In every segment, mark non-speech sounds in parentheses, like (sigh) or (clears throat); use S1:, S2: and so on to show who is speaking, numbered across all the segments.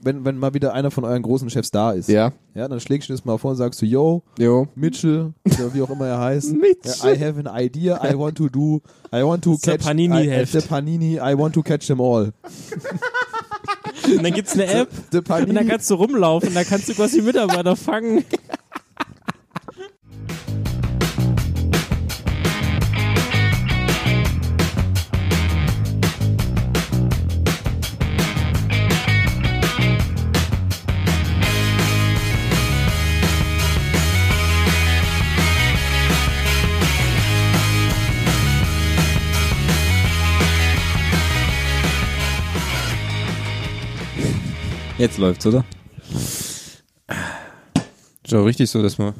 S1: wenn, wenn mal wieder einer von euren großen Chefs da ist,
S2: Ja.
S1: ja dann schlägst du das mal vor und sagst du, yo,
S2: Jo.
S1: Mitchell, oder wie auch immer er (laughs) heißt,
S2: Mitchell.
S1: I have an idea, I want to do, I want to
S3: ist der
S1: catch, I,
S3: Panini-Heft.
S1: the Panini, I want to catch them all.
S3: (laughs) Und dann gibt's eine App
S1: The
S3: und da
S1: Panini,
S3: kannst du rumlaufen, da kannst du quasi Mitarbeiter fangen.
S2: Jetzt läuft's, oder? Ist auch richtig so, dass man.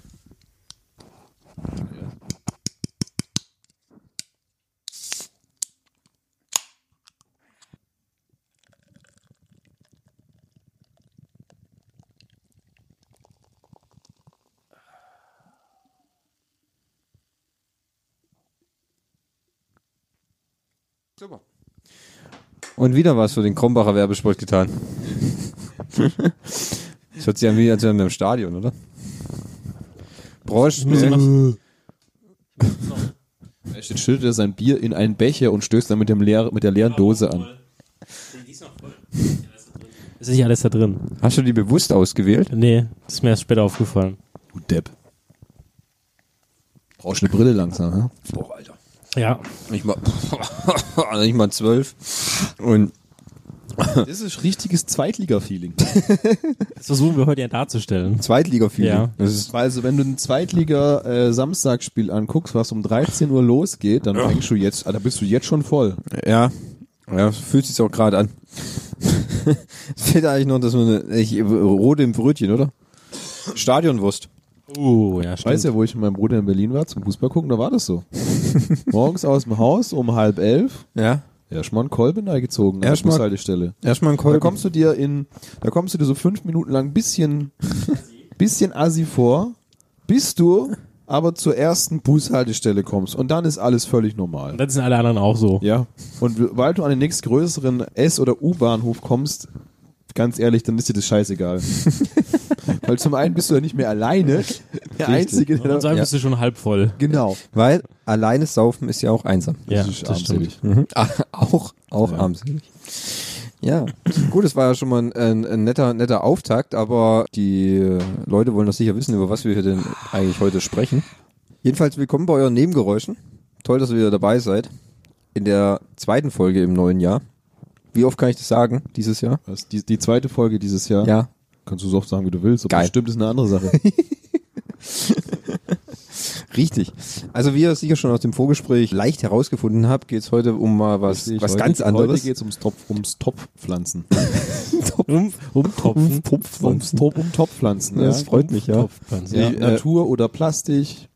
S2: Super. Und wieder was für den Krombacher Werbespot getan. Das hört sich an wie, als wären wir im Stadion, oder? Brosch, äh,
S1: Er steht- schüttet er sein Bier in einen Becher und stößt dann mit, dem leer, mit der leeren Dose an.
S3: Ist nicht alles da drin.
S2: Hast du die bewusst ausgewählt?
S3: Nee, das ist mir erst später aufgefallen.
S1: Du Depp. Brauchst eine Brille langsam, ja?
S2: Boah, Alter.
S3: Ja.
S2: Nicht mal, (laughs) also nicht mal zwölf. Und
S1: Das ist richtiges Zweitliga-Feeling.
S3: Das versuchen wir heute ja darzustellen.
S2: zweitliga viel.
S3: Ja.
S2: Das ist
S1: Also wenn du ein Zweitliga-Samstagsspiel anguckst, was um 13 Uhr losgeht, dann fängst du jetzt, ah, da bist du jetzt schon voll.
S2: Ja, ja fühlt sich auch gerade an. (laughs) es fehlt eigentlich noch, dass man eine, ich, Rode im Brötchen, oder? Stadionwurst.
S3: Oh, ja,
S1: Ich weiß ja,
S3: stimmt.
S1: wo ich mit meinem Bruder in Berlin war zum Fußball gucken, da war das so. (laughs) Morgens aus dem Haus um halb elf,
S2: Ja.
S1: erstmal ein Kolben eingezogen an der
S2: Erstmal-
S1: Bushaltestelle.
S2: Erstmal ein
S1: Da
S2: Kolben.
S1: kommst du dir in, da kommst du dir so fünf Minuten lang ein bisschen, bisschen assi vor, bis du aber zur ersten Bushaltestelle kommst und dann ist alles völlig normal.
S3: Das sind alle anderen auch so.
S1: Ja. Und weil du an den nächstgrößeren S- oder U-Bahnhof kommst, ganz ehrlich, dann ist dir das scheißegal.
S2: (laughs)
S1: Weil zum einen bist du ja nicht mehr alleine, der Einzige, der
S3: Und
S1: da...
S3: sagen bist du schon halb voll.
S1: Genau.
S2: Weil alleines Saufen ist ja auch einsam.
S3: Ja,
S1: ist
S3: das stimmt.
S1: armselig.
S2: Mhm. Ah, (laughs) auch, auch
S1: Ja.
S2: armselig. Ja, gut, es war ja schon mal ein, ein, ein netter, netter Auftakt, aber die äh, Leute wollen doch sicher wissen, über was wir hier denn eigentlich heute sprechen. Jedenfalls willkommen bei euren Nebengeräuschen. Toll, dass ihr wieder dabei seid. In der zweiten Folge im neuen Jahr. Wie oft kann ich das sagen, dieses Jahr?
S1: Was, die, die zweite Folge dieses Jahr,
S2: Ja.
S1: kannst du so oft sagen, wie du willst, ob
S2: Geil.
S1: das stimmt, ist eine andere
S2: (laughs)
S1: Sache.
S2: Richtig. Also wie ihr es sicher schon aus dem Vorgespräch leicht herausgefunden habt, geht es heute um mal was,
S1: Richtig,
S2: was
S1: heute-
S2: ganz anderes.
S1: Heute geht's ums, Topf, ums Topfpflanzen.
S3: Um, umtopfen.
S1: (laughs) ums Top, um Topfpflanzen, ja.
S2: Das freut mich, ja.
S3: Umtopfen.
S1: ja
S2: Ich, äh,
S1: Natur oder Plastik,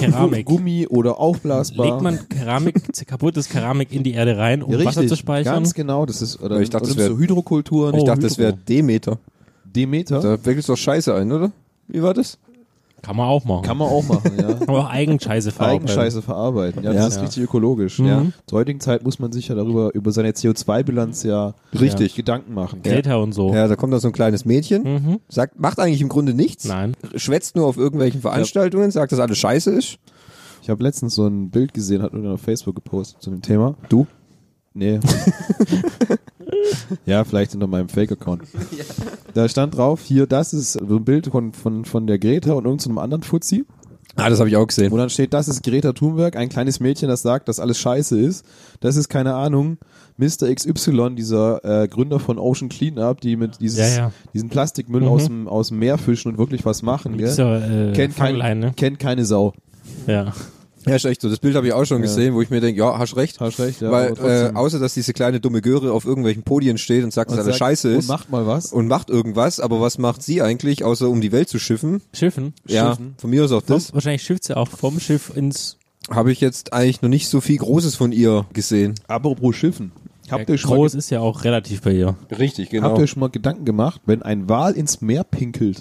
S3: Keramik.
S1: Gummi oder aufblasbar.
S3: Legt man Keramik, kaputtes Keramik in die Erde rein, um
S1: Ja,
S3: Wasser zu speichern?
S1: Ganz genau, das ist oder
S2: Ich dachte,
S1: oder
S2: das wär-
S1: so Hydrokulturen.
S2: Ich
S3: Oh,
S2: dachte, das wäre
S3: Hydro.
S2: Demeter.
S1: Demeter
S2: Da wechselst du doch Scheiße ein, oder? Wie war das?
S3: Kann man auch machen.
S1: kann man auch machen,
S2: (laughs)
S1: ja.
S3: Aber auch Eigenscheiße verarbeiten.
S1: Eigenscheiße verarbeiten. Ja,
S2: also. Ja. Mhm.
S1: das ist richtig ökologisch. Ja. Zur heutigen Zeit muss man sich ja darüber über seine CO2-Bilanz ja
S2: Richtig.
S1: Gedanken machen.
S3: Greta und so.
S2: Ja, da kommt da so ein kleines Mädchen, sagt, macht eigentlich im Grunde nichts,
S3: Nein.
S2: schwätzt nur auf irgendwelchen Veranstaltungen, sagt, dass alles scheiße ist.
S1: Ich habe letztens so ein Bild gesehen, hat irgendjemand auf Facebook gepostet zu dem Thema.
S2: Du? (laughs)
S1: Nee. ja, vielleicht unter meinem
S2: (laughs)
S1: Fake-Account. Da stand drauf, hier, das ist so ein Bild von, von, von der Greta und irgendeinem anderen Fuzzi.
S2: Ah, das habe ich auch gesehen.
S1: Und dann steht, das ist Greta Thunberg, ein kleines Mädchen, das sagt, dass alles scheiße ist. Das ist, keine Ahnung, Mr. XY, dieser äh, Gründer von Ocean Cleanup, die mit dieses,
S3: Ja, ja.
S1: diesen Plastikmüll aus, dem, aus dem Meer fischen und wirklich was machen. Gell?
S3: Dieser, äh,
S1: kennt,
S3: Fangleine.
S1: kein, kennt keine Sau.
S3: Ja.
S2: Ja, ist echt so. Das Bild habe ich auch schon gesehen, wo ich mir denke, ja, hast recht.
S1: Hast recht, ja,
S2: Weil,
S1: aber trotzdem.
S2: äh, außer, dass diese kleine dumme Göre auf irgendwelchen Podien steht und sagt, dass
S1: Und
S2: alles
S1: sagt,
S2: scheiße ist
S1: Und macht mal was.
S2: und macht irgendwas, aber was macht sie eigentlich, außer um die Welt zu schiffen?
S3: Schiffen.
S2: Ja,
S1: Schiffen.
S2: von mir aus auch das.
S3: Vom, wahrscheinlich schifft sie auch vom Schiff ins
S2: Habe ich jetzt eigentlich noch nicht so viel Großes von ihr gesehen.
S1: Apropos Schiffen. Habt ihr, schon mal,
S3: Groß ist ja auch relativ bei ihr.
S2: Richtig, genau.
S1: ge- habt ihr schon mal Gedanken gemacht, wenn ein Wal ins Meer pinkelt,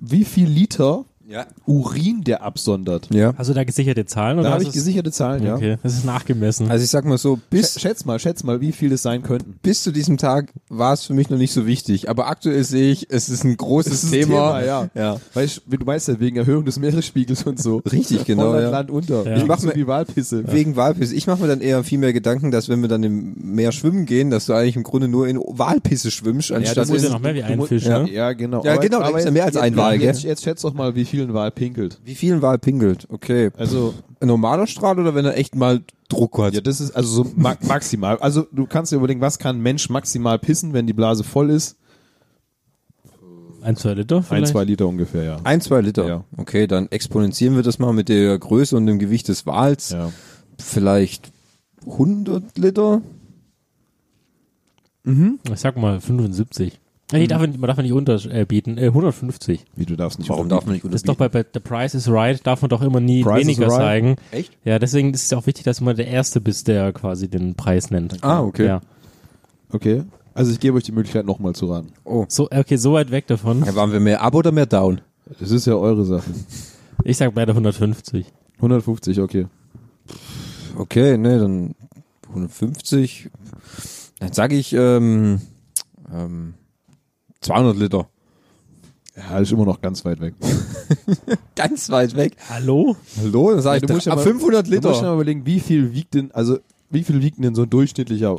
S1: wie viel Liter
S2: Ja.
S1: Urin, der absondert.
S2: Ja.
S3: Hast du da gesicherte Zahlen?
S1: Da
S3: oder
S1: habe ich
S3: hast du's-
S1: gesicherte Zahlen, ja.
S3: Okay, das ist nachgemessen.
S2: Also ich sag mal so,
S1: Sch
S2: bis,
S1: schätz mal, schätz mal, wie viel es sein könnten.
S2: bis zu diesem Tag war es für mich noch nicht so wichtig. Aber aktuell sehe ich, es ist ein großes
S1: Es ist ein
S2: Thema.
S1: Thema, ja.
S2: ja.
S1: Weißt du, du weißt ja, wegen Erhöhung des Meeresspiegels und so.
S2: Richtig, genau,
S1: Holland,
S2: ja.
S1: Land unter.
S3: Ja.
S1: Ich
S2: Ich
S1: mach
S2: mach
S1: so
S2: mir-
S1: die Walpisse.
S2: Wegen Walpisse. Ich mache mir dann eher viel mehr Gedanken, dass wenn wir dann im Meer schwimmen gehen, dass du eigentlich im Grunde nur in Walpisse schwimmst, anstatt
S3: das muss ja
S2: in,
S3: noch mehr wie
S1: Du
S3: ein
S1: mu-
S3: Fisch,
S1: ja.
S3: ne?
S1: ja, genau.
S2: Ja, genau, da gibt's ja mehr als
S1: jetzt-
S2: einen Wal,
S1: Jetzt,
S2: gell?
S1: jetzt schätz doch mal, wie viel ein Wal pinkelt.
S2: Wie viel ein Wal pingelt? Okay.
S1: Also,
S2: Ein normaler Strahl oder wenn er echt mal Druck hat?
S1: ja, das ist also so ma maximal. Also, du kannst dir überlegen, was kann ein Mensch maximal pissen, wenn die Blase voll ist?
S3: Ein, zwei Liter
S1: Ein,
S3: vielleicht?
S1: zwei Liter ungefähr, ja.
S2: Ein, zwei Liter.
S1: Ja.
S2: Okay, dann exponentieren wir das mal mit der Größe und dem Gewicht des Wals.
S1: ja.
S2: Vielleicht 100 Liter?
S3: Ich sag mal 75. Nee,
S1: Mhm.
S3: darf, man darf nicht unterbieten. Äh, 150.
S1: Wie, du darfst nicht
S2: Warum darf man nicht
S3: Das ist doch bei, bei The Price is Right, darf man doch immer nie
S1: Price is
S3: weniger
S1: Right?
S3: zeigen.
S2: Echt?
S3: Ja, deswegen ist es auch wichtig, dass du immer der Erste bist, der quasi den Preis nennt.
S2: Ah, okay.
S3: Ja.
S1: Okay. Also, ich gebe euch die Möglichkeit, nochmal zu raten.
S2: Oh.
S3: So, okay, so weit weg davon.
S2: Ja, waren wir mehr up oder mehr down?
S1: Das ist ja eure Sache.
S3: Ich sag leider 150.
S1: 150, okay.
S2: Okay, ne, dann 150. Dann sage ich ähm, ähm, 200 Liter.
S1: Ja, ist immer noch ganz weit weg.
S2: Ganz weit weg.
S3: Hallo?
S2: Hallo, dann
S1: Ja,
S2: sage ich
S1: du musst ja
S2: ab
S1: mal-
S2: 500
S1: Du musst schon
S2: Liter.
S1: mal überlegen, wie viel wiegt denn, also, wie viel wiegt denn so ein durchschnittlicher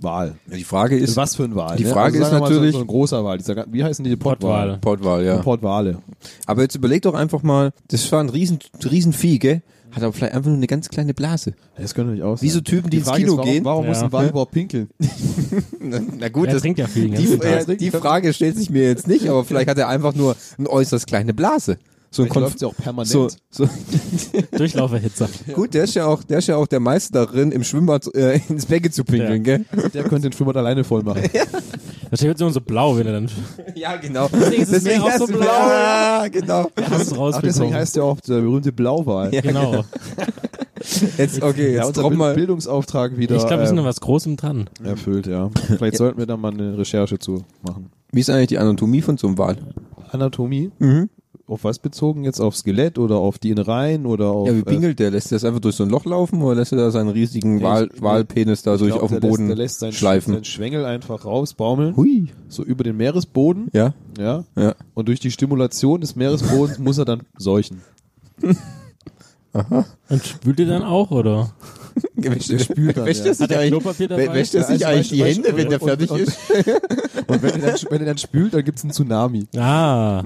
S1: Wal?
S2: Die Frage ist,
S1: Was für ein Wal?
S2: Die
S1: ne?
S2: Frage
S1: also
S2: ist
S1: sagen wir mal,
S2: natürlich-
S1: So, so ein großer Wal. Dieser, ga- wie heißen die? Pottwale.
S3: Pottwale.
S2: Portwahl, ja.
S1: Pottwale.
S2: Aber jetzt überleg doch einfach mal, das war ein riesen, riesen Vieh, gell? Hat aber vielleicht einfach nur eine ganz kleine Blase.
S1: Das könnte nicht aussehen.
S2: Wie so Typen, die ins
S1: Frage
S2: Kino
S1: ist, warum,
S2: gehen.
S1: Warum muss
S3: Ja.
S1: ein Wal überhaupt pinkeln?
S2: Na, na gut,
S3: Er
S2: das,
S3: trinkt ja viel. den
S2: die,
S3: ganzen Tag.
S2: äh, die Frage stellt sich mir jetzt nicht, aber vielleicht hat er einfach nur eine äußerst kleine Blase. So ein
S1: Vielleicht läuft
S2: Konf
S1: sie auch permanent.
S2: so, so,
S3: Durchlauferhitzer.
S2: Gut, der ist ja auch, der ist ja auch der Meister darin, im Schwimmbad äh, (laughs) ins Becken zu pinkeln, gell?
S1: Der könnte den Schwimmbad alleine voll
S2: (laughs)
S1: machen.
S3: Das wird immer so blau, wenn er dann (laughs)
S2: Ja, genau.
S3: ist es mir auch so blau.
S2: Ja, genau.
S3: Hass
S1: Ach, deswegen
S3: rausbekommt.
S1: heißt ja auch der berühmte Blauwal.
S2: Ja,
S3: Genau.
S2: Jetzt, okay,
S1: Ja,
S2: jetzt
S1: unser
S2: drauf
S1: Bild-
S2: mal.
S1: Bildungsauftrag wieder
S3: Ich glaube, wir sind
S1: ähm,
S3: noch was Großem dran.
S1: erfüllt, ja. Vielleicht sollten wir da mal eine Recherche zu machen.
S2: Wie ist eigentlich die Anatomie von so einem Wal?
S1: Anatomie?
S2: Mhm.
S1: Auf was bezogen jetzt? Auf Skelett oder auf die Innereien oder auf... äh,
S2: Ja, wie pingelt der? Lässt der das einfach durch so ein Loch laufen oder lässt er da seinen riesigen Wal,
S1: ich-
S2: Walpenis da
S1: äh,
S2: durch
S1: ich glaub,
S2: auf den
S1: der
S2: Boden
S1: lässt, der lässt seinen,
S2: schleifen?
S1: seinen Schwengel einfach rausbaumeln,
S2: Hui.
S1: so über den Meeresboden,
S2: Ja,
S1: ja.
S2: ja.
S1: Und durch die Stimulation des Meeresbodens muss er dann seuchen.
S3: Und spült ihr dann auch, oder?
S2: Wäscht der
S1: spült dann,
S2: wäscht
S1: ja.
S2: der sich
S3: Hat er
S2: eigentlich-
S3: Klopapier
S2: wä-
S3: dabei?
S2: wäscht der
S1: Ja, also
S2: sich eigentlich die
S1: weißt-
S2: Hände, wenn der
S1: und-
S2: fertig
S1: und-
S2: ist?
S1: Und wenn er dann, wenn er dann spült, dann gibt's einen Tsunami.
S3: Ah,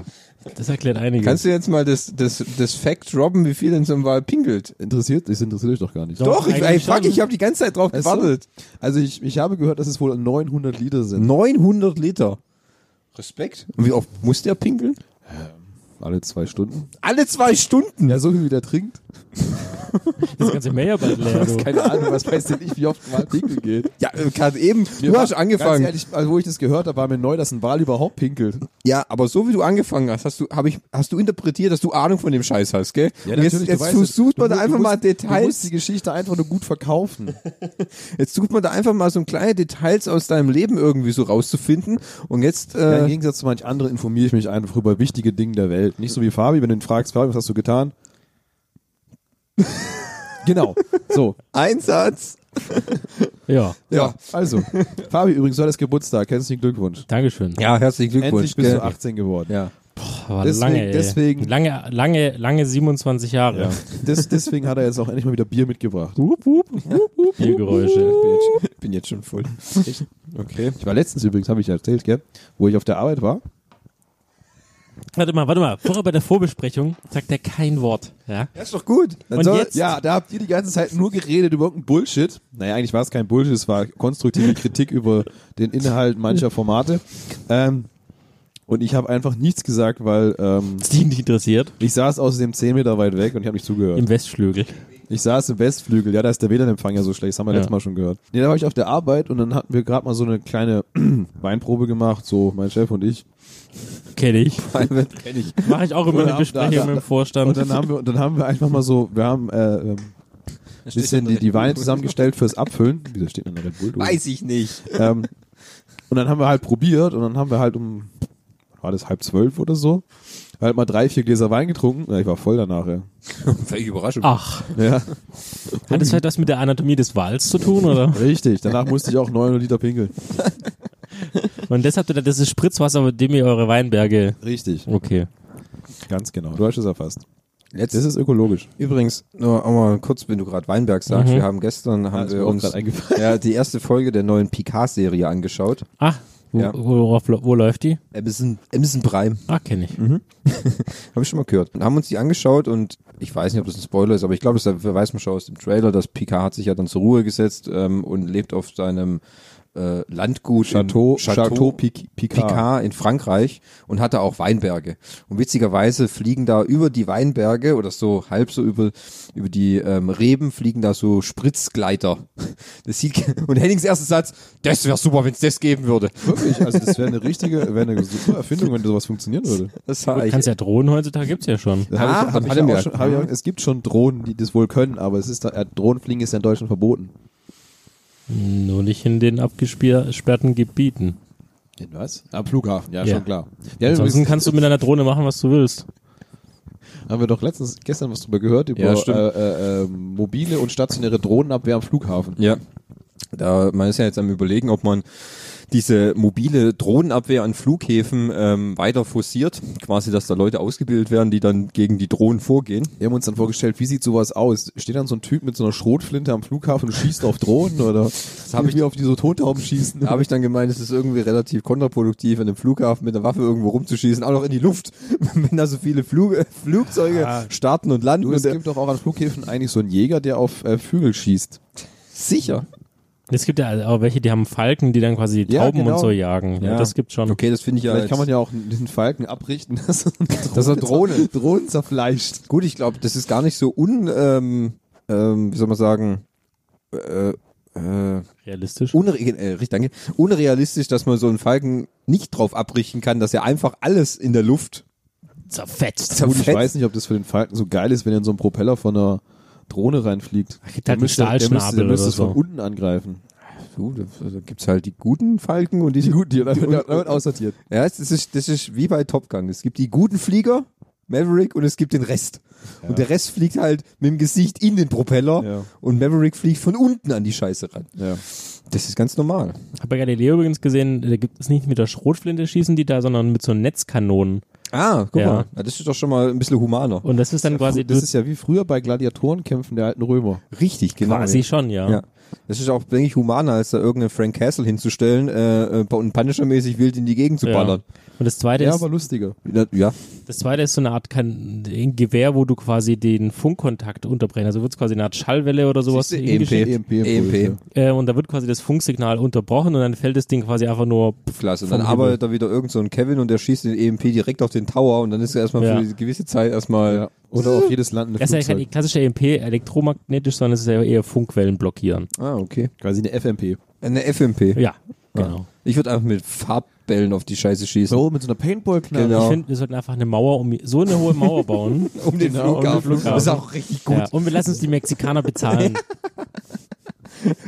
S3: das erklärt einiges.
S2: Kannst du jetzt mal das, das, das Fact droppen, wie viel denn so ein Wal pingelt?
S1: Interessiert? Das interessiert euch doch gar nicht.
S3: Doch.
S2: Doch, ich, ey,
S3: eigentlich
S2: fuck,
S3: schon.
S2: ich habe die ganze Zeit drauf
S1: Weißt du?
S2: gewartet.
S1: Also ich, ich habe gehört, dass es wohl 900 Lieder sind.
S2: 900 Liter. Respekt. Und wie oft muss der pinkeln?
S1: Alle zwei Stunden.
S2: Alle zwei Stunden.
S1: Ja, so viel wie der trinkt.
S3: das ganze Meerbad leer, du.
S1: Keine Ahnung, was weiß denn ich, wie oft mal Pinkel geht.
S2: Ja, äh, gerade eben. Du
S1: Mir war-
S2: hast angefangen.
S1: Ganz ehrlich, also wo ich das gehört habe, war mir neu, dass ein Wal überhaupt pinkelt.
S2: Ja, aber so wie du angefangen hast, hast du, hab ich, hast du interpretiert, dass du Ahnung von dem Scheiß hast, gell? Und jetzt, jetzt versucht man da einfach mal
S1: Du musst
S2: Details.
S1: die Geschichte einfach nur gut verkaufen.
S2: Jetzt sucht man da einfach mal so kleine Details aus deinem Leben irgendwie so rauszufinden. Und jetzt.
S1: Ja, Im
S2: Äh,
S1: Gegensatz zu manch anderen informiere ich mich einfach über wichtige Dinge der Welt. Nicht so wie Fabi, wenn du ihn fragst, Fabi, was hast du (laughs) getan? genau, so.
S2: Einsatz.
S3: Ja,
S1: Ja, also. Fabi, übrigens, du hattest Geburtstag. Herzlichen Glückwunsch.
S3: Dankeschön.
S2: Ja, herzlichen
S1: Endlich
S2: Glückwunsch.
S1: bist
S2: gell?
S1: du 18 geworden.
S2: ja.
S3: Boah,
S1: deswegen-
S3: lange, ey.
S1: deswegen-
S3: Lange, lange, lange 27 Jahre.
S1: Ja. Des, deswegen hat er jetzt auch endlich mal wieder Bier mitgebracht.
S3: Wup, wup, wup, wup, Biergeräusche.
S2: Bin jetzt, bin jetzt schon voll. Okay.
S1: Ich war letztens übrigens, habe ich ja erzählt, gell, wo ich auf der Arbeit war.
S3: Warte mal, warte mal. Vorher bei der Vorbesprechung sagt er kein Wort. Ja?
S2: Das ist doch gut. Dann
S3: Und
S2: soll-
S3: jetzt?
S1: Ja, da habt ihr die ganze Zeit nur geredet über irgendeinen Bullshit. Naja, eigentlich war es kein Bullshit, es war konstruktive Kritik (laughs) über den Inhalt mancher Formate. Ähm, und ich habe einfach nichts gesagt, weil ähm,
S3: Ist die nicht interessiert?
S1: ich saß außerdem 10 Meter weit weg und ich habe nicht zugehört.
S3: Im Westflügel.
S1: Ich saß im Westflügel, ja, da ist der WLAN-Empfang ja so schlecht, das haben wir
S3: Ja.
S1: letztes Mal schon gehört. Nee, da war ich auf der Arbeit und dann hatten wir gerade mal so eine kleine (clears throat) Weinprobe gemacht, so mein Chef und ich.
S3: Kenne ich.
S2: (laughs)
S1: Kenn ich.
S3: Mache ich auch immer eine
S1: Ja,
S3: Besprechung
S1: da, da,
S3: mit dem
S1: Und
S3: Vorstand.
S1: dann haben wir, und dann haben wir einfach mal so, wir haben äh, ähm, ein bisschen die, die Weine zusammengestellt fürs Abfüllen. Wieso steht denn da Red Bull drüber?
S2: Weiß ich nicht.
S1: Ähm, und dann haben wir halt probiert und dann haben wir halt um, war das halb zwölf oder so, halt mal drei, vier Gläser Wein getrunken. Ja, ich war voll danach, ja.
S2: Welche Überraschung.
S3: Ach,
S1: ja.
S3: hat das halt was mit der Anatomie des Wals zu tun, oder?
S1: Richtig, danach musste ich auch 900 Liter pinkeln.
S3: Und deshalb, das ist Spritzwasser, mit dem ihr eure Weinberge...
S1: Richtig.
S3: Okay.
S1: Ganz genau. Du hast es erfasst. Das
S2: Letztes
S1: ist ökologisch.
S2: Übrigens, nur auch mal kurz, wenn du gerade Weinberg sagst, wir haben gestern haben
S1: Mhm. ist mir
S2: wir
S1: auch
S2: uns
S1: grad eingefallen.
S2: ja, die erste Folge der neuen Picard-Serie angeschaut.
S3: Ach, wo,
S2: Ja.
S3: worauf, wo läuft die?
S2: Amazon, Amazon Prime.
S3: Ah, kenne ich.
S2: Habe ich schon mal gehört. Und haben uns die angeschaut und ich weiß nicht, ob das ein Spoiler ist, aber ich glaube, das weiß man schon aus dem Trailer, dass Picard hat sich ja dann zur Ruhe gesetzt ähm, und lebt auf seinem äh, Landgut in-
S1: Chateau,
S2: Chateau,
S1: Chateau Pic- Picard.
S2: Picard in Frankreich und hatte auch Weinberge. Und witzigerweise fliegen da über die Weinberge oder so halb so über, über die ähm, Reben fliegen da so Spritzgleiter. (laughs) Das sieht, und Hennings erster Satz, das wäre super, wenn es das geben würde.
S1: Wirklich, also das wäre eine richtige, wäre eine super Erfindung, wenn sowas funktionieren würde.
S2: Das war
S3: Gut,
S2: echt-
S3: kannst ja drohen, heutzutage gibt's ja schon.
S1: Das hab
S2: Ah,
S1: ich,
S2: hab
S1: hab ich
S2: ich
S1: ja auch
S2: gemerkt.
S1: schon, hab ich, auch- es gibt schon Drohnen, die das wohl können, aber es ist da, äh, Drohnenfliegen ist ja in Deutschland verboten.
S3: Nur nicht in den abgesperrten Gebieten.
S1: In was? Am Flughafen, ja,
S3: Ja.
S1: schon klar. Ja,
S3: Ansonsten
S1: übrigens
S3: kannst du mit deiner Drohne machen, was du willst.
S1: haben wir doch letztens, gestern was drüber gehört, über
S2: Ja, stimmt.
S1: äh, äh, äh, mobile und stationäre Drohnenabwehr am Flughafen.
S2: Ja. Da, man ist ja jetzt am überlegen, ob man diese mobile Drohnenabwehr an Flughäfen ähm, weiter forciert. Quasi, dass da Leute ausgebildet werden, die dann gegen die Drohnen vorgehen.
S1: Wir haben uns dann vorgestellt, wie sieht sowas aus? Steht dann so ein Typ mit so einer Schrotflinte am Flughafen und schießt auf Drohnen oder (laughs) das
S2: hab ich-
S1: auf diese Tontauben schießen? (laughs)
S2: Da habe ich dann gemeint, es ist irgendwie relativ kontraproduktiv, an dem Flughafen mit einer Waffe irgendwo rumzuschießen, auch noch in die Luft, (laughs) wenn da so viele Flug Flugzeuge starten und landen.
S1: Du, es
S2: und der-
S1: gibt doch auch an Flughäfen eigentlich so einen Jäger, der auf äh, Vögel schießt.
S2: sicher.
S3: Es gibt ja auch welche, die haben Falken, die dann quasi die
S1: Ja,
S3: Tauben
S1: genau.
S3: und so jagen. Ja. das gibt's schon.
S2: Okay, das finde ich ja.
S1: Vielleicht kann man
S2: jetzt-
S1: ja auch den Falken abrichten, (laughs) dass
S2: Dass er Drohne-
S1: (laughs) Drohnen zerfleischt.
S2: Gut, ich glaube, das ist gar nicht so un, ähm, ähm, wie soll man sagen, äh, äh,
S3: Realistisch.
S2: unre äh, richtig, danke. unrealistisch, dass man so einen Falken nicht drauf abrichten kann, dass er einfach alles in der Luft
S3: Zerfetzt.
S1: Gut,
S2: zerfetzt.
S1: ich weiß nicht, ob das für den Falken so geil ist, wenn er in so einen Propeller von einer Drohne reinfliegt.
S3: Gibt
S1: Der
S3: halt einen
S1: müsste- der müsste, der
S3: Stahlschnabel oder
S1: müsste es von
S3: so.
S1: unten angreifen.
S2: Du, da da gibt's halt die guten Falken und die, die
S1: Gut, die
S2: die- die-
S1: wird aussortiert.
S2: Ja, es- das ist, das ist wie bei Top Gun. Es gibt die guten Flieger, Maverick, und es gibt den Rest. Und der Rest fliegt halt mit dem Gesicht in den Propeller
S1: Ja.
S2: und Maverick fliegt von unten an die Scheiße ran.
S1: Ja.
S2: Das ist ganz normal.
S3: Hab bei Galileo übrigens gesehen, da gibt es nicht mit der Schrotflinte schießen die da, sondern mit so Netzkanonen.
S2: Ah, guck
S3: Ja.
S2: mal. Ja, das ist doch schon mal ein bisschen humaner.
S3: Und das ist dann quasi,
S1: Das ist ja wie früher bei Gladiatorenkämpfen der alten Römer.
S2: Richtig, genau.
S3: quasi schon, ja.
S2: ja. ja. Das ist auch, denke ich, humaner, als da irgendeinen Frank Castle hinzustellen äh, äh, und Punisher-mäßig wild in die Gegend zu
S3: Ja.
S2: ballern.
S3: Und das zweite,
S1: Ja,
S3: ist,
S1: aber lustiger.
S2: Ja. ja.
S3: das zweite ist so eine Art kan ein Gewehr, wo du quasi den Funkkontakt unterbrechen. Also wird's quasi eine Art Schallwelle oder sowas
S2: Siehste,
S3: hingeschickt.
S2: E
S1: EMP.
S2: EMP.
S3: äh, und da wird quasi das Funksignal unterbrochen und dann fällt das Ding quasi einfach nur
S2: Klasse. Und
S3: Vom
S2: dann
S3: Himmel.
S2: arbeitet da wieder irgend so ein Kevin und der schießt den EMP direkt auf den Tower und dann ist er erstmal
S3: Ja.
S2: für eine gewisse Zeit erstmal
S1: Ja. Oder auf jedes Land eine
S3: Das ist ja
S1: Flugzeug.
S3: kein klassischer EMP elektromagnetisch, sondern es ist ja eher Funkwellen blockieren.
S2: Ah, okay.
S1: Quasi eine FMP.
S2: Eine FMP.
S3: Ja, genau.
S2: Ah. Ich würde einfach mit Farbbällen auf die Scheiße
S3: (laughs)
S2: schießen.
S1: So, mit so einer Paintball-Knarre.
S2: Genau.
S3: Ich finde, wir sollten einfach eine Mauer um so eine hohe Mauer bauen.
S2: (laughs) Um den,
S3: Genau, um den Flughafen.
S2: Das ist auch richtig gut.
S3: Ja, und wir lassen uns die
S2: (laughs)
S3: Mexikaner bezahlen.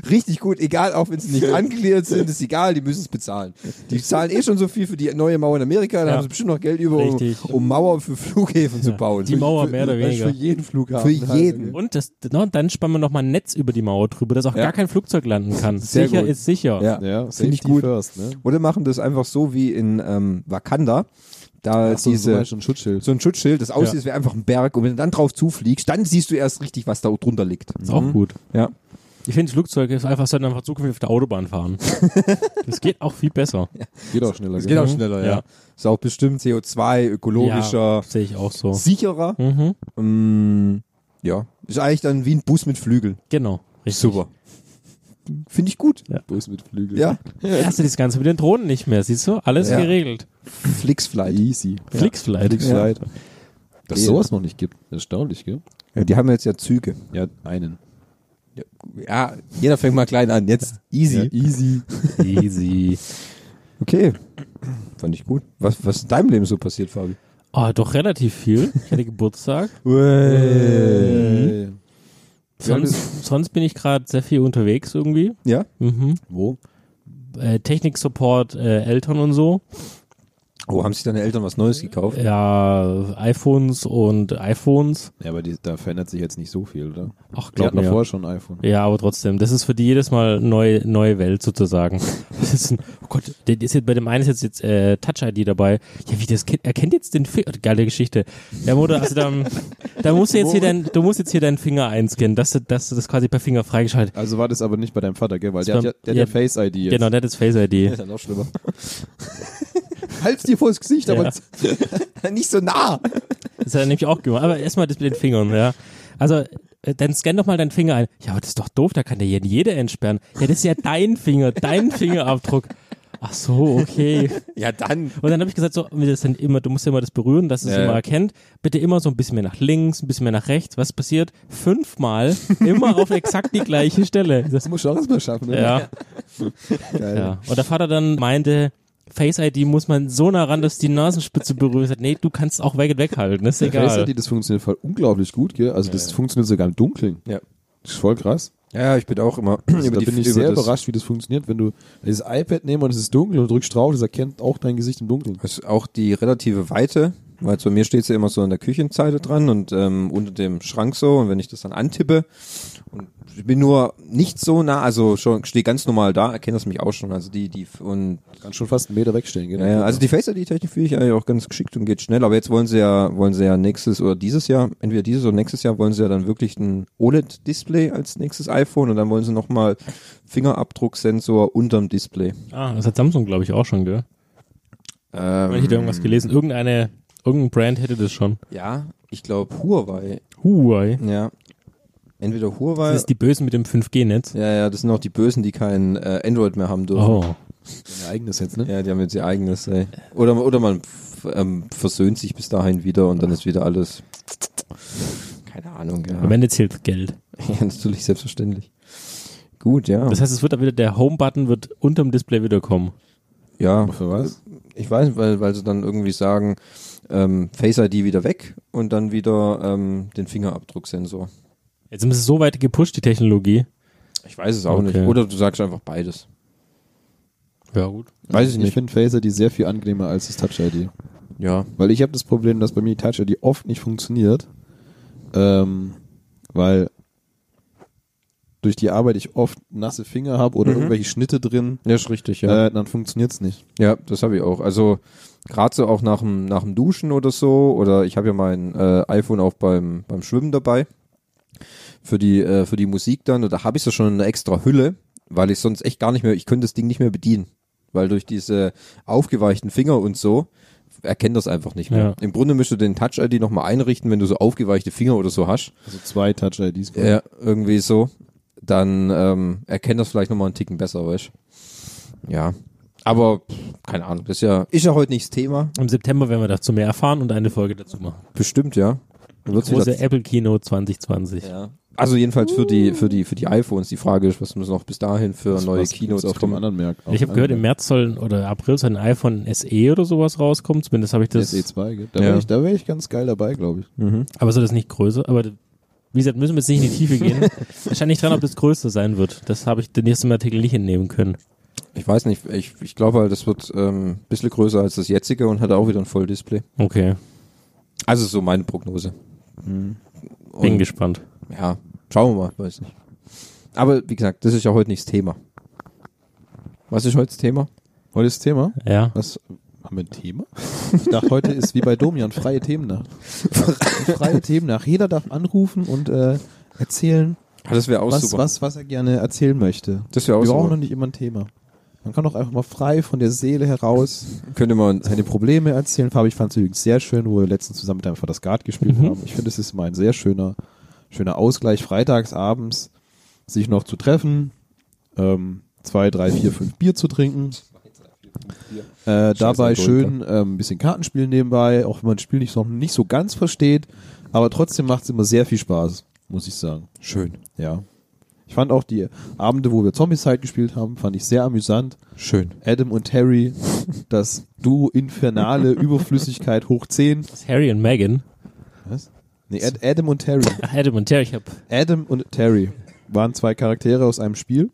S2: Richtig gut. Egal, auch wenn sie
S3: (laughs)
S2: nicht angegliedert sind, ist egal, die müssen es bezahlen. Die zahlen eh schon so viel für die neue Mauer in Amerika, dann
S3: Ja.
S2: haben sie bestimmt noch Geld über, um,
S3: Richtig.
S2: um Mauer für Flughäfen zu bauen.
S3: Die Mauer mehr oder weniger.
S1: Für jeden
S2: Für
S1: Flughafen.
S2: jeden.
S3: Und das, no, dann spannen wir nochmal ein Netz über die Mauer drüber, dass auch
S2: Ja.
S3: gar kein Flugzeug landen kann.
S2: Sehr
S3: sicher
S2: gut.
S3: ist sicher.
S2: Ja,
S1: Ja,
S2: finde ich
S1: safety
S2: gut.
S1: first, ne?
S2: Oder machen das einfach so wie in ähm, Wakanda. Da
S1: Ach so,
S2: diese,
S1: so meinst du ein Schutzschild.
S2: so ein Schutzschild, das aussieht,
S3: Ja.
S2: es wäre einfach ein Berg. Und wenn du dann drauf zufliegst, dann siehst du erst richtig, was da drunter liegt. Mhm.
S3: Ist auch gut.
S2: Ja.
S3: Ich finde, Flugzeuge ist einfach, sollten einfach zukünftig auf der Autobahn fahren. das geht auch viel besser.
S1: Geht auch schneller.
S2: Das geht auch schneller, Mhm. ja.
S3: Ja.
S2: Ist auch bestimmt CO2, ökologischer,
S3: Ja, sehe ich auch so.
S2: sicherer.
S3: Mhm.
S2: Mm, ja. Ist eigentlich dann wie ein Bus mit Flügeln.
S3: Genau. Richtig.
S2: Super. Finde ich gut.
S1: Bus mit Flügeln.
S2: Ja.
S3: Da Hast du das Ganze mit den Drohnen nicht mehr, siehst du? Alles
S2: Ja.
S3: geregelt.
S2: Flixfly.
S1: Easy.
S3: Flix vielleicht.
S2: Ja.
S1: Slide. Dass
S2: Ja.
S1: sowas noch nicht gibt. Erstaunlich, gell?
S2: Ja, die haben jetzt ja Züge.
S1: Ja, einen.
S2: Ja, jeder fängt mal klein an. Jetzt easy.
S1: easy.
S3: (laughs) Easy.
S2: Okay. Fand ich gut. Was, was in deinem Leben so passiert, Fabi?
S3: Oh, doch relativ viel. Ich hatte Geburtstag.
S1: Äh,
S3: Sonst, sonst bin ich gerade sehr viel unterwegs irgendwie.
S2: Ja?
S3: Mhm.
S1: wo?
S3: Äh, Technik-Support, äh, Eltern und so.
S2: Oh, haben sich deine Eltern was Neues gekauft?
S3: Ja, iPhones und iPhones.
S1: Ja, aber die, da verändert sich jetzt nicht so viel, oder?
S3: Ach,
S1: Die
S3: glaub
S1: hatten
S3: mir.
S1: davor schon ein iPhone.
S3: Ja, aber trotzdem, das ist für die jedes Mal neu, neue Welt sozusagen. (laughs) Das ist ein, oh Gott, der ist jetzt, bei dem einen ist jetzt, jetzt äh, Touch-ID dabei. Ja, wie das Kind, er kennt jetzt den Finger. Geile Geschichte. Ja, Mutter, also dann, da musst du jetzt hier dein, du musst jetzt hier deinen Finger einscannen, dass du, dass du das quasi per Finger freigeschaltet.
S1: Also war das aber nicht bei deinem Vater, gell? Weil der hat
S3: Das
S1: ja,
S3: war-
S1: der hat ja
S3: ja,
S1: Face-ID jetzt.
S3: Genau, das ist
S2: Das
S3: Face-ID.
S2: ist ja noch schlimmer.
S1: (laughs) Halt's dir vors Gesicht,
S3: Ja.
S1: aber Äh,
S2: Nicht so nah.
S3: Das hat er nämlich auch gemacht. Aber erstmal das mit den Fingern, ja. Also, äh, dann scan doch mal deinen Finger ein. Ja, aber das ist doch doof, da kann dir jeder entsperren. Ja, das ist ja dein Finger, dein Fingerabdruck. Ach so, okay.
S2: Ja, dann.
S3: Und dann habe ich gesagt, so, wie das dann immer, du musst ja immer das berühren, dass es
S2: Ja,
S3: immer
S2: ja.
S3: erkennt. Bitte immer so ein bisschen mehr nach links, ein bisschen mehr nach rechts. Was passiert?
S2: (laughs)
S3: Fünfmal, immer auf exakt die gleiche Stelle. Das,
S1: das musst du auch erstmal schaffen, ne?
S3: ja,
S1: Geil.
S3: ja. Und der Vater dann meinte, Face ID muss man so nah ran, dass die Nasenspitze berührt. Ich sag, nee, du kannst auch weg, weghalten, ist egal.
S1: Face-ID, das funktioniert voll unglaublich gut, gell? Also das funktioniert sogar im Dunkeln.
S2: Ja.
S1: Das ist voll krass.
S2: Ja, ich bin auch immer (clears throat)
S1: Also da
S2: die-
S1: bin ich sehr
S2: das-
S1: überrascht, wie das funktioniert, wenn du dieses iPad nehmen und es ist dunkel und drückst drauf, das erkennt auch dein Gesicht im Dunkeln.
S2: Das ist Also auch die relative Weite, weil zu mir steht sie ja immer so an der Küchenzeile dran und ähm, unter dem Schrank so und wenn ich das dann antippe und ich bin nur nicht so nah, also schon stehe ganz normal da, erkenne das mich auch schon, also die die und
S1: Kannst schon fast einen Meter wegstellen, gell?
S2: ja, ja, also die Face ID Technik finde ich eigentlich auch ganz geschickt und geht schnell, aber jetzt wollen sie ja wollen sie ja nächstes oder dieses Jahr, entweder dieses oder nächstes Jahr wollen sie ja dann wirklich ein OLED Display als nächstes iPhone und dann wollen sie noch mal Fingerabdrucksensor unterm Display.
S3: ah, das hat Samsung, glaube ich, auch schon, gell?
S2: Ähm,
S3: Wenn ich da
S2: Mhm.
S3: irgendwas gelesen, irgendeine, irgendein Brand hätte das schon.
S2: ja, ich glaube Huawei
S3: Huawei.
S2: Ja. Entweder Huawei.
S3: Das ist die Bösen mit dem 5G-Netz.
S2: ja, ja, das sind auch die Bösen, die kein äh, Android mehr haben dürfen.
S3: Oh.
S1: Dein eigenes jetzt, ne?
S2: Ja, die haben jetzt ihr eigenes, ey. Oder, oder man f- ähm, versöhnt sich bis dahin wieder und dann ist wieder alles. Keine Ahnung, ja.
S3: Am Ende zählt Geld.
S2: (laughs) ja natürlich, selbstverständlich. Gut, ja.
S3: Das heißt, es wird da wieder, der Home-Button wird unterm Display wiederkommen.
S2: ja,
S1: Für was?
S2: ich weiß, nicht, weil, weil sie dann irgendwie sagen, ähm, Face ID wieder weg und dann wieder ähm, den Fingerabdrucksensor.
S3: Jetzt ist es so weit gepusht, die Technologie.
S2: Ich weiß es auch
S3: Okay.
S2: nicht. Oder du sagst einfach beides.
S3: Ja, gut.
S2: Weiß ich
S1: Ich
S2: nicht.
S1: finde Face-ID sehr viel angenehmer als das Touch-ID.
S2: Ja.
S1: Weil ich habe das Problem, dass bei mir die Touch-ID oft nicht funktioniert, ähm, weil durch die Arbeit ich oft nasse Finger habe oder irgendwelche Schnitte drin,
S2: Ja, ist richtig, Mhm. ja.
S1: äh, dann funktioniert's nicht.
S2: Ja, das habe ich auch. Also gerade so auch nach dem, nach dem Duschen oder so. Oder ich habe ja mein äh, iPhone auch beim, beim Schwimmen dabei. Für die, äh, für die Musik dann. Und da habe ich so schon eine extra Hülle, weil ich sonst echt gar nicht mehr, ich könnte das Ding nicht mehr bedienen. Weil durch diese aufgeweichten Finger und so erkennt das einfach nicht mehr.
S3: Ja.
S2: Im Grunde müsstest du den Touch-ID nochmal einrichten, wenn du so aufgeweichte Finger oder so hast.
S1: Also zwei Touch-IDs.
S2: Ja, irgendwie so. Dann ähm, erkennt das vielleicht nochmal einen Ticken besser, weißt du? Ja. Aber pff, keine Ahnung, das ist ja, ist ja heute nicht das Thema.
S3: Im September werden wir dazu mehr erfahren und eine Folge dazu machen.
S2: Bestimmt, ja. Dann wird's
S3: Große
S2: wieder-
S3: Apple Kino 2020.
S2: ja. Also jedenfalls für die, für die, für die iPhones. Die Frage ist, was müssen noch bis dahin für neue
S1: Was gibt's
S2: Keynotes
S1: auf dem
S2: kommen?
S1: anderen Markt.
S3: Ich habe gehört, im März soll oder April soll ein iPhone SE oder sowas rauskommen. Zumindest habe ich das.
S2: E.
S1: SE2, E gell? Da
S2: Ja.
S1: wäre ich, da wär ich ganz geil dabei, glaube ich.
S3: Aber soll das nicht größer? Aber wie gesagt, müssen wir jetzt nicht in die
S2: (laughs)
S3: Tiefe gehen. Es scheint nicht dran, ob das größer sein wird. Das habe ich den nächsten Artikel nicht entnehmen können.
S2: Ich weiß nicht, ich, ich glaube halt, das wird ähm, ein bisschen größer als das jetzige und hat auch wieder ein Volldisplay.
S3: Okay,
S2: Also so meine Prognose. Und-
S3: bin gespannt.
S2: Ja, schauen wir mal, weiß nicht. Aber wie gesagt, das ist ja heute nicht das Thema. Was ist heute das Thema?
S1: Heute ist Thema.
S3: Ja.
S1: Was? Haben wir ein
S2: (laughs)
S1: Thema? Ich dachte, heute ist wie bei Domian freie Themennacht. freie Themennacht. Jeder darf anrufen und äh, erzählen,
S2: Ah, das wäre auch
S1: was,
S2: super.
S1: was, was er gerne erzählen möchte.
S2: Das wäre auch
S1: Wir brauchen
S2: super.
S1: noch nicht immer ein Thema. Man kann doch einfach mal frei von der Seele heraus
S2: Könnte man
S1: seine Probleme erzählen. Fabi, ich fand es übrigens sehr schön, wo wir letztens zusammen mit deinem Vater Skat gespielt haben. Ich finde, es ist mal ein sehr schöner, schöner Ausgleich, freitags abends sich noch zu treffen, ähm, zwei, drei, vier, fünf Bier zu trinken. Äh, dabei
S2: Alkoholiker.
S1: schön ähm, ein bisschen Kartenspielen nebenbei, auch wenn man das Spiel nicht, noch nicht so ganz versteht. Aber trotzdem macht es immer sehr viel Spaß, muss ich sagen.
S2: schön,
S1: Ja. Ich fand auch die Abende, wo wir Zombieside gespielt haben, fand ich sehr amüsant.
S2: schön.
S1: Adam und Harry, das Duo Infernale Überflüssigkeit hoch 10.
S3: Das ist Harry und Meghan.
S1: Was? Nee, Ad Adam und Terry.
S3: Ach, Adam und Terry, ich habe
S1: Adam und Terry waren zwei Charaktere aus einem Spiel.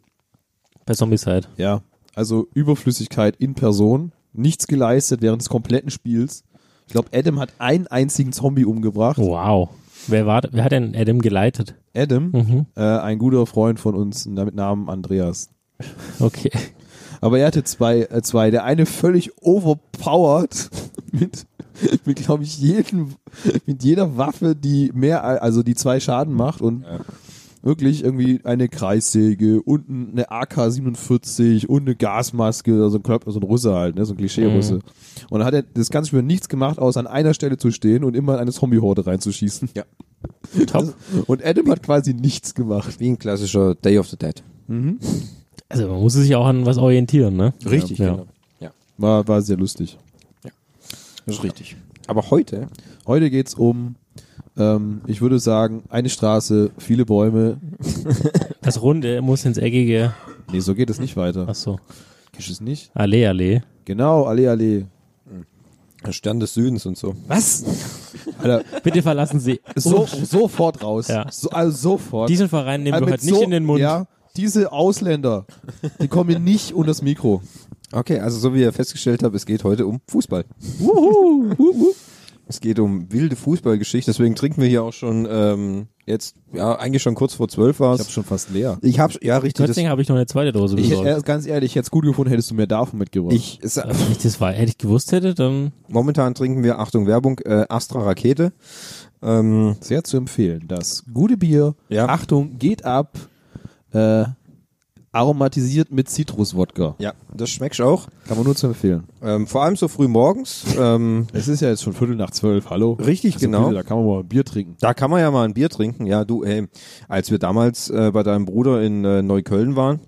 S3: bei Zombicide.
S1: Ja. Also Überflüssigkeit in Person. nichts geleistet während des kompletten Spiels. Ich glaube, Adam hat einen einzigen Zombie umgebracht.
S3: Wow. Wer, war, wer hat denn Adam geleitet?
S1: Adam, äh, ein guter Freund von uns mit Namen Andreas.
S3: Okay.
S1: Aber er hatte zwei, äh, zwei. Der eine völlig overpowered (laughs) mit, mit glaube ich, jeden, mit jeder Waffe, die mehr, al- also die zwei Schaden macht und wirklich irgendwie eine Kreissäge und ein- eine AK-47 und eine Gasmaske, also ein, Klöpp- so ein Russe halt, ne, so ein Klischee-Russe. Und dann hat er das ganze Spiel nichts gemacht, außer an einer Stelle zu stehen und immer in eine Zombie-Horde reinzuschießen. (laughs) Ja.
S3: Top.
S1: Und Adam hat quasi nichts gemacht.
S2: Wie ein klassischer Day of the Dead.
S3: Also man muss sich auch an was orientieren, ne?
S2: Richtig,
S3: ja.
S2: genau. Ja,
S1: War, war sehr lustig.
S2: das ist richtig. Aber heute,
S1: Heute geht's um, ähm, ich würde sagen, eine Straße, viele Bäume.
S3: Das Runde muss ins Eckige.
S1: Nee, so geht es nicht weiter.
S3: Achso.
S1: Kennst du es nicht?
S3: Allee, Allee.
S1: Genau, alle, alle.
S2: der Stern des Südens und so.
S1: Was? Alter,
S3: Bitte verlassen Sie
S1: so, sofort raus.
S3: Oh. Ja.
S1: So, also sofort.
S3: diesen Verein, nehmen
S1: Also
S3: wir
S1: mit
S3: heute nicht
S1: so-
S3: in den Mund.
S1: Ja, diese Ausländer, die kommen mir nicht unter das Mikro.
S2: Okay, also so wie ihr festgestellt habt, es geht heute um Fußball.
S3: Wuhu, wuhu.
S2: Es geht um wilde Fußballgeschichte, deswegen trinken wir hier auch schon ähm, jetzt, ja, eigentlich schon kurz vor zwölf war es.
S1: schon fast leer.
S2: Ich hab, ja, richtig. Das,
S3: Deswegen habe ich noch eine zweite Dose
S1: Ich,
S3: besorgt.
S1: äh, ganz ehrlich, ich hätte es gut gefunden, hättest du mir davon mitgebracht.
S2: ich, es,
S3: Wenn ich das war, hätte ich gewusst hätte, dann
S2: momentan trinken wir, Achtung Werbung, äh, Astra Rakete. Ähm,
S1: Sehr zu empfehlen. Das gute Bier,
S2: Ja.
S1: Achtung, geht ab, äh, aromatisiert mit Zitruswodka.
S2: ja, das schmeckt auch.
S1: Kann man nur zu empfehlen.
S2: Ähm, vor allem so früh morgens. Ähm,
S1: Es ist ja jetzt schon Viertel nach zwölf, hallo?
S2: Richtig,
S1: also
S2: genau.
S1: bitte, da kann man mal ein Bier trinken.
S2: Da kann man ja mal ein Bier trinken. Ja, du, ey, als wir damals äh, bei deinem Bruder in äh, Neukölln waren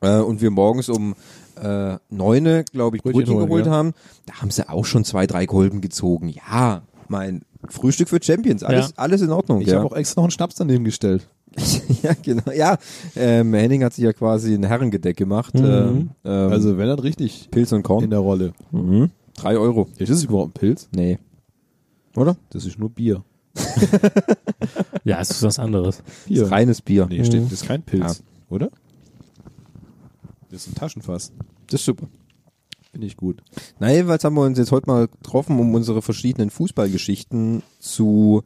S2: äh, und wir morgens um äh, neune, glaube ich,
S1: Brötchen
S2: Brötchen,
S1: holen,
S2: geholt
S1: ja.
S2: haben, da haben sie auch schon zwei, drei Kolben gezogen. Ja, mein Frühstück für Champions, alles,
S3: Ja.
S2: alles in Ordnung.
S1: Ich
S2: ja.
S1: habe auch extra noch einen Schnaps daneben gestellt.
S2: (laughs) ja, genau. Ja, ähm, Henning hat sich ja quasi ein Herrengedeck gemacht. Ähm, ähm, also
S1: Also wenn dann richtig
S2: Pilz und
S1: in
S2: Korn.
S1: der Rolle.
S2: Drei Euro.
S1: Ist das überhaupt ein Pilz?
S2: Nee. Oder?
S1: Das ist nur Bier.
S3: ja, es ist was anderes.
S2: Bier. Ist reines Bier. Mhm.
S1: Nee, steht, das ist kein Pilz, oder? Das ist ein Taschenfass.
S2: Das ist super.
S1: Finde ich gut.
S2: Na jedenfalls haben wir uns jetzt heute mal getroffen, um unsere verschiedenen Fußballgeschichten zu,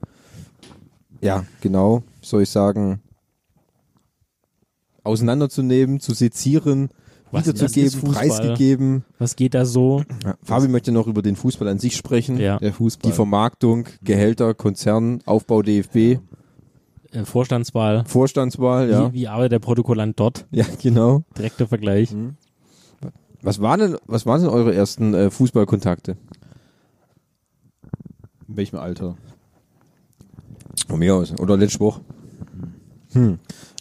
S2: ja, genau, wie soll ich sagen, auseinanderzunehmen, zu sezieren,
S3: Was- was ist
S2: wiederzugeben,
S3: Fußball?
S2: preisgegeben.
S3: Was geht da so?
S2: Ja, Fabi möchte noch über den Fußball an sich sprechen.
S3: Ja.
S1: Der Fußball.
S2: Die Vermarktung, Gehälter, Konzern, Aufbau DFB,
S3: Äh, Vorstandswahl.
S2: Vorstandswahl, ja.
S3: Wie, wie arbeitet der Protokollant dort?
S2: Ja, genau.
S3: Direkter Vergleich.
S2: Was waren denn, was waren denn eure ersten äh, Fußballkontakte?
S1: In welchem Alter?
S2: Von mir aus. Oder letzte Woche.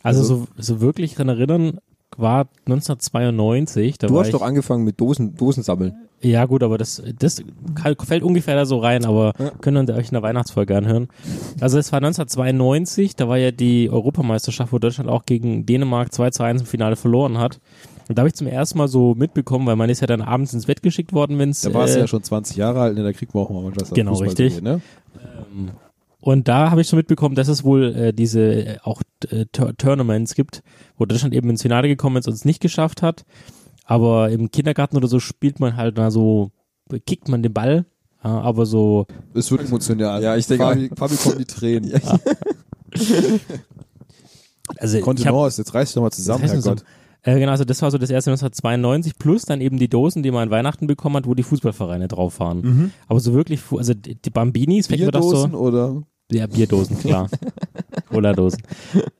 S3: Also, so, so wirklich dran erinnern war 1992. Da
S2: Du
S3: war
S2: hast
S3: ich,
S2: doch angefangen mit Dosen, Dosen sammeln.
S3: Ja, gut, aber das, das kann- fällt ungefähr da so rein, aber
S2: Ja.
S3: können wir euch in der Weihnachtsfolge anhören. Also es war 1992, da war ja die Europameisterschaft, wo Deutschland auch gegen Dänemark 2 zu 1 im Finale verloren hat. Und da habe ich zum ersten Mal so mitbekommen, weil man ist ja dann abends ins Bett geschickt worden, wenn's
S1: Da warst
S3: äh,
S1: du ja schon 20 Jahre alt, ne? da kriegt man auch mal was
S3: Genau,
S1: Fußball
S3: richtig.
S1: sehen, ne?
S3: Und da habe ich schon mitbekommen, dass es wohl äh, diese äh, auch äh, Tur- Tournaments gibt, wo Deutschland eben ins Finale gekommen ist und es nicht geschafft hat. Aber im Kindergarten oder so spielt man halt na so, kickt man den Ball, ja, aber so,
S1: Es wird emotional.
S2: Ja, ich denke
S1: Fabi, Fabi kommt die
S2: (laughs)
S1: Tränen.
S3: also ich hab,
S1: Kontenance, jetzt reiß dich doch mal zusammen,
S3: das heißt
S1: Herrgott.
S3: so- Äh, genau, also das war so das erste 1992 plus dann eben die Dosen, die man an Weihnachten bekommen hat, wo die Fußballvereine drauf waren. Aber so wirklich, fu- also die die Bambinis fängt man doch so.
S1: Bierdosen oder?
S3: Ja, Bierdosen, klar. Cola-Dosen.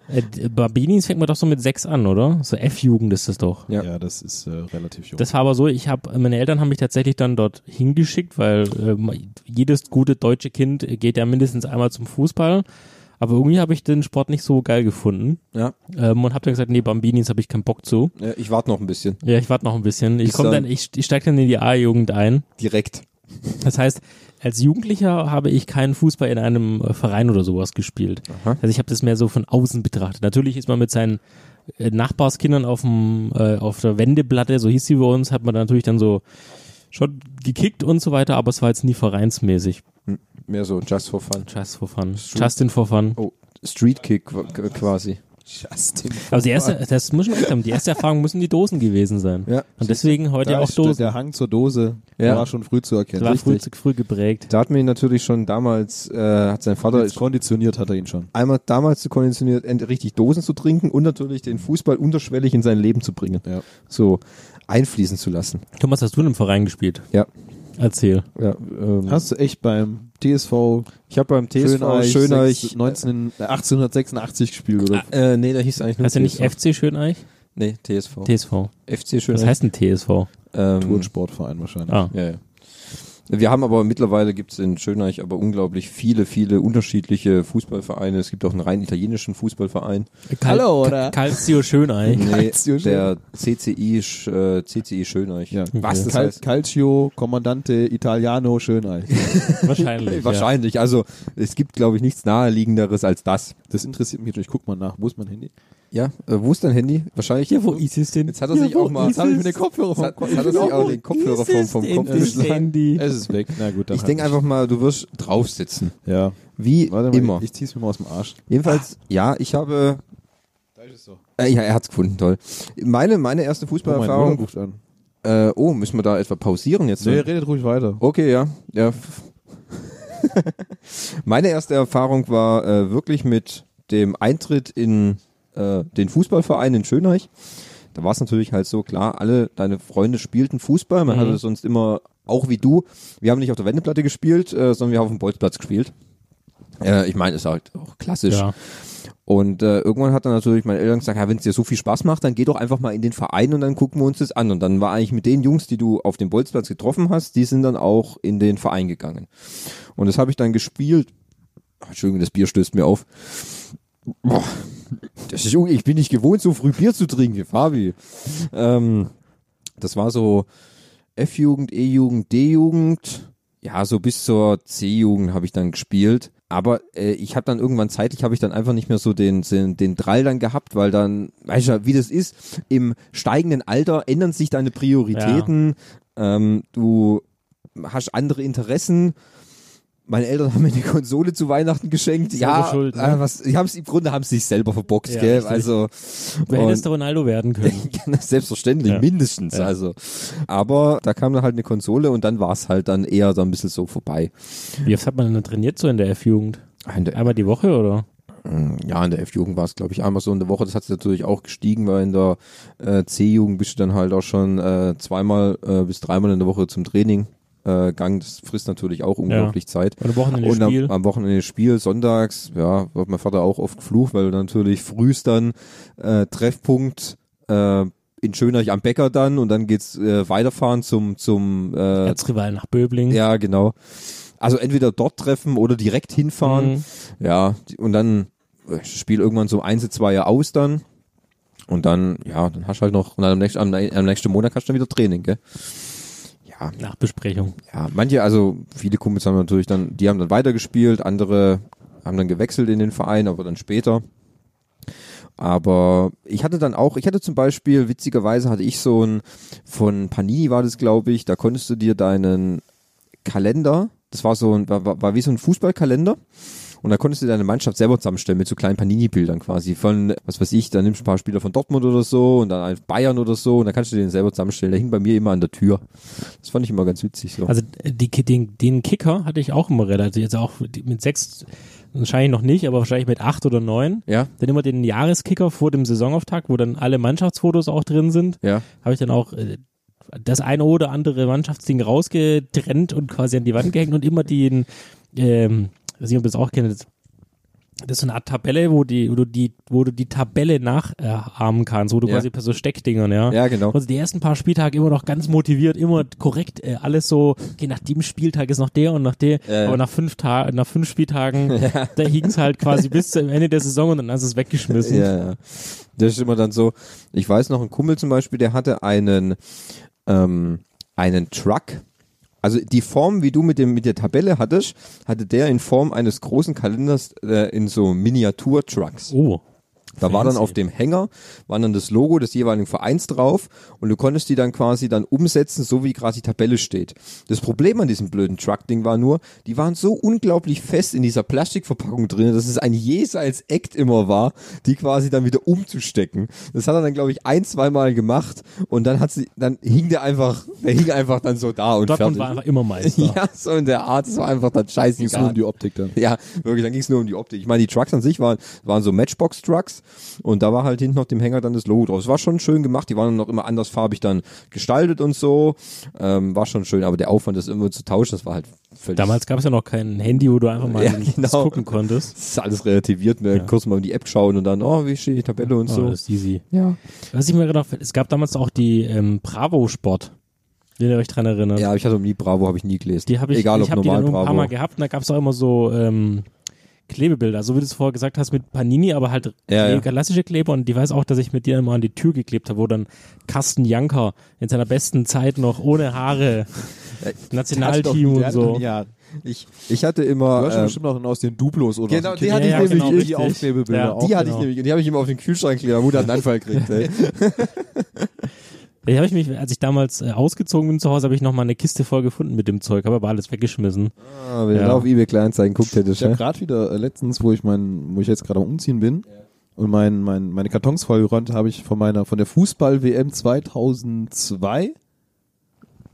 S3: Äh, d- Barbinis fängt man doch so mit sechs an, oder? So F-Jugend ist das doch.
S2: Ja.
S1: Ja, das ist äh, relativ jung.
S3: Das war aber so, ich habe, meine Eltern haben mich tatsächlich dann dort hingeschickt, weil äh, jedes gute deutsche Kind geht ja mindestens einmal zum Fußball. Aber irgendwie habe ich den Sport nicht so geil gefunden
S2: Ja.
S3: ähm, und habe dann gesagt, nee, Bambinis habe ich keinen Bock zu.
S2: Ja, Ich warte noch ein bisschen.
S3: Ja, ich warte noch ein bisschen. Ich
S2: Ist
S3: komme
S2: dann-
S3: dann, ich, ich steige dann in die A-Jugend ein.
S2: Direkt.
S3: Das heißt, als Jugendlicher habe ich keinen Fußball in einem äh, Verein oder sowas gespielt. Also ich habe das mehr so von außen betrachtet. Natürlich ist man mit seinen äh, Nachbarskindern auf dem äh, auf der Wendeplatte, so hieß sie bei uns, hat man dann natürlich dann so schon gekickt und so weiter, aber es war jetzt nie vereinsmäßig.
S2: Mehr so just for fun.
S3: Just for fun. Justin for fun.
S2: Oh, Street Kick qu- qu- quasi.
S1: Justin.
S3: Aber Also die erste, das muss schon recht haben. Die erste Erfahrung müssen die Dosen gewesen sein.
S2: Ja.
S3: Und deswegen heute
S1: Da
S3: auch
S1: ist der-
S3: Dosen.
S1: der Hang zur Dose
S2: Ja.
S1: war schon früh zu
S3: Das
S1: erkennen.
S3: war früh,
S1: Richtig.
S3: früh geprägt.
S2: Da hat mir natürlich schon damals, äh, hat sein Vater
S1: Jetzt Also konditioniert hat er ihn schon.
S2: einmal damals zu konditioniert, end- richtig Dosen zu trinken und natürlich den Fußball unterschwellig in sein Leben zu bringen.
S1: Ja.
S2: So einfließen zu lassen.
S3: Thomas, hast du in einem Verein gespielt?
S2: Ja.
S3: Erzähl.
S2: ja ähm,
S1: Hast du echt beim TSV
S2: ich habe beim TSV
S1: Schöneich,
S2: Schöneich.
S1: 19, äh, 1886 gespielt
S3: Ah.
S1: oder
S2: äh, nee, da hieß eigentlich nur
S3: Heißt ja nicht
S2: TSV.
S3: FC Schöneich?
S2: Nee, TSV.
S3: TSV.
S2: FC Schöneich.
S3: Was heißt ein TSV?
S2: ähm,
S1: Turnsportverein wahrscheinlich.
S3: Ah.
S2: Ja, ja. Wir haben aber mittlerweile gibt's in Schöneich aber unglaublich viele, viele unterschiedliche Fußballvereine. Es gibt auch einen rein italienischen Fußballverein.
S3: (laughs) Cal-
S1: Hallo, oder?
S3: Cal- Calcio
S2: (laughs)
S3: Schöneich.
S2: Nee,
S1: Calcio
S2: der CCI, Sch- äh, CCI Schöneich.
S1: Ja.
S2: Was das
S1: Cal
S2: heißt?
S1: Calcio, Kommandante, Italiano, Schöneich.
S3: Wahrscheinlich. ja.
S2: Wahrscheinlich. Also es gibt, glaube ich, nichts naheliegenderes als das.
S1: Das interessiert mich jetzt. Ich guck mal nach. Wo ist mein Handy?
S2: Ja, äh, wo ist dein Handy? Wahrscheinlich.
S3: Ja, wo ist es denn?
S2: Jetzt hat er sich auch mal- jetzt
S1: habe ich mir den Kopfhörer vom
S2: Jetzt hat-
S1: Kopf-
S2: jetzt hat er sich auch also den Kopfhörer vom, vom Kopf geschlagen.
S3: Handy.
S1: Es ist weg. Na gut, dann
S2: Ich denke
S1: halt
S2: einfach mal, du wirst drauf sitzen.
S1: nicht. Ja.
S2: Wie
S1: Warte mal,
S2: immer.
S1: Ich, ich zieh's mir mal aus dem Arsch.
S2: Jedenfalls,
S3: Ah.
S2: ja, ich habe
S1: Da ist es so.
S2: Äh, Ja, er hat's gefunden, toll. Meine, meine erste
S1: Oh, mein Bruder
S2: Fußballerfahrung.
S1: ruft an.
S2: Oh, äh, oh, müssen wir da etwa pausieren jetzt?
S1: Nee, redet ruhig
S3: Oh,
S1: weiter.
S2: Okay, ja. ja. (laughs) meine erste Erfahrung war äh, wirklich mit dem Eintritt in äh, den Fußballverein in Schöneich. Da war es natürlich halt so, klar, alle deine Freunde spielten Fußball. Man
S3: Mhm.
S2: hatte sonst immer, auch wie du, wir haben nicht auf der Wendeplatte gespielt, äh, sondern wir haben auf dem Bolzplatz gespielt. Äh, ich meine, ist halt auch klassisch.
S3: Ja.
S2: Und äh, irgendwann hat dann natürlich meine Eltern gesagt, ja, wenn es dir so viel Spaß macht, dann geh doch einfach mal in den Verein und dann gucken wir uns das an. Und dann war eigentlich mit den Jungs, die du auf dem Bolzplatz getroffen hast, die sind dann auch in den Verein gegangen. Und das habe ich dann gespielt. Ach, Entschuldigung, das Bier stößt mir auf. Boah, das ist, un- ich bin nicht gewohnt, so früh Bier zu trinken, wie Fabi. Ähm, das war so F-Jugend, E-Jugend, D-Jugend. Ja, so bis zur C-Jugend habe ich dann gespielt. Aber äh, ich habe dann irgendwann zeitlich habe ich dann einfach nicht mehr so den, den, den Drall dann gehabt, weil dann, weißt du, wie das ist, im steigenden Alter ändern sich deine Prioritäten, ähm, du hast andere Interessen. Meine Eltern haben mir eine Konsole zu Weihnachten geschenkt.
S3: Selber
S2: Ja,
S3: schuld, ne?
S2: äh, was, die haben's, im Grunde haben sie sich selber verbockt,
S3: Ja,
S2: gell?
S3: richtig.
S2: Also, (laughs)
S3: Du hättest Ronaldo werden können.
S2: Selbstverständlich,
S3: Ja.
S2: mindestens.
S3: Ja.
S2: Also. Aber da kam dann halt eine Konsole und dann war es halt dann eher so ein bisschen so vorbei.
S3: Wie oft hat man denn trainiert so in der F-Jugend?
S2: In der,
S3: Einmal die Woche oder?
S2: ja, in der F-Jugend war es, glaube ich, einmal so in der Woche. Das hat sich natürlich auch gestiegen, weil in der äh, C-Jugend bist du dann halt auch schon äh, zweimal äh, bis dreimal in der Woche zum Training äh, gegangen. Das frisst natürlich auch unglaublich Zeit.
S3: Oder Wochenende
S2: Und am,
S3: Spiel?
S2: am Wochenende Spiel, sonntags, ja, wird mein Vater auch oft geflucht, weil natürlich frühst dann äh, Treffpunkt äh, in Schöneich am Bäcker dann und dann geht's äh, weiterfahren zum zum äh,
S3: Erzrivalen nach Böbling.
S2: ja genau. Also entweder dort treffen oder direkt hinfahren.
S3: Mhm.
S2: Ja, die- und dann äh, Spiel irgendwann so eins, zwei Jahre aus dann. Und dann, ja, dann hast du halt noch, und dann am nächsten, am, am nächsten Monat hast du dann wieder Training, gell? Ja,
S3: Nach Besprechung.
S2: ja, manche, also viele Kumpels haben natürlich dann, die haben dann weitergespielt, andere haben dann gewechselt in den Verein, aber dann später. Aber ich hatte dann auch, ich hatte zum Beispiel, witzigerweise hatte ich so ein, von Panini war das, glaube ich, da konntest du dir deinen Kalender, das war so ein, war, war war wie so ein Fußballkalender. Und da konntest du deine Mannschaft selber zusammenstellen mit so kleinen Panini-Bildern quasi von, was weiß ich, da nimmst du ein paar Spieler von Dortmund oder so und dann einen Bayern oder so und dann kannst du den selber zusammenstellen. Der hing bei mir immer an der Tür. Das fand ich immer ganz witzig. So.
S3: Also die, den, den Kicker hatte ich auch immer relativ, jetzt auch die- mit sechs, wahrscheinlich noch nicht, aber wahrscheinlich mit acht oder neun.
S2: Ja,
S3: Dann immer den Jahreskicker vor dem Saisonauftakt, wo dann alle Mannschaftsfotos auch drin sind,
S2: ja.
S3: habe ich dann auch äh, das eine oder andere Mannschaftsding rausgetrennt und quasi an die Wand gehängt und immer den, ähm, weiß nicht, ob ihr das auch kennt, das das ist so eine Art Tabelle, wo, die, wo, du, die, wo du die Tabelle nachahmen kannst, wo du
S2: Ja.
S3: quasi per so Steckdingern, ja.
S2: Ja, genau.
S3: Also die ersten paar Spieltage immer noch ganz motiviert, immer korrekt, äh, alles so, okay, nach dem Spieltag ist noch der und nach der,
S2: Ja, ja.
S3: aber nach fünf Ta nach fünf Spieltagen,
S2: (laughs)
S3: da hing es halt quasi bis zum Ende der Saison und dann hast du es weggeschmissen.
S2: Ja, ja. Das ist immer dann so. Ich weiß noch, ein Kumpel zum Beispiel, der hatte einen, ähm, einen Truck. Also die Form, wie du mit, dem, mit der Tabelle hattest, hatte der in Form eines großen Kalenders äh, in so Miniatur-Trucks.
S3: Oh,
S2: Da war dann
S3: Fancy.
S2: auf dem Hänger, war dann das Logo des jeweiligen Vereins drauf und du konntest die dann quasi dann umsetzen, so wie gerade die Tabelle steht. Das Problem an diesem blöden Truck-Ding war nur, die waren so unglaublich fest in dieser Plastikverpackung drin, dass es ein jeseits Act immer war, die quasi dann wieder umzustecken. Das hat er dann, glaube ich, ein, zweimal gemacht und dann hat sie, dann hing der einfach, der hing einfach dann so da und
S3: Dortmund war
S2: fertig.
S3: einfach immer Meister.
S2: (laughs) Ja, so in der Art, das war einfach dann
S1: Ging's nur
S2: scheißegal.
S1: um die Optik dann.
S2: (laughs) Ja, wirklich, dann ging es nur um die Optik. Ich meine, die Trucks an sich waren, waren so Matchbox-Trucks und da war halt hinten auf dem Hänger dann das Logo drauf. Es war schon schön gemacht, die waren dann noch immer andersfarbig dann gestaltet und so. Ähm, war schon schön, aber der Aufwand, das irgendwo zu tauschen, das war halt völlig.
S3: Damals gab es ja noch kein Handy, wo du einfach mal
S2: Ja,
S3: das
S2: genau.
S3: gucken konntest.
S2: das ist alles relativiert, ne? kurz mal in die App schauen und dann, oh, wie steht die Tabelle und
S3: So.
S2: so.
S3: das ist easy.
S2: Ja.
S3: Was ich mir gerade noch, es gab damals auch die ähm, Bravo Sport, wenn ihr euch dran erinnert.
S2: Ja, ich hatte nie Bravo, habe ich nie gelesen.
S3: Die habe ich,
S2: Egal,
S3: ich
S2: ob
S3: habe die dann
S2: normal
S3: nur ein paar
S2: Bravo.
S3: Mal gehabt und da gab es auch immer so ähm, Klebebilder, so wie du es vorher gesagt hast mit Panini, aber halt
S2: Ja,
S3: Kle-
S2: ja.
S3: klassische Kleber und die weiß auch, dass ich mit dir immer an die Tür geklebt habe, wo dann Carsten Janker in seiner besten Zeit noch ohne Haare,
S2: Äh,
S3: Nationalteam und so.
S1: Ja,
S2: ich, ich hatte
S1: du
S2: immer.
S1: hast schon
S2: ähm,
S1: bestimmt noch einen aus den Duplos oder
S2: Genau,
S1: aus
S2: die
S1: den
S2: hatte
S1: Kindern-
S2: ich Ja,
S1: Äh, die
S2: ja, nämlich
S3: genau, richtig.
S1: Aufklebebilder
S3: Ja.
S1: auch.
S2: die hatte
S3: genau.
S2: ich nämlich, und die habe ich immer auf den Kühlschrank geklebt, meine Mutter hat einen Anfall gekriegt.
S3: (laughs)
S2: Ey.
S3: Da habe ich mich, als ich damals äh, ausgezogen bin zu Hause, habe ich noch mal eine Kiste voll gefunden mit dem Zeug, habe aber alles weggeschmissen.
S2: Ah, wenn
S3: Ja.
S2: du da auf eBay Kleinanzeigen guckt hättest.
S1: Ich habe
S2: ne?
S1: gerade wieder äh, letztens, wo ich mein, wo ich jetzt gerade am umziehen bin und mein, mein, meine Kartons vollgeräumt habe ich von meiner von der Fußball WM 2002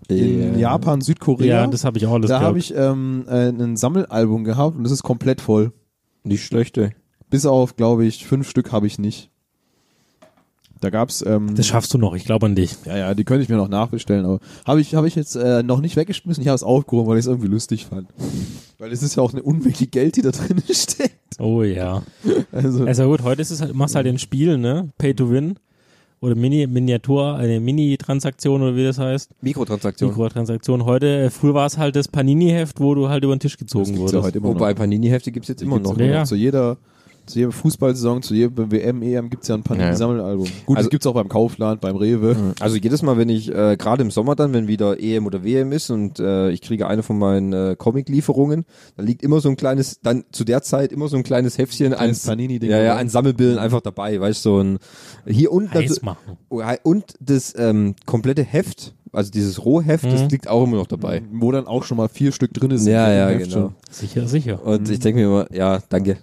S1: in
S2: Ja.
S1: Japan, Südkorea.
S3: Ja, das habe ich auch alles
S1: da
S3: gehabt.
S1: habe ich ähm, äh, ein Sammelalbum gehabt und das ist komplett voll.
S2: Nicht schlechte.
S1: Bis auf, glaube ich, fünf Stück habe ich nicht. Da gab's ähm,
S3: das schaffst du noch, ich glaube an dich.
S1: ja ja, die könnte ich mir noch nachbestellen, aber habe ich habe ich jetzt äh, noch nicht weggeschmissen. Ich habe es aufgehoben, weil ich es irgendwie lustig fand. Weil es ist ja auch eine Unmenge Geld, die da drin (laughs) steckt.
S3: Oh ja.
S1: Also
S3: Also gut, heute ist es halt, machst halt ein Spiel, ne? Pay to win. Oder Mini, Miniatur, eine Mini-Transaktion oder wie das heißt.
S2: Mikrotransaktion.
S3: Mikrotransaktion. Heute, äh, früher war es halt das Panini-Heft, wo du halt über den Tisch
S1: das
S3: gezogen
S1: gibt's ja
S3: wurdest.
S1: heute immer noch. ne?
S2: Wobei Panini-Hefte gibt's jetzt
S1: Die
S2: immer
S1: gibt's
S2: noch.
S3: Ja, ja.
S1: Zu jeder, zu jeder Fußballsaison, zu jedem WM, EM E gibt's ja ein
S2: Ja, ja.
S1: Panini-Sammelalbum. Gut,
S2: Also-
S1: das gibt's auch beim Kaufland, beim Rewe.
S2: Also jedes Mal, wenn ich, äh, gerade im Sommer dann, wenn wieder EM oder WM ist und äh, ich kriege eine von meinen äh, Comic-Lieferungen, da liegt immer so ein kleines, dann zu der Zeit immer so ein kleines Heftchen
S1: Kleines
S2: an,
S1: Panini-Ding.
S2: ja, ja, an Sammelbildern einfach dabei, weißt du, so ein, hier unten, oh,
S3: Heiß machen.
S2: und das ähm, komplette Heft, also dieses Rohheft,
S1: Mhm.
S2: das liegt auch immer noch dabei.
S1: Wo dann auch schon mal vier Stück drin sind. Also
S2: Ja,
S1: Im
S2: ja,
S1: Heft
S2: genau.
S1: schon.
S3: Sicher, sicher.
S1: Mhm.
S2: Und ich denke mir immer, ja, danke.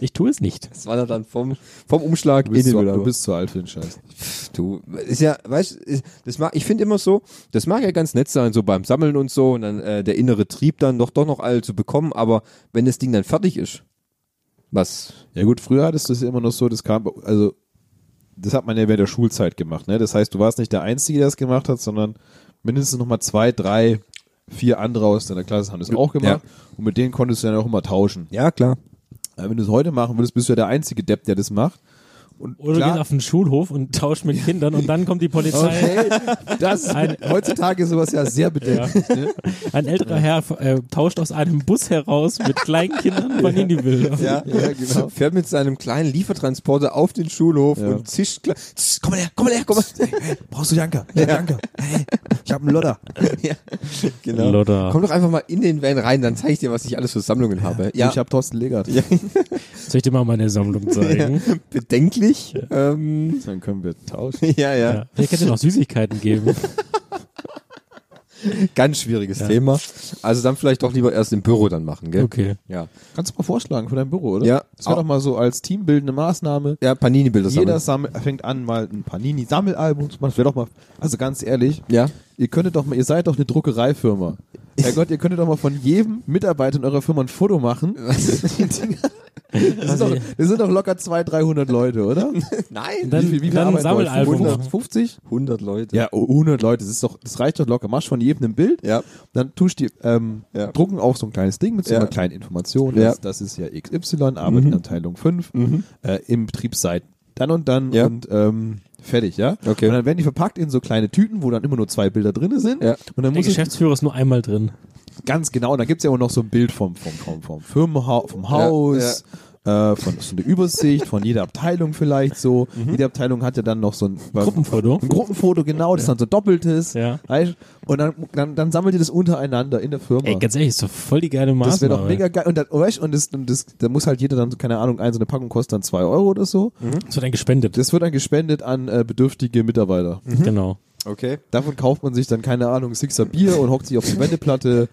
S3: Ich tue es nicht.
S2: Das war dann vom, vom Umschlag
S1: Du bist,
S2: in den
S1: zu,
S2: Müll,
S1: du
S2: aber-
S1: bist zu alt für den Scheiß.
S2: Du, ist ja, weißt, ist, das mag, ich finde immer so, das mag ja ganz nett sein, so beim Sammeln und so, und dann äh, der innere Trieb dann doch, doch noch alle zu bekommen, aber wenn das Ding dann fertig ist, was?
S1: Ja gut, früher hattest du es ja immer noch so, das kam, also das hat man ja während der Schulzeit gemacht. Ne? Das heißt, du warst nicht der Einzige, der das gemacht hat, sondern mindestens nochmal zwei, drei, vier andere aus deiner Klasse haben das auch gemacht. Und mit denen konntest du dann auch immer tauschen.
S2: Ja, klar.
S1: Äh, Wenn du es heute machen würdest, bist du ja der einzige Depp, der das macht. Und
S3: Oder
S1: klar,
S3: du
S1: (laughs)
S3: gehst auf den Schulhof und tausch mit Kindern und dann kommt die Polizei. (laughs)
S1: Das ist,
S3: Ein-
S1: heutzutage ist sowas ja sehr bedenklich. Ne?
S3: Ein älterer Herr äh, tauscht aus einem Bus heraus mit kleinen Kindern Panini-Bilder.
S2: (laughs) Ja, genau. Fährt mit seinem kleinen Liefertransporter auf den Schulhof
S1: Ja.
S2: und zischt, klar, "Tsch, komm mal her, komm mal her, komm mal her.
S1: Brauchst du Janka? Ja, Janka. Hey, ich habe einen Lodder.
S2: (laughs) ja, genau.
S3: Lodder.
S2: Komm doch einfach mal in den Van rein, dann zeig ich dir, was ich alles für Sammlungen habe. Ja,
S1: Ich habe Thorsten Legert.
S2: Ja.
S3: Soll ich dir mal meine Sammlung zeigen?
S2: bedenklich. Ja. Ähm, (laughs)
S1: Dann können wir tauschen.
S2: ja, ja,
S3: Ja. Vielleicht kannst du noch Süßigkeiten geben.
S2: Ganz schwieriges Thema. Also dann vielleicht doch lieber erst im Büro dann machen, gell?
S3: Okay.
S2: Ja.
S1: Kannst du mal vorschlagen für dein Büro, oder?
S2: Ja.
S1: Das wäre doch mal so als teambildende Maßnahme.
S2: Ja, Panini-Bilder
S1: Jeder
S2: sammeln.
S1: sammelt, fängt an, mal ein Panini-Sammelalbum zu machen. Das wäre doch mal, also ganz ehrlich, (laughs)
S2: Ja.
S1: ihr könntet doch mal, ihr seid doch eine Druckereifirma. Herrgott, ihr könntet doch mal von jedem Mitarbeiter in eurer Firma ein Foto
S3: (laughs)
S1: machen. Die Dinger- Das sind, doch, das sind doch locker 200, 300 Leute, oder?
S2: Nein.
S3: Dann- dann
S1: arbeiten bei euch?
S3: Sammelalbum machen.
S1: 50?
S2: 100 Leute.
S1: Ja, 100 Leute, das, ist doch, das reicht doch locker. Machst von jedem ein Bild,
S2: Ja.
S1: dann tust die ähm,
S2: Ja.
S1: drucken auf so ein kleines Ding mit so
S2: Ja.
S1: einer kleinen Information.
S2: Ja. Mhm.
S1: Das, das ist ja XY, Arbeit in Abteilung 5, äh, im Betrieb seit dann und dann
S2: Ja.
S1: und ähm, fertig, ja?
S2: Okay.
S1: Und dann werden die verpackt in so kleine Tüten, wo dann immer nur zwei Bilder drin sind.
S2: Ja.
S1: Und dann
S3: Der
S1: muss ich
S3: Geschäftsführer ist nur einmal drin.
S1: ganz genau, und dann gibt's ja auch noch so ein Bild vom, vom, vom, vom Firmenhaus, vom Haus, äh, von so eine Übersicht von jeder Abteilung vielleicht so.
S2: Mhm.
S1: Jede Abteilung hatte dann noch so ein
S3: Gruppenfoto.
S1: Ein Gruppenfoto, genau, das dann so doppeltes.
S3: Ja.
S1: Weißt, und dann, dann, dann sammelt ihr das untereinander in der Firma.
S3: Ey, ganz ehrlich, ist doch voll die geile Maßnahme.
S1: Das wäre doch mega geil. Und, dann, weißt, und, das, und das, da muss halt jeder dann, keine Ahnung, ein, so eine Packung kostet dann zwei Euro oder so.
S3: Das wird dann gespendet.
S1: Das wird dann gespendet an äh, bedürftige Mitarbeiter.
S3: Genau.
S2: Okay.
S1: Davon kauft man sich dann, keine Ahnung, Sixer Bier und hockt sich auf die
S3: (laughs)
S1: Wendeplatte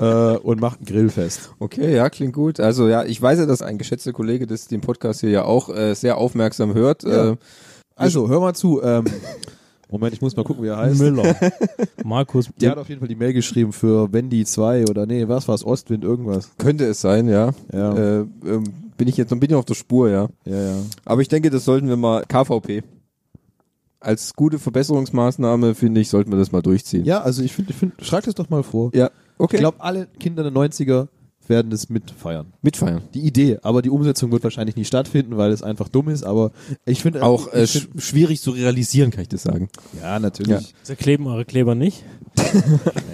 S1: äh, und macht ein Grillfest.
S2: Okay, ja, klingt gut. Also ja, ich weiß ja, dass ein geschätzter Kollege das, den Podcast hier ja auch äh, sehr aufmerksam hört.
S1: Ja.
S2: Äh,
S1: Also, hör mal zu. Ähm, Moment, ich muss mal gucken, wie er heißt.
S3: Müller. Markus.
S1: Der hat auf jeden Fall die Mail geschrieben für Wendy 2 oder nee, was war's? Ostwind, irgendwas.
S2: könnte es sein, ja.
S1: Ja.
S2: Äh, ähm, bin ich jetzt noch ein bisschen auf der Spur, ja.
S1: Ja, ja.
S2: Aber ich denke, das sollten wir mal KVP. Als gute Verbesserungsmaßnahme, finde ich, sollten wir das mal durchziehen.
S1: Ja, also ich finde, ich find, schreib das doch mal vor.
S2: ja. okay.
S1: Ich glaube, alle Kinder der 90er werden es mitfeiern.
S2: Mitfeiern.
S1: Die Idee, aber die Umsetzung wird wahrscheinlich nicht stattfinden, weil es einfach dumm ist, aber ich finde
S2: Auch äh,
S1: ich find,
S2: sch schwierig zu realisieren, kann ich das sagen.
S1: ja, natürlich.
S3: Sie kleben eure Kleber nicht.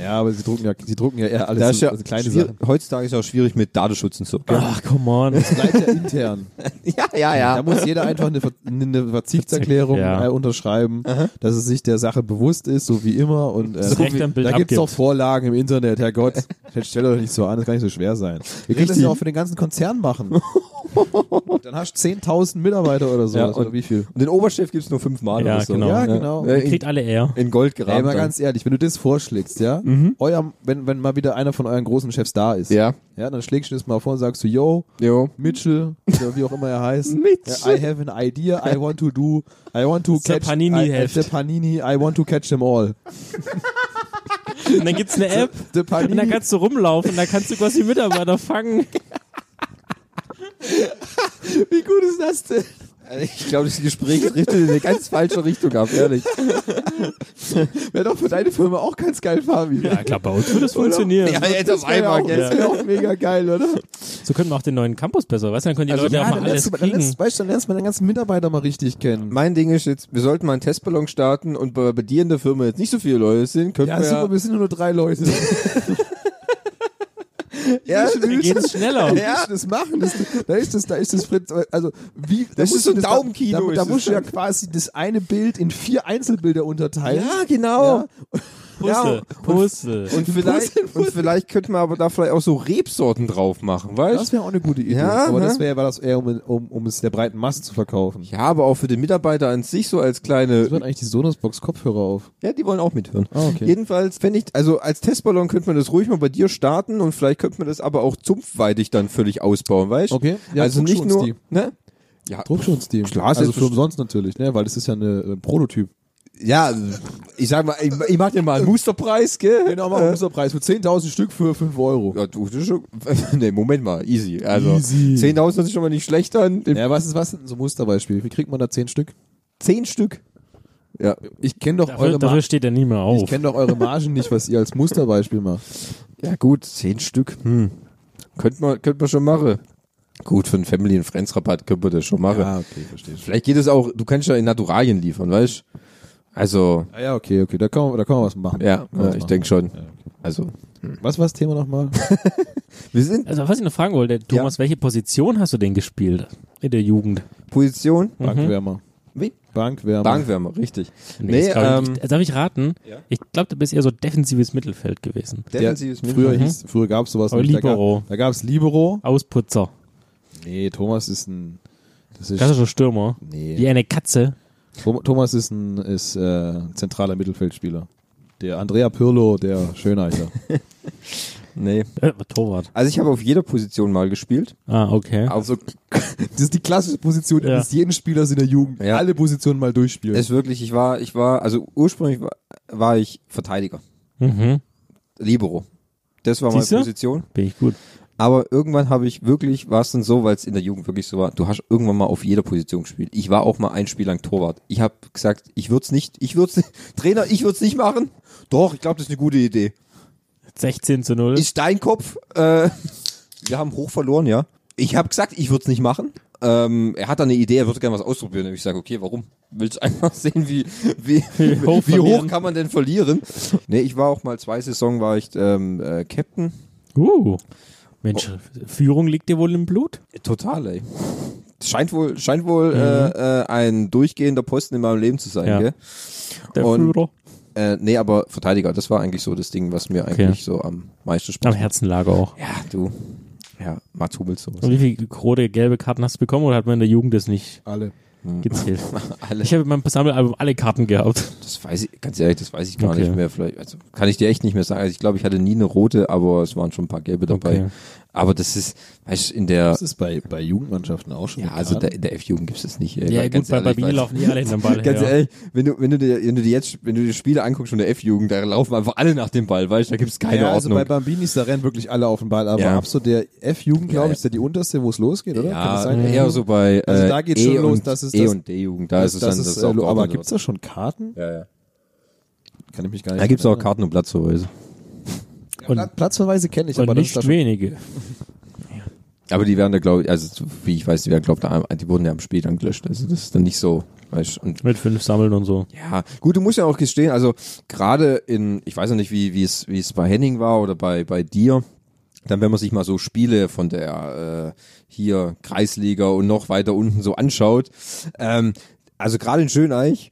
S1: Ja. aber sie drucken ja, sie drucken ja eher alles
S2: Da
S1: so-
S2: ist ja
S1: also kleine
S2: schwier-
S1: Sachen.
S2: Heutzutage ist ja auch schwierig mit Datenschutz und so.
S3: Ach, come on.
S1: Das bleibt ja intern.
S2: (laughs) Ja, (laughs) ja,
S1: Da muss jeder einfach eine, Ver eine Verzichtserklärung
S3: Ja.
S1: äh, unterschreiben, dass es sich der Sache bewusst ist, so wie immer. Und äh,
S3: Das Recht
S1: wie,
S3: am Bild
S1: da gibt's
S3: abgibt.
S1: doch Vorlagen im Internet, Herrgott.
S2: (laughs)
S1: Stell doch nicht so an, das kann nicht so schwer sein. Wir können das
S2: Richtig.
S1: ja auch für den ganzen Konzern
S2: (laughs)
S1: machen. Dann hast du 10.000 Mitarbeiter oder so.
S2: Ja,
S1: oder
S2: und-
S1: wie viel?
S2: Und den Oberchef gibt's nur fünfmal
S3: Ja,
S2: oder so.
S3: genau.
S1: Ja, genau.
S2: Äh, in,
S3: Kriegt alle (laughs) eher.
S2: in Gold
S1: Ey,
S2: gerahmt.
S1: mal
S2: dann.
S1: ganz ehrlich, wenn du das vorschlägst, ja, euer, wenn, wenn mal wieder einer von euren großen Chefs da ist,
S2: Mhm. ja,
S1: ja dann schlägst du das mal vor und sagst du, yo,
S2: jo.
S1: Mitchell, oder wie auch immer er
S2: (laughs)
S1: heißt.
S2: Mitchell.
S1: I have an idea, I want to do, I want
S2: (laughs)
S1: to
S3: The
S1: catch
S3: Panini-Heft.
S1: I, the Panini, I want to catch them all.
S3: Und dann gibt's eine App.
S1: The
S3: Und da
S1: Panini,
S3: kannst du rumlaufen, da kannst du quasi Mitarbeiter fangen.
S2: Wie gut ist das denn? Also ich glaube, das Gespräch richtet in eine ganz falsche Richtung ab, ehrlich.
S1: (laughs) wäre doch für deine Firma auch ganz geil, Fabi.
S3: Ja, klar, bei uns würde (laughs) es funktionieren.
S2: jetzt auf
S1: Wäre auch,
S3: ja.
S1: das wär auch mega geil, oder?
S3: So können wir auch den neuen Campus besser, weißt du? Dann können die Leute auch Also mal
S1: dann, lernst
S3: alles
S1: du, dann,
S3: kriegen.
S1: lernst, weißt, du, dann lernst man den ganzen Mitarbeiter mal richtig kennen.
S2: Mein Ding ist jetzt, wir sollten mal einen Testballon starten und bei, bei dir in der Firma jetzt nicht so viele Leute sind, könnten
S1: Ja, super,
S2: wir
S1: wir sind nur drei Leute.
S2: ja,
S3: Dann
S1: (laughs)
S3: geht's (laughs) schneller.
S1: Ja. Willst du das machen? Das, da ist das, da ist das Fritz. Also wie? da
S2: Das ist
S1: musst
S2: so
S1: du
S2: ein Daumenkino,
S1: Da, da,
S2: ist
S1: da
S2: das
S1: musst du ja
S2: dann.
S1: quasi das eine Bild in vier Einzelbilder unterteilen.
S2: ja, genau.
S3: Puzzle, Puzzle.
S2: Und, vielleicht, und vielleicht könnten wir aber da vielleicht auch so Rebsorten drauf machen,
S1: Das
S2: weißt du?
S1: wäre auch eine gute Idee.
S2: Ja,
S1: aber
S2: ne?
S1: das wäre war das eher, um, um, um es der breiten Masse zu verkaufen.
S2: Ja, aber auch für den Mitarbeiter an sich so als kleine
S1: Jetzt wird eigentlich die Sonos-Box Kopfhörer auf.
S2: Ja, die wollen auch mithören.
S1: Ah, okay.
S2: Jedenfalls fände ich, also als Testballon könnte man das ruhig mal bei dir starten und vielleicht könnte man das aber auch zumpfweitig dann völlig ausbauen, weißt du?
S1: Okay. Ja,
S2: also
S1: druckst
S2: nicht
S1: du uns
S2: nur,
S1: die?
S2: ne? Ja,
S1: Druckst du uns die?
S2: Klar,
S1: also
S2: selbstverständlich.
S1: für umsonst natürlich, ne? weil das ist ja eine, ein Prototyp.
S2: ja, ich sag mal, ich, ich mach dir mal einen Musterpreis, gell?
S1: Genau, mal unser Preis für 10.000 Stück für 5 Euro.
S2: Ja, du, du schon, (laughs) nee, Moment mal, easy. Also,
S1: Easy.
S2: 10.000 ist schon mal nicht schlecht an.
S1: Ja, was ist was sind denn so Musterbeispiele? Wie kriegt man da 10 Stück?
S2: 10 Stück. Ja,
S1: Ich kenne doch
S3: Dafür,
S1: eure
S3: dafür
S1: Margen.
S3: steht er nie mehr
S1: Ich
S3: auf.
S1: kenne doch eure Margen nicht, was ihr als Musterbeispiel macht.
S2: (laughs) ja gut, 10 Stück, hm. Könnte man, könnte man schon machen. Gut, für einen Family- und Friends-Rabatt könnte man das schon machen.
S1: Ah, okay, verstehe.
S2: Vielleicht geht es auch, du kannst ja in Naturalien liefern, weißt du? Also,
S1: Ah ja, okay, okay, da kann man, da kann man was machen.
S2: ja, äh,
S1: Kann man was
S2: ich Mhm.
S1: machen.
S2: denke schon. Also,
S1: Was war das Thema nochmal?
S2: wir sind
S3: Also, was ich noch fragen wollte, Thomas, welche Position hast du denn gespielt in der Jugend?
S2: Position.
S1: Bankwärmer.
S2: Wie?
S1: Bankwärmer.
S2: Bankwärmer, richtig. Nee,
S3: das glaub ich
S2: ähm,
S3: nicht. darf ich raten? Ich glaube, du bist eher so defensives Mittelfeld gewesen.
S1: Der,
S2: defensives
S1: früher hieß, früher gab es sowas.
S3: Aber
S1: nicht. Da gab-
S3: Libero.
S1: Da gab es Libero.
S3: Ausputzer,
S1: Nee, Thomas ist ein. Das ist,
S3: klassischer Stürmer,
S1: nee.
S3: wie eine Katze.
S1: Thom- Thomas ist ein ist, äh, zentraler Mittelfeldspieler. Der Andrea Pirlo, der
S2: (laughs)
S1: Schöneicher.
S2: Nee.
S3: Äh, Torwart.
S2: Also ich habe auf jeder Position mal gespielt.
S3: Ah, okay.
S2: Also (laughs)
S1: das ist die klassische Position
S3: Ja.
S1: eines jeden Spielers in der Jugend.
S2: Ja.
S1: Alle Positionen mal durchspielen.
S2: es wirklich, ich war, ich war, also ursprünglich war, war ich Verteidiger,
S3: Mhm.
S2: Libero. Das war meine
S3: Siehste?
S2: Position.
S3: Bin ich gut.
S2: Aber irgendwann habe ich wirklich, war es dann so, weil es in der Jugend wirklich so war, du hast irgendwann mal auf jeder Position gespielt. Ich war auch mal ein Spiel lang Torwart. Ich habe gesagt, ich würde es nicht, ich würde (laughs) Trainer, ich würde es nicht machen. Doch, ich glaube, das ist eine gute Idee.
S3: 16 zu 0.
S2: Ist Steinkopf, äh, (laughs) wir haben hoch verloren, ja. Ich habe gesagt, ich würde es nicht machen. Ähm, er hat dann eine Idee, er würde gerne was ausprobieren. Und ich sage, okay, warum? Willst du (laughs) einfach sehen, wie, wie,
S3: Wie (laughs) hoch
S2: wie hoch
S3: verlieren?
S2: kann man denn verlieren? Nee, ich war auch mal zwei Saison, war ich ähm, äh, Captain
S3: Uh, Mensch, Führung liegt dir wohl im Blut?
S2: Total, ey. Scheint wohl, scheint wohl äh, äh, ein durchgehender Posten in meinem Leben zu sein,
S3: Mhm. Ja.
S2: gell?
S3: Der
S2: Und-
S3: Führer.
S2: Äh, nee, aber Verteidiger, das war eigentlich so das Ding, was mir eigentlich so am meisten
S3: Am
S2: Spaß macht.
S3: Herzen lag er auch.
S2: Ja, du. Ja, Mats Hummels sowas. (laughs)
S3: Und wie viele rote, gelbe Karten hast du bekommen oder hat man in der Jugend das nicht
S1: Alle.
S3: gezählt?
S2: Mm. (laughs) Alle,
S3: Ich habe in meinem Sammelalbum alle Karten gehabt.
S2: das weiß ich, ganz ehrlich, das weiß ich gar
S3: Okay.
S2: nicht mehr. Vielleicht, also kann ich dir echt nicht mehr sagen. Also ich glaube, ich hatte nie eine rote, aber es waren schon ein paar gelbe dabei.
S3: Okay.
S2: Aber das ist, weißt du, in der,
S1: Das ist bei, bei Jugendmannschaften auch schon.
S2: ja,
S1: mit
S2: also
S1: Karten.
S2: der, in der F-Jugend gibt's das nicht. Ey,
S3: Ja,
S2: Weil
S3: gut, bei
S2: ehrlich,
S3: Babini
S2: weißt du,
S3: laufen die alle hinterm
S2: (laughs)
S3: Ball.
S2: Ganz
S3: her.
S2: ehrlich, wenn du, wenn du dir, wenn du dir jetzt, wenn du die Spiele anguckst von der F-Jugend, da laufen einfach alle nach dem Ball, weißt du, da gibt's keine
S1: ja, also
S2: Ordnung.
S1: bei Bambinis, da rennen wirklich alle auf den Ball, aber
S2: Ja.
S1: ab so der F-Jugend, glaube
S2: ja.
S1: ich, ist ja die unterste, wo es losgeht, oder? Kann das
S2: ja,
S1: sein?
S2: eher so bei,
S1: Also
S2: äh,
S1: da geht's
S2: e
S1: schon los,
S2: und,
S1: das ist
S2: E
S1: das-
S2: und D-Jugend, da ist es
S1: das
S2: dann,
S1: ist,
S2: ist
S1: äh,
S2: auch
S1: aber
S2: geordnet
S1: gibt es da schon Karten?
S2: wird. Ja, ja.
S1: Kann ich mich gar nicht
S2: Da gibt's auch
S1: erinnern.
S2: Karten und Platzverweise.
S3: Und-
S1: Pla- Platzverweise kenne ich, aber
S3: Und
S1: das ist da
S3: nicht
S1: schon
S3: wenige.
S2: Aber die werden da, glaube ich, also so wie ich weiß, die werden, glaube ich, da am- die wurden ja am Spiel dann gelöscht. Also das ist dann nicht so, weißt du. Und
S3: Mit fünf Sammeln und so.
S2: ja, gut, du musst ja auch gestehen, also gerade in, ich weiß ja nicht, wie wie es wie es bei Henning war oder bei, bei dir, dann wenn man sich mal so Spiele von der äh, hier Kreisliga und noch weiter unten so anschaut, ähm, also gerade in Schöneich,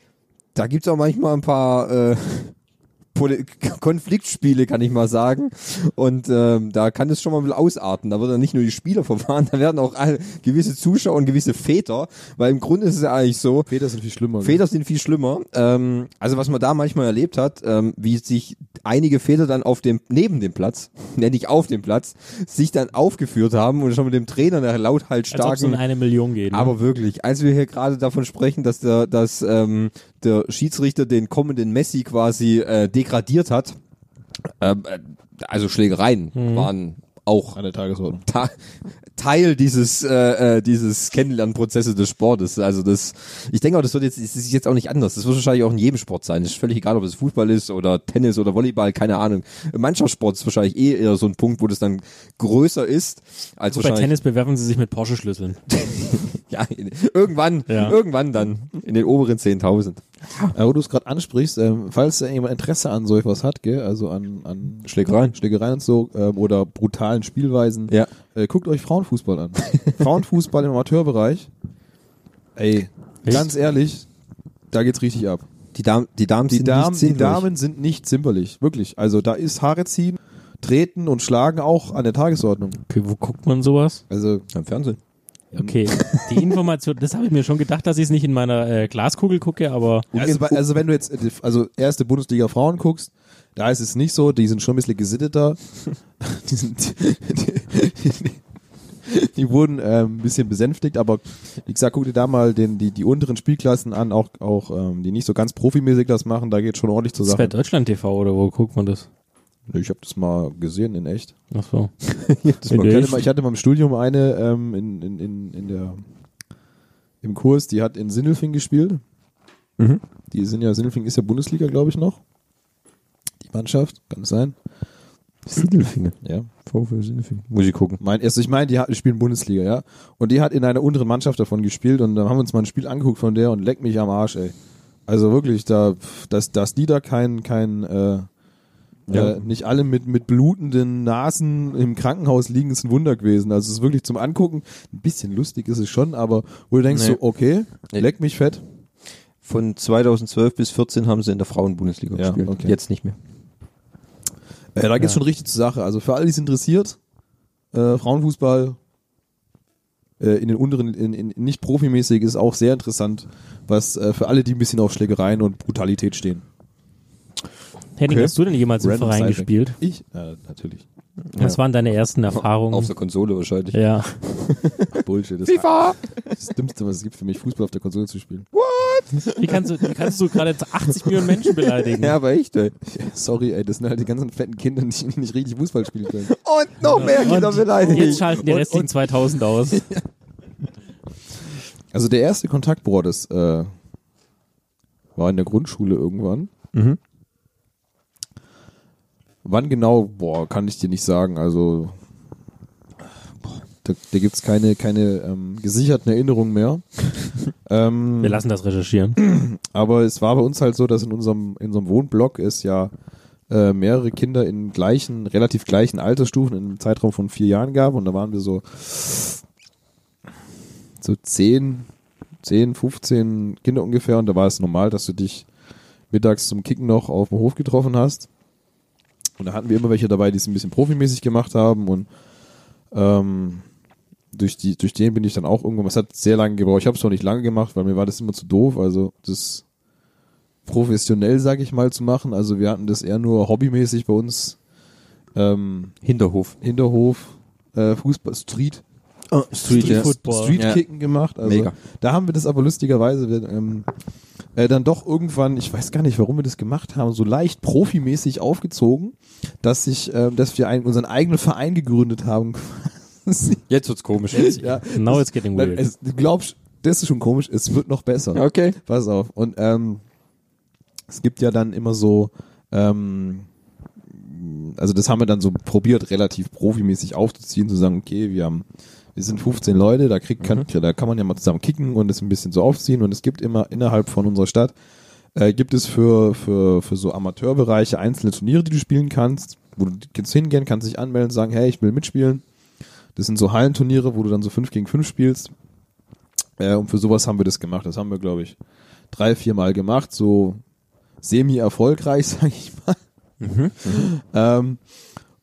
S2: da gibt's auch manchmal ein paar äh, (laughs) Poli- (laughs) Konfliktspiele, kann ich mal sagen. Und ähm, da kann es schon mal ein bisschen ausarten. Da wird dann nicht nur die Spieler (laughs) verfahren, da werden auch alle, gewisse Zuschauer und gewisse Väter, weil im Grunde ist es ja eigentlich so,
S1: Feder sind viel schlimmer.
S2: Väter sind viel schlimmer. Ähm, also was man da manchmal erlebt hat, ähm, wie sich einige Väter dann auf dem neben dem Platz, (laughs) nenne ich auf dem Platz, sich dann aufgeführt haben und schon mit dem Trainer der laut halt
S3: Als ob es
S2: starken
S3: in eine Million geht. Ne?
S2: aber wirklich, als wir hier gerade davon sprechen, dass der, dass, ähm, der Schiedsrichter den kommenden Messi quasi äh, degradiert hat, ähm, äh, also Schlägereien
S3: Mhm.
S2: waren auch
S1: an der Tagesordnung.
S2: Ta Teil dieses äh, äh, dieses Kennenlernprozesse des Sportes. Also das, ich denke auch, das wird jetzt das ist jetzt auch nicht anders. Das wird wahrscheinlich auch in jedem Sport sein. Es ist völlig egal, ob es Fußball ist oder Tennis oder Volleyball, keine Ahnung. Im Mannschaftssport ist wahrscheinlich eh eher so ein Punkt, wo das dann größer ist als
S3: Bei
S2: wahrscheinlich.
S3: Tennis bewerfen sie sich mit Porsche-Schlüsseln.
S2: Ja, in, irgendwann,
S3: Ja.
S2: irgendwann dann in den oberen 10.000.
S1: Äh, wo du es gerade ansprichst, ähm, falls da jemand Interesse an so etwas hat, gell, also an, an
S2: Schlägereien.
S1: Schlägereien und so ähm, oder brutalen Spielweisen,
S2: Ja.
S1: äh, guckt euch Frauenfußball an. (laughs) Frauenfußball im Amateurbereich, ey,
S3: Echt?
S1: ganz ehrlich, da geht's richtig ab.
S2: Die Damen, die Damen
S1: Die
S2: sind
S1: Damen,
S2: nicht
S1: die
S2: sinnlos.
S1: Damen sind nicht zimperlich, wirklich. Also da ist Haare ziehen, treten und schlagen auch an der Tagesordnung.
S3: Okay, wo guckt man sowas?
S1: Also
S2: Am Fernsehen.
S3: Okay,
S1: (laughs)
S3: die Information, das habe ich mir schon gedacht, dass ich es nicht in meiner äh, Glaskugel gucke, aber
S1: Also, bei- also wenn du jetzt äh, die- also erste Bundesliga Frauen guckst, da ist es nicht so, die sind schon ein bisschen gesitteter. (laughs) Die, sind, (laughs) die, die, die wurden ähm, ein bisschen besänftigt, aber wie gesagt, guck dir da mal den, die, die unteren Spielklassen an, auch, auch ähm, die nicht so ganz profimäßig das machen, da geht schon ordentlich zur
S3: ist bei
S1: Sache.
S3: Deutschland TV oder wo guckt man das?
S1: Nö, Ich habe das mal gesehen in echt.
S3: Ach
S1: (laughs)
S3: so.
S2: Das
S3: war
S1: Ich
S3: geil.
S1: hatte, mal, ich hatte mal im Studium eine ähm, in, in, in, in der, im Kurs, die hat in Sindelfing gespielt. Die sind ja, Sindelfing ist ja Bundesliga, glaube ich, noch. Die Mannschaft, kann es sein.
S2: Sindelfinger.
S1: Ja.
S2: VfL Sindelfinger. Muss ich gucken.
S1: Mein, also ich meine, die, hat- die spielen Bundesliga, ja. Und die hat in einer unteren Mannschaft davon gespielt und dann haben wir uns mal ein Spiel angeguckt von der und leck mich am Arsch, ey. Also wirklich, da, pff, dass, dass die da kein, kein, äh,
S2: Ja.
S1: Äh, nicht alle mit, mit blutenden Nasen im Krankenhaus liegen, ist ein Wunder gewesen. Also es ist wirklich zum Angucken, ein bisschen lustig ist es schon, aber wo du denkst
S2: Nee.
S1: so, okay,
S2: Nee.
S1: leck mich fett.
S2: Von 2012 bis 14 haben sie in der Frauenbundesliga
S1: Ja,
S2: gespielt.
S1: okay.
S2: Jetzt nicht mehr.
S1: Äh, da geht's schon richtig zur Sache. Also für alle, die es interessiert, äh, Frauenfußball äh, in den unteren, in, in in nicht profimäßig ist auch sehr interessant, was äh, für alle, die ein bisschen auf Schlägereien und Brutalität stehen.
S3: Henning,
S2: Okay.
S3: hast du denn jemals im Verein
S1: Sidefact.
S3: gespielt?
S1: Ich? Äh, natürlich.
S3: Was waren deine ersten
S2: Auf
S3: Erfahrungen?
S2: der Konsole wahrscheinlich.
S3: Ja,
S1: Bullshit. Das ist das Dümmste, was es gibt für mich, Fußball auf der Konsole zu spielen.
S3: wie kannst du, wie kannst du gerade 80 Millionen
S1: (laughs)
S3: Menschen beleidigen?
S2: Ja, aber echt, ey.
S1: Sorry, ey, das sind halt die ganzen fetten Kinder, die nicht richtig Fußball spielen können.
S2: Und noch mehr Kinder beleidigt.
S3: Jetzt schalten die restlichen
S1: (laughs)
S3: 2000 aus.
S1: Also der erste Kontakt, boah, das äh, war in der Grundschule irgendwann. Wann genau, boah, kann ich dir nicht sagen. Also boah, da, da gibt's keine, keine ähm, gesicherten Erinnerungen mehr. ähm,
S3: Wir lassen das recherchieren.
S1: aber es war bei uns halt so, dass in unserem, in unserem Wohnblock es ja äh, mehrere Kinder in gleichen, relativ gleichen Altersstufen in einem Zeitraum von vier Jahren gab und da waren wir so, so 10, 10, 15 Kinder ungefähr und da war es normal, dass du dich mittags zum Kicken noch auf dem Hof getroffen hast. Und da hatten wir immer welche dabei, die es ein bisschen profimäßig gemacht haben und ähm, durch, die, durch den bin ich dann auch irgendwann, es hat sehr lange gebraucht, ich habe es noch nicht lange gemacht, weil mir war das immer zu doof, also das professionell, sage ich mal, zu machen. Also wir hatten das eher nur hobbymäßig bei uns ähm,
S2: Hinterhof.
S1: Hinterhof, äh, Fußball, Street,
S2: Street,
S3: Street Football.
S2: Ja.
S1: Streetkicken gemacht. Also
S2: Mega.
S1: Da haben wir das aber lustigerweise wir, ähm, äh, dann doch irgendwann, ich weiß gar nicht, warum wir das gemacht haben, so leicht profimäßig aufgezogen, dass ich, ähm, dass wir einen, unseren eigenen Verein gegründet haben. (laughs) quasi.
S2: Jetzt wird's komisch.
S1: ja,
S2: Genau.
S3: Now it's getting
S1: Nein,
S3: weird.
S1: es, du glaubst, das ist schon komisch, es wird noch besser.
S2: Okay.
S1: Pass auf. Und ähm, es gibt ja dann immer so, ähm, also das haben wir dann so probiert, relativ profimäßig aufzuziehen, zu sagen, okay, wir haben, wir sind 15 Leute, da kriegt kann,
S3: Mhm.
S1: da kann man ja mal zusammen kicken und es ein bisschen so aufziehen. Und es gibt immer innerhalb von unserer Stadt äh, gibt es für, für, für so Amateurbereiche einzelne Turniere, die du spielen kannst, wo du kannst hingehen, kannst dich anmelden, sagen, hey, ich will mitspielen. Das sind so Hallenturniere, wo du dann so 5 gegen 5 spielst. Äh, und für sowas haben wir das gemacht. Das haben wir, glaube ich, drei, vier Mal gemacht. So semi-erfolgreich, (laughs) sage ich mal. ähm,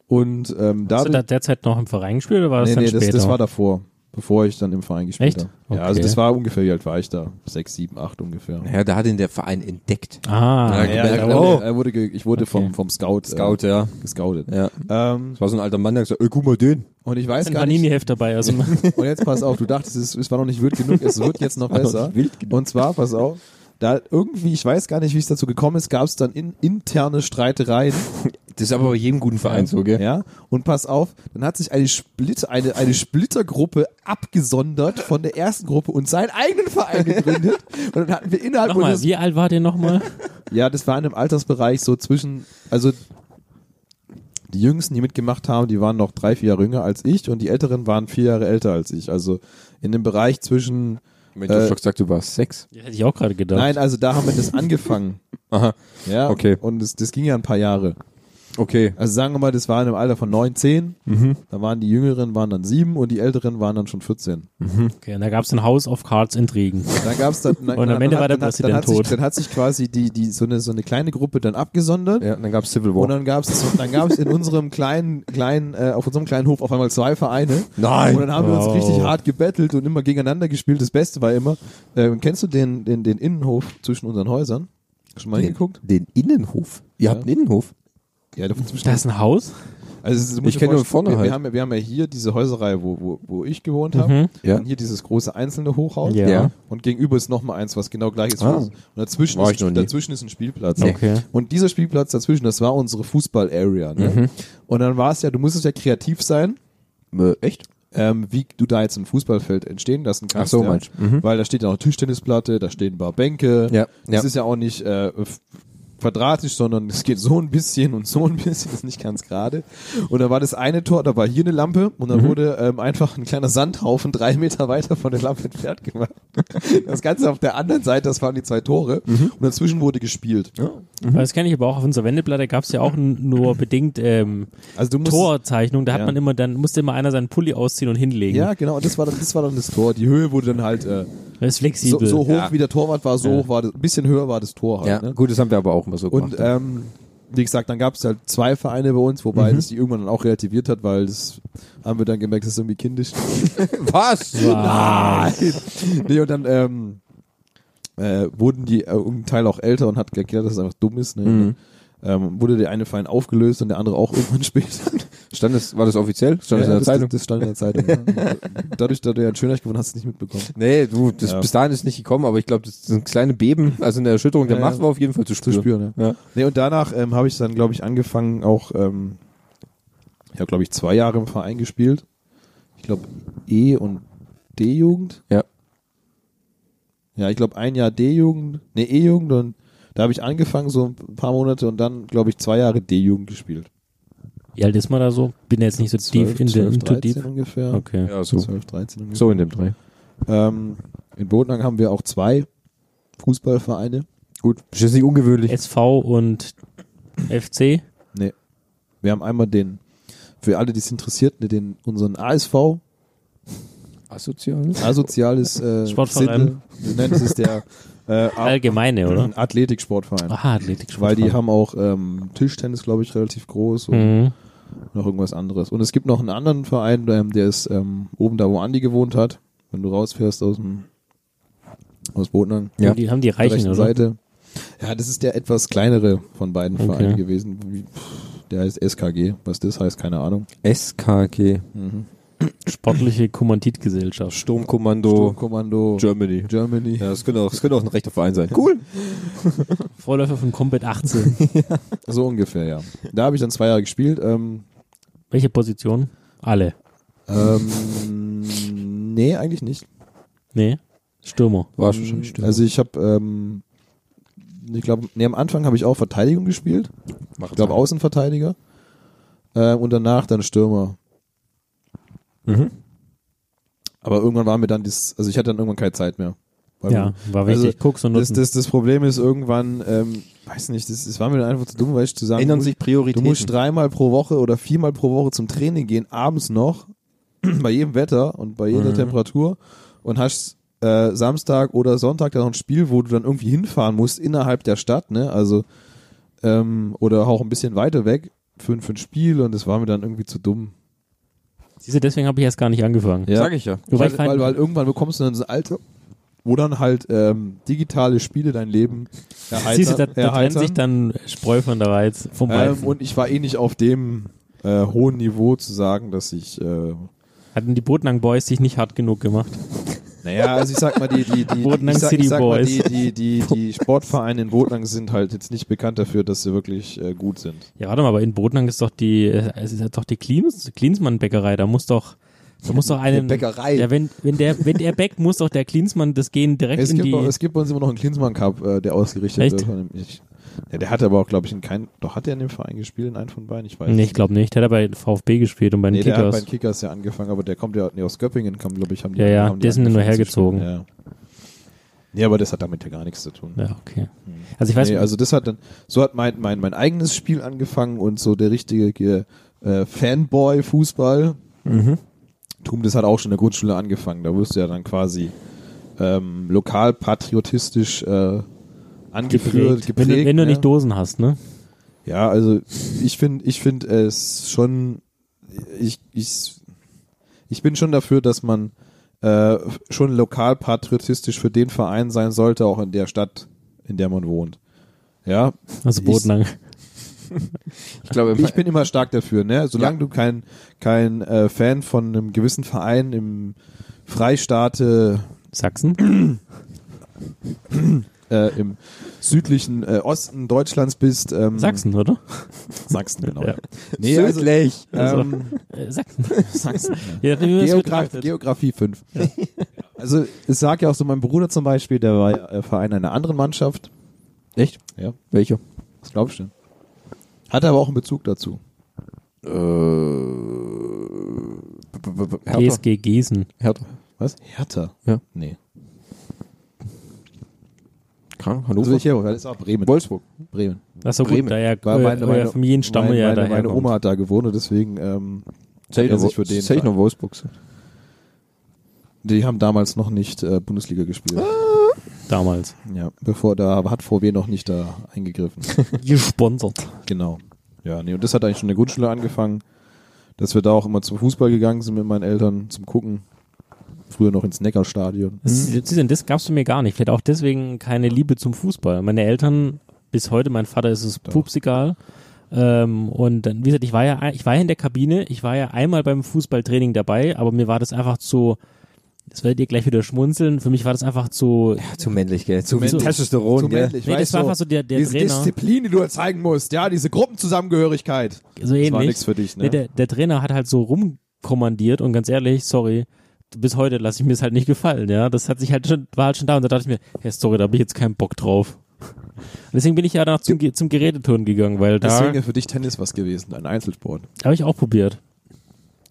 S1: und ähm,
S3: Mhm. Hast du da
S1: dadurch,
S3: derzeit noch im Verein gespielt oder war das
S1: nee,
S3: dann
S1: nee, das,
S3: später?
S1: das war davor, bevor ich dann im Verein gespielt
S3: Echt?
S1: habe. Ja, also
S3: Okay.
S1: das war ungefähr, wie alt war ich da? Sechs, sieben, acht ungefähr.
S2: Ja, da hat ihn der Verein entdeckt.
S3: ah,
S2: Ja,
S1: Ja,
S2: gemerkt,
S1: er
S2: oh.
S1: wurde, er wurde ge, ich wurde vom, vom Scout,
S2: Scout,
S1: äh,
S2: ja.
S1: gescoutet.
S2: Ja.
S1: Ähm,
S2: Das war so ein alter Mann, der hat gesagt, ey, guck mal den.
S1: und ich weiß
S3: ein
S1: gar nicht.
S3: Panini-Heft
S1: (laughs)
S3: dabei. Also
S1: Und jetzt pass auf, du dachtest, es, es war noch nicht wild genug, es wird jetzt
S3: (laughs)
S1: noch
S2: war noch
S1: besser.
S2: nicht wild genug.
S1: Und zwar, pass auf, da irgendwie, ich weiß gar nicht, wie es dazu gekommen ist, gab es dann in, interne Streitereien.
S2: Das ist aber bei jedem guten Verein so, gell?
S1: Ja. Und pass auf, dann hat sich eine Split, eine, eine Splittergruppe abgesondert von der ersten Gruppe und seinen eigenen Verein
S2: (laughs)
S1: gegründet. Und dann hatten wir innerhalb
S3: nochmal,
S1: unseres-
S3: wie alt war
S1: (laughs)
S3: der nochmal?
S1: Ja, das war in einem Altersbereich so zwischen, also die Jüngsten, die mitgemacht haben, die waren noch drei, vier Jahre jünger als ich und die Älteren waren vier Jahre älter als ich. Also in dem Bereich zwischen,
S2: Mensch, du
S1: Äh,
S2: hast schon gesagt, du warst sechs.
S3: Ja, Hätte ich auch gerade gedacht.
S1: nein, also da haben wir das angefangen.
S2: Aha.
S1: Ja,
S2: Okay.
S1: Und das, das ging ja ein paar Jahre.
S2: Okay.
S1: Also sagen wir mal, das war in einem Alter von neun, zehn.
S3: Mhm.
S1: Da waren die Jüngeren waren dann sieben und die Älteren waren dann schon 14.
S3: Okay, und da gab es ein House of Cards Intrigen.
S1: Dann gab's dann, dann,
S3: Und am
S1: dann-
S3: Ende
S1: dann,
S3: war der
S1: dann,
S3: Präsident
S1: dann hat sich,
S3: tot.
S1: Dann hat sich quasi die, die, so eine, so eine kleine Gruppe dann abgesondert.
S2: Ja, und dann gab's Civil
S1: Und
S2: War.
S1: dann gab's dann gab's in unserem kleinen, kleinen, äh, auf unserem kleinen Hof auf einmal zwei Vereine.
S2: Nein.
S1: Und dann haben wir uns
S3: Wow.
S1: richtig hart gebettelt und immer gegeneinander gespielt. Das Beste war immer, äh, kennst du den, den, den Innenhof zwischen unseren Häusern? Schon mal hingeguckt?
S2: Den Innenhof. Ihr habt einen Innenhof?
S1: Ja, da zwischen
S3: Da ist ein Haus?
S1: Also
S2: Ich kenn nur vorne
S1: wir,
S2: halt. Mhm.
S1: wir, haben, ja- wir haben ja hier diese Häuserei, wo, wo, wo ich gewohnt habe.
S2: Ja.
S1: Und hier dieses große einzelne Hochhaus.
S3: Ja.
S2: Ja.
S1: Und gegenüber ist nochmal eins, was genau gleich ist.
S2: Ah.
S1: Und dazwischen
S2: War
S1: ist,
S2: ich noch nie.
S1: dazwischen ist ein Spielplatz.
S2: Nee.
S3: Okay.
S1: Und dieser Spielplatz dazwischen, das war unsere Fußball-Area. Ne?
S2: Mhm.
S1: Und dann war es ja, du musstest ja kreativ sein,
S2: Äh, echt?
S1: ähm, wie du da jetzt ein Fußballfeld entstehen lassen kannst.
S2: Ach so,
S1: ja?
S2: meinst du. mhm.
S1: Weil da steht ja noch eine Tischtennisplatte, da stehen ein paar Bänke.
S2: Ja,
S1: Das
S2: ja.
S1: ist ja auch nicht äh, f- quadratisch, sondern es geht so ein bisschen und so ein bisschen, (laughs) ist nicht ganz gerade. Und da war das eine Tor, da war hier eine Lampe und
S2: Mhm.
S1: dann wurde ähm, einfach ein kleiner Sandhaufen drei Meter weiter von der Lampe entfernt gemacht. (laughs) Das Ganze auf der anderen Seite, das waren die zwei Tore
S2: Mhm.
S1: und dazwischen wurde gespielt. Mhm.
S3: Das kenne ich aber auch auf unserer Wendeplatte gab es ja auch n- nur bedingt ähm,
S1: Also du musst
S3: Torzeichnung. Da hat
S1: Ja.
S3: man immer dann musste immer einer seinen Pulli ausziehen und
S2: Mhm.
S3: hinlegen.
S1: Ja, genau, und das war dann, das war dann das Tor. Die Höhe wurde dann halt äh,
S3: Das ist
S1: so,
S3: flexibel.
S1: so hoch
S2: Ja.
S1: wie der Torwart war, so hoch war das, ein bisschen höher war das Tor halt.
S2: Ja,
S1: Ne?
S2: gut, das haben wir aber auch immer so
S1: Und
S2: gemacht.
S1: ähm, wie gesagt, dann gab es halt zwei Vereine bei uns, wobei
S2: Mhm.
S1: das die irgendwann dann auch relativiert hat, weil das haben wir dann gemerkt, das ist irgendwie kindisch.
S2: äh, was?
S3: Ah,
S1: (laughs) nee, und dann ähm, äh, wurden die äh, irgendein Teil auch älter und hat erklärt, dass es einfach dumm ist. Ne?
S2: Mhm.
S1: Ähm, wurde der eine Verein aufgelöst und der andere auch irgendwann (laughs) später.
S2: Stand das, war das offiziell? Stand das in der
S1: das,
S2: Zeitung?
S1: Das, das stand in der Zeitung.
S2: (laughs)
S1: ja. Dadurch, dass du ja in Schönreich gewonnen hast, hast du es nicht mitbekommen.
S2: Nee, du, das, bis dahin ist nicht gekommen, aber ich glaube, das ist ein kleine Beben, also eine Erschütterung der
S1: Ja,
S2: Macht
S1: ja.
S2: war auf jeden Fall zu
S1: zu
S2: spüren.
S1: spüren. Ja.
S2: Ja.
S1: Nee, und danach ähm, habe ich dann, glaube ich, angefangen, auch, ähm, ich habe, glaube ich, zwei Jahre im Verein gespielt. Ich glaube, E- und D-Jugend.
S2: Ja.
S1: Ja, ich glaube, ein Jahr D-Jugend, nee, E-Jugend und da habe ich angefangen, so ein paar Monate und dann, glaube ich, zwei Jahre D-Jugend gespielt.
S3: Wie alt ist man da so? Bin jetzt nicht so deep in the, into
S1: 13
S3: deep.
S1: ungefähr.
S3: Okay. Also
S2: Ja, so.
S1: 12, 13 ungefähr.
S2: So in dem Dreh.
S1: Ähm, in Bodenang haben wir auch zwei Fußballvereine.
S2: Gut, ist jetzt nicht ungewöhnlich.
S3: SV und FC.
S1: Wir haben einmal den, für alle, die es interessiert, den, unseren ASV,
S2: Asozial.
S1: asoziales äh,
S3: Sportverein.
S1: Sindel. Wir nennen es der äh, Ar-
S3: Allgemeine, oder? Ah,
S1: Athletiksportverein.
S3: Aha, Athletik.
S1: Weil die haben auch ähm, Tischtennis, glaube ich, relativ groß und
S3: Mhm.
S1: noch irgendwas anderes. Und es gibt noch einen anderen Verein, ähm, der ist ähm, oben da, wo Andi gewohnt hat, wenn du rausfährst aus dem aus Bodenang.
S2: Ja.
S3: Die haben die
S1: der
S3: Reichen,
S1: rechten
S3: oder?
S1: Seite. Ja, das ist der etwas kleinere von beiden
S3: Okay.
S1: Vereinen gewesen. Wie- pff, Der heißt SKG. Was das heißt, keine Ahnung.
S2: SKG.
S3: Sportliche Kommanditgesellschaft.
S2: Sturmkommando
S1: Kommando
S2: Germany.
S1: Germany.
S2: Ja, das könnte auch, das könnte auch ein rechter Verein sein. Cool.
S3: Vorläufer von
S1: (laughs)
S3: Combat 18.
S1: So ungefähr, ja. Da habe ich dann zwei Jahre gespielt. Ähm,
S3: Welche Position? Alle.
S1: ähm, nee, eigentlich nicht.
S3: Nee. Stürmer.
S2: War schon Hm, stimmt.
S1: Also ich habe, ähm, ich glaube, nee, am Anfang habe ich auch Verteidigung gespielt. Ich glaube Außenverteidiger. Ähm, und danach dann Stürmer.
S2: Mhm.
S1: Aber irgendwann war mir dann das, also ich hatte dann irgendwann keine Zeit mehr. Weil
S3: Ja, war
S1: Also,
S3: wichtig. Koks und
S1: Das,
S3: Nutzen.
S1: das, das Problem ist irgendwann, ähm, weiß nicht, das, das war mir dann einfach zu dumm, weil ich zu sagen,
S2: Ändern
S1: du-
S2: sich
S1: du
S2: Prioritäten.
S1: musst dreimal pro Woche oder viermal pro Woche zum Training gehen, abends noch, (clears throat) bei jedem Wetter und bei jeder
S2: Mhm.
S1: Temperatur und hast äh, Samstag oder Sonntag dann noch ein Spiel, wo du dann irgendwie hinfahren musst innerhalb der Stadt, ne? Also ähm, oder auch ein bisschen weiter weg für, für ein Spiel und das war mir dann irgendwie zu dumm.
S3: Siehst du, deswegen habe ich erst gar nicht angefangen.
S1: Ja.
S2: Sag ich ja.
S3: Wobei ich
S1: Weil,
S3: fand-
S1: weil, weil irgendwann bekommst du dann so ein Alter, wo dann halt ähm, digitale Spiele dein Leben erheitern.
S3: Siehst du, da, da trennt
S1: erheitern.
S3: sich dann spreufelnder Reiz vom
S1: ähm,
S3: Weizen.
S1: und ich war eh nicht auf dem äh, hohen Niveau zu sagen, dass ich äh,
S3: Hatten die Botenang Boys sich nicht hart genug gemacht?
S1: naja, also ich sag mal, die, die, die,
S3: Bodenang
S1: ich sag,
S3: City
S1: ich sag mal,
S3: Boys.
S1: die, die, die, die Sportvereine in Botnang sind halt jetzt nicht bekannt dafür, dass sie wirklich äh, gut sind.
S3: Ja, warte mal, aber in Botenang ist doch die, äh, es ist ja doch die Cleans, Cleansmann-Bäckerei, da muss doch, da muss doch einen.
S2: Bäckerei.
S3: Ja, wenn, wenn der, wenn der bäckt, muss doch der Cleansmann das gehen direkt
S1: Es
S3: in
S1: gibt,
S3: die.
S1: bei- es gibt bei uns immer noch einen Klinsmann Cup, äh, der ausgerichtet
S3: Echt?
S1: wird. von dem- Ich, ja, der hat aber auch, glaube ich, in keinem, doch hat er in dem Verein gespielt, in einem von beiden, ich weiß
S3: nee, ich glaube nicht. Der hat ja bei VfB gespielt und bei den
S1: Nee, der hat bei
S3: Kickers.
S1: den Kickers ja angefangen, aber der kommt ja nee, aus Göppingen, kam, glaube ich, haben die.
S3: Ja, ja,
S1: haben die
S3: der ist nur
S1: angefangen zu
S3: hergezogen.
S1: spielen, Ja. Nee, aber das hat damit ja gar nichts zu tun.
S3: ja, okay. Also ich weiß,
S1: nee, also das hat dann, so hat mein, mein, mein eigenes Spiel angefangen und so der richtige äh, Fanboy-Fußball.
S3: Mhm.
S1: Tum, das hat auch schon in der Grundschule angefangen. Da wirst du ja dann quasi ähm, lokal patriotistisch äh, angeführt, geprägt.
S3: wenn, du, wenn du
S1: ne?
S3: nicht Dosen hast, ne?
S1: Ja, also ich finde ich find es schon, ich, ich, ich bin schon dafür, dass man äh, schon lokal patriotistisch für den Verein sein sollte, auch in der Stadt, in der man wohnt. Ja,
S3: Also
S1: Ich-
S3: Botenang.
S2: Ich glaube,
S1: ich bin immer stark dafür, ne? Solange du kein, kein äh, Fan von einem gewissen Verein im Freistaate, (clears throat)
S3: Sachsen?
S1: äh, im südlichen äh, Osten Deutschlands bist. Ähm,
S3: Sachsen, oder?
S1: Sachsen, genau.
S3: Ja.
S1: ja. (laughs) Nee, also,
S2: Südlich. (laughs)
S1: ähm,
S3: (laughs) Äh, Sachsen.
S1: (laughs) Sachsen.
S3: Je nachdem, wie man es
S1: Geograf
S3: betrachtet.
S1: Geografie 5. (laughs) Also ich sag ja auch so, mein Bruder zum Beispiel, der war ja, äh, Verein einer anderen Mannschaft.
S2: Echt?
S1: Ja,
S2: Welcher?
S1: was glaubst du denn? Hat aber auch einen Bezug dazu.
S2: Äh, Hertha.
S3: GSG Gießen.
S2: Hertha.
S1: Was? Hertha?
S2: Ja.
S1: Nee.
S2: Krank.
S1: Also
S2: Hannover.
S1: ich hier, das ist auch Bremen.
S2: Wolfsburg.
S1: Bremen.
S3: Das ist doch
S2: Bremen.
S3: gut, da Oh ja
S1: Weil meine,
S3: euer-
S1: meine,
S3: euer Familienstamm
S1: meine,
S3: ja
S1: meine,
S3: daher
S1: meine
S3: kommt.
S1: Oma hat da gewohnt und deswegen, ähm,
S2: Zeichner,
S1: er sich für den
S2: Zeichner Wolfsburg.
S1: die haben damals noch nicht äh, Bundesliga gespielt.
S3: Ah.
S1: (laughs)
S3: damals.
S1: Ja, bevor da hat VW noch nicht da
S3: (laughs)
S1: eingegriffen.
S3: Gesponsert.
S1: Genau. Ja, nee, und das hat eigentlich schon in der Grundschule angefangen, dass wir da auch immer zum Fußball gegangen sind mit meinen Eltern zum Gucken. Früher noch ins Neckarstadion.
S3: Das, mhm. das gab's bei mir gar nicht. Vielleicht auch deswegen keine Liebe zum Fußball. Meine Eltern, bis heute, mein Vater ist es pupsegal. Ähm, und dann, wie gesagt, ich war ja, ein- ich war ja in der Kabine, ich war ja einmal beim Fußballtraining dabei, aber mir war das einfach zu, das werdet ihr gleich wieder schmunzeln, für mich war das einfach zu,
S2: Zu männlich, gell? Zu
S1: männlich.
S2: Testosteron,
S1: Zu
S2: gell?
S1: männlich,
S3: Nee, das
S1: weißt
S3: war
S1: du,
S3: einfach so der- der
S1: diese
S3: Trainer.
S1: Disziplin, die du da zeigen musst, ja, diese Gruppenzusammengehörigkeit.
S3: so ähnlich.
S1: Das war nichts für dich,
S3: Nee,
S1: ne?
S3: der, der Trainer hat halt so rumkommandiert und ganz ehrlich, sorry, bis heute lasse ich mir es halt nicht gefallen, ja. Das hat sich halt schon, war halt schon da und da dachte ich mir, hey, sorry, da habe ich jetzt keinen Bock drauf. (laughs) Und deswegen bin ich ja danach zum, Ge- zum Geräteturnen gegangen, weil da
S1: Deswegen ja für dich Tennis was gewesen, ein Einzelsport.
S3: habe ich auch probiert.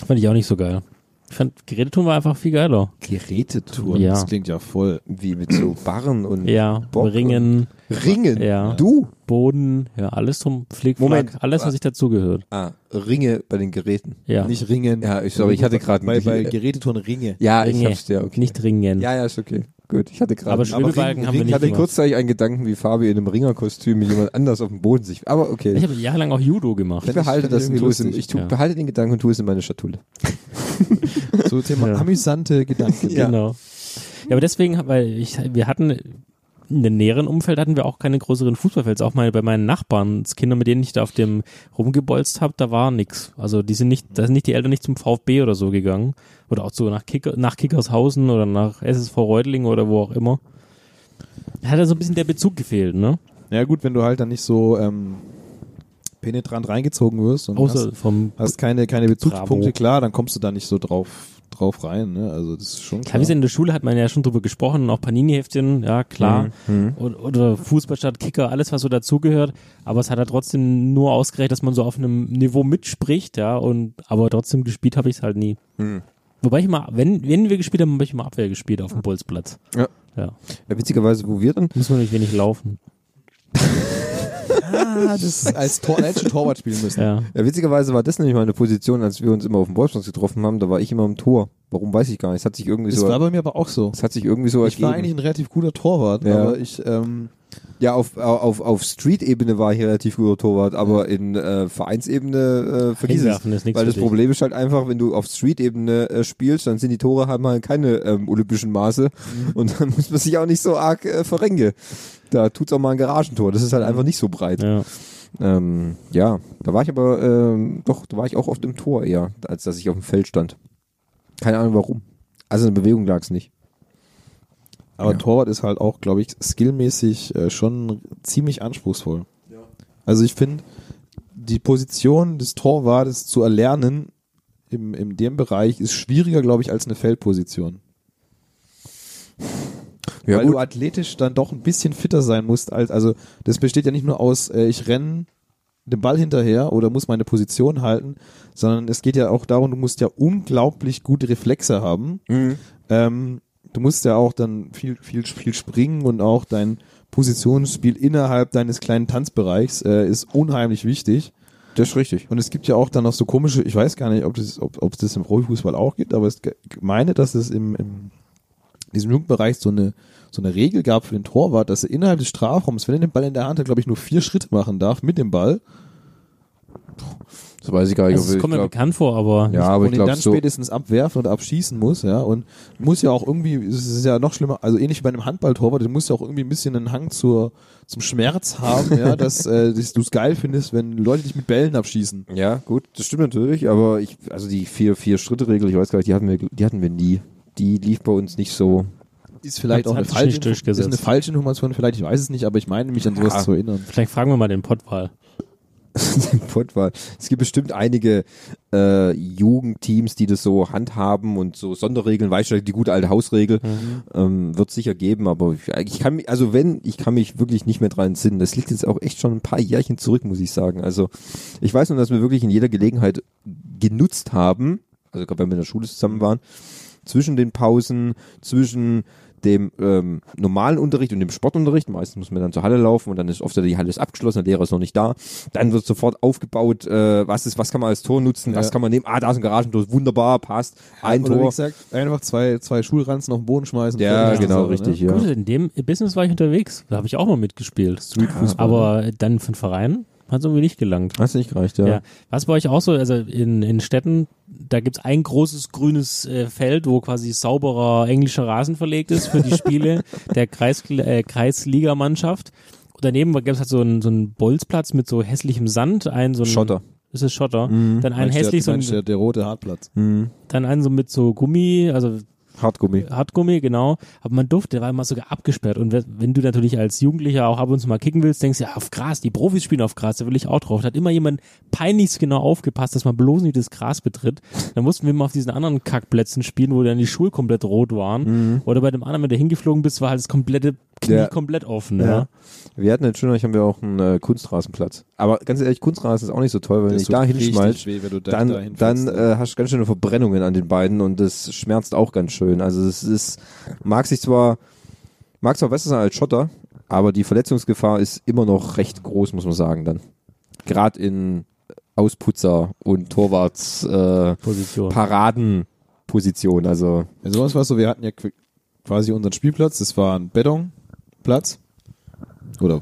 S3: Fand ich auch nicht so geil. Ich fand, Geräteton war einfach viel geiler.
S1: Gerätetouren.
S3: Ja.
S1: Das klingt ja voll.
S2: Wie mit so Barren und
S3: Ja,
S2: Bock
S3: Ringen,
S2: und- Ringen.
S3: Ja.
S2: Du.
S3: Boden, ja, alles zum Pflegflag,
S2: Moment.
S3: alles, was sich dazugehört.
S2: Ah, Ringe bei den Geräten.
S3: Ja.
S1: Nicht Ringen.
S2: Ja, ich sorry, ich hatte gerade
S1: bei,
S2: einen-
S1: bei Gerätetouren Ringe.
S2: Ja, ich
S3: Ringe,
S2: hab's ja, okay.
S3: nicht ringen.
S2: Ja, ja, ist okay. Gut, ich hatte gerade.
S3: aber
S2: einen-
S3: Schwimmebalken
S1: Ring-
S3: haben wir
S1: Ring
S2: ich
S3: nicht
S2: hatte
S3: gemacht.
S2: kurzzeitig einen Gedanken, wie Fabi in einem Ringerkostüm mit jemand anders auf dem Boden sich. Aber okay.
S3: Ich
S2: Ich,
S3: habe jahrelang auch Judo gemacht.
S2: behalte
S1: fand ich
S2: das und
S1: irgendwie
S2: tue es in,
S1: lustig.
S2: ich tu,
S3: Ja.
S2: behalte den Gedanken und tue es in meine Schatulle.
S1: So Thema
S3: Ja.
S1: amüsante Gedanken.
S2: Ja.
S3: Genau. Ja, aber deswegen, hab- weil ich, wir hatten in dem näheren Umfeld hatten wir auch keine größeren Fußballfelds. Auch mal bei meinen Nachbarn, das Kinder, mit denen ich da auf dem rumgebolzt habe, da war nix. Also die sind nicht, da sind nicht die Eltern nicht zum VfB oder so gegangen. Oder auch so nach, Kicker, nach Kickershausen oder nach SSV Reutlingen oder wo auch immer. Da hat ja so ein bisschen der Bezug gefehlt, ne?
S1: Ja gut, wenn du halt dann nicht so ähm, penetrant reingezogen wirst und
S3: Außer vom
S1: hast, hast keine, keine Bezugspunkte,
S3: Bravo.
S1: klar, dann kommst du da nicht so drauf, drauf rein. Ne? Also das ist schon
S3: Klar,
S1: klar.
S3: wie gesagt, in der Schule hat man ja schon drüber gesprochen, und auch Panini-Heftchen, ja klar.
S2: Mhm,
S3: Oder, oder Fußballstadt, Kicker, alles was so dazugehört. Aber es hat ja trotzdem nur ausgereicht, dass man so auf einem Niveau mitspricht, ja. Und aber trotzdem gespielt habe ich es halt nie.
S2: Mhm.
S3: Wobei ich mal, wenn, wenn wir gespielt haben, habe ich immer Abwehr gespielt auf dem Bolzplatz.
S2: Ja.
S3: Ja.
S2: Ja, witzigerweise, wo wir dann
S3: Muss man nicht wenig laufen.
S1: Ah, das ist als Tor, als Torwart spielen müssen.
S3: Ja.
S2: Ja, witzigerweise war das nämlich meine Position, als wir uns immer auf dem Bolzplatz getroffen haben, da war ich immer im Tor. Warum weiß ich gar nicht. Es hat sich irgendwie
S1: Das
S2: so
S1: war bei mir aber auch so.
S2: es hat sich irgendwie so
S1: Ich
S2: ergeben.
S1: war eigentlich ein relativ guter Torwart,
S2: Ja.
S1: aber ich ähm,
S2: ja, auf, auf, auf Street-Ebene war ich ein relativ guter Torwart, aber in äh, Vereinsebene äh, vergiss es.
S3: Einwerfen ist nichts
S2: Weil
S3: für
S2: das
S3: dich.
S2: Problem ist halt einfach, wenn du auf Street-Ebene äh, spielst, dann sind die Tore halt mal keine ähm, olympischen Maße
S3: Mhm.
S2: und dann (laughs) muss man sich auch nicht so arg äh, verrenken. Da tut's auch mal ein Garagentor. Das ist
S3: Mhm.
S2: halt einfach nicht so breit.
S3: ja.
S2: Ähm, ja, da war ich aber, ähm, doch, da war ich auch oft im Tor eher, als dass ich auf dem Feld stand. Keine Ahnung warum. Also in Bewegung lag es nicht.
S1: aber
S2: Ja.
S1: Torwart ist halt auch, glaube ich, skillmäßig äh, schon ziemlich anspruchsvoll. Also ich finde, die Position des Torwartes zu erlernen im, in dem Bereich ist schwieriger, glaube ich, als eine Feldposition.
S2: Ja,
S1: weil
S2: gut.
S1: du athletisch dann doch ein bisschen fitter sein musst. Als, also das besteht ja nicht nur aus, äh, ich renne den Ball hinterher oder muss meine Position halten, sondern es geht ja auch darum, du musst ja unglaublich gute Reflexe haben.
S2: Mhm.
S1: Ähm, du musst ja auch dann viel, viel, viel springen und auch dein Positionsspiel innerhalb deines kleinen Tanzbereichs äh, ist unheimlich wichtig.
S2: Das ist richtig.
S1: Und es gibt ja auch dann noch so komische, ich weiß gar nicht, ob das, ob, ob es das im Profifußball auch gibt, aber ich ge- meine, dass es im, im diesem Jugendbereich so eine, so eine Regel gab für den Torwart, dass er innerhalb des Strafraums, wenn er den Ball in der Hand hat, glaube ich, nur vier Schritte machen darf mit dem Ball
S2: Das weiß ich gar nicht,
S3: Also,
S2: ob
S3: es
S2: ich
S3: kommt mir
S2: glaub,
S3: bekannt vor, aber
S2: Ja, aber
S1: und
S2: ich
S1: ihn
S2: glaube
S1: dann
S2: so.
S1: spätestens abwerfen und abschießen muss, ja. Und muss ja auch irgendwie, es ist ja noch schlimmer, also ähnlich wie bei einem Handballtorwart, du musst ja auch irgendwie ein bisschen einen Hang zur, zum Schmerz haben, ja, dass, äh, (laughs) dass du es geil findest, wenn Leute dich mit Bällen abschießen.
S2: Ja, gut, das stimmt natürlich, aber ich, also die vier, vier Schritte-Regel, ich weiß gar nicht, die hatten wir, die hatten wir nie. Die lief bei uns nicht so. (laughs)
S1: Ist vielleicht
S3: Hat-
S1: auch eine
S3: hat sich
S1: falsche,
S3: nicht
S1: ist
S3: durchgesetzt.
S1: eine falsche Information, vielleicht, ich weiß es nicht, aber ich meine mich an sowas
S2: Ja.
S1: zu erinnern.
S3: vielleicht fragen wir mal den Pottwahl.
S2: Pott war. Es gibt bestimmt einige äh, Jugendteams, die das so handhaben und so Sonderregeln, weißt du, die gute alte Hausregel, ähm, wird sicher geben, aber ich, ich kann mich, also wenn, ich kann mich wirklich nicht mehr dran entsinnen. Das liegt jetzt auch echt schon ein paar Jährchen zurück, muss ich sagen. Also ich weiß nur, dass wir wirklich in jeder Gelegenheit genutzt haben, also gerade wenn wir in der Schule zusammen waren, zwischen den Pausen, zwischen dem ähm, normalen Unterricht und dem Sportunterricht. Meistens muss man dann zur Halle laufen und dann ist oft die Halle ist abgeschlossen, der Lehrer ist noch nicht da. Dann wird sofort aufgebaut, äh, was ist, was kann man als Tor nutzen, was
S1: Ja.
S2: kann man nehmen. Ah, da ist ein Garagentor, wunderbar, passt. Ein
S1: Oder wie
S2: Tor.
S1: gesagt, einfach zwei, zwei Schulranzen auf den Boden schmeißen.
S2: Ja,
S1: Fertig ist
S2: genau,
S1: das aber,
S2: richtig,
S1: Ne?
S2: ja.
S3: Gut, in dem Business war ich unterwegs. Da habe ich auch mal mitgespielt. Ah.
S2: Streetfußball.
S3: Aber dann für den Verein hat es irgendwie nicht gelangt.
S2: Hast nicht gereicht,
S3: Ja. Was bei euch auch so, also in, in Städten, da gibt's ein großes grünes äh, Feld, wo quasi sauberer englischer Rasen verlegt ist für
S1: (laughs)
S3: die Spiele der Kreis, äh, Kreisligamannschaft. Und daneben gibt's halt so einen, so einen Bolzplatz mit so hässlichem Sand, einen so einen,
S2: Schotter.
S3: Ist es Schotter? Dann einen
S1: Mhm. Meinst du,
S3: hässlich, so
S1: meinst du,
S3: einen,
S1: der, der rote Hartplatz.
S3: dann einen so mit so Gummi, also
S2: Hartgummi.
S3: Hartgummi, genau. Aber man durfte, der war immer sogar abgesperrt. Und wenn- wenn du natürlich als Jugendlicher auch ab und zu mal kicken willst, denkst du, ja, auf Gras, die Profis spielen auf Gras, da will ich auch drauf. Da hat immer jemand peinlichst genau aufgepasst, dass man bloß nicht das Gras betritt. Dann mussten wir immer auf diesen anderen Kackplätzen spielen, wo dann die Schuhe komplett rot waren. Oder bei dem anderen, wenn du hingeflogen bist, war halt das komplette Knie
S2: Mhm. Ja.
S3: komplett offen. ne?
S2: Ja.
S3: Ja.
S2: Wir hatten in Schöneich haben wir auch einen äh, Kunstrasenplatz. Aber ganz ehrlich, Kunstrasen ist auch nicht so toll, weil wenn ich da hinschmalz,
S1: weh, wenn du da, ne?
S2: dann, dann äh, hast du ganz schöne Verbrennungen an den beiden und das schmerzt auch ganz schön. Also es ist, mag sich zwar, mag zwar besser sein als Schotter, aber die Verletzungsgefahr ist immer noch recht groß, muss man sagen dann. Gerade in Ausputzer und Torwarts äh,
S3: Position.
S2: Paradenposition, also
S1: ja, sowas war so, wir hatten ja qu- quasi unseren Spielplatz, das war ein Betonplatz. Oder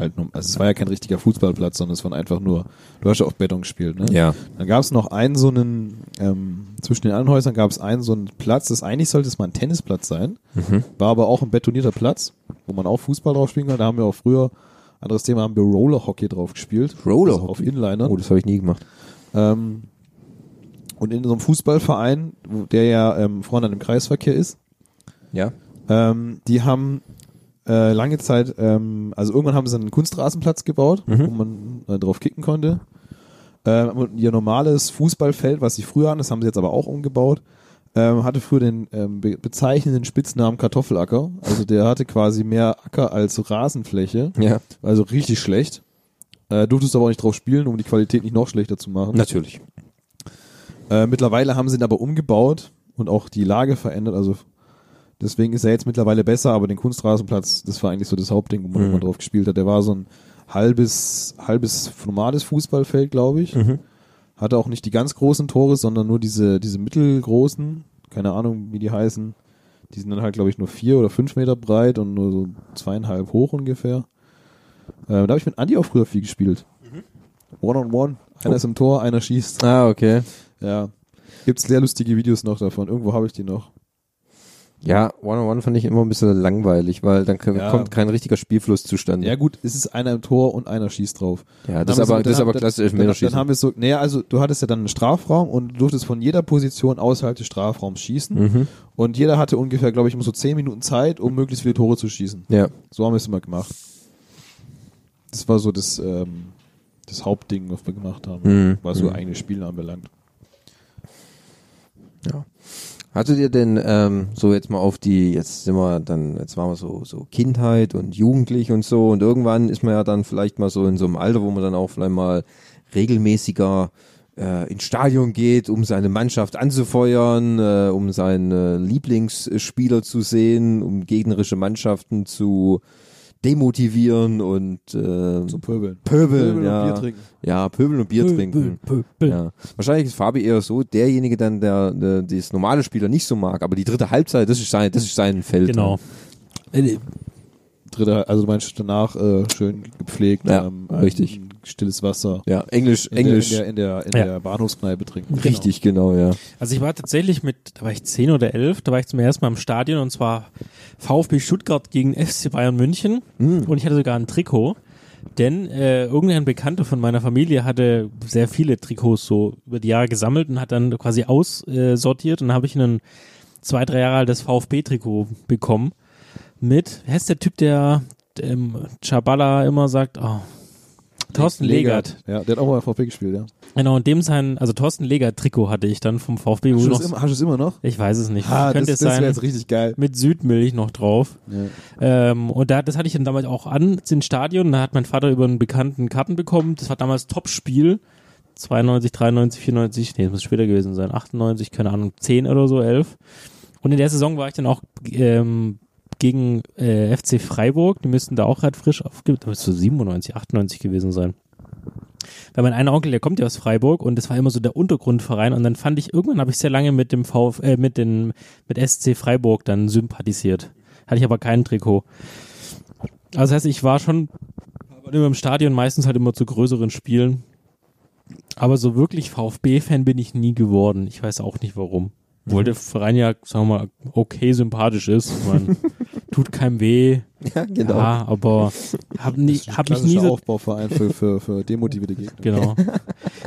S1: halt nur, also es war ja kein richtiger Fußballplatz, sondern es waren einfach nur, du hast ja auf Beton gespielt, ne?
S2: ja.
S1: Dann gab es noch einen so einen, ähm, zwischen den anderen Häusern gab es einen so einen Platz, das eigentlich sollte es mal ein Tennisplatz sein,
S2: Mhm.
S1: war aber auch ein betonierter Platz, wo man auch Fußball drauf spielen kann. Da haben wir auch früher, anderes Thema, haben wir Rollerhockey drauf gespielt.
S2: Rollerhockey?
S1: Also auf Inliner.
S2: Oh, das habe ich nie gemacht.
S1: Ähm, und in so einem Fußballverein, wo- der ja ähm, vorne an dem Kreisverkehr ist,
S2: Ja.
S1: ähm, die haben äh, lange Zeit, ähm, also irgendwann haben sie einen Kunstrasenplatz gebaut, wo man äh, drauf kicken konnte. Ähm, und ihr normales Fußballfeld, was sie früher hatten, das haben sie jetzt aber auch umgebaut, ähm, hatte früher den ähm, be bezeichnenden Spitznamen Kartoffelacker. Also der hatte quasi mehr Acker als Rasenfläche.
S2: Ja.
S1: Also richtig schlecht. Äh, durftest aber auch nicht drauf spielen, um die Qualität nicht noch schlechter zu machen.
S2: Natürlich.
S1: Äh, mittlerweile haben sie ihn aber umgebaut und auch die Lage verändert. Also deswegen ist er jetzt mittlerweile besser, aber den Kunstrasenplatz, das war eigentlich so das Hauptding, wo man immer drauf gespielt hat. Der war so ein halbes, halbes normales Fußballfeld, glaube ich. Hatte auch nicht die ganz großen Tore, sondern nur diese, diese mittelgroßen, keine Ahnung, wie die heißen. Die sind dann halt, glaube ich, nur vier oder fünf Meter breit und nur so zweieinhalb hoch ungefähr. Äh, da habe ich mit Andi auch früher viel gespielt. One-on-one. Einer ist im Tor, einer schießt.
S2: Ah, okay.
S1: Ja. Gibt's sehr lustige Videos noch davon. Irgendwo habe ich die noch.
S2: Ja, One-on-One fand ich immer ein bisschen langweilig, weil dann k-
S1: Ja.
S2: kommt kein richtiger Spielfluss zustande.
S1: Ja gut, es ist einer im Tor und einer schießt drauf.
S2: Ja,
S1: Dann
S2: das
S1: haben
S2: ist aber-
S1: wir
S2: das ist
S1: dann-
S2: aber
S1: dann,
S2: klassisch
S1: dann,
S2: Elfmeterschießen.
S1: dann haben wir so, naja, also du hattest ja dann einen Strafraum und du durftest von jeder Position außerhalb des Strafraums schießen.
S2: Mhm.
S1: Und jeder hatte ungefähr, glaube ich, immer so 10 Minuten Zeit, um möglichst viele Tore zu schießen.
S2: Ja.
S1: So haben wir es immer gemacht. Das war so das, ähm, das Hauptding, was wir gemacht haben,
S2: Mhm.
S1: was so eigene Spiele anbelangt.
S2: Hattet ihr denn ähm, so jetzt mal auf die, jetzt sind wir dann, jetzt waren wir so, so Kindheit und Jugendlich und so und irgendwann ist man ja dann vielleicht mal so in so einem Alter, wo man dann auch vielleicht mal regelmäßiger äh, ins Stadion geht, um seine Mannschaft anzufeuern, äh, um seine Lieblingsspieler zu sehen, um gegnerische Mannschaften zu demotivieren und äh,
S1: Zum Pöbeln.
S2: pöbeln,
S1: Pöbeln
S2: ja.
S1: und Bier trinken.
S2: Ja, pöbeln und Bier trinken. Ja. Wahrscheinlich ist Fabi eher so derjenige dann, der, der das normale Spieler nicht so mag, aber die dritte Halbzeit, das ist sein, das ist sein Feld.
S3: Genau. Äh,
S1: Dritter, also du meinst danach äh, schön gepflegt,
S2: Ja,
S1: ähm,
S2: richtig.
S1: ein stilles Wasser.
S2: Ja, Englisch,
S1: In
S2: Englisch.
S1: Der, in der, in der, in
S3: Ja.
S1: der Bahnhofskneipe trinken.
S2: Richtig, genau, ja.
S3: Also ich war tatsächlich mit, da war ich 10 oder 11, da war ich zum ersten Mal im Stadion und zwar VfB Stuttgart gegen FC Bayern München
S1: Mm.
S3: und ich hatte sogar ein Trikot, denn äh, irgendein Bekannter von meiner Familie hatte sehr viele Trikots so über die Jahre gesammelt und hat dann quasi aussortiert und dann habe ich einen zwei, drei Jahre altes VfB-Trikot bekommen mit, wer ist der Typ, der ähm, Chabala immer sagt, oh, Thorsten Legert.
S1: Ja, der hat auch mal VfB gespielt, ja.
S3: Genau, und dem sein, also Thorsten Leger-Trikot hatte ich dann vom VfB. wo
S1: Hast du,
S3: noch-
S1: das immer, hast du es immer noch?
S3: ich weiß es nicht.
S1: Ah,
S3: Könnte
S1: das,
S3: es
S1: das wäre
S3: sein.
S1: jetzt richtig geil.
S3: Mit Südmilch noch drauf.
S1: Ja. (laughs)
S3: Ähm, und da, das hatte ich dann damals auch an, ins Stadion. Da hat mein Vater über einen bekannten Karten bekommen. Das war damals Topspiel. 92, 93, 94, nee, das muss später gewesen sein. 98, keine Ahnung, 10 oder so, 11. Und in der Saison war ich dann auch ähm, gegen äh, FC Freiburg. Die müssten da auch gerade frisch aufgeben. Da müsste so 97, 98 gewesen sein. Weil mein einer Onkel, der kommt ja aus Freiburg und das war immer so der Untergrundverein und dann fand ich, irgendwann habe ich sehr lange mit dem Vf, äh, mit den, mit SC Freiburg dann sympathisiert. Hatte ich aber kein Trikot. Also das heißt, ich war schon aber immer im Stadion, meistens halt immer zu größeren Spielen. Aber so wirklich VfB-Fan bin ich nie geworden. Ich weiß auch nicht warum. Obwohl der Verein ja, sagen wir mal, okay sympathisch ist. Man tut keinem weh.
S2: Ja, genau.
S3: Ja, aber hab, nie, hab mich nie
S1: Klassischer
S3: so
S1: Aufbauverein für, für, für demotivierte
S3: (laughs)
S1: Gegner.
S3: Genau.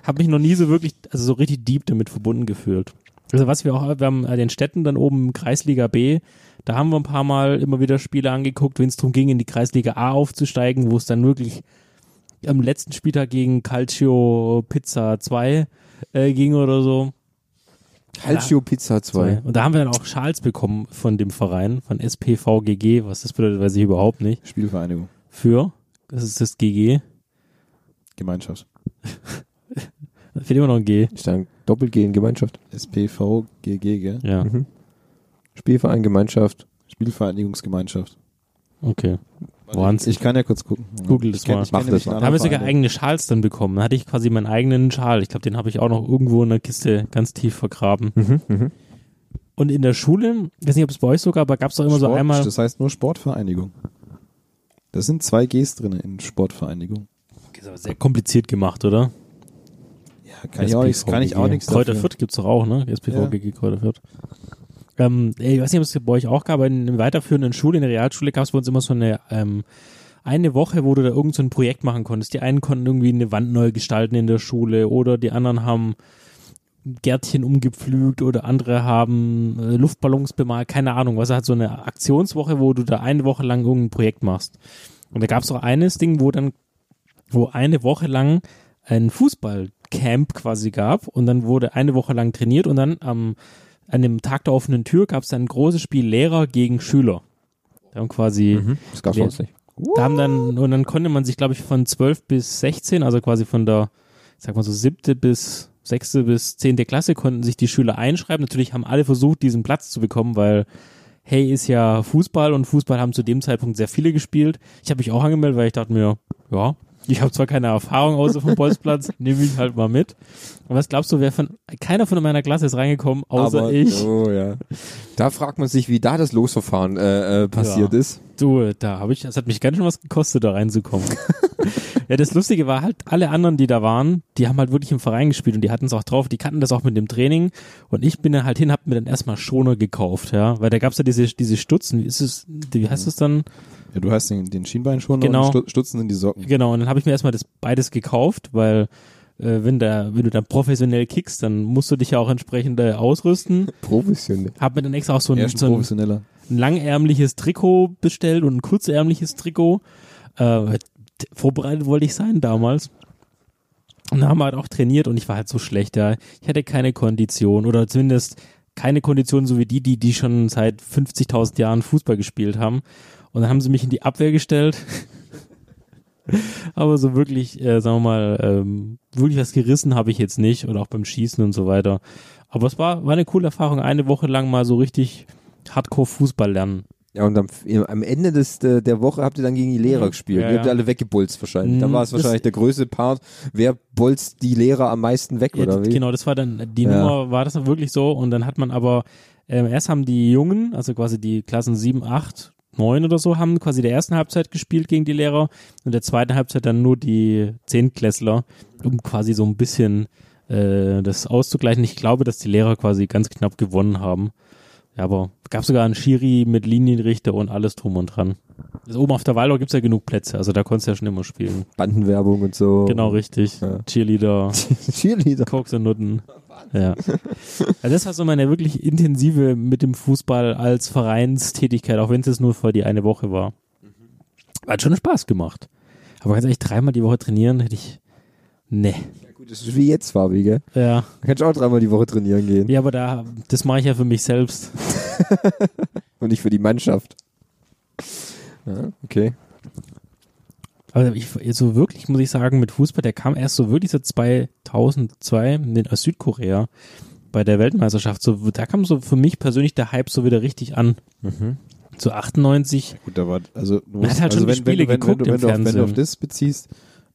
S3: Habe mich noch nie so wirklich, also so richtig deep damit verbunden gefühlt. Also was wir auch, wir haben äh, den Städten dann oben im Kreisliga B, da haben wir ein paar Mal immer wieder Spiele angeguckt, wenn es darum ging, in die Kreisliga A aufzusteigen, wo es dann wirklich am letzten Spieltag gegen Calcio Pizza 2 äh, ging oder so.
S2: Calcio Pizza 2.
S3: Und da haben wir dann auch Schals bekommen von dem Verein, von SPVGG. Was das bedeutet, weiß ich überhaupt nicht.
S1: Spielvereinigung.
S3: Für, das ist das GG.
S1: Gemeinschaft.
S3: Da fehlt immer noch ein G.
S2: Stand Doppel G in Gemeinschaft.
S1: SPVGG, gell?
S3: Ja,
S2: Mhm. Spielverein Gemeinschaft.
S1: Spielvereinigungsgemeinschaft.
S3: okay. Wahnsinn.
S1: Ich kann ja kurz gucken.
S3: Google das
S1: ich kenn-
S3: mal.
S1: Ich kenn
S2: Mach
S1: nämlich
S2: das mal.
S1: einen
S3: Da haben wir
S1: anderen
S3: sogar
S1: Verein.
S3: eigene Schals dann bekommen. Da hatte ich quasi meinen eigenen Schal. Ich glaube, den habe ich auch noch irgendwo in der Kiste ganz tief vergraben.
S1: Mhm,
S3: Und in der Schule, ich weiß nicht, ob es bei euch sogar, aber gab es doch immer so
S1: Sport-
S3: einmal.
S1: Das heißt nur Sportvereinigung. Da sind zwei Gs drin in Sportvereinigung.
S3: Ist aber sehr kompliziert gemacht, oder?
S1: Ja, kann ich auch nichts, kann ich auch nichts
S3: Kräuter
S1: dafür.
S3: Fürth gibt's doch auch, ne? SPVGG Kräuter Fürth. Ähm, ey, ich weiß nicht, ob es bei euch auch gab, aber in der weiterführenden Schule, in der Realschule gab's bei uns immer so eine ähm, eine Woche, wo du da irgend so ein Projekt machen konntest. Die einen konnten irgendwie eine Wand neu gestalten in der Schule oder die anderen haben Gärtchen umgepflügt oder andere haben äh, Luftballons bemalt, keine Ahnung, was er hat so eine Aktionswoche, wo du da eine Woche lang irgendein Projekt machst. Und da gab es auch eines Ding, wo dann, wo eine Woche lang ein Fußballcamp quasi gab und dann wurde eine Woche lang trainiert und dann am, an dem Tag der offenen Tür gab es dann ein großes Spiel Lehrer gegen Schüler. Da haben
S2: Mhm.
S3: quasi
S2: Das gab's
S3: Wer-
S2: bei uns nicht.
S3: da haben dann, und dann konnte man sich, glaube ich, von 12 bis 16, also quasi von der, ich sag mal so, siebte bis sechste bis zehnte Klasse, konnten sich die Schüler einschreiben. Natürlich haben alle versucht, diesen Platz zu bekommen, weil hey, ist ja Fußball und Fußball haben zu dem Zeitpunkt sehr viele gespielt. Ich habe mich auch angemeldet, weil ich dachte mir, ja, ich habe zwar keine Erfahrung außer vom Bolzplatz, (laughs) nehme ich halt mal mit. Und was glaubst du, wer von, keiner von meiner Klasse ist reingekommen, außer
S2: Aber-
S3: ich.
S2: Oh, ja. Da fragt man sich, wie da das Losverfahren äh, äh, passiert
S3: Ja.
S2: ist.
S3: Du, da habe ich, das hat mich ganz schön was gekostet, da reinzukommen. ja, das Lustige war halt, alle anderen, die da waren, die haben halt wirklich im Verein gespielt und die hatten es auch drauf, die kannten das auch mit dem Training. Und ich bin dann halt hin, hab mir dann erstmal Schoner gekauft, ja. Weil da gab's ja diese, diese Stutzen, wie ist es, wie heißt es dann?
S1: Ja, du hast den, den Schienbein schon
S3: Genau.
S1: und den Stu- Stutzen sind die Socken.
S3: Genau, und dann habe ich mir erstmal das beides gekauft, weil äh, wenn, da, wenn du dann professionell kickst, dann musst du dich ja auch entsprechend äh, ausrüsten.
S2: Professionell.
S3: Hab mir dann extra auch so
S1: Er
S3: ein,
S1: ist ein
S3: so ein
S1: professioneller.
S3: ein langärmliches Trikot bestellt und ein kurzärmliches Trikot. Äh, t- vorbereitet wollte ich sein damals. Und da haben wir halt auch trainiert und ich war halt so schlecht. Ja. Ich hatte keine Kondition oder zumindest keine Kondition, so wie die, die, die schon seit 50.000 Jahren Fußball gespielt haben. Und dann haben sie mich in die Abwehr gestellt. (laughs) Aber so wirklich, äh, sagen wir mal, ähm, wirklich was gerissen habe ich jetzt nicht und auch beim Schießen und so weiter. Aber es war, war eine coole Erfahrung, eine Woche lang mal so richtig Hardcore-Fußball lernen.
S2: Ja, und am, am Ende des, der, der Woche habt ihr dann gegen die Lehrer gespielt.
S3: Ja,
S2: ihr habt
S3: ja.
S2: alle weggebolzt wahrscheinlich. Da
S3: Mm,
S2: war es
S3: das-
S2: wahrscheinlich der größte Part. Wer bolzt die Lehrer am meisten weg,
S3: Ja,
S2: oder
S3: d-
S2: wie?
S3: genau, das war dann, die
S2: Ja.
S3: Nummer war das dann wirklich so und dann hat man aber, ähm, erst haben die Jungen, also quasi die Klassen 7, 8, 9 oder so, haben quasi der ersten Halbzeit gespielt gegen die Lehrer und der zweiten Halbzeit dann nur die Zehntklässler, um quasi so ein bisschen äh, das auszugleichen. Ich glaube, dass die Lehrer quasi ganz knapp gewonnen haben. Ja, aber gab sogar einen Schiri mit Linienrichter und alles drum und dran. Also oben auf der Waldau gibt's ja genug Plätze, also da konntest du ja schon immer spielen.
S2: Bandenwerbung und so.
S3: Genau, richtig.
S2: Oh. Ja.
S3: Cheerleader.
S2: (laughs) Cheerleader.
S3: Koks und Nutten. Ja. Also das war so meine wirklich intensive mit dem Fußball als Vereinstätigkeit, auch wenn es jetzt nur für die eine Woche war. Hat schon Spaß gemacht. Aber ganz ehrlich, dreimal die Woche trainieren hätte ich. ne. Nee.
S2: Ja, gut, das ist wie jetzt, Fabi, gell?
S3: Ja.
S2: Da kannst du auch dreimal die Woche trainieren gehen.
S3: Ja, aber da, das mache ich ja für mich selbst.
S2: Und nicht für die Mannschaft. Ja, okay.
S3: Aber Also ich, so wirklich muss ich sagen, mit Fußball, der kam erst so wirklich so 2002 in aus Südkorea bei der Weltmeisterschaft. So, da kam so für mich persönlich der Hype so wieder richtig an. Zu 98
S1: Gut, da war, also, du
S3: Man hat halt
S1: also
S3: schon die Spiele
S1: wenn,
S3: geguckt
S1: wenn, du- wenn,
S3: im
S1: du auf, wenn du auf
S3: Fernsehen.
S1: das beziehst,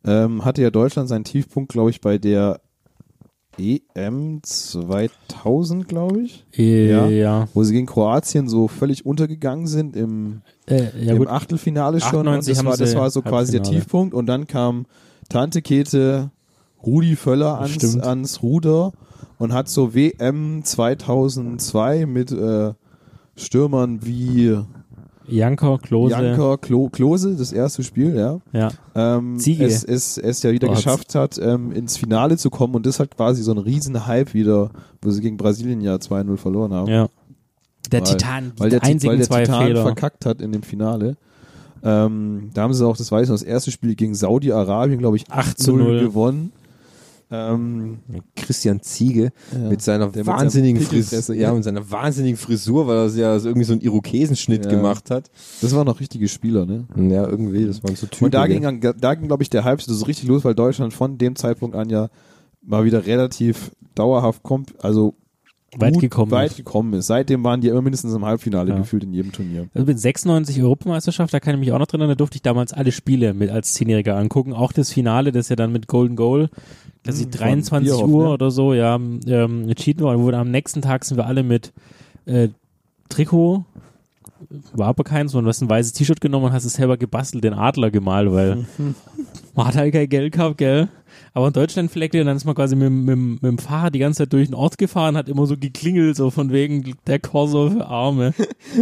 S1: ähm, hatte ja Deutschland seinen Tiefpunkt, glaube ich, bei der E EM 2000, glaube ich,
S3: Äh,
S1: Ja.
S3: ja. Ja,
S1: wo sie gegen Kroatien so völlig untergegangen sind im,
S3: äh, ja
S1: im
S3: gut.
S1: Achtelfinale schon. Und
S3: 98
S1: das,
S3: haben
S1: war, das
S3: sie
S1: war so quasi der
S3: Halbfinale.
S1: Tiefpunkt. Und dann kam Tante Kete, Rudi Völler ans,
S3: Stimmt.
S1: ans Ruder und hat so WM 2002 mit äh, Stürmern wie
S3: Janker, Klose.
S1: Janker Klo Klose, das erste Spiel, ja.
S3: Ja.
S1: Ähm,
S3: Ziege.
S1: Es, es, es ja wieder
S3: Oh, hat's-
S1: geschafft hat, ähm, ins Finale zu kommen. Und das hat quasi so einen riesen Hype wieder, wo sie gegen Brasilien ja 2-0 verloren haben.
S3: ja. Der
S1: Weil-
S3: Titan,
S1: weil
S3: die
S1: der, Tit-
S3: einzigen
S1: weil der
S3: zwei
S1: Titan
S3: Fehler.
S1: verkackt hat in dem Finale. Ähm, da haben sie auch, das weiß ich noch, das erste Spiel gegen Saudi-Arabien, glaube ich,
S3: 8 zu 0.
S1: 8-0 gewonnen. Ähm,
S2: Christian Ziege mit seiner
S1: Der mit seiner
S2: wahnsinnigen Frisur.
S1: Pickelfresse,
S2: Ja,
S1: ja.
S2: und seiner wahnsinnigen Frisur, weil er ja so irgendwie so einen Irokesenschnitt
S1: Ja.
S2: gemacht hat.
S1: das waren noch richtige Spieler, ne?
S2: Ja, irgendwie, das waren so Typen.
S1: Und da ging,
S2: gell?
S1: dann- da ging glaube ich, der Hype so richtig los, weil Deutschland von dem Zeitpunkt an ja mal wieder relativ dauerhaft kommt, also
S3: Weit
S1: gut
S3: gekommen.
S1: weit gekommen ist. Seitdem waren die immer mindestens im Halbfinale
S3: Ja.
S1: gefühlt in jedem Turnier.
S3: Also mit 96 Europameisterschaft, da kann ich mich auch noch drin erinnern, da durfte ich damals alle Spiele mit als Zehnjähriger angucken. Auch das Finale, das ja dann mit Golden Goal, dass ich 23
S1: Bierhoff,
S3: Uhr
S1: ne?
S3: oder so, ja, ähm, entschieden war. Wo wir am nächsten Tag sind wir alle mit äh, Trikot, war aber keins, sondern du hast ein weißes T-Shirt genommen und hast es selber gebastelt, den Adler gemalt, weil man hat halt kein Geld gehabt, gell? Aber in Deutschland fleckte und dann ist man quasi mit, dem- mit, dem- mit dem Fahrrad die ganze Zeit durch den Ort gefahren, hat immer so geklingelt, so von wegen der Korso für Arme.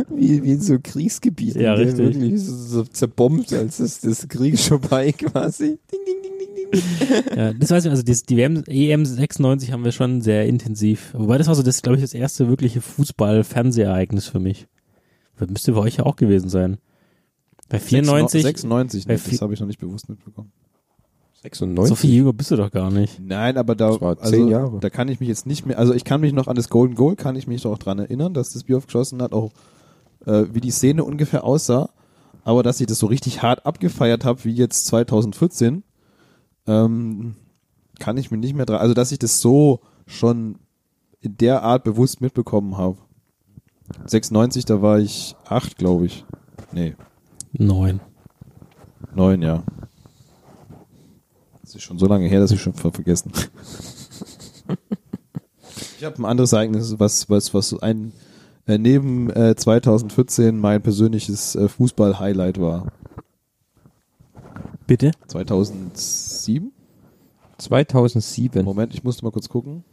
S2: wie, wie in so Kriegsgebieten.
S3: Ja,
S2: gell?
S3: richtig.
S2: Wirklich so, so zerbombt, als das, das Krieg schon bei (laughs) quasi. Ding, ding, ding, ding, ding.
S3: Ja, das weiß ich, also das, die WM, EM 96 haben wir schon sehr intensiv. Wobei das war so, das glaube ich, das erste wirkliche Fußball-Fernsehereignis für mich. Das müsste bei euch ja auch gewesen sein. Bei 94,
S1: 96,
S3: bei
S1: ne?
S3: vi-
S1: das habe ich noch nicht bewusst mitbekommen.
S2: 96.
S3: so viel jünger bist du doch gar nicht.
S1: Nein, aber da,
S2: Das war
S1: also,
S2: zehn Jahre.
S1: da kann ich mich jetzt nicht mehr, also ich kann mich noch an das Golden Goal, kann ich mich doch dran erinnern, dass das Bierhoff geschossen hat, auch äh, wie die Szene ungefähr aussah, aber dass ich das so richtig hart abgefeiert habe, wie jetzt 2014, ähm, kann ich mir nicht mehr dran, also dass ich das so schon in der Art bewusst mitbekommen habe. 96, da war ich acht, glaube ich. Nee,
S3: Neun.
S1: neun, ja. Das ist schon so lange her, dass ich schon ver- vergessen. ich habe ein anderes Ereignis, was was was ein äh, neben äh, 2014 mein persönliches äh, Fußball-Highlight war.
S3: Bitte?
S1: 2007?
S2: 2007.
S1: Moment, ich musste mal kurz gucken.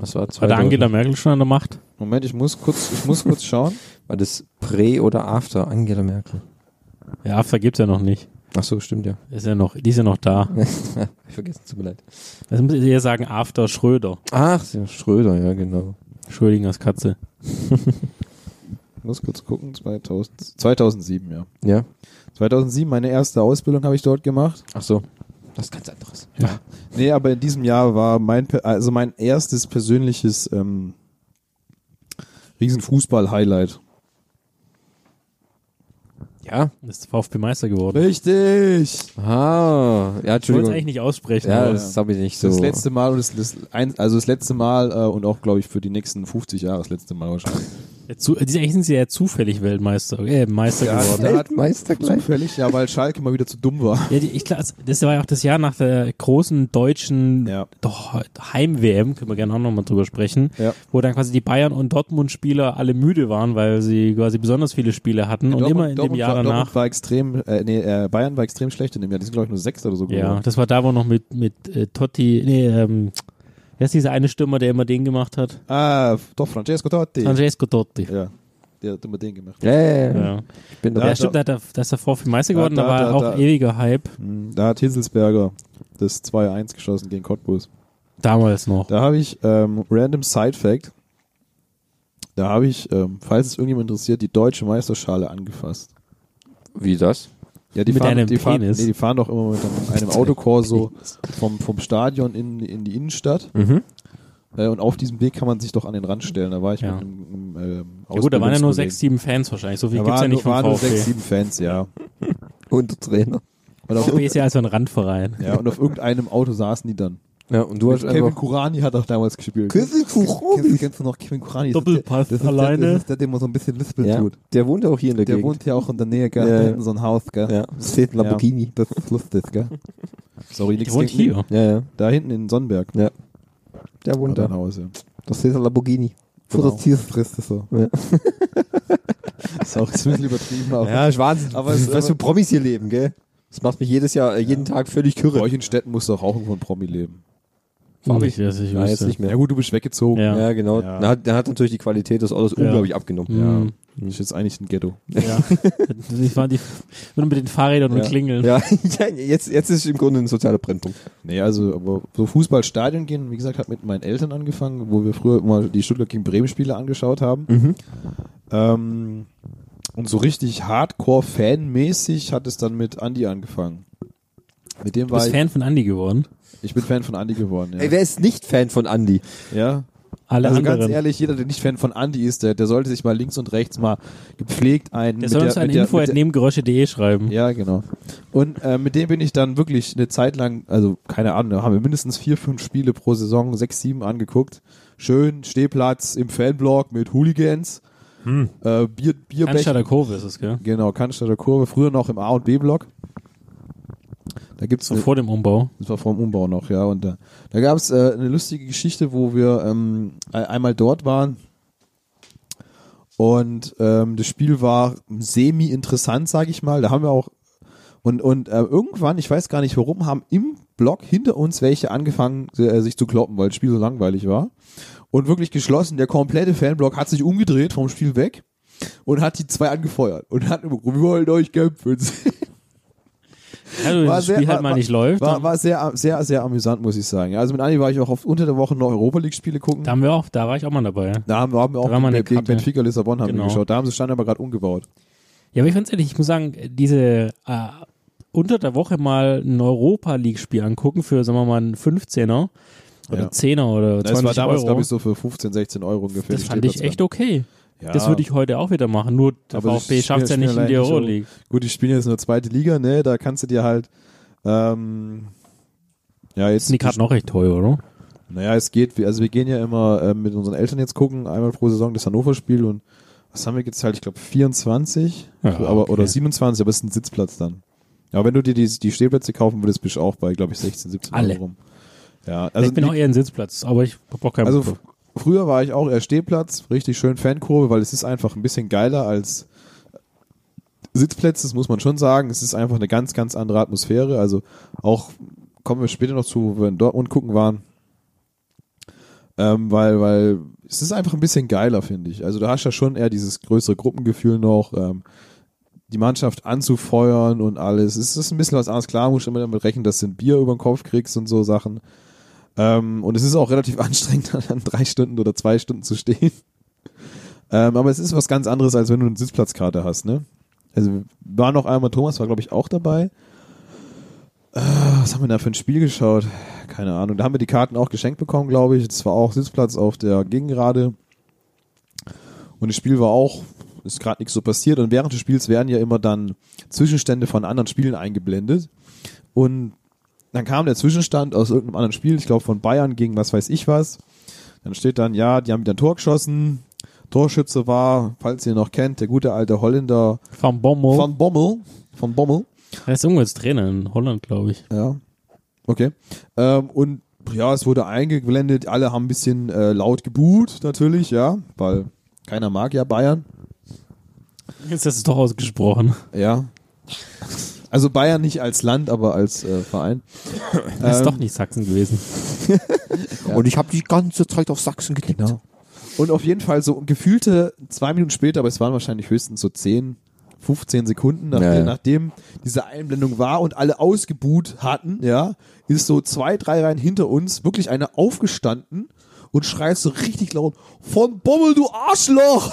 S2: Was war
S3: War da Angela Merkel schon an der Macht?
S1: Moment, ich muss kurz ich muss kurz schauen.
S2: War das Prä oder After Angela Merkel?
S3: Ja, AFA gibt's ja noch nicht.
S2: Ach so, stimmt ja.
S3: Ist ja noch, die ist ja noch da.
S2: Ich vergessen, tut mir leid.
S3: Also muss ich eher sagen, After Schröder.
S2: Ach, ja, Schröder, ja, genau.
S3: Schrödingers Katze.
S1: Ich muss kurz gucken. 2000, 2007, ja.
S2: Ja.
S1: 2007 meine erste Ausbildung habe ich dort gemacht.
S2: Ach so. Das ist ganz anderes.
S1: Nee, aber in diesem Jahr war mein, per- also mein erstes persönliches ähm, Riesenfußball-Highlight.
S2: Ja.
S3: Das ist VfB Meister geworden.
S1: Richtig!
S2: Ah, ja,
S3: Ich wollte es eigentlich
S2: Entschuldigung.
S3: nicht aussprechen.
S2: Ja,
S3: aber-
S2: das habe ich nicht so.
S1: Das letzte Mal und das, das ein, also das letzte Mal äh, und auch glaube ich für die nächsten 50 Jahre das letzte Mal wahrscheinlich.
S3: Ja, zu, die, eigentlich sind sie ja zufällig Weltmeister, äh, Meister
S1: Ja,
S3: geworden.
S1: da hat
S3: (laughs)
S2: Weltmeister gleich.
S1: zufällig, ja, weil Schalke mal wieder zu dumm war.
S3: Ja, die, ich, klar, das war ja auch das Jahr nach der großen deutschen
S1: Ja.
S3: doch, Heim-WM, können wir gerne auch nochmal drüber sprechen,
S1: Ja.
S3: wo dann quasi die Bayern- und Dortmund-Spieler alle müde waren, weil sie quasi besonders viele Spiele hatten und immer in dem
S1: Dortmund
S3: Jahr
S1: war,
S3: danach.
S1: Dortmund war extrem, äh, nee, äh, Bayern war extrem schlecht in dem Jahr. Die sind glaube ich nur sechs oder so
S3: Ja,
S1: geworden.
S3: das war da, wo noch mit, mit äh, Totti, nee, ähm, wer ist dieser eine Stürmer, der immer den gemacht hat?
S1: Ah, doch Francesco Totti.
S3: Francesco Totti.
S1: ja, der hat immer den gemacht.
S2: Ja, ja, ja.
S3: Ja,
S2: Ich bin
S3: ja,
S2: dabei.
S3: stimmt, da, hat er- da ist er VfB Meister
S1: Da,
S3: geworden, da,
S1: da,
S3: war
S1: da,
S3: auch
S1: da.
S3: ewiger Hype.
S1: Mhm, Da hat Hinselsberger das 2-1 geschossen gegen Cottbus.
S3: Damals noch.
S1: Da habe ich ähm, random Side Fact. Da habe ich, ähm, falls es irgendjemand interessiert, die deutsche Meisterschale angefasst.
S2: Wie das?
S1: Ja, die
S3: Mit
S1: fahren,
S3: einem
S1: die fahren,
S3: Penis?
S1: Nee, die fahren doch immer mit einem, einem Autokorso vom, vom Stadion in, in die Innenstadt.
S2: Mhm.
S1: Äh, und auf diesem Weg kann man sich doch an den Rand stellen. Da war ich
S3: Ja.
S1: mit einem, ähm,
S3: Ja, gut, da waren ja nur
S1: Ausbildungskollegen.
S3: sechs, sieben Fans wahrscheinlich, so viel
S1: Da
S3: gibt's ja
S1: waren,
S3: nicht
S1: nur, waren
S3: vom
S1: nur
S3: VfB.
S1: sechs, sieben Fans, ja.
S2: Und der Trainer.
S1: Und auf,
S3: VfB ist (laughs) ja also ein Randverein.
S1: ja. Und auf irgendeinem Auto saßen die dann.
S2: Ja, und du hast
S1: Kevin
S2: einfach.
S1: Kurani hat auch damals gespielt.
S2: Kevin Kurani?
S1: Kennst- Kennst du noch Kevin Kurani? Das ist der-
S3: Doppelpass
S1: das ist der-
S3: alleine.
S1: Das ist der, der immer so ein bisschen lispeln
S2: Ja.
S1: tut.
S2: Der wohnt auch hier in der,
S1: Der
S2: Gegend.
S1: wohnt hier auch in der Nähe, gell?
S2: Ja,
S1: Da
S2: ja.
S1: hinten so ein Haus, gell?
S2: ja. Steht ein Lamborghini.
S1: Das ist lustig, gell? (laughs) Sorry,
S3: Die
S1: nichts
S3: wohnt
S1: gegen-
S3: hier.
S2: Ja, ja.
S1: Da hinten in Sonnenberg.
S2: Der wohnt
S1: Oder
S2: da.
S1: nach Hause.
S2: Das steht ein Lamborghini.
S1: Genau.
S2: Vor der Tür frisst es so.
S1: (laughs)
S2: Ja.
S1: Ist auch ist ein bisschen übertrieben, aber
S2: Ja, ist Wahnsinn.
S1: Aber es-
S2: was für Promis hier leben, gell? Das macht mich jedes Jahr, äh, jeden Tag völlig
S1: bei
S2: kirre.
S1: euch in Städten muss doch auch irgendwo ein Promi leben.
S2: Fabi.
S3: Nicht, dass ich
S2: Ja, jetzt
S3: wüsste.
S2: nicht mehr.
S1: gut, du bist weggezogen.
S3: Ja.
S2: Ja, genau.
S1: Ja.
S2: Da, hat, da hat natürlich die Qualität des Autos
S3: Ja.
S2: unglaublich abgenommen.
S1: Ja.
S3: Mhm.
S1: Ist jetzt eigentlich ein Ghetto. (laughs)
S3: Ja. Ich war die, nur mit den Fahrrädern und
S1: Ja.
S3: Klingeln.
S2: Ja, ja (laughs) jetzt, jetzt ist im Grunde ein sozialer Brennpunkt.
S1: Nee, also, aber so Fußballstadion gehen, wie gesagt, hat mit meinen Eltern angefangen, wo wir früher immer die Stuttgart gegen Bremen Spiele angeschaut haben.
S3: Mhm.
S1: Ähm, und so richtig Hardcore-Fanmäßig hat es dann mit Andy angefangen. Mit dem
S3: Du
S1: war
S3: bist
S1: ich,
S3: Fan von Andy geworden.
S1: ich bin Fan von Andy geworden. Ja.
S2: Ey, wer ist nicht Fan von Andy?
S1: ja.
S3: Alle
S1: also
S3: anderen.
S1: ganz ehrlich, jeder, der nicht Fan von Andy ist, der, der sollte sich mal links und rechts mal gepflegt einen.
S3: der soll uns eine Info
S1: mit
S3: at nebengeräusche.de E schreiben.
S1: Ja, genau. Und äh, mit dem bin ich dann wirklich eine Zeit lang, also keine Ahnung, da haben wir mindestens vier, fünf Spiele pro Saison, sechs, sieben angeguckt. Schön Stehplatz im Fanblock mit Hooligans, äh, Bier, Bierbecher,
S3: Anstatt Kurve ist es, gell?
S1: genau, Cannstatter Kurve, früher noch im A- und B-Block. Da gibt's
S3: So
S1: eine-
S3: vor dem Umbau.
S1: das war vor dem Umbau noch, ja. Und da, da gab es äh, eine lustige Geschichte, wo wir ähm, ein- einmal dort waren. Und ähm, das Spiel war semi-interessant, sage ich mal. Da haben wir auch. Und, und äh, irgendwann, ich weiß gar nicht warum, haben im Block hinter uns welche angefangen, äh, sich zu kloppen, weil das Spiel so langweilig war. Und wirklich geschlossen, der komplette Fanblock hat sich umgedreht vom Spiel weg und hat die zwei angefeuert und hat immer, wir wollen euch kämpfen. (laughs)
S3: Ja, du,
S1: War
S3: das
S1: sehr-
S3: Spiel halt
S1: war-
S3: mal
S1: war-
S3: nicht läuft.
S1: War,
S3: dann-
S1: war sehr, sehr, sehr amüsant, muss ich sagen. Ja, Also mit Anni war ich auch auf, unter der Woche noch Europa League-Spiele gucken.
S3: da
S1: Da,
S3: haben wir auch, da war ich auch mal dabei.
S1: haben, wir- haben wir auch
S3: war mal eine
S1: gegen
S3: Karte.
S1: Benfica Lissabon haben
S3: Genau.
S1: wir geschaut. Da haben sie stand aber gerade umgebaut.
S3: Ja, aber ich fand's ehrlich, ich muss sagen, diese äh, unter der Woche mal ein Europa League Spiel angucken für, sagen wir mal, einen 15er oder
S1: Ja.
S3: 10er oder 20
S1: Das war damals,
S3: Euro.
S1: glaube ich, so für 15, 16 Euro ungefähr.
S3: das
S1: die
S3: fand ich
S1: Stehplätze.
S3: echt okay.
S1: Ja.
S3: Das würde ich heute auch wieder machen, nur der
S1: Aber das
S3: VfB schafft's ja
S1: Spiel-
S3: nicht in die
S1: Spiel-
S3: Euro League.
S1: Gut, die spielen jetzt in der zweiten Liga, ne? Da kannst du dir halt. Ähm, ja, jetzt.
S3: Sind die Karten auch recht teuer, oder?
S1: Naja, es geht. wir- Also wir gehen ja immer ähm, mit unseren Eltern jetzt gucken, einmal pro Saison das Hannover-Spiel und was haben wir gezahlt? Ich glaube 24
S3: Ja,
S1: aber,
S3: okay.
S1: oder 27, aber es ist ein Sitzplatz dann. Ja, wenn du dir die, die Stehplätze kaufen würdest, bist du auch bei, glaube ich, 16, 17
S3: Alle.
S1: Euro rum. Ja, also,
S3: ich bin auch eher ein Sitzplatz, aber ich hab auch keinen
S1: also
S3: Bock.
S1: fr- früher war ich auch eher Stehplatz, richtig schön Fankurve, weil es ist einfach ein bisschen geiler als Sitzplätze, das muss man schon sagen. Es ist einfach eine ganz, ganz andere Atmosphäre. Also auch kommen wir später noch zu, wo wir in Dortmund gucken waren. Ähm, weil, weil es ist einfach ein bisschen geiler, finde ich. Also du hast ja schon eher dieses größere Gruppengefühl noch, ähm, die Mannschaft anzufeuern und alles. Es ist ein bisschen was anderes. Klar, musst du immer damit rechnen, dass du ein Bier über den Kopf kriegst und so Sachen. Ähm, und es ist auch relativ (laughs) anstrengend, dann an drei Stunden oder zwei Stunden zu stehen. Ähm, aber es ist was ganz anderes, als wenn du eine Sitzplatzkarte hast, ne? Also war noch einmal, Thomas war, glaube ich, auch dabei. Äh, was haben wir da für ein Spiel geschaut? Keine Ahnung. Da haben wir die Karten auch geschenkt bekommen, glaube ich. Das war auch Sitzplatz auf der Gegengerade. Und das Spiel war auch, ist gerade nichts so passiert. Und während des Spiels werden ja immer dann Zwischenstände von anderen Spielen eingeblendet. Und dann kam der Zwischenstand aus irgendeinem anderen Spiel, ich glaube von Bayern gegen was weiß ich was. Dann steht dann, ja, die haben wieder ein Tor geschossen. Torschütze war, falls ihr ihn noch kennt, der gute alte Holländer
S3: Van Bommel.
S1: von Bommel. Von Bommel.
S3: er ist irgendwo jetzt Trainer in Holland, glaube ich.
S1: Ja. Okay. Ähm, und ja, es wurde eingeblendet, alle haben ein bisschen äh, laut gebuht, natürlich, ja, weil keiner mag ja Bayern.
S3: Jetzt hast du es doch ausgesprochen. (laughs)
S1: Ja. Also Bayern nicht als Land, aber als äh, Verein.
S3: Das ist
S1: Ähm,
S3: doch nicht Sachsen gewesen.
S2: Und ich habe die ganze Zeit auf Sachsen getippt.
S1: Genau. Und auf jeden Fall so gefühlte zwei Minuten später, aber es waren wahrscheinlich höchstens so 10, 15 Sekunden, nachdem,
S2: Ja, ja.
S1: nachdem diese Einblendung war und alle ausgebuht hatten, ja, ist so zwei, drei Reihen hinter uns wirklich einer aufgestanden und schreit so richtig laut, von Bommel, du Arschloch!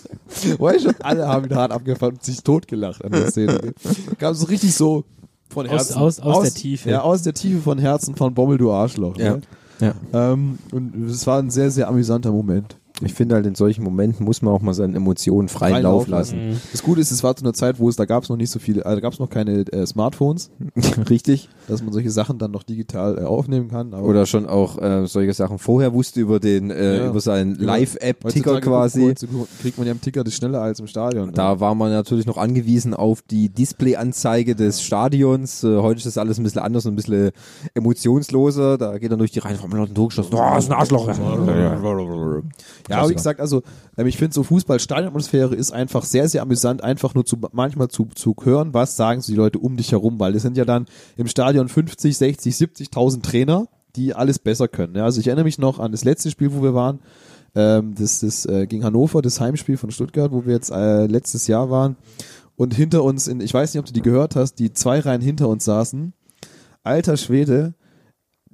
S1: (laughs) weißt du, alle haben ihn hart abgefahren und sich totgelacht an der Szene. Gab so richtig so von
S3: Aus-
S1: Herzen.
S3: aus- aus der Tiefe.
S1: Ja, aus der Tiefe von Herzen von Bommel, du Arschloch.
S2: Ja.
S1: Ne?
S2: Ja.
S1: Ähm, und es war ein sehr, sehr amüsanter Moment.
S2: Ich finde halt, in solchen Momenten muss man auch mal seinen Emotionen freien Lauf lassen.
S1: Das Gute ist, es war zu einer Zeit, wo es, da gab es noch nicht so viele, äh, da gab es noch keine äh, Smartphones,
S2: Mhm. (laughs) Richtig?
S1: dass man solche Sachen dann noch digital äh, aufnehmen kann. Aber
S2: Oder schon auch äh, solche Sachen vorher wusste über den äh,
S1: Ja.
S2: über seinen
S1: Über-
S2: Live-App-Ticker
S1: heutzutage
S2: quasi.
S1: guckt- heutzutage kriegt man ja am Ticker das schneller als im Stadion.
S2: Da war man natürlich noch angewiesen auf die Display-Anzeige des Stadions. Äh, heute ist das alles ein bisschen anders und ein bisschen emotionsloser. Da geht dann durch die Reihen von Leuten durchgeschossen. Oh, ist ein Arschloch.
S1: Ja, aber wie gesagt, also ähm, ich finde so Fußball-Stadionatmosphäre ist einfach sehr, sehr amüsant, einfach nur zu manchmal zu, zu hören, was sagen so die Leute um dich herum, weil es sind ja dann im Stadion 50, 60, 70.000 Trainer, die alles besser können. Ja, also ich erinnere mich noch an das letzte Spiel, wo wir waren, ähm, das, das äh, gegen Hannover, das Heimspiel von Stuttgart, wo wir jetzt äh, letztes Jahr waren. Und hinter uns, in, ich weiß nicht, ob du die gehört hast, die zwei Reihen hinter uns saßen. Alter Schwede,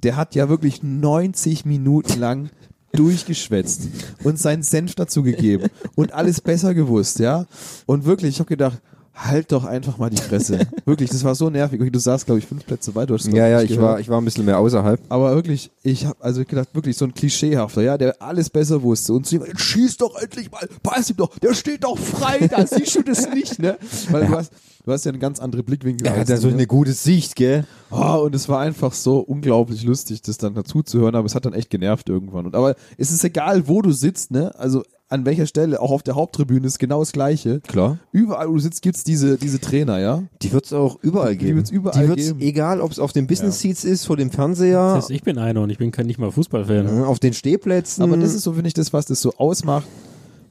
S1: der hat ja wirklich 90 Minuten lang durchgeschwätzt und seinen Senf dazu gegeben und alles besser gewusst, ja. Und wirklich, ich habe gedacht, halt doch einfach mal die Fresse. wirklich, das war so nervig. Du saßt, glaube ich, fünf Plätze weit. Du hast, glaub
S2: Ja, ja,
S1: nicht
S2: ich
S1: gehört.
S2: war, ich war ein bisschen mehr außerhalb.
S1: Aber wirklich, ich habe also gedacht, wirklich so ein klischeehafter, ja, der alles besser wusste und zu ihm, schieß doch endlich mal, pass ihm doch, der steht doch frei, da siehst du das nicht, ne? Weil du hast, du hast ja einen ganz anderen Blickwinkel. als du, ne?
S2: gute Sicht, gell?
S1: oh, und es war einfach so unglaublich lustig, das dann dazu zu hören, aber es hat dann echt genervt irgendwann. Und aber es ist egal, wo du sitzt, ne? Also an welcher Stelle, auch auf der Haupttribüne ist genau das Gleiche.
S2: Klar.
S1: Überall, wo du sitzt, gibt's diese, diese Trainer, ja?
S2: Die wird's auch überall geben.
S1: wird's überall
S2: Die wird's,
S1: geben.
S2: egal ob es auf den Business Seats ist, vor dem
S1: Ah.
S2: Fernseher,
S3: Das heißt, ich bin einer und ich bin kein, nicht mal Fußballfan.
S2: äh, auf den Stehplätzen.
S1: Aber das ist so, finde ich, das, was das so ausmacht.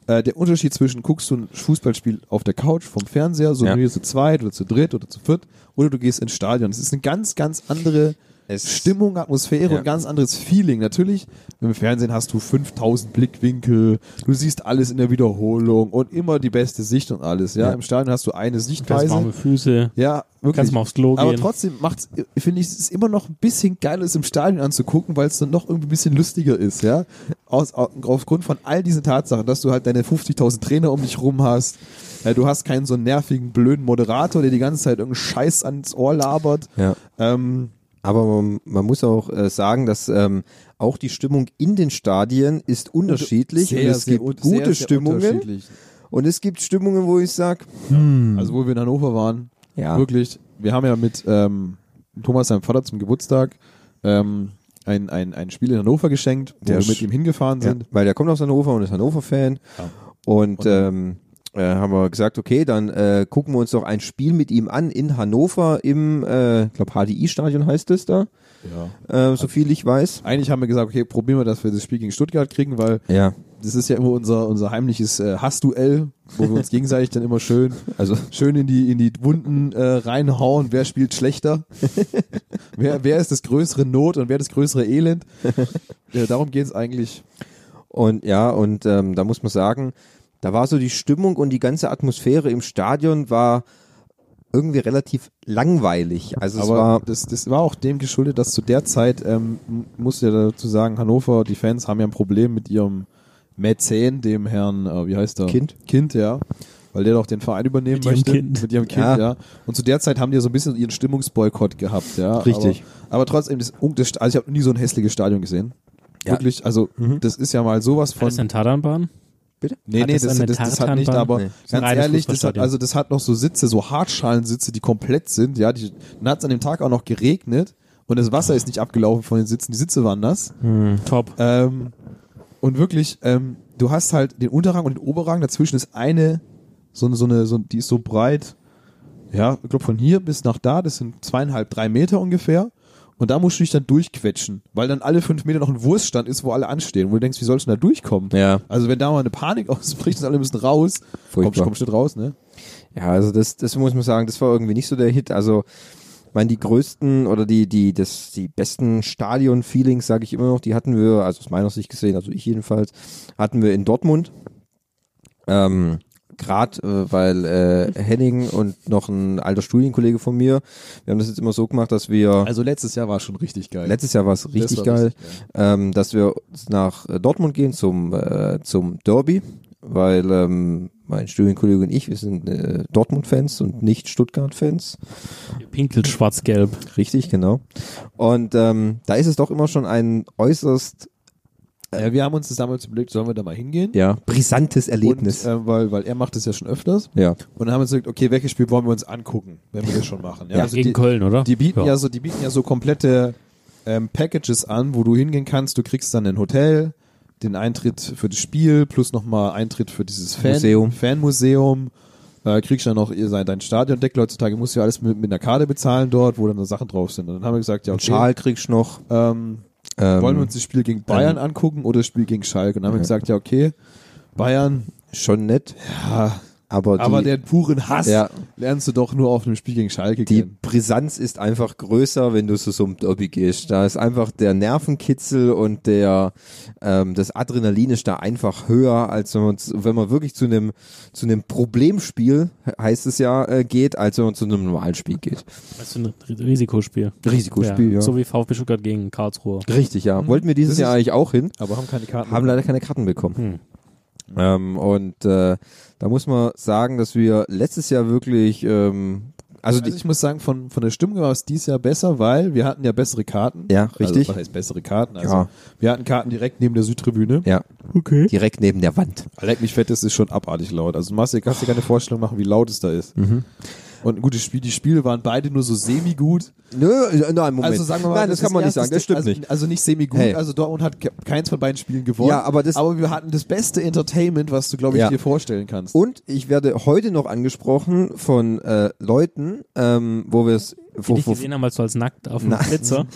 S1: Äh, der Unterschied zwischen, guckst du ein Fußballspiel auf der Couch vom Fernseher, so
S2: Ja.
S1: wie zu zweit oder zu dritt oder zu viert, oder du gehst ins Stadion. Es ist eine ganz, ganz andere
S2: Es-
S1: Stimmung, Atmosphäre
S2: Ja.
S1: und ganz anderes Feeling. Natürlich, im Fernsehen hast du 5000 Blickwinkel, du siehst alles in der Wiederholung und immer die beste Sicht und alles. Ja, im Stadion hast du eine
S3: Ganz warme
S1: Sichtweise.
S3: Füße.
S1: Ja, wirklich.
S3: Kannst mal aufs Klo
S1: Aber
S3: gehen.
S1: trotzdem macht's, finde ich, es ist immer noch ein bisschen geiler, es im Stadion anzugucken, weil es dann noch irgendwie ein bisschen lustiger ist, ja. Aus, au- aufgrund von all diesen Tatsachen, dass du halt deine 50.000 Trainer um dich rum hast, äh, du hast keinen so nervigen, blöden Moderator, der die ganze Zeit irgendeinen Scheiß ans Ohr labert.
S2: ja.
S1: Ähm,
S2: Aber man, man muss auch äh, sagen, dass ähm, auch die Stimmung in den Stadien ist unterschiedlich. und es gibt
S1: un-
S2: gute
S1: sehr, sehr
S2: Stimmungen
S1: unterschiedlich.
S2: und es gibt Stimmungen, wo ich sag,
S1: Also wo wir in Hannover waren,
S2: Hm. Ja.
S1: wirklich, wir haben ja mit ähm, Thomas, seinem Vater zum Geburtstag, ähm, ein, ein, ein Spiel in Hannover geschenkt, wo
S2: Der
S1: wir mit
S2: Sch-
S1: ihm hingefahren
S2: ja,
S1: sind.
S2: weil der kommt aus Hannover und ist Hannover-Fan. Und ähm, äh, haben wir gesagt, okay, dann äh, gucken wir uns doch ein Spiel mit ihm an in Hannover im, äh, ich glaube, HDI-Stadion heißt es da,
S1: Ja.
S2: äh, so viel ich weiß.
S1: Eigentlich haben wir gesagt, okay, probieren wir, dass wir das Spiel gegen Stuttgart kriegen, weil
S2: Ja,
S1: das ist ja immer unser, unser heimliches äh, Hassduell, wo wir uns gegenseitig dann immer schön,
S2: also
S1: schön in die, in die Wunden äh, reinhauen, wer spielt schlechter, wer, wer ist das größere Not und wer das größere Elend. Ja, darum geht es eigentlich.
S2: Und ja, und ähm, da muss man sagen, da war so die Stimmung und die ganze Atmosphäre im Stadion war irgendwie relativ langweilig. Also
S1: Aber
S2: es war
S1: das, das war auch dem geschuldet, dass zu der Zeit, ähm, m- muss ja dazu sagen, Hannover, die Fans haben ja ein Problem mit ihrem Mäzen, dem Herrn, äh, wie heißt er?
S2: Kind.
S1: Kind, ja. Weil der doch den Verein übernehmen
S3: Mit ihrem
S1: möchte.
S3: Kind.
S1: Mit ihrem Kind, ja.
S2: Ja.
S1: Und zu der Zeit haben die ja so ein bisschen ihren Stimmungsboykott gehabt, ja.
S2: Richtig.
S1: Aber, aber trotzdem, das, das, Sta- also ich habe nie so ein hässliches Stadion gesehen.
S2: Ja.
S1: Wirklich, also das ist ja mal sowas
S3: War
S1: von.
S3: das denn Tatanbahn?
S1: Nee,
S3: Hat
S1: nee,
S3: das
S1: das, das,
S3: eine
S1: das, hat nicht,
S3: Tartanbahn?
S1: aber
S3: Nee. Das ist ein
S1: ganz
S3: reines
S1: ehrlich, das hat,
S3: Fußballstadion.
S1: also das hat noch so Sitze, so Hartschalensitze, die komplett sind, ja, die, dann hat es an dem Tag auch noch geregnet und das Wasser ist nicht abgelaufen von den Sitzen, die Sitze waren nass.
S3: Hm, Top.
S1: Ähm, und wirklich, ähm, du hast halt den Unterrang und den Oberrang, dazwischen ist eine, so eine, so eine, so, die ist so breit, ja, ich glaube von hier bis nach da, das sind zweieinhalb, drei Meter ungefähr. Und da musst du dich dann durchquetschen, weil dann alle fünf Meter noch ein Wurststand ist, wo alle anstehen, wo du denkst, wie sollst du denn da durchkommen?
S2: ja,
S1: Also wenn da mal eine Panik (laughs) ausbricht und alle müssen raus, kommst
S2: Furchtbar.
S1: komm schnell raus, ne?
S2: ja, also das, das muss man sagen, das war irgendwie nicht so der Hit. Also ich meine, die größten oder die, die, das, die besten Stadion-Feelings, sage ich immer noch, die hatten wir, also aus meiner Sicht gesehen, also ich jedenfalls, hatten wir in Dortmund. Ähm, Grad, äh, weil äh, Henning und noch ein alter Studienkollege von mir, wir haben das jetzt immer so gemacht, dass wir
S1: Also letztes Jahr war schon richtig geil.
S2: Letztes Jahr war es richtig
S1: war
S2: geil,
S1: richtig
S2: Ähm, dass wir nach äh, Dortmund gehen zum, äh, zum Derby, weil ähm, mein Studienkollege und ich, wir sind äh, Dortmund-Fans und nicht Stuttgart-Fans.
S3: Pinkelt schwarz-gelb.
S2: Richtig, genau. Und ähm, da ist es doch immer schon ein äußerst
S1: ja, Äh, wir haben uns das damals überlegt, sollen wir da mal hingehen?
S2: ja, brisantes
S1: Und,
S2: Erlebnis.
S1: äh, weil, weil er macht das ja schon öfters.
S2: ja.
S1: Und dann haben wir uns gesagt, okay, welches Spiel wollen wir uns angucken, wenn wir das schon machen. Ja,
S3: Ja,
S1: also
S3: gegen
S1: die,
S3: Köln, oder?
S1: die bieten ja. so, die bieten ja so komplette ähm, Packages an, wo du hingehen kannst, du kriegst dann ein Hotel, den Eintritt für das Spiel, plus nochmal Eintritt für dieses Fan
S2: Museum.
S1: Fanmuseum. Äh, kriegst dann noch ihr sein dein Stadiondeckel heutzutage musst du ja alles mit, mit einer Karte bezahlen dort, wo dann so Sachen drauf sind. Und dann haben wir gesagt, ja,
S2: Und
S1: okay,
S2: Schal kriegst du noch.
S1: ähm,
S2: Ähm,
S1: wollen wir uns das Spiel gegen Bayern angucken oder das Spiel gegen Schalke? Und dann haben wir gesagt, ja, okay, Bayern,
S2: schon nett,
S1: ja,
S2: aber, die,
S1: aber den puren Hass
S2: Ja.
S1: lernst du doch nur auf einem Spiel gegen Schalke
S2: die
S1: kennen.
S2: Brisanz ist einfach größer, wenn du zu so einem Derby gehst. Da ist einfach der Nervenkitzel und der ähm, das Adrenalin ist da einfach höher, als wenn man, z- wenn man wirklich zu einem zu einem Problemspiel he- heißt es ja äh, geht, als wenn man zu einem normalen Spiel geht.
S3: Das ist ein R- Risikospiel.
S2: Risikospiel, ja.
S3: So wie VfB Stuttgart gegen Karlsruhe.
S2: Richtig, ja. Wollten wir dieses
S1: Das
S2: Jahr
S1: ist-
S2: eigentlich auch hin,
S1: Aber haben keine Karten.
S2: haben leider keine Karten bekommen. Ähm, und äh, da muss man sagen, dass wir letztes Jahr wirklich, ähm, also,
S1: Also
S2: die,
S1: ich muss sagen, von, von der Stimmung war es dieses Jahr besser, weil wir hatten ja bessere Karten.
S2: Ja, richtig.
S1: Also, was heißt bessere Karten? Also,
S2: Ja.
S1: Wir hatten Karten direkt neben der Südtribüne.
S2: ja,
S3: Okay.
S2: direkt neben der Wand.
S1: Leck mich fett, das ist schon abartig laut. Also du machst dir, kannst dir keine Vorstellung machen, wie laut es da ist.
S2: Mhm.
S1: Und gut, die, Spiel, die Spiele waren beide nur so semi-gut.
S2: Nö, äh, nein, Moment.
S1: Also sagen wir mal,
S2: nein, das, kann man nicht
S1: erste
S2: sagen, das stimmt
S1: also,
S2: nicht.
S1: Also nicht semi-gut,
S2: Hey.
S1: also Dortmund hat ke- keins von beiden Spielen gewonnen.
S2: Ja, aber das-
S1: aber wir hatten das beste Entertainment, was du, glaube ich,
S2: Ja.
S1: dir vorstellen kannst.
S2: Und ich werde heute noch angesprochen von äh, Leuten, ähm, wo wir es
S3: Die
S2: wo,
S3: dich
S2: wo,
S3: gesehen haben, als du als nackt auf dem
S2: Nein.
S1: (laughs)
S3: Blitzer.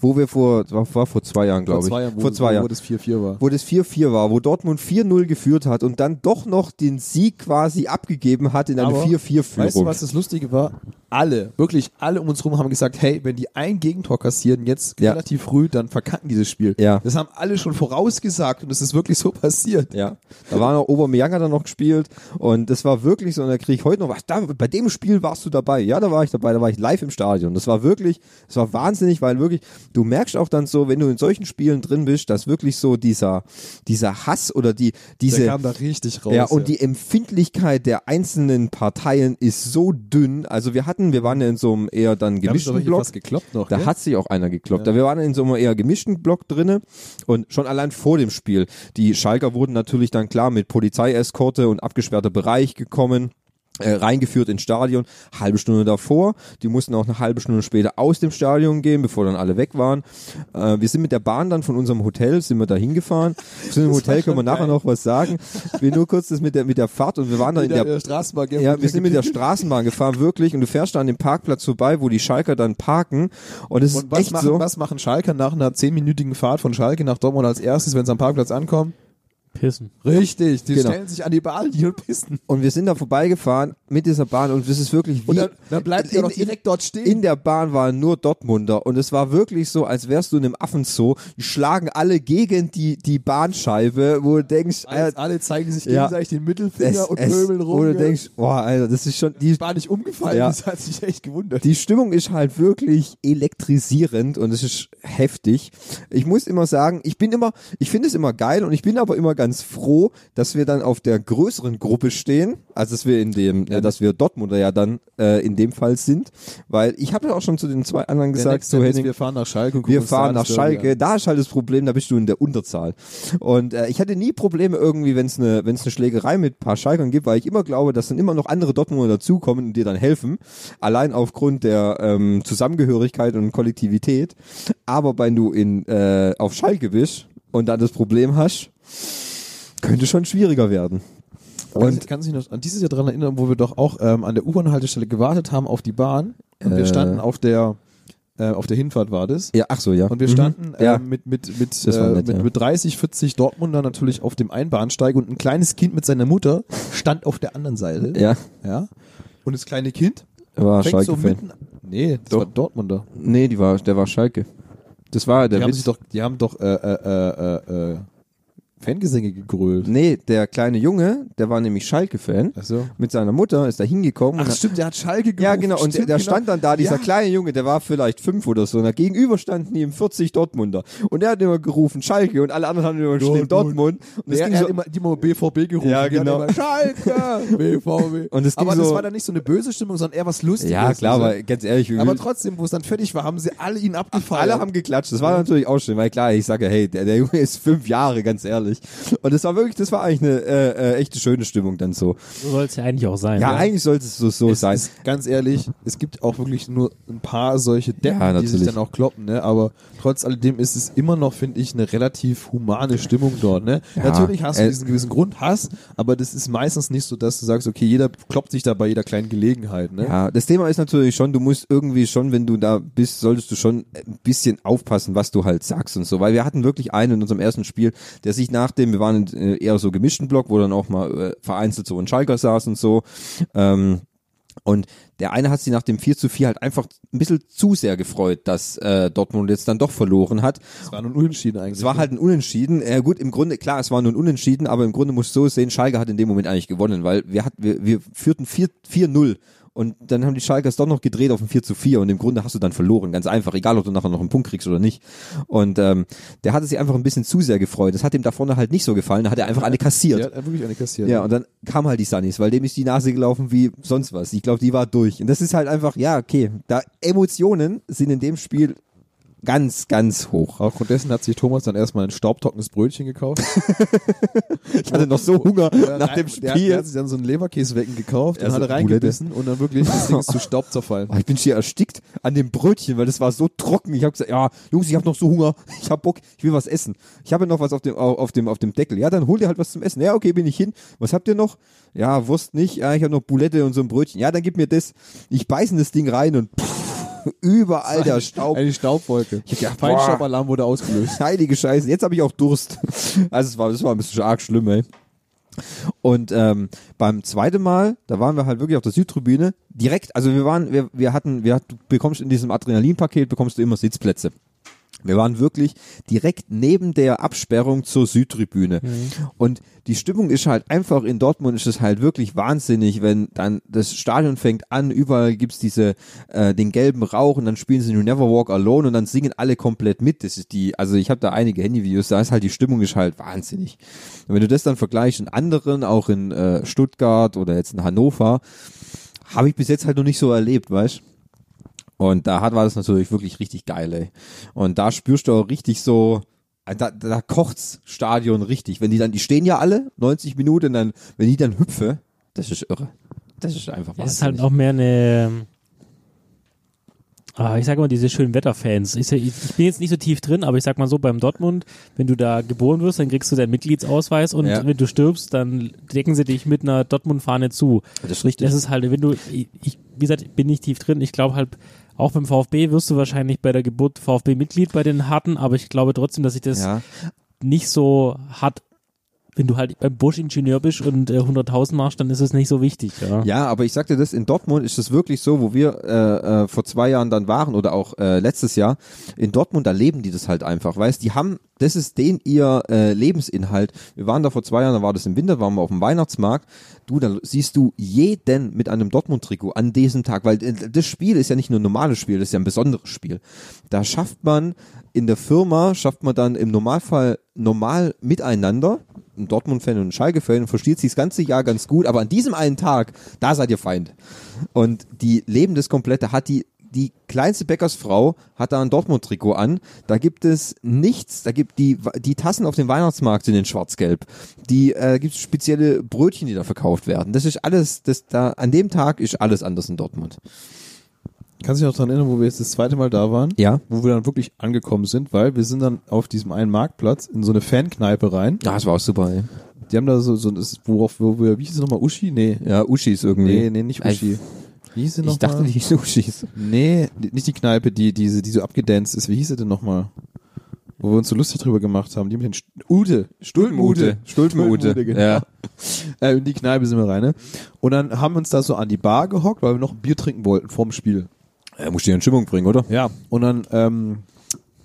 S2: wo wir vor war, war vor zwei Jahren, glaube ich.
S1: Jahren, wo,
S2: vor zwei
S1: wo
S2: Jahren.
S1: das 4-4 war.
S2: Wo das 4-4 war, wo Dortmund 4-0 geführt hat und dann doch noch den Sieg quasi abgegeben hat in eine
S1: Aber,
S2: 4-4-Führung.
S1: Weißt du, was das Lustige war? Alle, wirklich alle um uns rum haben gesagt, hey, wenn die ein Gegentor kassieren, jetzt
S2: Ja.
S1: relativ früh, dann verkacken dieses Spiel.
S2: Ja.
S1: Das haben alle schon vorausgesagt und es ist wirklich so passiert.
S2: Ja, da war noch Aubameyang hat da noch gespielt und das war wirklich so, und da kriege ich heute noch, ach, da, bei dem Spiel warst du dabei, ja, da war ich dabei, da war ich live im Stadion. Das war wirklich, das war wahnsinnig, weil wirklich, du merkst auch dann so, wenn du in solchen Spielen drin bist, dass wirklich so dieser, dieser Hass oder die,
S1: Der
S2: diese,
S1: kam da richtig raus.
S2: ja, und die Empfindlichkeit der einzelnen Parteien ist so dünn. Also wir hatten, wir waren ja in so einem eher dann
S1: da haben
S2: gemischten
S1: aber hier
S2: Block.
S1: fast gekloppt noch.
S2: Da
S1: gell?
S2: hat sich auch einer gekloppt. Wir waren in so einem eher gemischten Block drinne und schon allein vor dem Spiel. Die Schalker wurden natürlich dann klar mit Polizeieskorte und abgesperrter Bereich gekommen. äh, Reingeführt ins Stadion, halbe Stunde davor. Die mussten auch eine halbe Stunde später aus dem Stadion gehen, bevor dann alle weg waren. Äh, wir sind mit der Bahn dann von unserem Hotel, sind wir da hingefahren. Zu dem Hotel können wir nachher noch was sagen. Ich will nur kurz das mit der, mit der Fahrt und wir waren da in
S1: in der,
S2: der
S1: der Straßenbahn. gell,
S2: ja,
S1: wo
S2: wir sind mit der
S1: gepinkelt
S2: Straßenbahn gefahren, wirklich. Und du fährst da an dem Parkplatz vorbei, wo die Schalker dann parken. Und
S1: (laughs)
S2: es
S1: Und
S2: ist
S1: was
S2: echt
S1: machen,
S2: so.
S1: was machen Schalker nach einer zehnminütigen Fahrt von Schalke nach Dortmund als erstes, wenn sie am Parkplatz ankommen?
S3: Pissen.
S1: Richtig, die
S2: Genau.
S1: stellen sich an die Bahnlinie und pissen.
S2: Und wir sind da vorbeigefahren mit dieser Bahn und es ist wirklich wie.
S1: Und dann, dann bleibt ihr
S2: in-
S1: doch direkt dort stehen.
S2: in der Bahn waren nur Dortmunder und es war wirklich so, als wärst du in einem Affenzoo. Die schlagen alle gegen die, die Bahnscheibe, wo du denkst,
S1: alle,
S2: Alter,
S1: alle zeigen sich
S2: äh, Ja.
S1: gegenseitig den Mittelfinger
S2: es,
S1: und
S2: es,
S1: pöbeln rum.
S2: wo du
S1: gell?
S2: denkst, boah, Alter, das ist schon, die,
S1: war nicht umgefallen,
S2: Ja.
S1: das hat sich echt gewundert.
S2: (laughs) Die Stimmung ist halt wirklich elektrisierend und es ist heftig. Ich muss immer sagen, ich bin immer, ich finde es immer geil und ich bin aber immer ganz froh, dass wir dann auf der größeren Gruppe stehen, also dass wir in dem, äh, dass wir Dortmunder ja dann äh, in dem Fall sind, weil ich habe ja auch schon zu den zwei anderen gesagt, so Henning,
S1: wir fahren nach Schalke.
S2: wir fahren nach Schalke, da ist halt das Problem, da bist du in der Unterzahl. Und äh, ich hatte nie Probleme irgendwie, wenn es eine wenn's ne Schlägerei mit ein paar Schalkern gibt, weil ich immer glaube, dass dann immer noch andere Dortmunder dazukommen und dir dann helfen. Allein aufgrund der ähm, Zusammengehörigkeit und Kollektivität. Aber wenn du in, äh, auf Schalke bist und dann das Problem hast, könnte schon schwieriger werden.
S1: Und
S2: Und
S1: ich kann sich noch an dieses Jahr dran erinnern, wo wir doch auch ähm, an der U-Bahn-Haltestelle gewartet haben auf die Bahn. Und wir
S2: Äh.
S1: standen auf der, äh, auf der Hinfahrt war das.
S2: ja, ach so, ja.
S1: Und wir
S2: Mhm.
S1: standen äh,
S2: Ja.
S1: mit, mit, mit,
S2: Das war
S1: äh,
S2: nett,
S1: mit,
S2: ja.
S1: mit 30, 40 Dortmunder natürlich auf dem einen Bahnsteig und ein kleines Kind mit seiner Mutter stand auf der anderen Seite.
S2: Ja,
S1: ja. Und das kleine Kind
S2: war
S1: fängt so
S2: Schalke-Fan.
S1: mitten. Nee, das
S2: Doch.
S1: war Dortmunder.
S2: nee, die war, der war Schalke. Das war der
S1: Die haben
S2: Witz.
S1: sich doch, die haben doch äh, äh, äh, äh, Fangesänge gegrölt.
S2: Nee, der kleine Junge, der war nämlich Schalke-Fan.
S1: Achso.
S2: Mit seiner Mutter ist da hingekommen. und
S1: Ach
S2: hat-
S1: stimmt, der hat Schalke gerufen.
S2: ja, genau. Und
S1: stimmt,
S2: der
S1: genau.
S2: stand dann da, dieser
S1: Ja.
S2: kleine Junge, der war vielleicht fünf oder so. Und dagegenüber standen ihm 40 Dortmunder. Und er hat immer gerufen Schalke und alle anderen haben immer geschrieben Dortmund.
S1: Dortmund.
S2: Und es
S1: Der-
S2: ging
S1: er
S2: so,
S1: hat immer, die immer BVB (laughs) gerufen.
S2: Ja,
S1: Die hat
S2: genau.
S1: Immer, (laughs) Schalke, BVB.
S2: Und es ging
S1: Aber das
S2: so-
S1: war dann nicht so eine böse Stimmung, sondern eher was Lustiges.
S2: ja, klar,
S1: Also,
S2: weil ganz ehrlich, wir-
S1: aber trotzdem, wo es dann fertig war, haben sie alle ihn abgefeiert.
S2: alle haben geklatscht. Das war natürlich auch schön, weil klar, ich sage, hey, der, der Junge ist fünf Jahre, ganz ehrlich. Und das war wirklich, das war eigentlich eine äh, äh, echte schöne Stimmung dann so.
S3: So soll es ja eigentlich auch sein.
S2: Ja,
S3: ne?
S2: eigentlich sollte es so, so
S1: es
S2: sein.
S1: ist, ganz ehrlich, es gibt auch wirklich nur ein paar solche Deppen,
S2: Ja,
S1: die sich
S2: natürlich.
S1: dann auch kloppen, ne? Aber trotz alledem ist es immer noch, finde ich, eine relativ humane Stimmung dort, ne?
S2: Ja,
S1: Natürlich hast du
S2: äh,
S1: diesen gewissen Grundhass, aber das ist meistens nicht so, dass du sagst, okay, jeder kloppt sich da bei jeder kleinen Gelegenheit, ne?
S2: Ja, das Thema ist natürlich schon, du musst irgendwie schon, wenn du da bist, solltest du schon ein bisschen aufpassen, was du halt sagst und so. Weil wir hatten wirklich einen in unserem ersten Spiel, der sich nach dem, wir waren in, äh, eher so gemischten Block, wo dann auch mal äh, vereinzelt so ein Schalker saß und so. Ähm, und der eine hat sich nach dem 4 zu 4 halt einfach ein bisschen zu sehr gefreut, dass äh, Dortmund jetzt dann doch verloren hat.
S1: Das war nun unentschieden eigentlich.
S2: Es war halt ein Unentschieden. Ja, gut, im Grunde, klar, es war nur ein Unentschieden, aber im Grunde musst du so sehen, Schalke hat in dem Moment eigentlich gewonnen, weil wir, hat, wir, wir führten 4 4-0 Und dann haben die Schalkers doch noch gedreht auf ein 4 zu 4 und im Grunde hast du dann verloren, ganz einfach, egal ob du nachher noch einen Punkt kriegst oder nicht. Und ähm, der hatte sich einfach ein bisschen zu sehr gefreut. Das hat ihm da vorne halt nicht so gefallen, da hat er einfach alle kassiert.
S1: Der hat wirklich eine kassiert.
S2: Ja, und dann kam halt die Sunnies, weil dem ist die Nase gelaufen wie sonst was. Ich glaube, die war durch. Und das ist halt einfach, ja, okay. Da Emotionen sind in dem Spiel ganz, ganz hoch.
S1: Aufgrund dessen hat sich Thomas dann erstmal ein staubtrockenes Brötchen gekauft.
S2: Ich hatte noch so Hunger (laughs) nach
S1: Der,
S2: dem
S1: hat- der hat
S2: Spiel.
S1: sich dann so einen Leberkäsewecken gekauft und
S2: Ja, so
S1: hat reingebissen und dann wirklich das Ding ist zu Staub zerfallen.
S2: (laughs) Ah, Ich bin schier erstickt an dem Brötchen, weil das war so trocken. Ich habe gesagt, ja, Jungs, ich habe noch so Hunger, (laughs) ich habe Bock, ich will was essen. Ich habe noch was auf dem, au- auf, dem, auf dem Deckel. Ja, dann hol dir halt was zum Essen. Ja, okay, bin ich hin. Was habt ihr noch? Ja, Wurst nicht. Ja, ich habe noch Boulette und so ein Brötchen. Ja, dann gib mir das. Ich beiß in das Ding rein und (laughs) pff, überall der Staub.
S1: Eine Staubwolke.
S2: Ich hab gedacht,
S1: Feinstaubalarm wurde ausgelöst.
S2: (laughs) Heilige Scheiße, jetzt habe ich auch Durst. Also es war, das war ein bisschen arg schlimm, ey. Und ähm, beim zweiten Mal, da waren wir halt wirklich auf der Südtribüne, direkt, also wir waren, wir, wir hatten, wir hatten, du bekommst in diesem Adrenalinpaket, bekommst du immer Sitzplätze. Wir waren wirklich direkt neben der Absperrung zur Südtribüne. Und die Stimmung ist halt einfach in Dortmund ist es halt wirklich wahnsinnig, wenn dann das Stadion fängt an, überall gibt's diese äh, den gelben Rauch und dann spielen sie You Never Walk Alone und dann singen alle komplett mit. Das ist die, also ich habe da einige Handyvideos, da ist halt die Stimmung ist halt wahnsinnig. Und wenn du das dann vergleichst in anderen, auch in äh, Stuttgart oder jetzt in Hannover, habe ich bis jetzt halt noch nicht so erlebt, weißt und da hat war das natürlich wirklich richtig geil, ey. Und da spürst du auch richtig so, äh, da, da kocht's Stadion richtig. Wenn die dann, die stehen ja alle 90 Minuten, dann, wenn die dann hüpfe, das ist irre. Das ist einfach
S3: Es ist
S2: wahnsinnig.
S3: halt auch mehr eine. Ah, ich sage mal, diese schönen Wetterfans. Ich, ich ich bin jetzt nicht so tief drin, aber ich sag mal so, beim Dortmund, wenn du da geboren wirst, dann kriegst du deinen Mitgliedsausweis und
S2: Ja.
S3: wenn du stirbst, dann decken sie dich mit einer Dortmund-Fahne zu.
S2: Das ist richtig.
S3: Das ist halt, wenn du, ich, ich- wie gesagt, ich bin nicht tief drin. Ich glaube halt, auch beim VfB wirst du wahrscheinlich bei der Geburt VfB-Mitglied bei den Harten, aber ich glaube trotzdem, dass ich das
S2: ja.
S3: nicht so hart, wenn du halt beim Bosch Ingenieur bist und äh, 100.000 machst, dann ist es nicht so wichtig. Ja.
S2: Ja, aber ich sagte das, in Dortmund ist es wirklich so, wo wir äh, äh, vor zwei Jahren dann waren oder auch äh, letztes Jahr, in Dortmund, da leben die das halt einfach, weißt, die haben, das ist den ihr äh, Lebensinhalt. Wir waren da vor zwei Jahren, da war das im Winter, waren wir auf dem Weihnachtsmarkt, du, da siehst du jeden mit einem Dortmund-Trikot an diesem Tag, weil äh, das Spiel ist ja nicht nur ein normales Spiel, das ist ja ein besonderes Spiel. Da schafft man in der Firma, schafft man dann im Normalfall normal miteinander, ein Dortmund-Fan und ein Schalke-Fan und versteht sich das ganze Jahr ganz gut, aber an diesem einen Tag, da seid ihr Feind. Und die leben das komplette, hat die, die kleinste Bäckersfrau hat da ein Dortmund-Trikot an, da gibt es nichts, da gibt die, die Tassen auf dem Weihnachtsmarkt sind in schwarz-gelb, die, äh, gibt es spezielle Brötchen, die da verkauft werden, das ist alles, das da, an dem Tag ist alles anders in Dortmund.
S1: Kannst du dich noch daran erinnern, wo wir jetzt das zweite Mal da waren?
S2: Ja.
S1: Wo wir dann wirklich angekommen sind, weil wir sind dann auf diesem einen Marktplatz in so eine Fankneipe rein.
S2: Ja, das war auch super, ey.
S1: Die haben da so, so das, worauf, wo wir, wie hieß es nochmal, Uschi? Nee.
S2: Ja, Uschis irgendwie.
S1: Nee, nee, nicht Uschi. Wie hieß sie
S2: Ich,
S1: nochmal?
S2: ich dachte, die hieß Uschis.
S1: Nee, die- nicht die Kneipe, die, diese, die so abgedanced ist. Wie hieß sie denn nochmal? Wo wir uns so lustig drüber gemacht haben. Die mit den St Ute. Stulpenute.
S2: Stulpenute.
S1: genau.
S2: Ja.
S1: Äh, in die Kneipe sind wir rein, ne? Und dann haben wir uns da so an die Bar gehockt, weil wir noch ein Bier trinken wollten vorm Spiel.
S2: Er muss dir in Stimmung bringen, oder?
S1: Ja, und dann ähm,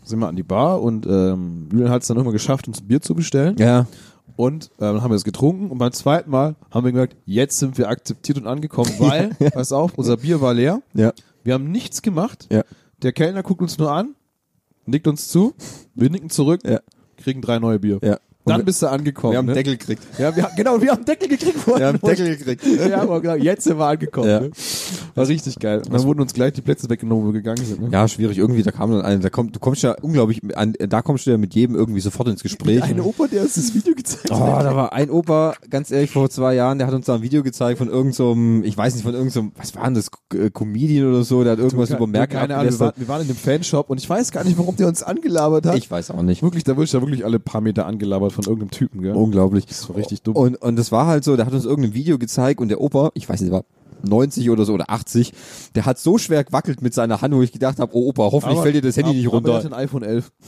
S1: sind wir an die Bar und ähm, Julian hat es dann irgendwann geschafft, uns ein Bier zu bestellen.
S2: Ja.
S1: Und äh, dann haben wir es getrunken und beim zweiten Mal haben wir gemerkt, jetzt sind wir akzeptiert und angekommen,
S2: (laughs)
S1: weil, pass auf, unser Bier war leer.
S2: Ja.
S1: Wir haben nichts gemacht.
S2: Ja.
S1: Der Kellner guckt uns nur an, nickt uns zu, wir nicken zurück,
S2: Ja.
S1: kriegen drei neue Bier.
S2: Ja. Und
S1: Dann
S2: wir-
S1: bist du angekommen.
S2: Wir haben
S1: ne?
S2: einen Deckel gekriegt.
S1: Ja, wir, haben- genau, wir haben einen Deckel gekriegt. Wir
S2: haben einen Deckel gekriegt.
S1: (laughs) Ja, aber genau, jetzt sind wir angekommen.
S2: Ja.
S1: Ne? War richtig geil. Und dann wurden uns gleich die Plätze weggenommen, wo wir gegangen sind. Ne?
S2: Ja, schwierig. Irgendwie, da kam dann einer, da kommt, du kommst ja unglaublich, mit an, da kommst du ja mit jedem irgendwie sofort ins Gespräch.
S1: Eine Opa, der uns das Video gezeigt
S2: Oh,
S1: hat.
S2: da war ein Opa, ganz ehrlich, vor zwei Jahren, der hat uns da ein Video gezeigt von irgendeinem, so einem- ich weiß nicht, von irgendeinem, so einem- was war denn das, K- äh, Comedian oder so, der hat irgendwas über Merkel
S1: Keine Ahnung, wir,
S2: abgelästert.
S1: waren, wir waren in einem Fanshop und ich weiß gar nicht, warum der uns angelabert hat.
S2: Ich weiß auch nicht.
S1: wirklich, da wurde ich ja wirklich alle paar Meter angelabert von irgendeinem Typen, gell?
S2: Unglaublich.
S1: Das war richtig dumm.
S2: Und, und das war halt so, der hat uns irgendein Video gezeigt und der Opa, ich weiß nicht, der war 90 oder so oder 80, der hat so schwer gewackelt mit seiner Hand, wo ich gedacht habe, oh Opa, hoffentlich fällt dir das Handy
S1: aber-
S2: nicht
S1: Aber er
S2: runter.
S1: hat ein iPhone 11.
S2: (laughs)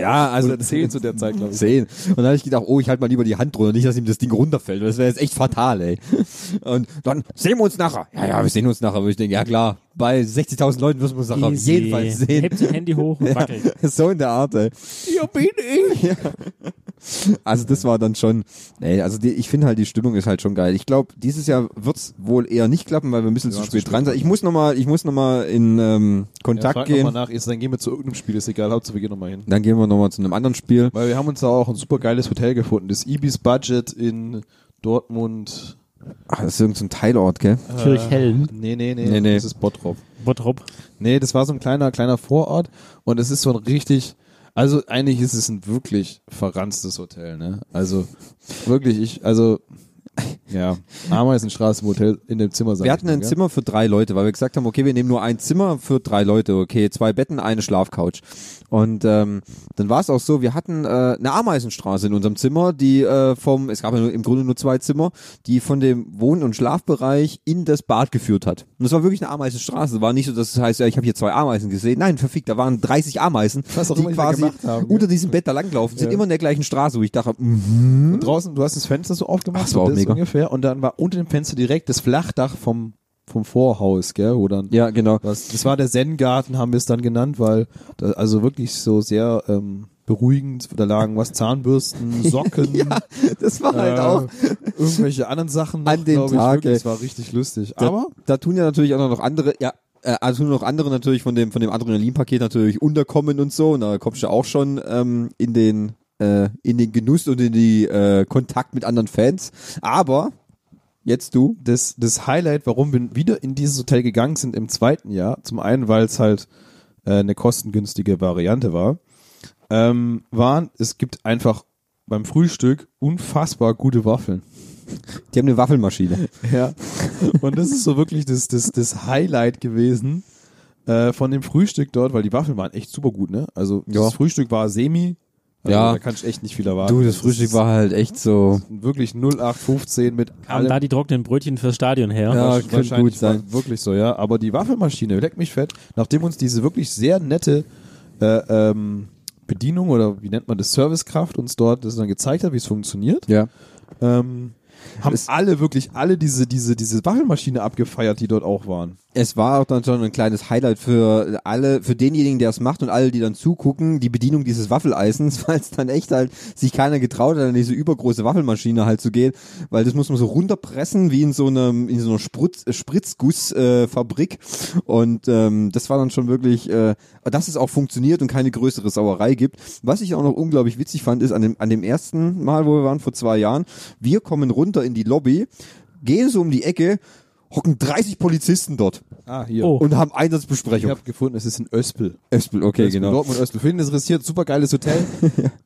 S2: Ja, also
S1: Oder 10 zu der Zeit, glaube ich.
S2: 10. Und dann habe ich gedacht, oh, ich halte mal lieber die Hand drunter, nicht, dass ihm das Ding runterfällt. weil Das wäre jetzt echt fatal, ey. (laughs) Und dann sehen wir uns nachher. Ja, ja, wir sehen uns nachher. Und ich denke, ja klar, bei 60.000 Leuten müssen wir uns nachher auf
S3: Easy.
S2: jeden Fall sehen.
S3: Hebt sein Handy hoch und
S2: Ja,
S3: wackelt.
S2: (laughs) so in der Art, ey.
S1: Hier bin
S2: (laughs)
S1: ich.
S2: Also das war dann schon, nee, also die, ich finde halt, die Stimmung ist halt schon geil. Ich glaube, dieses Jahr wird's wohl eher nicht klappen, weil wir ein bisschen
S1: Ja,
S2: zu
S1: zu
S2: spät
S1: spät
S2: dran sind. Ich muss nochmal, ich muss noch mal in ähm,
S1: Ja,
S2: Kontakt
S1: frag nochmal
S2: gehen.
S1: nach, ist, dann gehen wir zu irgendeinem Spiel, ist egal, Hauptsache wir gehen nochmal hin.
S2: Dann gehen wir nochmal zu einem anderen Spiel.
S1: Weil wir haben uns da auch ein super geiles Hotel gefunden, das Ibis Budget in Dortmund.
S2: Ach, Ah, das ist irgendein so ein Teilort, gell?
S3: Kirchhellen.
S1: Nee, nee, nee,
S2: Nee, nee.
S1: das ist Bottrop.
S3: Bottrop.
S1: Nee, das war so ein kleiner, kleiner Vorort und es ist so ein richtig, also eigentlich ist es ein wirklich verranztes Hotel, ne? Also wirklich, ich, also, ja, Ameisenstraße im Hotel, in dem Zimmer sein.
S2: Wir hatten ein Zimmer für drei Leute, weil wir gesagt haben, okay, wir nehmen nur ein Zimmer für drei Leute, okay, zwei Betten, eine Schlafcouch. Und ähm, dann war es auch so, wir hatten äh, eine Ameisenstraße in unserem Zimmer, die äh, vom, es gab ja nur, im Grunde nur zwei Zimmer, die von dem Wohn- und Schlafbereich in das Bad geführt hat. Und es war wirklich eine Ameisenstraße, war nicht so, dass es heißt, ja, ich habe hier zwei Ameisen gesehen. Nein, verfickt, da waren 30 Ameisen,
S1: (laughs) Was auch
S2: die
S1: immer die da
S2: quasi
S1: gemacht haben,
S2: unter diesem Bett da langlaufen, sind
S1: Ja.
S2: immer in der gleichen Straße, wo ich dachte, mhm.
S1: Und draußen, du hast das Fenster so aufgemacht,
S2: Ach, das war auch
S1: das
S2: mega.
S1: ungefähr, und dann war unter dem Fenster direkt das Flachdach vom, vom Vorhaus, gell, wo dann
S2: ja, genau.
S1: Das, das war der Zen-Garten, haben wir es dann genannt, weil da, also wirklich so sehr ähm, beruhigend, da lagen was, Zahnbürsten, Socken,
S2: (laughs) Ja, das war halt
S1: äh,
S2: auch
S1: irgendwelche anderen Sachen. Noch,
S2: An dem
S1: glaub ich,
S2: Tag,
S1: wirklich.
S2: ey.
S1: Das war richtig lustig.
S2: Da,
S1: Aber
S2: da tun ja natürlich auch noch andere, ja, äh, also tun noch andere natürlich von dem von dem Adrenalinpaket natürlich unterkommen und so. Und da kommst du auch schon ähm, in den äh, in den Genuss und in die äh, Kontakt mit anderen Fans. Aber jetzt du.
S1: das, das Highlight, warum wir wieder in dieses Hotel gegangen sind im zweiten Jahr, zum einen, weil es halt äh, eine kostengünstige Variante war, ähm, waren, es gibt einfach beim Frühstück unfassbar gute Waffeln.
S2: (laughs) Die haben eine Waffelmaschine.
S1: Ja. Und das ist so wirklich das, das, das Highlight gewesen äh, von dem Frühstück dort, weil die Waffeln waren echt super gut, ne? Also
S2: Ja.
S1: das Frühstück war semi. Also,
S2: Ja.
S1: Da kannst du echt nicht viel erwarten.
S2: Du, das Frühstück war halt echt so.
S1: ist wirklich 0815 mit
S3: Kamen da
S1: allem.
S3: die trockenen Brötchen fürs Stadion her.
S2: Ja.
S1: Wahrscheinlich-
S2: könnte gut
S1: wahrscheinlich
S2: sein.
S1: war Wirklich so, ja. Aber die Waffelmaschine, leck mich fett, nachdem uns diese wirklich sehr nette äh, ähm, Bedienung oder wie nennt man das, Servicekraft uns dort das dann gezeigt hat, wie es funktioniert,
S2: Ja.
S1: ähm, haben
S2: Es-
S1: alle wirklich alle diese, diese, diese Waffelmaschine abgefeiert, die dort auch waren.
S2: Es war auch dann schon ein kleines Highlight für alle, für denjenigen, der es macht und alle, die dann zugucken, die Bedienung dieses Waffeleisens, (laughs) weil es dann echt halt sich keiner getraut hat, an diese übergroße Waffelmaschine halt zu gehen, weil das muss man so runterpressen, wie in so einem, in so einer Sprutz, Spritzgussfabrik. Äh, Fabrik. und ähm, das war dann schon wirklich, äh, dass es auch funktioniert und keine größere Sauerei gibt. Was ich auch noch unglaublich witzig fand, ist an dem, an dem ersten Mal, wo wir waren, vor zwei Jahren, wir kommen runter in die Lobby, gehen so um die Ecke, hocken 30 Polizisten dort
S1: Ah, hier.
S3: Oh.
S2: und haben
S1: Ich
S2: Einsatzbesprechung.
S1: habe gefunden, es ist in Öspel.
S2: Espel, okay, genau.
S1: Öspel, Dortmund Öspel. Für ihn interessiert, super geiles (laughs) Hotel.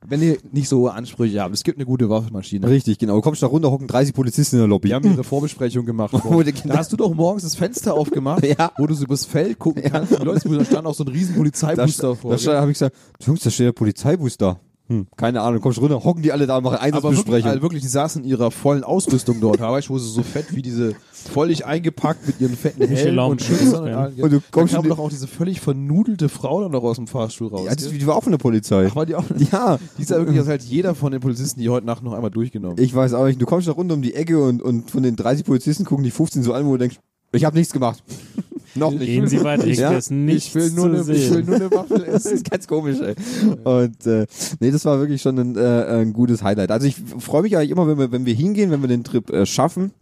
S1: Wenn ihr nicht so hohe Ansprüche habt, es gibt eine gute Waffenmaschine.
S2: Richtig, genau. Du kommst da runter, hocken 30 Polizisten in der Lobby.
S1: Wir haben ihre Vorbesprechung (laughs) gemacht.
S2: Wo die Kinder-
S1: da hast du doch morgens das Fenster aufgemacht,
S2: (laughs) Ja.
S1: wo du so übers Feld gucken kannst. Und Leute, da stand auch so ein riesen
S2: da
S1: Polizeibus
S2: sta-
S1: davor.
S2: da sta- hab ich gesagt, Jungs, da steht der Polizeibus da. Hm, keine Ahnung, kommst runter, hocken die alle da, machen
S1: aber wirklich,
S2: Einsatzbesprechung.
S1: also wirklich, die saßen in ihrer vollen Ausrüstung dort. Da weißt du, wo sie so fett wie diese, völlig eingepackt mit ihren fetten Helmen
S3: Michelin.
S1: und Schützern. Und,
S3: Ja.
S1: allem.
S2: Und du
S1: da
S2: kommst
S1: kam
S2: in die-
S1: doch auch diese völlig vernudelte Frau dann noch aus dem Fahrstuhl raus.
S2: ja, das,
S1: gell?
S2: die war auch von der Polizei.
S1: Ach, war die auch
S2: (laughs) ja,
S1: Die ist ja wirklich, das hat jeder von den Polizisten, die heute Nacht noch einmal durchgenommen.
S2: ich weiß auch nicht. Du kommst da runter um die Ecke und, und von den 30 Polizisten gucken die 15 so an, wo du denkst, ich habe nichts
S3: (laughs)
S2: gemacht. Noch nicht.
S3: Gehen Sie weiter, ich
S2: Ja,
S3: will es nicht
S1: ich will nur
S3: zu
S1: eine,
S3: sehen.
S1: ich will nur eine
S3: (laughs)
S1: Waffel
S2: Das
S1: essen.
S2: ist ganz komisch, ey. Und äh, nee, das war wirklich schon ein, äh, ein gutes Highlight. Also ich freue mich eigentlich immer, wenn wir, wenn wir hingehen, wenn wir den Trip äh, schaffen.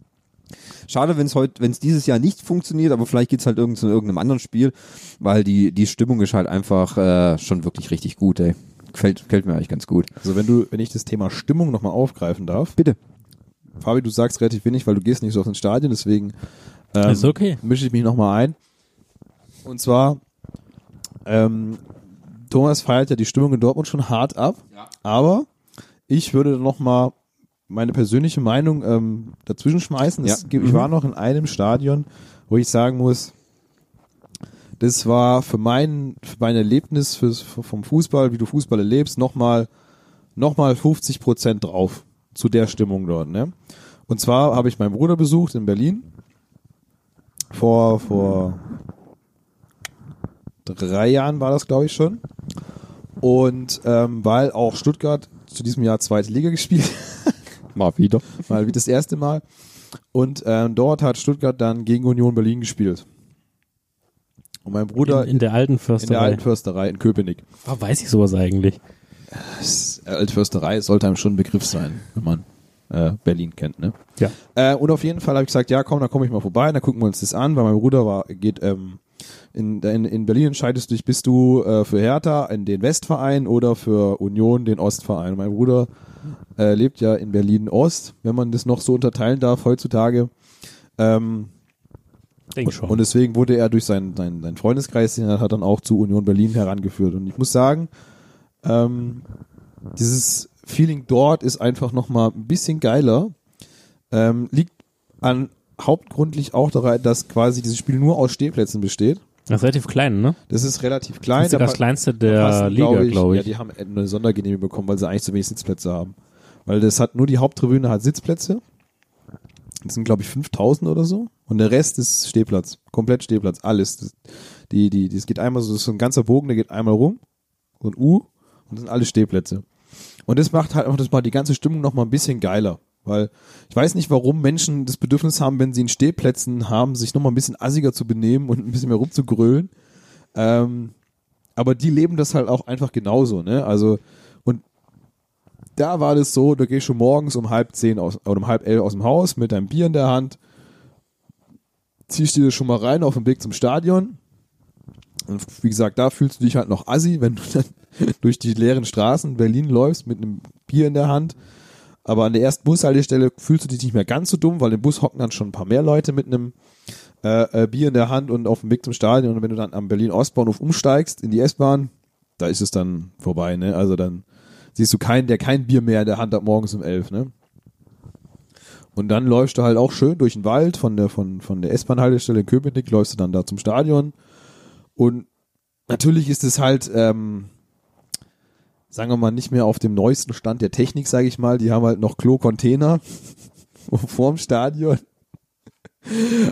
S2: Schade, wenn es heute, wenn es dieses Jahr nicht funktioniert, aber vielleicht geht's halt irgend zu irgendeinem anderen Spiel, weil die, die Stimmung ist halt einfach äh, schon wirklich richtig gut, ey. Gefällt, gefällt mir eigentlich ganz gut.
S1: Also wenn du, wenn ich das Thema Stimmung nochmal aufgreifen darf.
S2: Bitte.
S1: Fabi, du sagst relativ wenig, weil du gehst nicht so auf den Stadion, deswegen ähm,
S3: Ist okay.
S1: mische ich mich nochmal ein. Und zwar, ähm, Thomas feiert ja die Stimmung in Dortmund schon hart ab, aber ich würde nochmal meine persönliche Meinung ähm, dazwischen schmeißen. Es
S2: Ja.
S1: gibt- Ich war noch in einem Stadion, wo ich sagen muss, das war für mein, für mein Erlebnis fürs, vom Fußball, wie du Fußball erlebst, nochmal noch mal 50 Prozent drauf zu der Stimmung dort. Ne? Und zwar habe ich meinen Bruder besucht in Berlin vor, vor drei Jahren war das, glaube ich, schon. Und ähm, weil auch Stuttgart zu diesem Jahr zweite Liga gespielt
S2: Mal wieder.
S1: mal wie das erste Mal. Und ähm, dort hat Stuttgart dann gegen Union Berlin gespielt. Und mein Bruder
S3: in, in der alten
S1: in der
S3: Försterei.
S1: alten Försterei in Köpenick.
S3: Warum weiß ich sowas eigentlich?
S1: Das, äh, Altförsterei sollte einem schon ein Begriff sein, wenn man äh, Berlin kennt, ne?
S3: Ja.
S1: Äh, und auf jeden Fall habe ich gesagt, ja komm, da komme ich mal vorbei, dann gucken wir uns das an, weil mein Bruder war, geht, ähm, in, in, in Berlin entscheidest du dich, bist du äh, für Hertha in den Westverein oder für Union den Ostverein. Und Mein Bruder äh, lebt ja in Berlin Ost, wenn man das noch so unterteilen darf heutzutage. Ähm,
S3: Denk schon.
S1: und deswegen wurde er durch seinen, seinen, seinen Freundeskreis, den er hat, dann auch zu Union Berlin herangeführt. Und ich muss sagen, ähm, dieses Feeling dort ist einfach nochmal ein bisschen geiler. Ähm, liegt an hauptgrundlich auch daran, dass quasi dieses Spiel nur aus Stehplätzen besteht.
S3: das ist relativ klein, ne?
S1: Das ist relativ klein.
S3: Das ist
S1: da
S3: sogar das
S1: pa-
S3: kleinste
S1: da
S3: der
S1: passen,
S3: Liga, glaube
S1: Ja,
S3: ich.
S1: die haben eine Sondergenehmigung bekommen, weil sie eigentlich zu wenig Sitzplätze haben. Weil das hat nur die Haupttribüne hat Sitzplätze. Das sind, glaube ich, 5000 oder so. Und der Rest ist Stehplatz. Komplett Stehplatz. Alles. Das, die, die, das geht einmal so, das ist so ein ganzer Bogen, der geht einmal rum. So ein U. Und das sind alle Stehplätze. Und das macht halt einfach das mal die ganze Stimmung noch mal ein bisschen geiler. Weil ich weiß nicht, warum Menschen das Bedürfnis haben, wenn sie in Stehplätzen haben, sich noch mal ein bisschen assiger zu benehmen und ein bisschen mehr rumzugrölen. Ähm, aber die leben das halt auch einfach genauso, ne? Also, und da war das so, da gehst du morgens um halb zehn aus, oder um halb elf aus dem Haus mit deinem Bier in der Hand, ziehst dir das schon mal rein auf dem Weg zum Stadion. Und wie gesagt, da fühlst du dich halt noch assi, wenn du dann (laughs) durch die leeren Straßen Berlin läufst mit einem Bier in der Hand. Aber an der ersten Bushaltestelle fühlst du dich nicht mehr ganz so dumm, weil im Bus hocken dann schon ein paar mehr Leute mit einem äh, äh, Bier in der Hand und auf dem Weg zum Stadion. Und wenn du dann am Berlin-Ostbahnhof umsteigst in die S-Bahn, da ist es dann vorbei, ne? Also dann siehst du keinen, der kein Bier mehr in der Hand hat morgens um elf, ne? Und dann läufst du halt auch schön durch den Wald von der, von, von der S-Bahn-Haltestelle in Köpenick, läufst du dann da zum Stadion. Und natürlich ist es halt, ähm, sagen wir mal, nicht mehr auf dem neuesten Stand der Technik, sage ich mal. Die haben halt noch Klo-Container (laughs) vorm Stadion.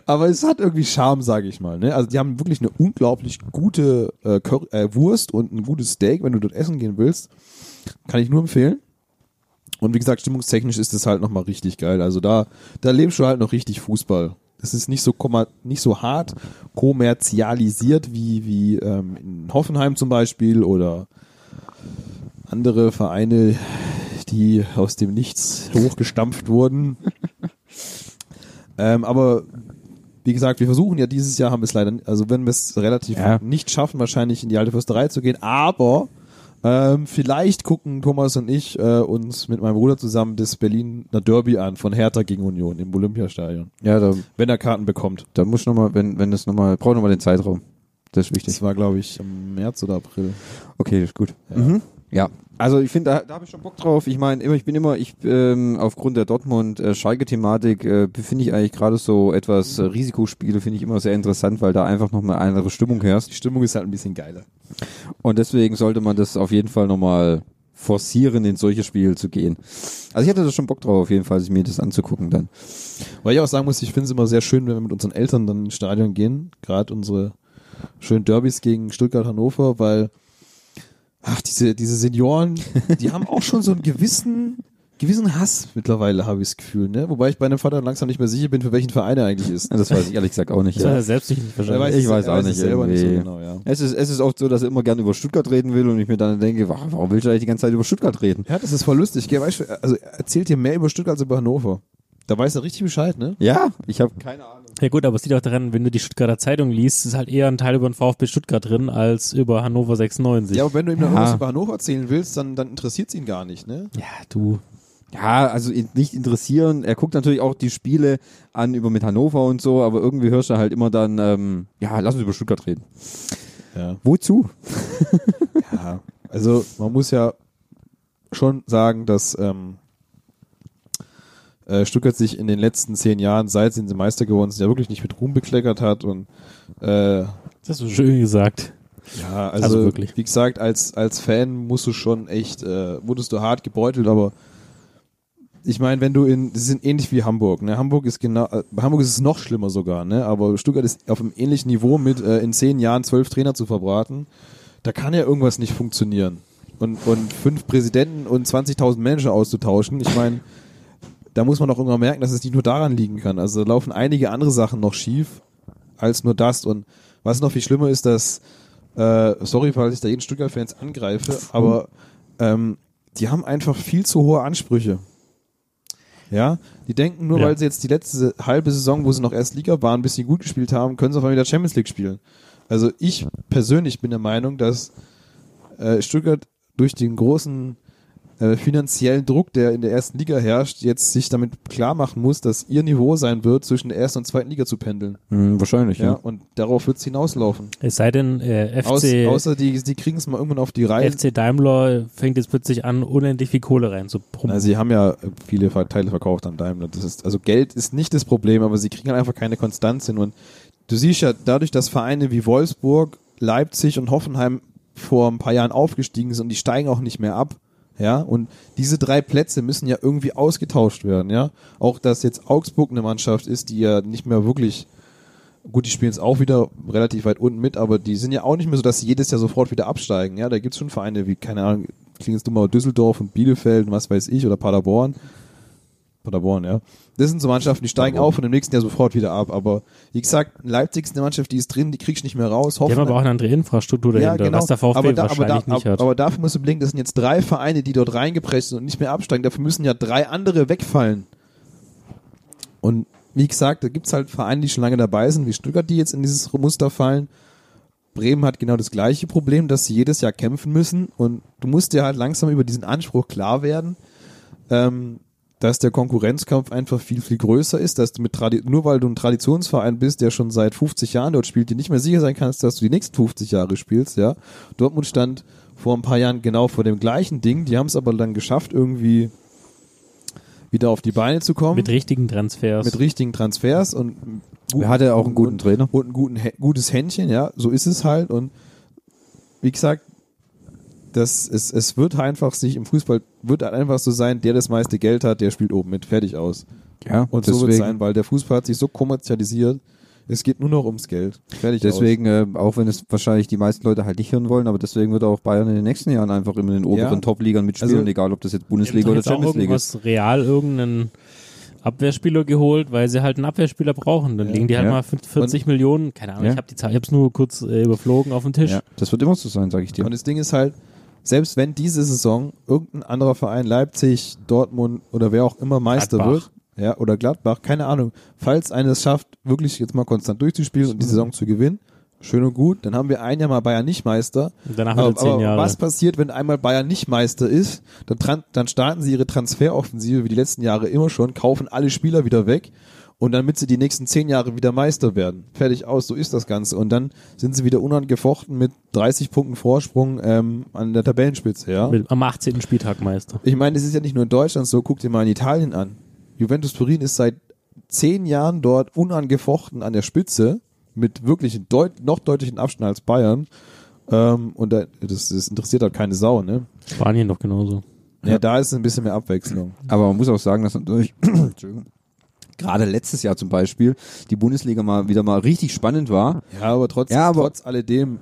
S1: Aber es hat irgendwie Charme, sage ich mal. Ne? Also die haben wirklich eine unglaublich gute äh, Curry, äh, Wurst und ein gutes Steak, wenn du dort essen gehen willst. Kann ich nur empfehlen. Und wie gesagt, stimmungstechnisch ist das halt nochmal richtig geil. Also da, da lebst du halt noch richtig Fußball. Es ist nicht so, kommer- nicht so hart kommerzialisiert wie, wie ähm, in Hoffenheim zum Beispiel oder andere Vereine, die aus dem Nichts hochgestampft wurden. Ähm, aber wie gesagt, wir versuchen ja dieses Jahr, haben wir es leider, also wenn wir es relativ
S3: Ja.
S1: nicht schaffen, wahrscheinlich in die alte Fürsterei zu gehen, aber ähm, vielleicht gucken Thomas und ich äh, uns mit meinem Bruder zusammen das Berliner Derby an von Hertha gegen Union im Olympiastadion,
S2: Ja, da,
S1: wenn er Karten bekommt.
S2: da muss noch mal, wenn, wenn das noch mal, braucht noch mal den Zeitraum. Das ist wichtig.
S1: Das war, glaube ich, im März oder April.
S2: Okay, das ist gut. Ja. Mhm. Ja, also ich finde, da, da habe ich schon Bock drauf. Ich meine, immer, ich bin immer, ich ähm, aufgrund der Dortmund-Schalke-Thematik äh, finde ich eigentlich gerade so etwas äh, Risikospiele finde ich immer sehr interessant, weil da einfach nochmal eine andere Stimmung herrscht.
S1: Die Stimmung ist halt ein bisschen geiler.
S2: Und deswegen sollte man das auf jeden Fall nochmal forcieren, in solche Spiele zu gehen. Also ich hatte da schon Bock drauf, auf jeden Fall, sich mir das anzugucken dann.
S1: Weil ich auch sagen muss, ich finde es immer sehr schön, wenn wir mit unseren Eltern dann ins Stadion gehen, gerade unsere schönen Derbys gegen Stuttgart, Hannover, weil ach, diese, diese Senioren, die haben auch schon so einen gewissen, gewissen Hass mittlerweile, habe ich das Gefühl, ne? Wobei ich bei dem Vater langsam nicht mehr sicher bin, für welchen Verein er eigentlich ist.
S2: Das weiß ich ehrlich gesagt
S3: (laughs)
S2: auch nicht.
S3: Das
S2: ja.
S3: hat er selbst nicht
S1: Er
S3: verstanden.
S2: weiß- ich
S1: er
S2: auch
S1: es
S2: nicht
S1: selber nicht so
S2: irgendwie.
S1: genau, ja.
S2: Es ist, es ist oft so, dass er immer gerne über Stuttgart reden will und ich mir dann denke, wa- warum willst du eigentlich die ganze Zeit über Stuttgart reden?
S1: Ja, das ist voll lustig, gell? Weißt du, also er erzählt dir mehr über Stuttgart als über Hannover. Da weiß er richtig Bescheid, ne?
S2: Ja, ich habe keine Ahnung.
S3: Ja gut, aber es liegt auch daran, wenn du die Stuttgarter Zeitung liest, ist halt eher ein Teil über den VfB Stuttgart drin, als über Hannover 96.
S1: Ja, aber wenn du ihm dann irgendwas
S2: Ja.
S1: über Hannover erzählen willst, dann, dann interessiert es ihn gar nicht, ne?
S3: Ja, du.
S2: Ja, also ihn nicht interessieren. Er guckt natürlich auch die Spiele an über mit Hannover und so, aber irgendwie hörst du halt immer dann, ähm, ja, lass uns über Stuttgart reden.
S1: Ja.
S2: Wozu?
S1: Ja, also man muss ja schon sagen, dass ähm, äh, Stuttgart sich in den letzten zehn Jahren, seit sie Meister geworden sind, ja wirklich nicht mit Ruhm bekleckert hat und äh,
S3: Das hast du schön gesagt.
S1: ja, also,
S3: Also wirklich.
S1: wie gesagt, als, als Fan musst du schon echt, äh, wurdest du hart gebeutelt, aber ich meine, wenn du in, das sind ähnlich wie Hamburg, ne? Hamburg ist genau, äh, bei Hamburg ist es noch schlimmer sogar, ne? Aber Stuttgart ist auf einem ähnlichen Niveau mit äh, in zehn Jahren zwölf Trainer zu verbraten. Da kann ja irgendwas nicht funktionieren. und, und fünf Präsidenten und 20.000 Manager auszutauschen. Ich meine, da muss man doch irgendwann merken, dass es nicht nur daran liegen kann. Also da laufen einige andere Sachen noch schief als nur das. Und was noch viel schlimmer ist, dass, äh, sorry, falls ich da jeden Stuttgart-Fans angreife, aber ähm, die haben einfach viel zu hohe Ansprüche. Ja, die denken nur,
S3: Ja.
S1: weil sie jetzt die letzte halbe Saison, wo sie noch erst Liga waren, ein bisschen gut gespielt haben, können sie auf einmal wieder Champions League spielen. Also ich persönlich bin der Meinung, dass äh, Stuttgart durch den großen äh, finanziellen Druck, der in der ersten Liga herrscht, jetzt sich damit klar machen muss, dass ihr Niveau sein wird, zwischen der ersten und zweiten Liga zu pendeln.
S2: Hm, wahrscheinlich,
S1: Ja,
S2: ja.
S1: und darauf wird es hinauslaufen.
S3: Es sei denn, äh, FC,
S1: Aus, außer die, die kriegen es mal irgendwann auf die Reihe.
S3: FC Daimler fängt jetzt plötzlich an, unendlich viel Kohle reinzupumpen.
S1: Na, sie haben ja viele Ver- Teile verkauft an Daimler. Das ist, also Geld ist nicht das Problem, aber sie kriegen halt einfach keine Konstanz hin. Und du siehst ja, dadurch, dass Vereine wie Wolfsburg, Leipzig und Hoffenheim vor ein paar Jahren aufgestiegen sind und die steigen auch nicht mehr ab. Ja, und diese drei Plätze müssen ja irgendwie ausgetauscht werden, ja. Auch dass jetzt Augsburg eine Mannschaft ist, die ja nicht mehr wirklich gut, die spielen jetzt auch wieder relativ weit unten mit, aber die sind ja auch nicht mehr so, dass sie jedes Jahr sofort wieder absteigen. Ja, da gibt's schon Vereine wie, keine Ahnung, klingt jetzt dumm, aber Düsseldorf und Bielefeld und was weiß ich oder Paderborn. Paderborn, ja. Das sind so Mannschaften, die steigen auf und im nächsten Jahr sofort wieder ab. Aber wie gesagt, Leipzig ist eine Mannschaft, die ist drin, die kriegst du nicht mehr raus.
S3: Die haben aber auch eine andere Infrastruktur dahinter, was der
S1: genau.
S3: VfB
S1: aber, da, aber, da,
S3: wahrscheinlich nicht hat.
S1: aber dafür musst du bedenken, das sind jetzt drei Vereine, die dort reingepresst sind und nicht mehr absteigen. Dafür müssen ja drei andere wegfallen. Und wie gesagt, da gibt's halt Vereine, die schon lange dabei sind, wie Stuttgart, die jetzt in dieses Muster fallen. Bremen hat genau das gleiche Problem, dass sie jedes Jahr kämpfen müssen. Und du musst dir halt langsam über diesen Anspruch klar werden, ähm, dass der Konkurrenzkampf einfach viel, viel größer ist, dass du mit Tradi nur weil du ein Traditionsverein bist, der schon seit 50 Jahren dort spielt, dir nicht mehr sicher sein kannst, dass du die nächsten 50 Jahre spielst, ja. Dortmund stand vor ein paar Jahren genau vor dem gleichen Ding, die haben es aber dann geschafft, irgendwie wieder auf die Beine zu kommen.
S3: mit richtigen Transfers.
S1: mit richtigen Transfers und
S2: Er hatte auch einen guten
S1: und-
S2: Trainer.
S1: und ein guten, Hä- gutes Händchen, ja, so ist es halt. Und wie gesagt, das, es, es wird einfach sich im Fußball, wird halt einfach so sein, der das meiste Geld hat, der spielt oben mit, fertig aus.
S2: Ja,
S1: Und so wird es sein, weil der Fußball hat sich so kommerzialisiert, es geht nur noch ums Geld. Fertig
S2: Deswegen, äh, auch wenn es wahrscheinlich die meisten Leute halt nicht hören wollen, aber deswegen wird auch Bayern in den nächsten Jahren einfach immer in den oberen
S1: Ja.
S2: Top-Ligern mitspielen,
S1: Also-
S2: egal ob das jetzt
S3: Die haben
S2: Bundesliga
S3: doch
S2: oder
S3: jetzt auch
S2: Champions League ist.
S3: irgendwas real irgendeinen Abwehrspieler geholt, weil sie halt einen Abwehrspieler brauchen. Dann liegen die halt
S2: Ja.
S3: mal 40 Millionen, keine Ahnung,
S2: Ja.
S3: ich habe die Zahl, ich habe es nur kurz äh, überflogen auf dem Tisch.
S2: Ja, das wird immer so sein, sage ich dir.
S1: Und das Ding ist halt, selbst wenn diese Saison irgendein anderer Verein, Leipzig, Dortmund oder wer auch immer Meister
S3: Gladbach.
S1: wird, ja, oder Gladbach, keine Ahnung, falls eines schafft, wirklich jetzt mal konstant durchzuspielen
S3: Mhm.
S1: und die Saison zu gewinnen, schön und gut, dann haben wir ein Jahr mal Bayern nicht Meister.
S3: Und danach
S1: Aber,
S3: wieder 10
S1: aber
S3: Jahre.
S1: was passiert, wenn einmal Bayern nicht Meister ist? Dann, tran- dann starten sie ihre Transferoffensive wie die letzten Jahre immer schon, kaufen alle Spieler wieder weg und damit sie die nächsten zehn Jahre wieder Meister werden. Fertig aus, so ist das Ganze. Und dann sind sie wieder unangefochten mit 30 Punkten Vorsprung ähm, an der Tabellenspitze. Ja?
S3: Mit, am 18. Spieltag Meister.
S1: Ich meine, das ist ja nicht nur in Deutschland so, guck dir mal in Italien an. Juventus Turin ist seit zehn Jahren dort unangefochten an der Spitze mit wirklich deut noch deutlichen Abstand als Bayern. Ähm, und da, das, das interessiert halt keine Sau, ne?
S3: Spanien doch genauso.
S1: Ja, da ist ein bisschen mehr Abwechslung.
S2: Aber man muss auch sagen, dass natürlich (clears throat) Entschuldigung, gerade letztes Jahr zum Beispiel die Bundesliga mal wieder mal richtig spannend war.
S1: Ja, aber trotz,
S2: Ja, aber-
S1: trotz alledem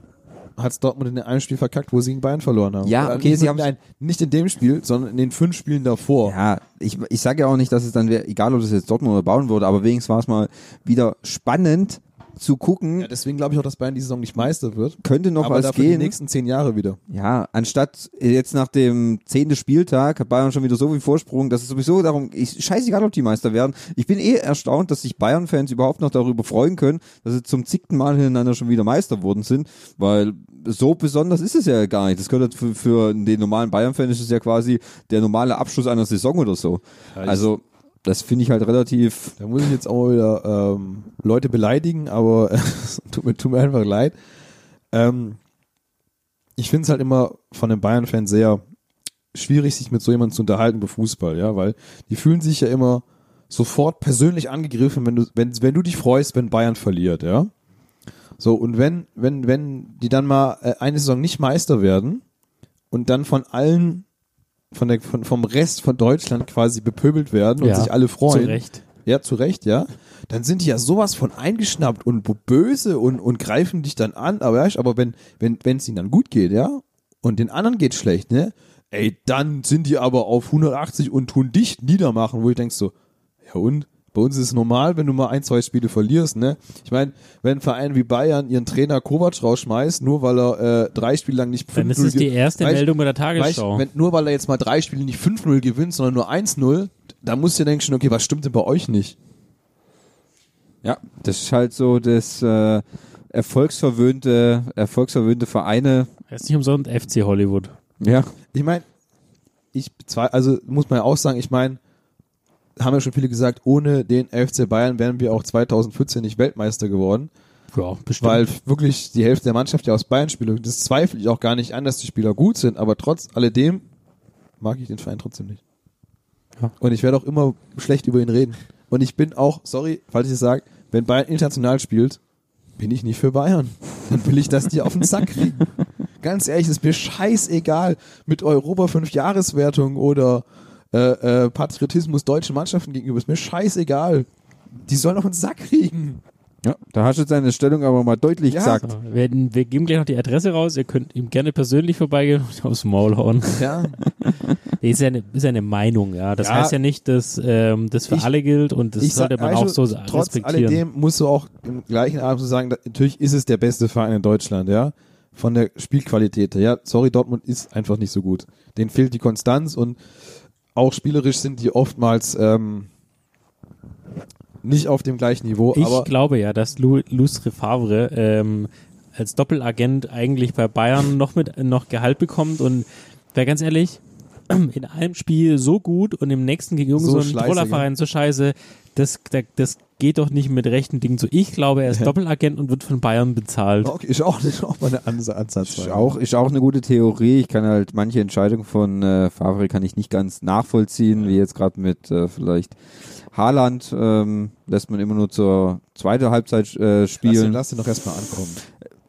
S1: hat Dortmund in einem Spiel verkackt, wo sie gegen Bayern verloren haben.
S2: Ja,
S1: Oder
S2: okay,
S1: nicht,
S2: sie
S1: nur-
S2: haben's-
S1: nein, nicht in dem Spiel, sondern in den fünf Spielen davor.
S2: Ja, ich, ich sage ja auch nicht, dass es dann, wär, egal ob das jetzt Dortmund oder Bayern wurde, aber wenigstens war es mal wieder spannend zu gucken,
S1: Ja, deswegen glaube ich auch, dass Bayern die Saison nicht Meister wird.
S2: könnte noch
S1: aber
S2: was
S1: dafür die
S2: gehen.
S1: nächsten zehn Jahre wieder.
S2: Ja, anstatt äh, jetzt nach dem zehnten Spieltag hat Bayern schon wieder so viel Vorsprung, dass es sowieso darum, ich scheißegal, ob die Meister werden. Ich bin eh erstaunt, dass sich Bayern-Fans überhaupt noch darüber freuen können, dass sie zum zigten Mal hintereinander schon wieder Meister worden sind, weil so besonders ist es ja gar nicht. Das könnte für, für den normalen Bayern-Fan ist es ja quasi der normale Abschluss einer Saison oder so.
S1: ich-
S2: Also, das finde ich halt relativ,
S1: Da muss ich jetzt auch mal wieder ähm, Leute beleidigen, aber (laughs) es tut, mir, tut mir einfach leid. Ähm, ich finde es halt immer von den Bayern-Fans sehr schwierig, sich mit so jemandem zu unterhalten über Fußball, ja, weil die fühlen sich ja immer sofort persönlich angegriffen, wenn du, wenn, wenn du dich freust, wenn Bayern verliert, ja. So, und wenn, wenn, wenn die dann mal äh, eine Saison nicht Meister werden und dann von allen, von der, von, vom Rest von Deutschland quasi bepöbelt werden und
S3: Ja,
S1: sich alle freuen.
S3: Zu Recht.
S1: Ja, zu Recht, ja. Dann sind die ja sowas von eingeschnappt und böse und, und greifen dich dann an. Aber, weißt, aber wenn wenn wenn es ihnen dann gut geht, ja, und den anderen geht's schlecht, ne? Ey, dann sind die aber auf 180 und tun dich niedermachen, wo ich denkst so, ja und? Bei uns ist es normal, wenn du mal ein, zwei Spiele verlierst, ne? Ich meine, wenn ein Verein wie Bayern ihren Trainer Kovac rausschmeißt, nur weil er äh, drei Spiele lang nicht 5-0
S3: Dann ist es die
S1: ge-
S3: erste
S1: Weißt-
S3: Meldung bei der
S1: Weißt,
S3: Tagesschau.
S1: wenn, nur weil er jetzt mal drei Spiele nicht 5-0 gewinnt, sondern nur 1-0, da musst du dir denken, schon, okay, was stimmt denn bei euch nicht?
S2: Ja, das ist halt so das äh, erfolgsverwöhnte, erfolgsverwöhnte Vereine.
S3: Es ist nicht umsonst FC Hollywood.
S2: Ja.
S1: Ich meine, ich bezweifle, also muss man ja auch sagen, ich meine, haben ja schon viele gesagt, ohne den FC Bayern wären wir auch 2014 nicht Weltmeister geworden,
S3: Ja, bestimmt.
S1: weil wirklich die Hälfte der Mannschaft ja aus Bayern spielt. Das zweifle ich auch gar nicht an, dass die Spieler gut sind, aber trotz alledem mag ich den Verein trotzdem nicht.
S3: Ja.
S1: Und ich werde auch immer schlecht über ihn reden. Und ich bin auch, sorry, falls ich es sage, wenn Bayern international spielt, bin ich nicht für Bayern. Dann will ich, dass die auf den Sack kriegen. Ganz ehrlich, ist mir scheißegal mit Europa 5 Jahreswertung oder äh, äh, Patriotismus deutschen Mannschaften gegenüber. Ist mir scheißegal. Die sollen auf den Sack kriegen.
S2: ja. Da hast du seine Stellung aber mal deutlich
S1: Ja.
S2: gesagt.
S3: So, wir, wir geben gleich noch die Adresse raus. Ihr könnt ihm gerne persönlich vorbeigehen (laughs) und aufs Maul hauen.
S1: Ja,
S3: Nee, Ist ja eine, ist ja eine Meinung, ja. Das
S1: Ja.
S3: heißt ja nicht, dass ähm, das für
S1: Ich-
S3: alle gilt und das
S1: ich sag-
S3: sollte man
S1: weißt
S3: auch
S1: du,
S3: so
S1: Trotz
S3: respektieren.
S1: alledem musst du auch im gleichen Abend so sagen, da, natürlich ist es der beste Verein in Deutschland, ja. Von der Spielqualität her. Ja, sorry, Dortmund ist einfach nicht so gut. Denen fehlt die Konstanz und auch spielerisch sind die oftmals ähm, nicht auf dem gleichen Niveau.
S3: Ich
S1: aber
S3: glaube ja, dass Lu- Lucre Favre ähm, als Doppelagent eigentlich bei Bayern noch mit noch Gehalt bekommt und wer ganz ehrlich (clears throat) in einem Spiel so gut und im nächsten gegen
S1: So
S3: irgendeinen so
S1: scheiße,
S3: Trollerverein so scheiße, das, da- das geht doch nicht mit rechten Dingen zu. Ich glaube, er ist Doppelagent und wird von Bayern bezahlt.
S1: okay, ist auch nicht auch mal eine Ans Ansatz.
S2: Ist auch, ist auch eine gute Theorie. Ich kann halt manche Entscheidung von äh, Favre kann ich nicht ganz nachvollziehen, wie jetzt gerade mit äh, vielleicht Haaland ähm, lässt man immer nur zur zweiten Halbzeit
S1: lass,
S2: äh,
S1: ihn,
S2: spielen.
S1: lass ihn doch erstmal ankommen.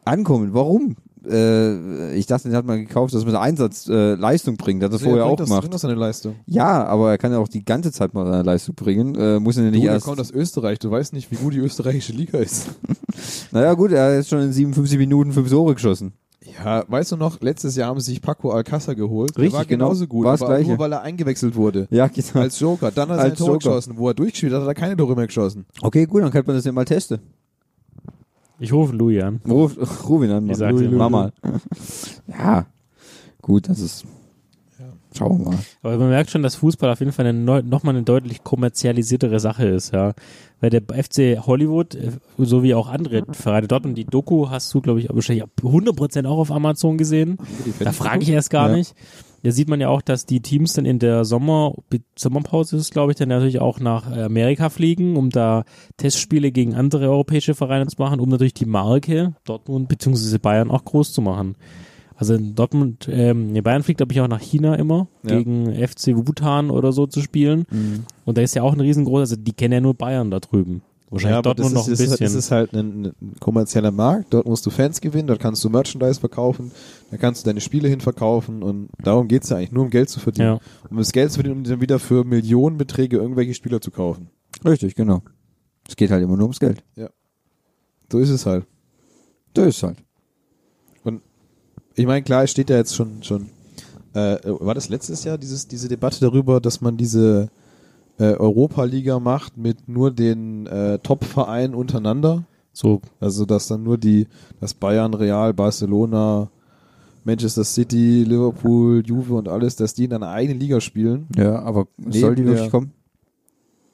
S2: Ankommen. Warum? Äh, ich dachte, den hat man gekauft, dass man Einsatz äh, Leistung bringt. Hat er vorher
S1: bringt
S2: auch
S1: das, ne?
S2: gemacht.
S1: bringt Das eine Leistung.
S2: Ja, aber er kann ja auch die ganze Zeit mal seine Leistung bringen. Äh, muss er
S1: Du,
S2: nicht
S1: der
S2: erst.
S1: kommt aus Österreich. Du weißt nicht, wie gut die österreichische Liga ist.
S2: Naja, gut, er hat jetzt schon in 57 Minuten fünf Tore geschossen.
S1: Ja, weißt du noch, letztes Jahr haben sie sich Paco Alcázar geholt.
S2: Richtig,
S1: der war
S2: genau.
S1: genauso gut,
S2: War das
S1: aber
S2: Gleiche.
S1: nur weil er eingewechselt wurde.
S2: Ja, genau.
S1: Als Joker. Dann hat er
S2: Als
S1: sein Tor
S2: Joker.
S1: geschossen. Wo er durchgespielt hat, hat er keine Tore mehr geschossen.
S2: okay, gut, dann könnte man das ja mal testen.
S3: Ich rufe Louis an.
S2: Ruf, ruf ihn an,
S3: Ich sag's
S2: Mann.
S3: ihm.
S2: Mach mal. (laughs) ja, gut, das ist. Schauen wir mal.
S3: Aber man merkt schon, dass Fußball auf jeden Fall eine neu, nochmal eine deutlich kommerzialisiertere Sache ist, ja. Weil der FC Hollywood, äh, so wie auch andere Vereine dort, und die Doku hast du, glaube ich, wahrscheinlich 100% auch auf Amazon gesehen. Da frage ich erst gar
S2: Ja.
S3: nicht. Da sieht man ja auch, dass die Teams dann in der Sommer, Sommerpause ist, es, glaube ich, dann natürlich auch nach äh, Amerika fliegen, um da Testspiele gegen andere europäische Vereine zu machen, um natürlich die Marke Dortmund bzw. Bayern auch groß zu machen. Also in Dortmund, ähm, nee, Bayern fliegt, glaube ich, auch nach China immer,
S1: Ja. Mhm.
S3: gegen FC Wutan oder so zu spielen. Und da ist ja auch ein riesengroßer, also die kennen ja nur Bayern da drüben. Wahrscheinlich Dortmund noch ein
S1: ist,
S3: bisschen.
S1: Das ist halt ein, ein kommerzieller Markt. Dort musst du Fans gewinnen, dort kannst du Merchandise verkaufen, da kannst du deine Spiele hin verkaufen und darum geht's ja eigentlich, nur um Geld zu verdienen. Um das Geld zu verdienen, um dann wieder für Millionenbeträge irgendwelche Spieler zu kaufen.
S2: Richtig, genau. Es geht halt immer nur ums Geld.
S1: So ist es halt.
S2: Das ist halt.
S1: Ich meine, klar, es steht ja jetzt schon, schon äh, war das letztes Jahr, dieses, diese Debatte darüber, dass man diese äh, Europa-Liga macht mit nur den äh, Top-Vereinen untereinander?
S3: so
S1: Also, dass dann nur die, dass Bayern, Real, Barcelona, Manchester City, Liverpool, Juve und alles, dass die in einer eigenen Liga spielen?
S2: Ja, aber soll die
S1: der-
S2: wirklich kommen?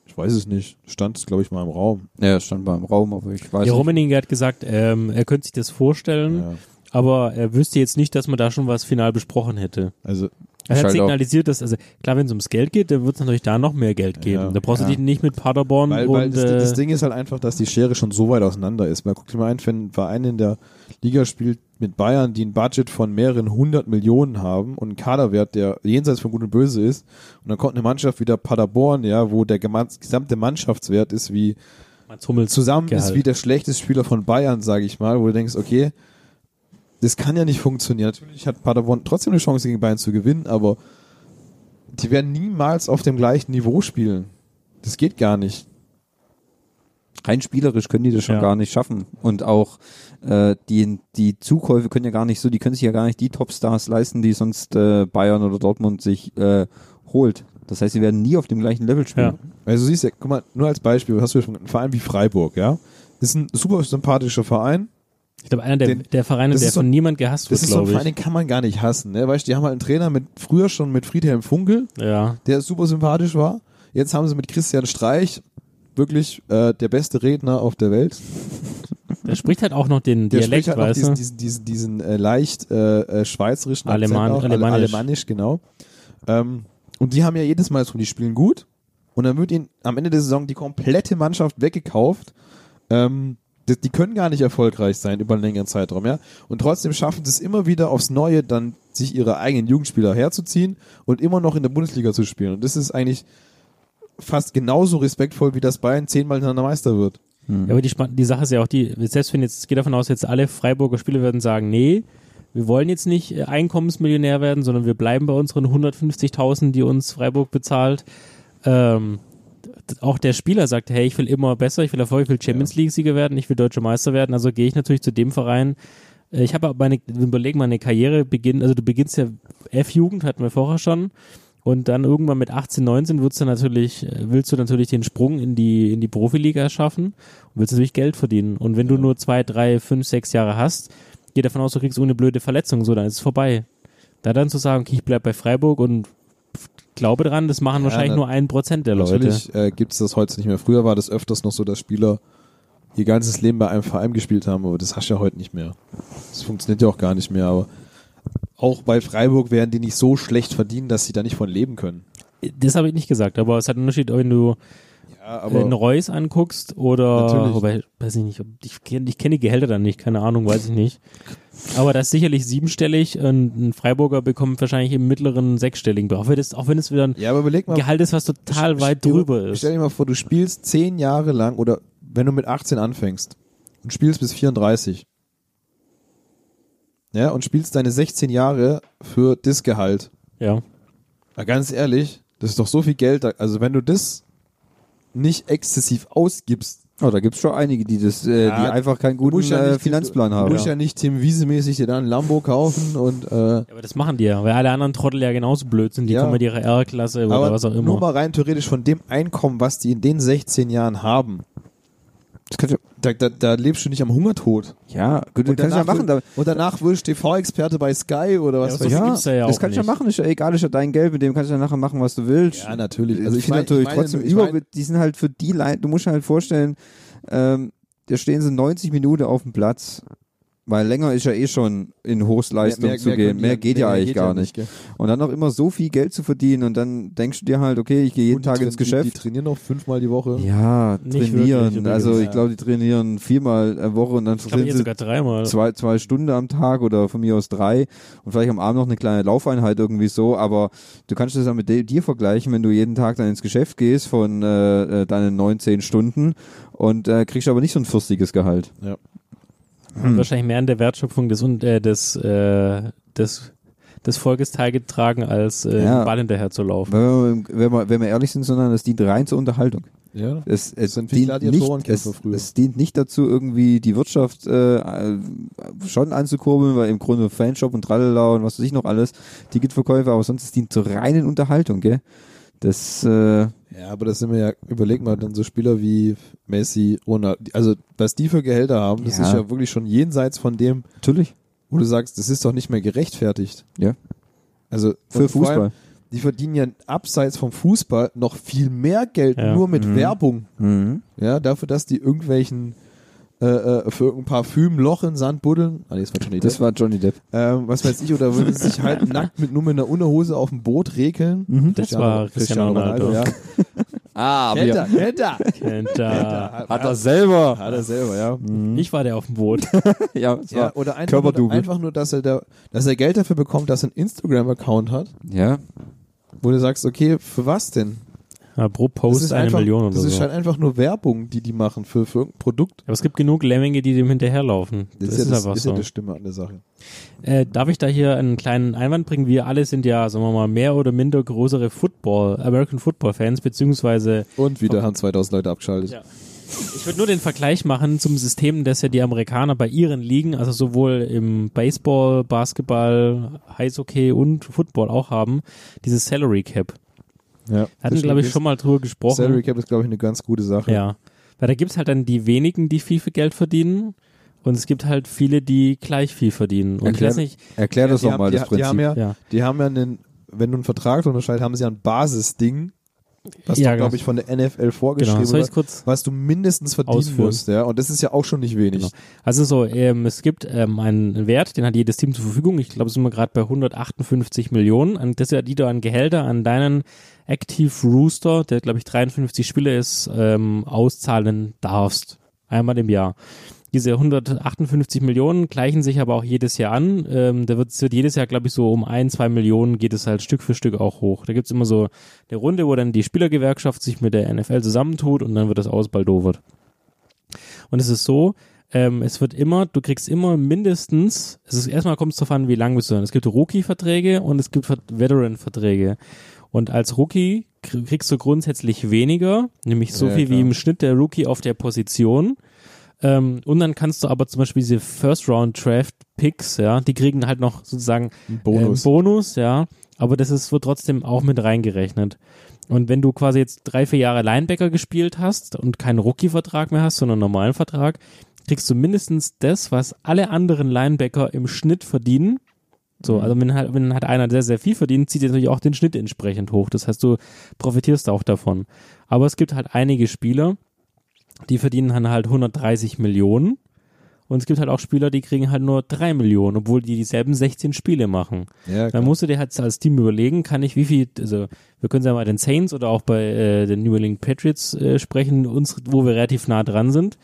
S1: Ich weiß es nicht. Stand, glaube ich, mal im Raum.
S2: Ja, es stand mal im Raum, aber ich weiß nicht.
S3: Ja, Rummenigge hat gesagt, ähm, er könnte sich das vorstellen,
S1: Also Ja.
S3: aber er wüsste jetzt nicht, dass man da schon was final besprochen hätte.
S1: Also,
S3: Er
S2: Scheint
S3: hat
S2: auch.
S3: signalisiert, dass, also klar, wenn es ums Geld geht, dann wird es natürlich da noch mehr Geld geben.
S1: Ja,
S3: da brauchst
S2: ja.
S3: du dich nicht mit Paderborn
S1: Weil,
S3: und
S1: weil das,
S3: äh,
S1: das Ding ist halt einfach, dass die Schere schon so weit auseinander ist. Man guckt sich mal ein, wenn ein Verein in der Liga spielt mit Bayern, die ein Budget von mehreren hundert Millionen haben und einen Kaderwert, der jenseits von Gut und Böse ist, und dann kommt eine Mannschaft wie der Paderborn, ja, wo der gema- gesamte Mannschaftswert ist wie
S3: Mats Hummels
S1: zusammen ist
S3: Gehalt.
S1: wie der schlechteste Spieler von Bayern, sage ich mal, wo du denkst, okay, das kann ja nicht funktionieren. Natürlich hat Paderborn trotzdem eine Chance gegen Bayern zu gewinnen, aber die werden niemals auf dem gleichen Niveau spielen. Das geht gar nicht.
S2: rein spielerisch können die das schon
S3: Ja.
S2: gar nicht schaffen. Und auch äh, die, die Zukäufe können ja gar nicht so, die können sich ja gar nicht die Topstars leisten, die sonst äh, Bayern oder Dortmund sich äh, holt. Das heißt, sie werden nie auf dem gleichen Level
S3: Ja.
S2: spielen.
S1: Also siehst du, guck mal, nur als Beispiel, hast du ja schon einen Verein wie Freiburg, ja? Ist ein super sympathischer Verein.
S3: Ich glaube, einer der,
S1: Den-
S3: der Vereine,
S1: das
S3: der
S1: ist so-
S3: von niemand gehasst
S1: Das
S3: wird,
S1: ist so ein
S3: glaube
S1: Verein,
S3: ich.
S1: den kann man gar nicht hassen, ne? Weißt du, die haben halt einen Trainer mit früher schon mit Friedhelm Funkel,
S3: Ja.
S1: der super sympathisch war. Jetzt haben sie mit Christian Streich wirklich äh, der beste Redner auf der Welt.
S3: Der spricht halt auch noch den
S1: Der
S3: Dialekt,
S1: spricht halt noch
S3: weißt
S1: diesen,
S3: du?
S1: diesen, diesen, diesen äh, leicht äh, äh, schweizerischen Akzent
S3: Aleman-
S1: auch,
S3: Alemannisch.
S1: Ale- Alemannisch, genau. Ähm, und die haben ja jedes Mal so, die spielen gut und dann wird ihnen am Ende der Saison die komplette Mannschaft weggekauft. Ähm, das, die können gar nicht erfolgreich sein über einen längeren Zeitraum, ja. Und trotzdem schaffen sie es immer wieder aufs Neue, dann sich ihre eigenen Jugendspieler herzuziehen und immer noch in der Bundesliga zu spielen. Und das ist eigentlich fast genauso respektvoll, wie das Bayern zehnmal hintereinander Meister wird.
S3: Ja, aber die, spann- die Sache ist ja auch die, selbst wenn jetzt, ich gehe davon aus, jetzt alle Freiburger Spieler werden sagen, nee, wir wollen jetzt nicht äh, Einkommensmillionär werden, sondern wir bleiben bei unseren 150.000, die uns Freiburg bezahlt. Ähm, d- auch der Spieler sagt, hey, ich will immer besser, ich will Erfolg, ich will Champions League-Sieger werden, ich will deutscher Meister werden, also gehe ich natürlich zu dem Verein. Äh, Ich habe aber meine, überleg mal, eine Karriere beginnt, also du beginnst ja F-Jugend, hatten wir vorher schon. Und dann irgendwann mit 18, 19 wird's dann natürlich, äh, willst du natürlich den Sprung in die, in die Profiliga schaffen und willst natürlich Geld verdienen. Und wenn du nur zwei, drei, fünf, sechs Jahre hast, geh davon aus, du kriegst ohne blöde Verletzung, so, dann ist es vorbei. Da dann zu sagen, okay, ich bleib bei Freiburg und glaube dran, das machen wahrscheinlich
S1: na-
S3: nur ein Prozent der Leute.
S1: Natürlich äh, gibt es das heute nicht mehr. Früher war das öfters noch so, dass Spieler ihr ganzes Leben bei einem Verein gespielt haben, aber das hast du ja heute nicht mehr. Das funktioniert ja auch gar nicht mehr, aber auch bei Freiburg werden die nicht so schlecht verdienen, dass sie da nicht von leben können.
S3: Das habe ich nicht gesagt, aber es hat einen Unterschied, wenn du
S1: Ja,
S3: äh, einen Reus anguckst oder,
S1: Natürlich.
S3: wobei, weiß ich nicht, ob, ich, kenn- ich kenne die Gehälter dann nicht, keine Ahnung, weiß ich nicht. Aber das ist sicherlich siebenstellig und ein Freiburger bekommt wahrscheinlich im mittleren sechsstelligen Bereich, auch wenn es- auch wenn es wieder ein
S1: ja aber überleg mal,
S3: Gehalt ist, was total weit
S1: Stell-
S3: drüber ist.
S1: Stell dir mal vor, du spielst zehn Jahre lang oder wenn du mit 18 anfängst und spielst bis 34. Ja, und spielst deine 16 Jahre für das Gehalt.
S3: Ja.
S1: Na, ganz ehrlich, das ist doch so viel Geld. da- Also wenn du das nicht exzessiv ausgibst,
S2: Oh, da gibt's schon einige, die das, äh,
S1: Ja,
S2: die einfach keinen
S1: du
S2: guten
S1: musst ja
S2: äh,
S1: nicht-
S2: Finanzplan haben.
S1: du musst ja nicht Tim Wiese-mäßig dir dann ein Lambo kaufen und äh,
S3: Ja, aber das machen die ja, weil alle anderen Trottel ja genauso blöd sind. Die
S1: Ja.
S3: kommen mit ihrer R-Klasse oder
S1: aber
S3: was auch
S1: nur
S3: immer.
S1: mal rein theoretisch von dem Einkommen, was die in den 16 Jahren haben,
S2: das kannst du,
S1: da, da, da lebst du nicht am Hungertod.
S2: ja, gut, das kannst du ja machen. Da,
S1: wür- und danach wirst du TV-Experte bei Sky oder was
S3: Ja,
S1: weiß
S3: so
S1: ich.
S3: viel gibt's da ja
S2: das
S3: auch
S2: kannst du ja
S3: nicht.
S2: machen, ist ja egal, ist ja dein Geld, mit dem kannst du ja nachher machen, was du willst.
S1: Ja, natürlich.
S2: Also ich finde
S1: mein-
S2: natürlich
S1: meine-
S2: trotzdem
S1: ich
S2: über,
S1: meine-
S2: die sind halt für die Leute, du musst dir halt vorstellen, ähm, da stehen sie 90 Minuten auf dem Platz, weil länger ist ja eh schon in Hochleistung zu gehen.
S1: können die-
S2: mehr geht ja eigentlich
S1: geht
S2: gar nicht.
S1: gell?
S2: Und dann noch immer so viel Geld zu verdienen und dann denkst du dir halt, okay, ich gehe jeden
S1: Und
S2: Tag
S1: die
S2: ins
S1: train- die- Die
S2: Geschäft.
S1: trainieren noch fünfmal die Woche.
S2: ja,
S3: Nicht
S2: trainieren.
S3: wirklich übrigens,
S2: also ich
S1: ja.
S2: glaube, die trainieren viermal eine Woche und dann
S3: Ich glaube,
S2: sind
S3: jetzt
S2: sie
S3: sogar dreimal.
S2: zwei, zwei Stunden am Tag oder von mir aus drei und vielleicht am Abend noch eine kleine Laufeinheit irgendwie so, aber du kannst das ja mit de- dir vergleichen, wenn du jeden Tag dann ins Geschäft gehst von äh, äh, deinen 19 Stunden und äh, kriegst aber nicht so ein fürstiges Gehalt.
S1: hm.
S3: Hat Wahrscheinlich mehr an der Wertschöpfung des, und, äh, des, äh, des, des Volkes teilgetragen, als äh,
S2: Ja.
S3: den Ball hinterher zu laufen.
S2: Wenn wir, wenn wir, wenn wir ehrlich sind, sondern das dient rein zur Unterhaltung.
S1: Ja.
S2: Es, es,
S1: sind wie
S2: dient nicht, es,
S1: Gladiatorenkämpfe früher.
S2: es dient nicht dazu, irgendwie die Wirtschaft äh, äh, schon anzukurbeln, weil im Grunde Fanshop und Tralala und was weiß ich noch alles, Ticketverkäufe, aber sonst es dient zur reinen Unterhaltung, gell? Das, äh,
S1: Ja, aber das sind wir ja, überleg mal, dann so Spieler wie Messi, Ronaldo, also was die für Gehälter haben, das
S2: Ja.
S1: ist ja wirklich schon jenseits von dem,
S2: natürlich.
S1: wo du sagst, das ist doch nicht mehr gerechtfertigt.
S2: Ja.
S1: Also
S2: Für
S1: und vor allem,
S2: Fußball.
S1: die verdienen ja abseits vom Fußball noch viel mehr Geld
S3: Ja.
S1: nur mit
S2: Mhm.
S1: Werbung.
S2: Mhm.
S1: Ja, dafür, dass die irgendwelchen äh, äh, für irgendein Parfüm Loch in den Sand buddeln. Ah, nee, das war schon
S2: Das war Johnny Depp.
S1: ähm, was weiß ich, oder würden sich halt
S2: (laughs)
S1: nackt mit nur mit einer Unterhose auf dem Boot regeln.
S2: Mhm.
S3: Das war Cristiano Ronaldo.
S2: Ah,
S1: Hätte, hätte.
S3: (laughs) Und, äh, hm?
S2: Hat er selber.
S1: Hat er selber, ja.
S3: ich war der auf dem (laughs) Boot.
S2: (laughs) Ja, das
S1: ja
S2: war,
S1: oder einfach nur,
S2: Körperdouble.
S1: einfach nur, dass er da, dass er Geld dafür bekommt, dass er einen Instagram-Account hat,
S2: ja.
S1: wo du sagst, okay, für was denn?
S3: Ja, pro
S1: Das
S3: Post
S1: ist
S3: eine
S1: einfach,
S3: Million oder
S1: Das ist
S3: so.
S1: halt einfach nur Werbung, die die machen für, für irgendein Produkt.
S3: Aber es gibt genug Lemminge, die dem hinterherlaufen. Das, ist,
S1: ja das,
S3: einfach
S1: ist
S3: so.
S1: ja das Stimme an der Sache.
S3: Äh, darf ich da hier einen kleinen Einwand bringen? Wir alle sind ja, sagen wir mal, mehr oder minder größere Football, American Football Fans, beziehungsweise
S1: Und wieder
S3: Ver-
S1: haben 2000 Leute abgeschaltet.
S3: Ja. Ich würde nur den Vergleich machen zum System, das ja die Amerikaner bei ihren Ligen, also sowohl im Baseball, Basketball, Eishockey und Football auch haben, dieses Salary Cap.
S1: Ja.
S3: Hatten, glaube ich, schon mal drüber gesprochen.
S1: Salary Cap ist, glaube ich, eine ganz gute Sache.
S3: Ja. Weil da gibt's halt dann die wenigen, die viel, viel Geld verdienen. Und es gibt halt viele, die gleich viel verdienen. Und
S2: Erklär-
S3: ich weiß nicht,
S2: Erklär das
S1: die, haben-
S2: nochmal,
S1: die,
S2: das
S1: die
S2: Prinzip.
S1: haben ja,
S3: ja.
S1: die haben ja einen, wenn du einen Vertrag unterscheidest, haben sie ja ein Basisding, was doch,
S3: Ja, genau.
S1: glaube ich, von der NFL
S3: Genau,
S1: vorgeschrieben
S3: soll ich
S1: wird,
S3: kurz
S1: was du mindestens verdienen
S3: Ausführen.
S1: musst. Ja? Und das ist ja auch schon nicht wenig.
S3: Genau. Also so, ähm, es gibt ähm, einen Wert, den hat jedes Team zur Verfügung. Ich glaube, sind wir gerade bei 158 Millionen. Und das ist ja die du an Gehälter an deinen Active Rooster, der glaube ich 53 Spiele ist, ähm, auszahlen darfst. Einmal im Jahr. Diese 158 Millionen gleichen sich aber auch jedes Jahr an. Ähm, da wird es wird jedes Jahr, glaube ich, so um ein, zwei Millionen geht es halt Stück für Stück auch hoch. Da gibt's immer so eine Runde, wo dann die Spielergewerkschaft sich mit der NFL zusammentut und dann wird das ausbaldowert. Und es ist so, ähm, es wird immer, du kriegst immer mindestens, es ist erstmal kommt es darauf an, wie lang bist du dann. Es gibt Rookie-Verträge und es gibt Ver- Veteran-Verträge. Und als Rookie krie- kriegst du grundsätzlich weniger, nämlich so
S1: Ja,
S3: viel wie
S1: klar.
S3: im Schnitt der Rookie auf der Position. Ähm, und dann kannst du aber zum Beispiel diese First-Round-Draft-Picks, ja, die kriegen halt noch sozusagen
S1: Ein Bonus.
S3: äh, Bonus, ja. Aber das ist, wird trotzdem auch mit reingerechnet. Und wenn du quasi jetzt drei, vier Jahre Linebacker gespielt hast und keinen Rookie-Vertrag mehr hast, sondern einen normalen Vertrag, kriegst du mindestens das, was alle anderen Linebacker im Schnitt verdienen. So, also wenn halt, wenn halt einer sehr, sehr viel verdient, zieht er natürlich auch den Schnitt entsprechend hoch. Das heißt, du profitierst auch davon. Aber es gibt halt einige Spieler, die verdienen dann halt 130 Millionen. Und es gibt halt auch Spieler, die kriegen halt nur 3 Millionen, obwohl die dieselben 16 Spiele machen.
S1: Ja,
S3: Dann musst du dir halt als Team überlegen, kann ich wie viel, also wir können ja mal den Saints oder auch bei äh, den New England Patriots äh, sprechen, uns, wo wir relativ nah dran sind.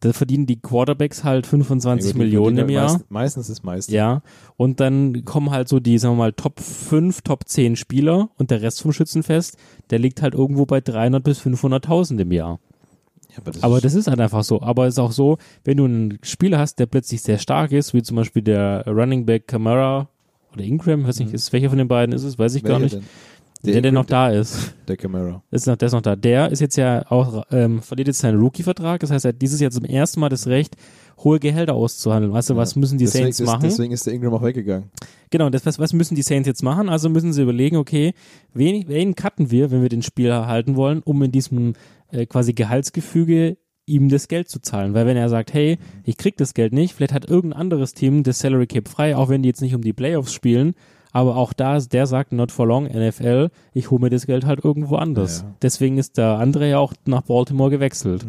S3: Da verdienen die Quarterbacks halt 25
S1: Ja, gut, die
S3: Millionen
S1: verdienen
S3: im Jahr.
S1: meist- meistens ist meistens.
S3: Ja, und dann kommen halt so die, sagen wir mal, Top 5, Top 10 Spieler und der Rest vom Schützenfest, der liegt halt irgendwo bei 300 bis 500.000 im Jahr. Aber das ist halt einfach so. Aber es ist auch so, wenn du einen Spieler hast, der plötzlich sehr stark ist, wie zum Beispiel der Running Back Camara oder Ingram, weiß nicht, ist welcher von den beiden ist es, weiß ich
S1: Mhm. Welcher
S3: gar nicht,
S1: denn?
S3: der, der noch da ist.
S1: Der Camera.
S3: ist noch, der ist noch da. Der ist jetzt ja auch, ähm, verliert jetzt seinen Rookie-Vertrag, das heißt, er hat dieses Jahr zum ersten Mal das Recht, hohe Gehälter auszuhandeln. Weißt du, was müssen die
S1: deswegen
S3: Saints
S1: ist,
S3: machen?
S1: Deswegen ist der Ingram auch weggegangen.
S3: Genau, das, was, was müssen die Saints jetzt machen? Also müssen sie überlegen, okay, wen, wen cutten wir, wenn wir den Spieler halten wollen, um in diesem äh, quasi Gehaltsgefüge ihm das Geld zu zahlen. Weil wenn er sagt, hey, ich krieg das Geld nicht, vielleicht hat irgendein anderes Team das Salary Cap frei, auch wenn die jetzt nicht um die Playoffs spielen, aber auch da, ist- der sagt, not for long, NFL, ich hole mir das Geld halt irgendwo anders.
S1: Ja, Mhm. ja.
S3: Deswegen ist der andere ja auch nach Baltimore gewechselt.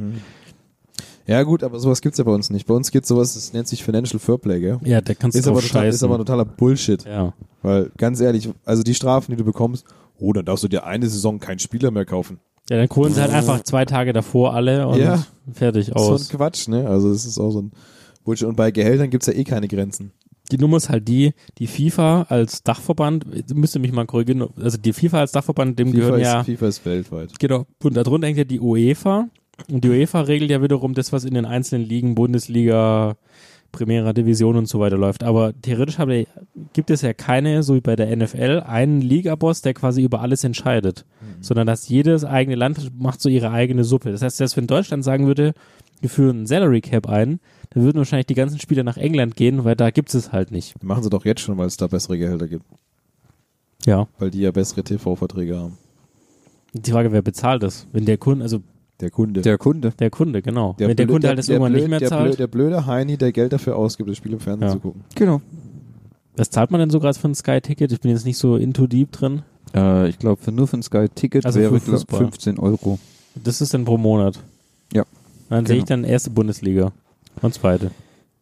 S1: Ja gut, aber sowas gibt's ja bei uns nicht. Bei uns gibt's sowas, das nennt sich Financial Fairplay, gell?
S3: Ja, der kannst
S1: Ist
S3: du
S1: aber,
S3: auch
S1: total, ist aber totaler Bullshit.
S3: ja.
S1: Weil, ganz ehrlich, also die Strafen, die du bekommst, oh, dann darfst du dir eine Saison keinen Spieler mehr kaufen.
S3: ja, dann kohlen sie halt einfach zwei Tage davor alle und
S1: Ja.
S3: fertig
S1: Das
S3: aus.
S1: ist so ein Quatsch, ne? Also es ist auch so ein Bullshit. Und bei Gehältern gibt's ja eh keine Grenzen.
S3: die Nummer ist halt die, die FIFA als Dachverband, müsste mich mal korrigieren, also die FIFA als Dachverband, dem
S1: FIFA,
S3: gehören
S1: ist,
S3: ja,
S1: FIFA ist weltweit.
S3: genau, und darunter hängt ja die UEFA und die UEFA regelt ja wiederum das, was in den einzelnen Ligen, Bundesliga, Primera Division und so weiter läuft, aber theoretisch haben wir, gibt es ja keine, so wie bei der NFL, einen Ligaboss, der quasi über alles entscheidet,
S1: Mhm.
S3: sondern dass jedes eigene Land macht so ihre eigene Suppe. Das heißt, dass wenn Deutschland sagen würde, wir führen einen Salary Cap ein, dann würden wahrscheinlich die ganzen Spieler nach England gehen, weil da gibt es halt nicht.
S1: Machen sie doch jetzt schon, weil es da bessere Gehälter gibt.
S3: Ja.
S1: Weil die ja bessere TV-Verträge haben.
S3: Die Frage, wer bezahlt das? Wenn der Kunde, also
S1: Der Kunde.
S2: Der Kunde.
S3: der Kunde, genau. Wenn der
S1: blöde-
S3: Kunde halt das irgendwann
S1: blöde-
S3: nicht mehr
S1: der
S3: zahlt,
S1: blöde- Der blöde Heini, der Geld dafür ausgibt, das Spiel im Fernsehen
S3: Ja.
S1: zu gucken.
S2: Genau.
S3: was zahlt man denn so gerade für ein Sky-Ticket? Ich bin jetzt nicht so into deep drin.
S2: Äh, ich glaube, für nur für ein Sky-Ticket
S3: Also
S2: wäre
S3: für
S2: glaub,
S3: Fußball.
S2: 15 Euro.
S3: Das ist dann pro Monat.
S2: Ja.
S3: Dann sehe ich
S2: Genau.
S3: dann erste Bundesliga und zweite.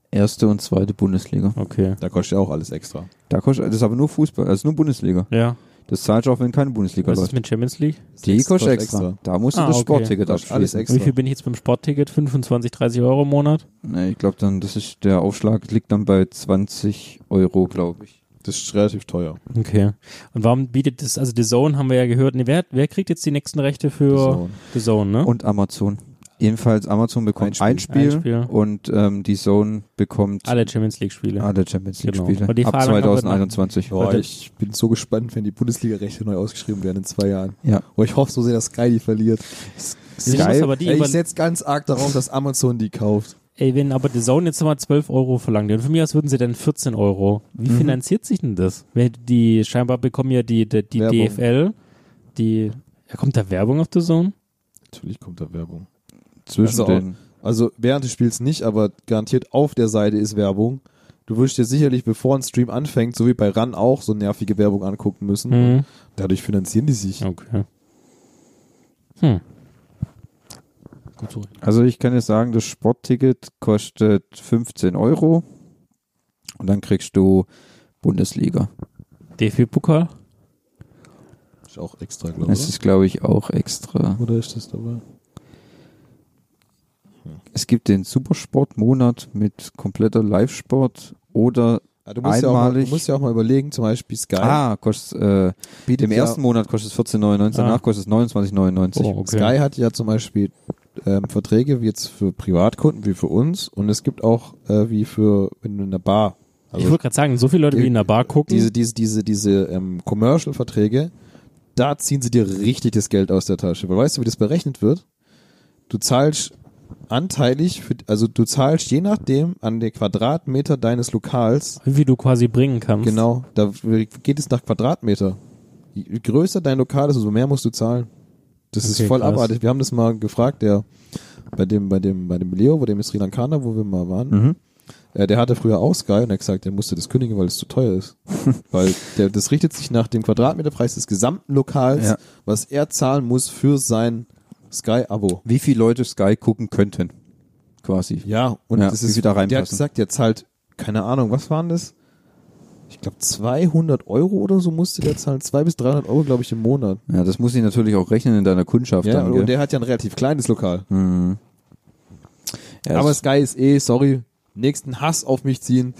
S2: Erste und zweite Bundesliga.
S3: Okay.
S1: Da kostet ja auch alles extra.
S2: Da kostet, das ist aber nur Fußball, das ist nur Bundesliga.
S3: Ja.
S2: Das zahlst du auch, wenn keine Bundesliga
S3: Was ist
S2: läuft.
S3: mit Champions League?
S2: Die
S1: Das
S2: kostet extra. Da musst du
S3: Ah,
S2: das
S3: okay.
S2: Sportticket
S1: Kostet alles
S2: abschließen.
S1: extra.
S3: Wie viel bin ich jetzt beim Sportticket? 25, 30 Euro im Monat?
S2: Nee, ich glaube dann, das ist der Aufschlag liegt dann bei 20 Euro, glaube ich.
S1: Das ist relativ teuer.
S3: Okay. Und warum bietet das, also The Zone haben wir ja gehört, nee, wer, wer kriegt jetzt die nächsten Rechte für
S1: So.
S3: The Zone, ne?
S2: Und Amazon. Jedenfalls Amazon bekommt ein
S1: Ein
S2: Spiel,
S3: Ein Spiel. Ah,
S2: und ähm, die Zone bekommt
S3: Alle Champions League Spiele.
S2: alle Ah, Champions League
S3: Genau.
S2: Spiele
S3: Und die
S2: ab
S3: Verhandlungen wird nach-
S2: 2021.
S1: Boah, ich bin so gespannt, wenn die Bundesliga-Rechte neu ausgeschrieben werden in zwei Jahren.
S2: Ja.
S1: Boah, ich hoffe so sehr, dass Sky die verliert.
S3: Wieso muss aber die
S1: Ey,
S3: über-
S1: ich setze ganz arg darauf, dass Amazon die kauft.
S3: Ey, wenn aber die Zone jetzt mal 12 Euro verlangt, und von mir aus würden sie dann 14 Euro.
S1: Mhm.
S3: Wie finanziert sich denn das? Wer- Die scheinbar bekommen ja die, die, die
S1: Werbung.
S3: DFL, die ja, kommt da Werbung auf die Zone?
S1: Natürlich kommt da Werbung.
S2: Zwischen
S1: Also auch-
S2: den
S1: Also während des Spiels nicht, aber garantiert auf der Seite ist Werbung. Du wirst dir sicherlich, bevor ein Stream anfängt, so wie bei Run auch, so nervige Werbung angucken müssen.
S3: Mhm.
S1: Dadurch finanzieren die sich.
S3: Okay. Hm. Gut so.
S2: Also ich kann jetzt sagen, das Sportticket kostet 15 Euro und dann kriegst du Bundesliga.
S3: DFB-Pokal?
S1: Ist auch extra, glaube
S2: Das
S1: ich.
S2: ist, glaube ich, auch extra.
S1: Oder ist das dabei?
S2: Es gibt den Supersportmonat mit kompletter Live-Sport oder
S1: Ah, du, musst ja auch mal, du
S2: Einmalig.
S1: musst ja auch mal überlegen, zum Beispiel Sky.
S2: ah, kostet äh,
S1: bietet
S2: im
S1: ja-
S2: ersten Monat kostet es 14,99,
S3: Ah.
S2: danach kostet es 29,99.
S3: Oh, okay.
S1: Sky Also hat ja zum Beispiel ähm, Verträge wie jetzt für Privatkunden wie für uns und es gibt auch äh, wie für wenn du in der Bar.
S3: ich
S1: Also
S3: wollte gerade sagen, so viele Leute, die
S1: die-
S3: in der Bar gucken,
S1: diese diese diese diese ähm, Commercial Verträge, da ziehen sie dir richtig das Geld aus der Tasche. Weil weißt du, wie das berechnet wird? Du zahlst anteilig, für, also du zahlst je nachdem an den Quadratmeter deines Lokals
S3: wie viel du quasi bringen kannst.
S1: Genau, da geht es nach Quadratmeter. Je größer dein Lokal ist, umso mehr musst du zahlen. Das
S3: Okay,
S1: ist voll
S3: krass.
S1: abartig. Wir haben das mal gefragt, der bei dem, bei dem, bei dem Leo, bei dem Sri Lankaner, wo wir mal waren,
S2: Mhm.
S1: äh, der hatte früher auch Sky und er hat gesagt, er musste das kündigen, weil es zu teuer ist. weil der, das richtet sich nach dem Quadratmeterpreis des gesamten Lokals,
S2: Ja.
S1: was er zahlen muss für sein Sky-Abo.
S2: Wie viele Leute Sky gucken könnten, quasi.
S1: Ja, und
S2: Ja,
S1: das
S2: wie
S1: ist
S2: viel da
S1: Der hat
S2: reinpassen.
S1: gesagt, der zahlt, keine Ahnung, was waren das? Ich glaube 200 Euro oder so musste der zahlen. 200 bis 300 Euro, glaube ich, im Monat.
S2: Ja, das muss ich natürlich auch rechnen in deiner Kundschaft.
S1: Ja,
S2: dann,
S1: und
S2: gell?
S1: der hat ja ein relativ kleines Lokal.
S2: Mhm. Ja,
S1: Aber
S2: das-
S1: Sky ist eh, sorry, nächsten Hass auf mich ziehen.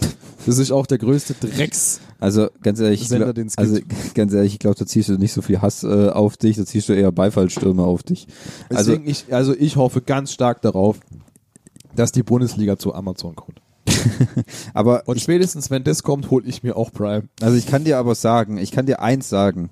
S1: Das ist auch der größte Drecks.
S2: Also ganz ehrlich, ich
S1: Sender,
S2: glaub,
S1: den's gibt.
S2: also (laughs) ganz ehrlich, ich glaube, da ziehst du nicht so viel Hass äh, auf dich, da ziehst du eher Beifallstürme auf dich. (laughs) Also
S1: Deswegen ich, also ich hoffe ganz stark darauf, dass die Bundesliga zu Amazon kommt.
S2: aber
S1: Und spätestens, wenn das kommt, hole ich mir auch Prime.
S2: also ich kann dir aber sagen, ich kann dir eins sagen,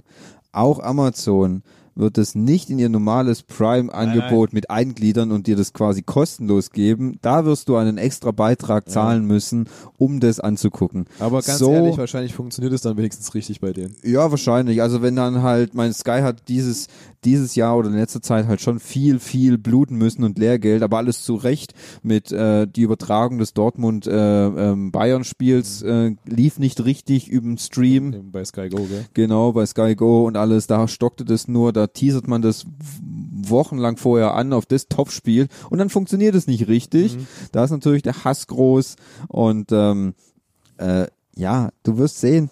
S2: auch Amazon wird es nicht in ihr normales Prime-Angebot mit eingliedern und dir das quasi kostenlos geben. Da wirst du einen extra Beitrag zahlen müssen, um das anzugucken.
S1: Aber ganz
S2: so,
S1: ehrlich, wahrscheinlich funktioniert es dann wenigstens richtig bei
S2: (laughs)
S1: denen.
S2: Ja, wahrscheinlich. Also wenn dann halt, mein Sky hat dieses, dieses Jahr oder in letzter Zeit halt schon viel, viel bluten müssen und Lehrgeld, aber alles zu Recht mit äh, die Übertragung des Dortmund äh, ähm, Bayern-Spiels äh, lief nicht richtig über den Stream.
S1: Bei Sky Go, gell?
S2: Genau, bei Sky Go und alles, da stockte das nur, da teasert man das w- wochenlang vorher an auf das Topspiel und dann funktioniert es nicht richtig.
S1: Mhm.
S2: Da ist natürlich der Hass groß und ähm, äh, ja, du wirst sehen,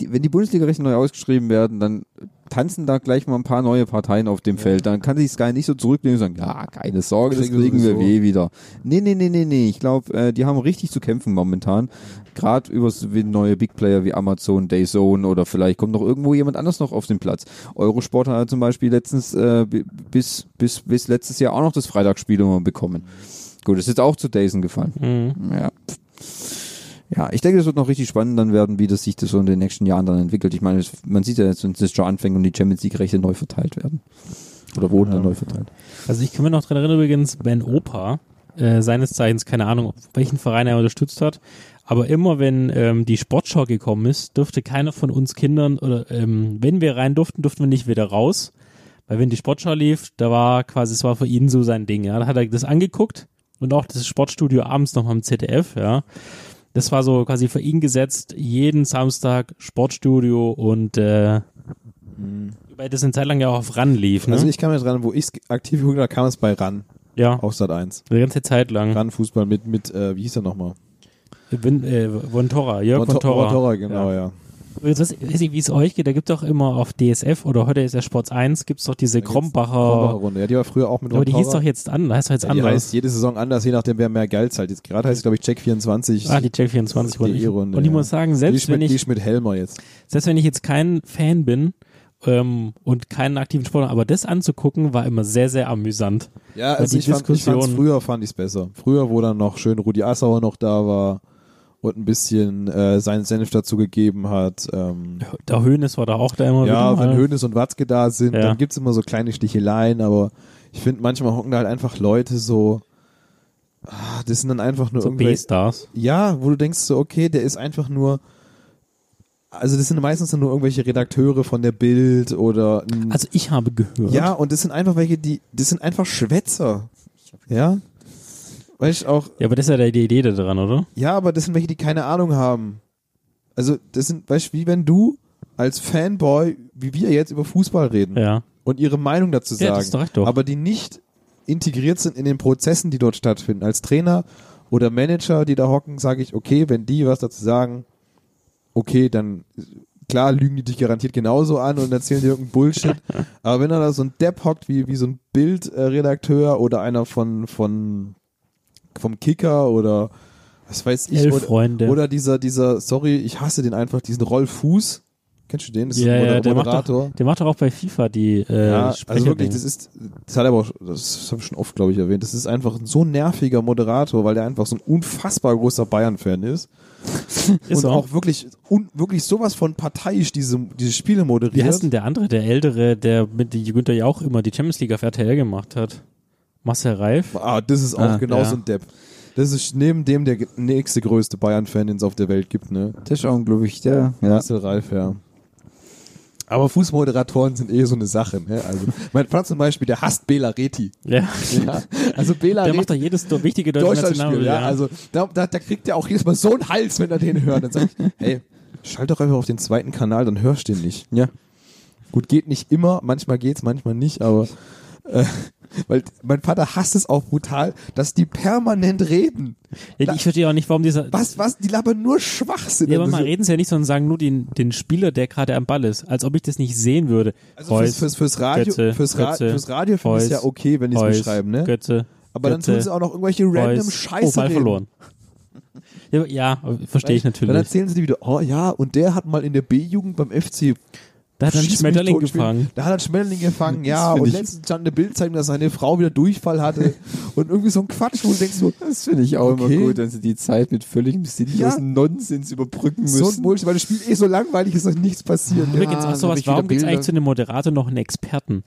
S2: die, wenn die Bundesliga-Rechte neu ausgeschrieben werden, dann tanzen da gleich mal ein paar neue Parteien auf dem Feld. Dann kann sich Sky nicht so zurücklehnen und sagen, ja, keine Sorge, das
S1: Kriegen wir
S2: kriegen wir
S1: sowieso.
S2: weh wieder. Nee, nee, nee, nee, nee. Ich glaube, äh, die haben richtig zu kämpfen momentan. Gerade über so wie neue Big Player wie Amazon, Dayzone oder vielleicht kommt noch irgendwo jemand anders noch auf den Platz. Eurosport hat zum Beispiel letztens äh, bi- bis, bis, bis letztes Jahr auch noch das Freitagsspiel immer bekommen. Gut, ist jetzt auch zu Dayson gefallen.
S3: Mhm.
S2: Ja. Ja, ich denke, das wird noch richtig spannend dann werden, wie das sich das so in den nächsten Jahren dann entwickelt. Ich meine, es- man sieht ja jetzt, wenn es schon anfängt und die Champions League-Rechte neu verteilt werden. Oder wurden dann neu verteilt.
S3: Also ich kann mir noch dran erinnern übrigens, Ben Opa, äh, seines Zeichens, keine Ahnung, welchen Verein er unterstützt hat, aber immer wenn ähm, die Sportschau gekommen ist, durfte keiner von uns Kindern oder ähm, wenn wir rein durften, durften wir nicht wieder raus. Weil wenn die Sportschau lief, da war quasi, es war für ihn so sein Ding, ja. Da hat er das angeguckt und auch das Sportstudio abends nochmal im ZDF, ja. Das war so quasi für ihn gesetzt, jeden Samstag Sportstudio und äh, weil das eine Zeit lang ja auch auf RAN lief,
S1: Mhm.
S3: ne?
S1: Also ich kann mir dran, wo ich aktiv geguckt habe, kam es bei RAN,
S3: ja,
S1: auf Sat 1.
S3: eine ganze Zeit lang.
S1: Ran Fußball mit, mit äh, wie hieß er nochmal?
S3: Win, äh, Vontora, Jörg
S1: Von Tor-
S3: Vontora.
S1: Torra, genau, ja.
S3: Jetzt weiß, weiß ich, wie es euch geht, da gibt doch immer auf DSF oder heute ist ja Sports 1, gibt's doch diese Krombacher,
S1: Runde. Ja, die war früher auch mit
S3: aber die
S1: Von
S3: hieß
S1: Torra.
S3: doch jetzt an, heißt doch jetzt
S1: ja, die
S3: anders.
S1: heißt jede Saison anders, je nachdem, wer mehr Geld zahlt. Jetzt gerade heißt, glaube ich, Check 24.
S3: Ah, die Check24
S1: Die
S3: Runde.
S1: E-Runde,
S3: Und ich
S1: ja.
S3: muss sagen,
S1: die
S3: selbst
S1: ist mit,
S3: wenn
S1: die
S3: ich,
S1: ist mit Helmer jetzt.
S3: selbst wenn ich jetzt kein Fan bin ähm, und keinen aktiven Sportler, aber das anzugucken war immer sehr, sehr amüsant.
S1: Ja,
S3: also
S1: also
S3: die
S1: ich fand, ich fand's
S3: Diskussion-
S1: früher fand ich's besser. Früher, wo dann noch schön Rudi Assauer noch da war und ein bisschen äh, seinen Senf dazu gegeben hat. Ähm,
S3: Der Hönes war da auch da immer wieder
S1: ja,
S3: mal.
S1: wenn Hönes und Watzke da sind,
S3: genau, Ja.
S1: dann gibt's immer so kleine Sticheleien, aber ich finde, manchmal hocken da halt einfach Leute so, ah, das sind dann einfach nur
S3: so
S1: irgendwelche,
S3: B-Stars.
S1: ja, wo du denkst so, okay, der ist einfach nur, also das sind meistens dann nur irgendwelche Redakteure von der Bild oder ein
S3: Also ich habe gehört.
S1: ja, und das sind einfach welche, die, das sind einfach Schwätzer. Ja? Weißt du auch,
S3: Ja, aber das ist ja die Idee da dran, oder?
S1: ja, aber das sind welche, die keine Ahnung haben. Also, das sind, weißt du, wie wenn du als Fanboy, wie wir jetzt über Fußball reden
S3: Ja.
S1: und ihre Meinung dazu Hm. sagen,
S3: Ja, das ist doch recht doch.
S1: aber die nicht integriert sind in den Prozessen, die dort stattfinden. Als Trainer oder Manager, die da hocken, sage ich, okay, wenn die was dazu sagen, okay, dann klar lügen die dich garantiert genauso an und erzählen dir irgendeinen
S3: (laughs)
S1: Bullshit. aber wenn da so ein Depp hockt, wie, wie so ein Bildredakteur oder einer von, von vom Kicker oder was weiß ich,
S3: Elf
S1: oder,
S3: Freunde.
S1: oder dieser, dieser, sorry, ich hasse den einfach, diesen Rolf Fuß. Kennst du den? Das ist
S3: ja,
S1: ein
S3: ja,
S1: Moder-
S3: der macht,
S1: Moderator
S3: doch, der macht doch auch bei FIFA die äh,
S1: ja, also wirklich,
S3: Sprecherding.
S1: das ist, das hat er aber auch, das habe ich schon oft, glaube ich, erwähnt, das ist einfach ein so nerviger Moderator, weil der einfach so ein unfassbar großer Bayern-Fan ist.
S3: Ist
S1: und
S3: so.
S1: auch wirklich, un, wirklich sowas von parteiisch diese, diese Spiele
S3: Wie
S1: moderiert.
S3: heißt denn der andere, der Ältere, der mit Günther ja auch immer die Champions League auf RTL gemacht hat? Marcel Reif?
S1: ah, das ist auch
S2: Ah,
S1: genau
S3: ja.
S1: so ein Depp. Das ist neben dem der ge- nächste größte Bayern-Fan, den es auf der Welt gibt, ne?
S2: Das ist auch, glaube ich, der. Ja.
S1: Marcel Reif, ja. Aber Fußmoderatoren sind eh so eine Sache, ne? Also, (laughs) mein Vater zum Beispiel, der hasst Bela Reti.
S3: Ja.
S1: Ja? Also Bela
S3: Der
S1: Reti.
S3: macht doch jedes do- wichtige deutsche
S1: Deutschlandspiel,
S3: Nationalspiel.
S1: ja. Also da, da, da kriegt er auch jedes Mal so einen Hals, wenn er den hört. Dann
S3: (laughs)
S1: sag ich, hey, schalt doch einfach auf den zweiten Kanal, dann hörst du den nicht.
S2: ja.
S1: Gut, geht nicht immer, manchmal geht's, manchmal nicht, aber äh, weil mein Vater hasst es auch brutal, dass die permanent reden.
S3: ja, ich verstehe auch nicht, warum dieser...
S1: Was, was? Die labern nur Schwachsinn. Also
S3: Ja, aber
S1: Das-
S3: mal reden sie ja nicht, sondern sagen nur den, den Spieler, der gerade am Ball ist. Als ob ich das nicht sehen würde.
S1: also fürs, fürs, fürs Radio,
S3: Götze,
S1: fürs, Ra
S3: Götze,
S1: fürs Radio finde ich es
S3: Reus,
S1: ja okay, wenn die es
S3: Reus,
S1: beschreiben, ne?
S3: Götze,
S1: aber dann
S3: Götze,
S1: tun sie auch noch irgendwelche random
S3: Reus.
S1: Scheiße
S3: Oh, Ball
S1: reden.
S3: verloren.
S1: (laughs)
S3: Ja, ja verstehe ich
S1: Dann
S3: natürlich.
S1: erzählen sie dir wieder, oh ja, und der hat mal in der B-Jugend beim FC
S3: Da hat er einen
S1: Schieß mich
S3: Schmetterling
S1: tot, ich bin-
S3: gefangen.
S1: Da hat er einen Schmetterling gefangen, ja.
S2: find
S1: Und
S2: ich-
S1: letztens stand eine Bild zeigen, dass seine Frau wieder Durchfall
S2: (laughs)
S1: hatte. und irgendwie so ein Quatsch, wo du denkst, so,
S2: Das finde ich auch
S1: Okay.
S2: immer gut, wenn sie die Zeit mit völligem sinnlosen Nonsens überbrücken müssen.
S1: so ein Bullshit, weil das Spiel eh so langweilig ist, dass nichts passiert. Ja.
S3: Übrigens auch
S2: dann hab
S3: sowas,
S2: ich wieder
S3: warum gibt es
S2: Bilder.
S3: eigentlich zu einem Moderator noch einen Experten?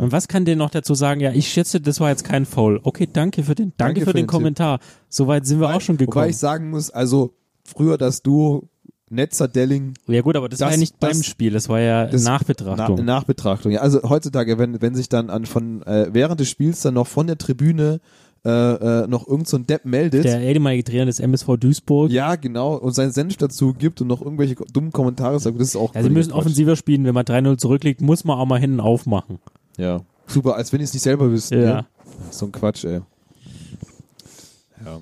S3: Und was kann der noch dazu sagen? Ja, ich schätze, das war jetzt kein Foul. Okay, danke für den, danke, für, den,
S1: Tipp.
S3: Kommentar. Soweit sind wir auch schon
S1: Wobei
S3: gekommen.
S1: ich sagen muss, also früher das Duo Netzer Delling
S3: ja gut, aber das, war
S1: das-
S3: ja nicht beim
S1: das-
S3: Spiel, das war ja
S1: das- na,
S3: Nachbetrachtung.
S1: Nachbetrachtung. Ja, also heutzutage, wenn, wenn sich dann an von äh, während des Spiels dann noch von der Tribüne äh, äh, noch irgend so ein Depp meldet.
S3: der ehemalige Trainer des MSV Duisburg. Ja,
S1: ja, genau. Und seinen Senf dazu gibt und noch irgendwelche dummen Kommentare sagt, das ist auch
S3: sie müssen
S1: völliger Quatsch.
S3: offensiver spielen. Wenn man 3-0 zurückliegt, muss man auch mal hinten aufmachen.
S1: Ja. Super, als wenn die es nicht selber wüssten.
S3: Ja.
S1: ne? So ein Quatsch, ey. Ja.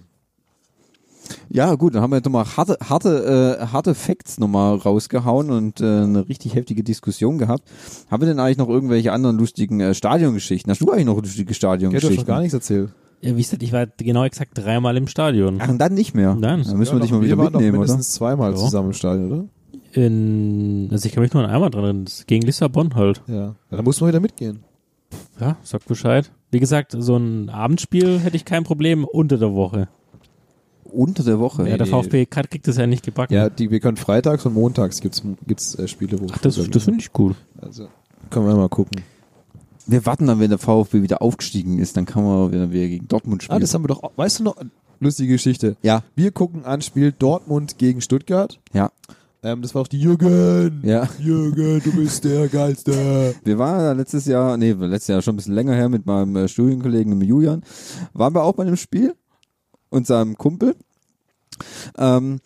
S2: Ja, gut, dann haben wir jetzt nochmal harte, harte, äh, harte Facts nochmal rausgehauen und äh, eine richtig heftige Diskussion gehabt. Haben wir denn eigentlich noch irgendwelche anderen lustigen äh, Stadiongeschichten? Hast du eigentlich noch lustige
S1: Ich habe
S2: Stadiongeschichten?
S1: schon gar nichts erzählt.
S3: Ja, wie gesagt, ich war genau exakt dreimal im Stadion.
S2: Ach, und dann nicht mehr.
S3: Nein.
S2: Dann müssen wir dich mal wieder
S1: wir waren doch
S2: mitnehmen, oder?
S1: mindestens zweimal
S3: Ja.
S1: zusammen im Stadion, oder?
S3: In, also ich kann mich nur an einmal dran erinnern, das ist gegen Lissabon halt.
S1: Ja. ja dann muss man wieder mitgehen.
S3: Ja, sag Bescheid. Wie gesagt, so ein Abendspiel hätte ich kein Problem unter der Woche.
S2: Unter der Woche.
S3: ja, der
S1: nee.
S3: VfB kann- kriegt das ja nicht gebacken.
S1: Ja, die, wir können freitags und montags gibt's, gibt's äh, Spiele, wo
S3: Ach, das, das finde ich gut.
S1: also, können wir mal gucken.
S2: Wir warten dann, wenn der VfB wieder aufgestiegen ist, dann kann man wieder, wieder gegen Dortmund spielen.
S1: Ah, das haben wir doch, weißt du noch, lustige Geschichte.
S2: ja,
S1: Wir gucken an Spiel Dortmund gegen Stuttgart.
S2: ja,
S1: Ähm, das war auch die Jürgen.
S2: ja.
S1: Jürgen, du bist der Geilste.
S2: Wir waren ja letztes Jahr, nee, letztes Jahr schon ein bisschen länger her mit meinem äh, Studienkollegen dem Julian, waren wir auch bei einem Spiel und seinem Kumpel. Ähm,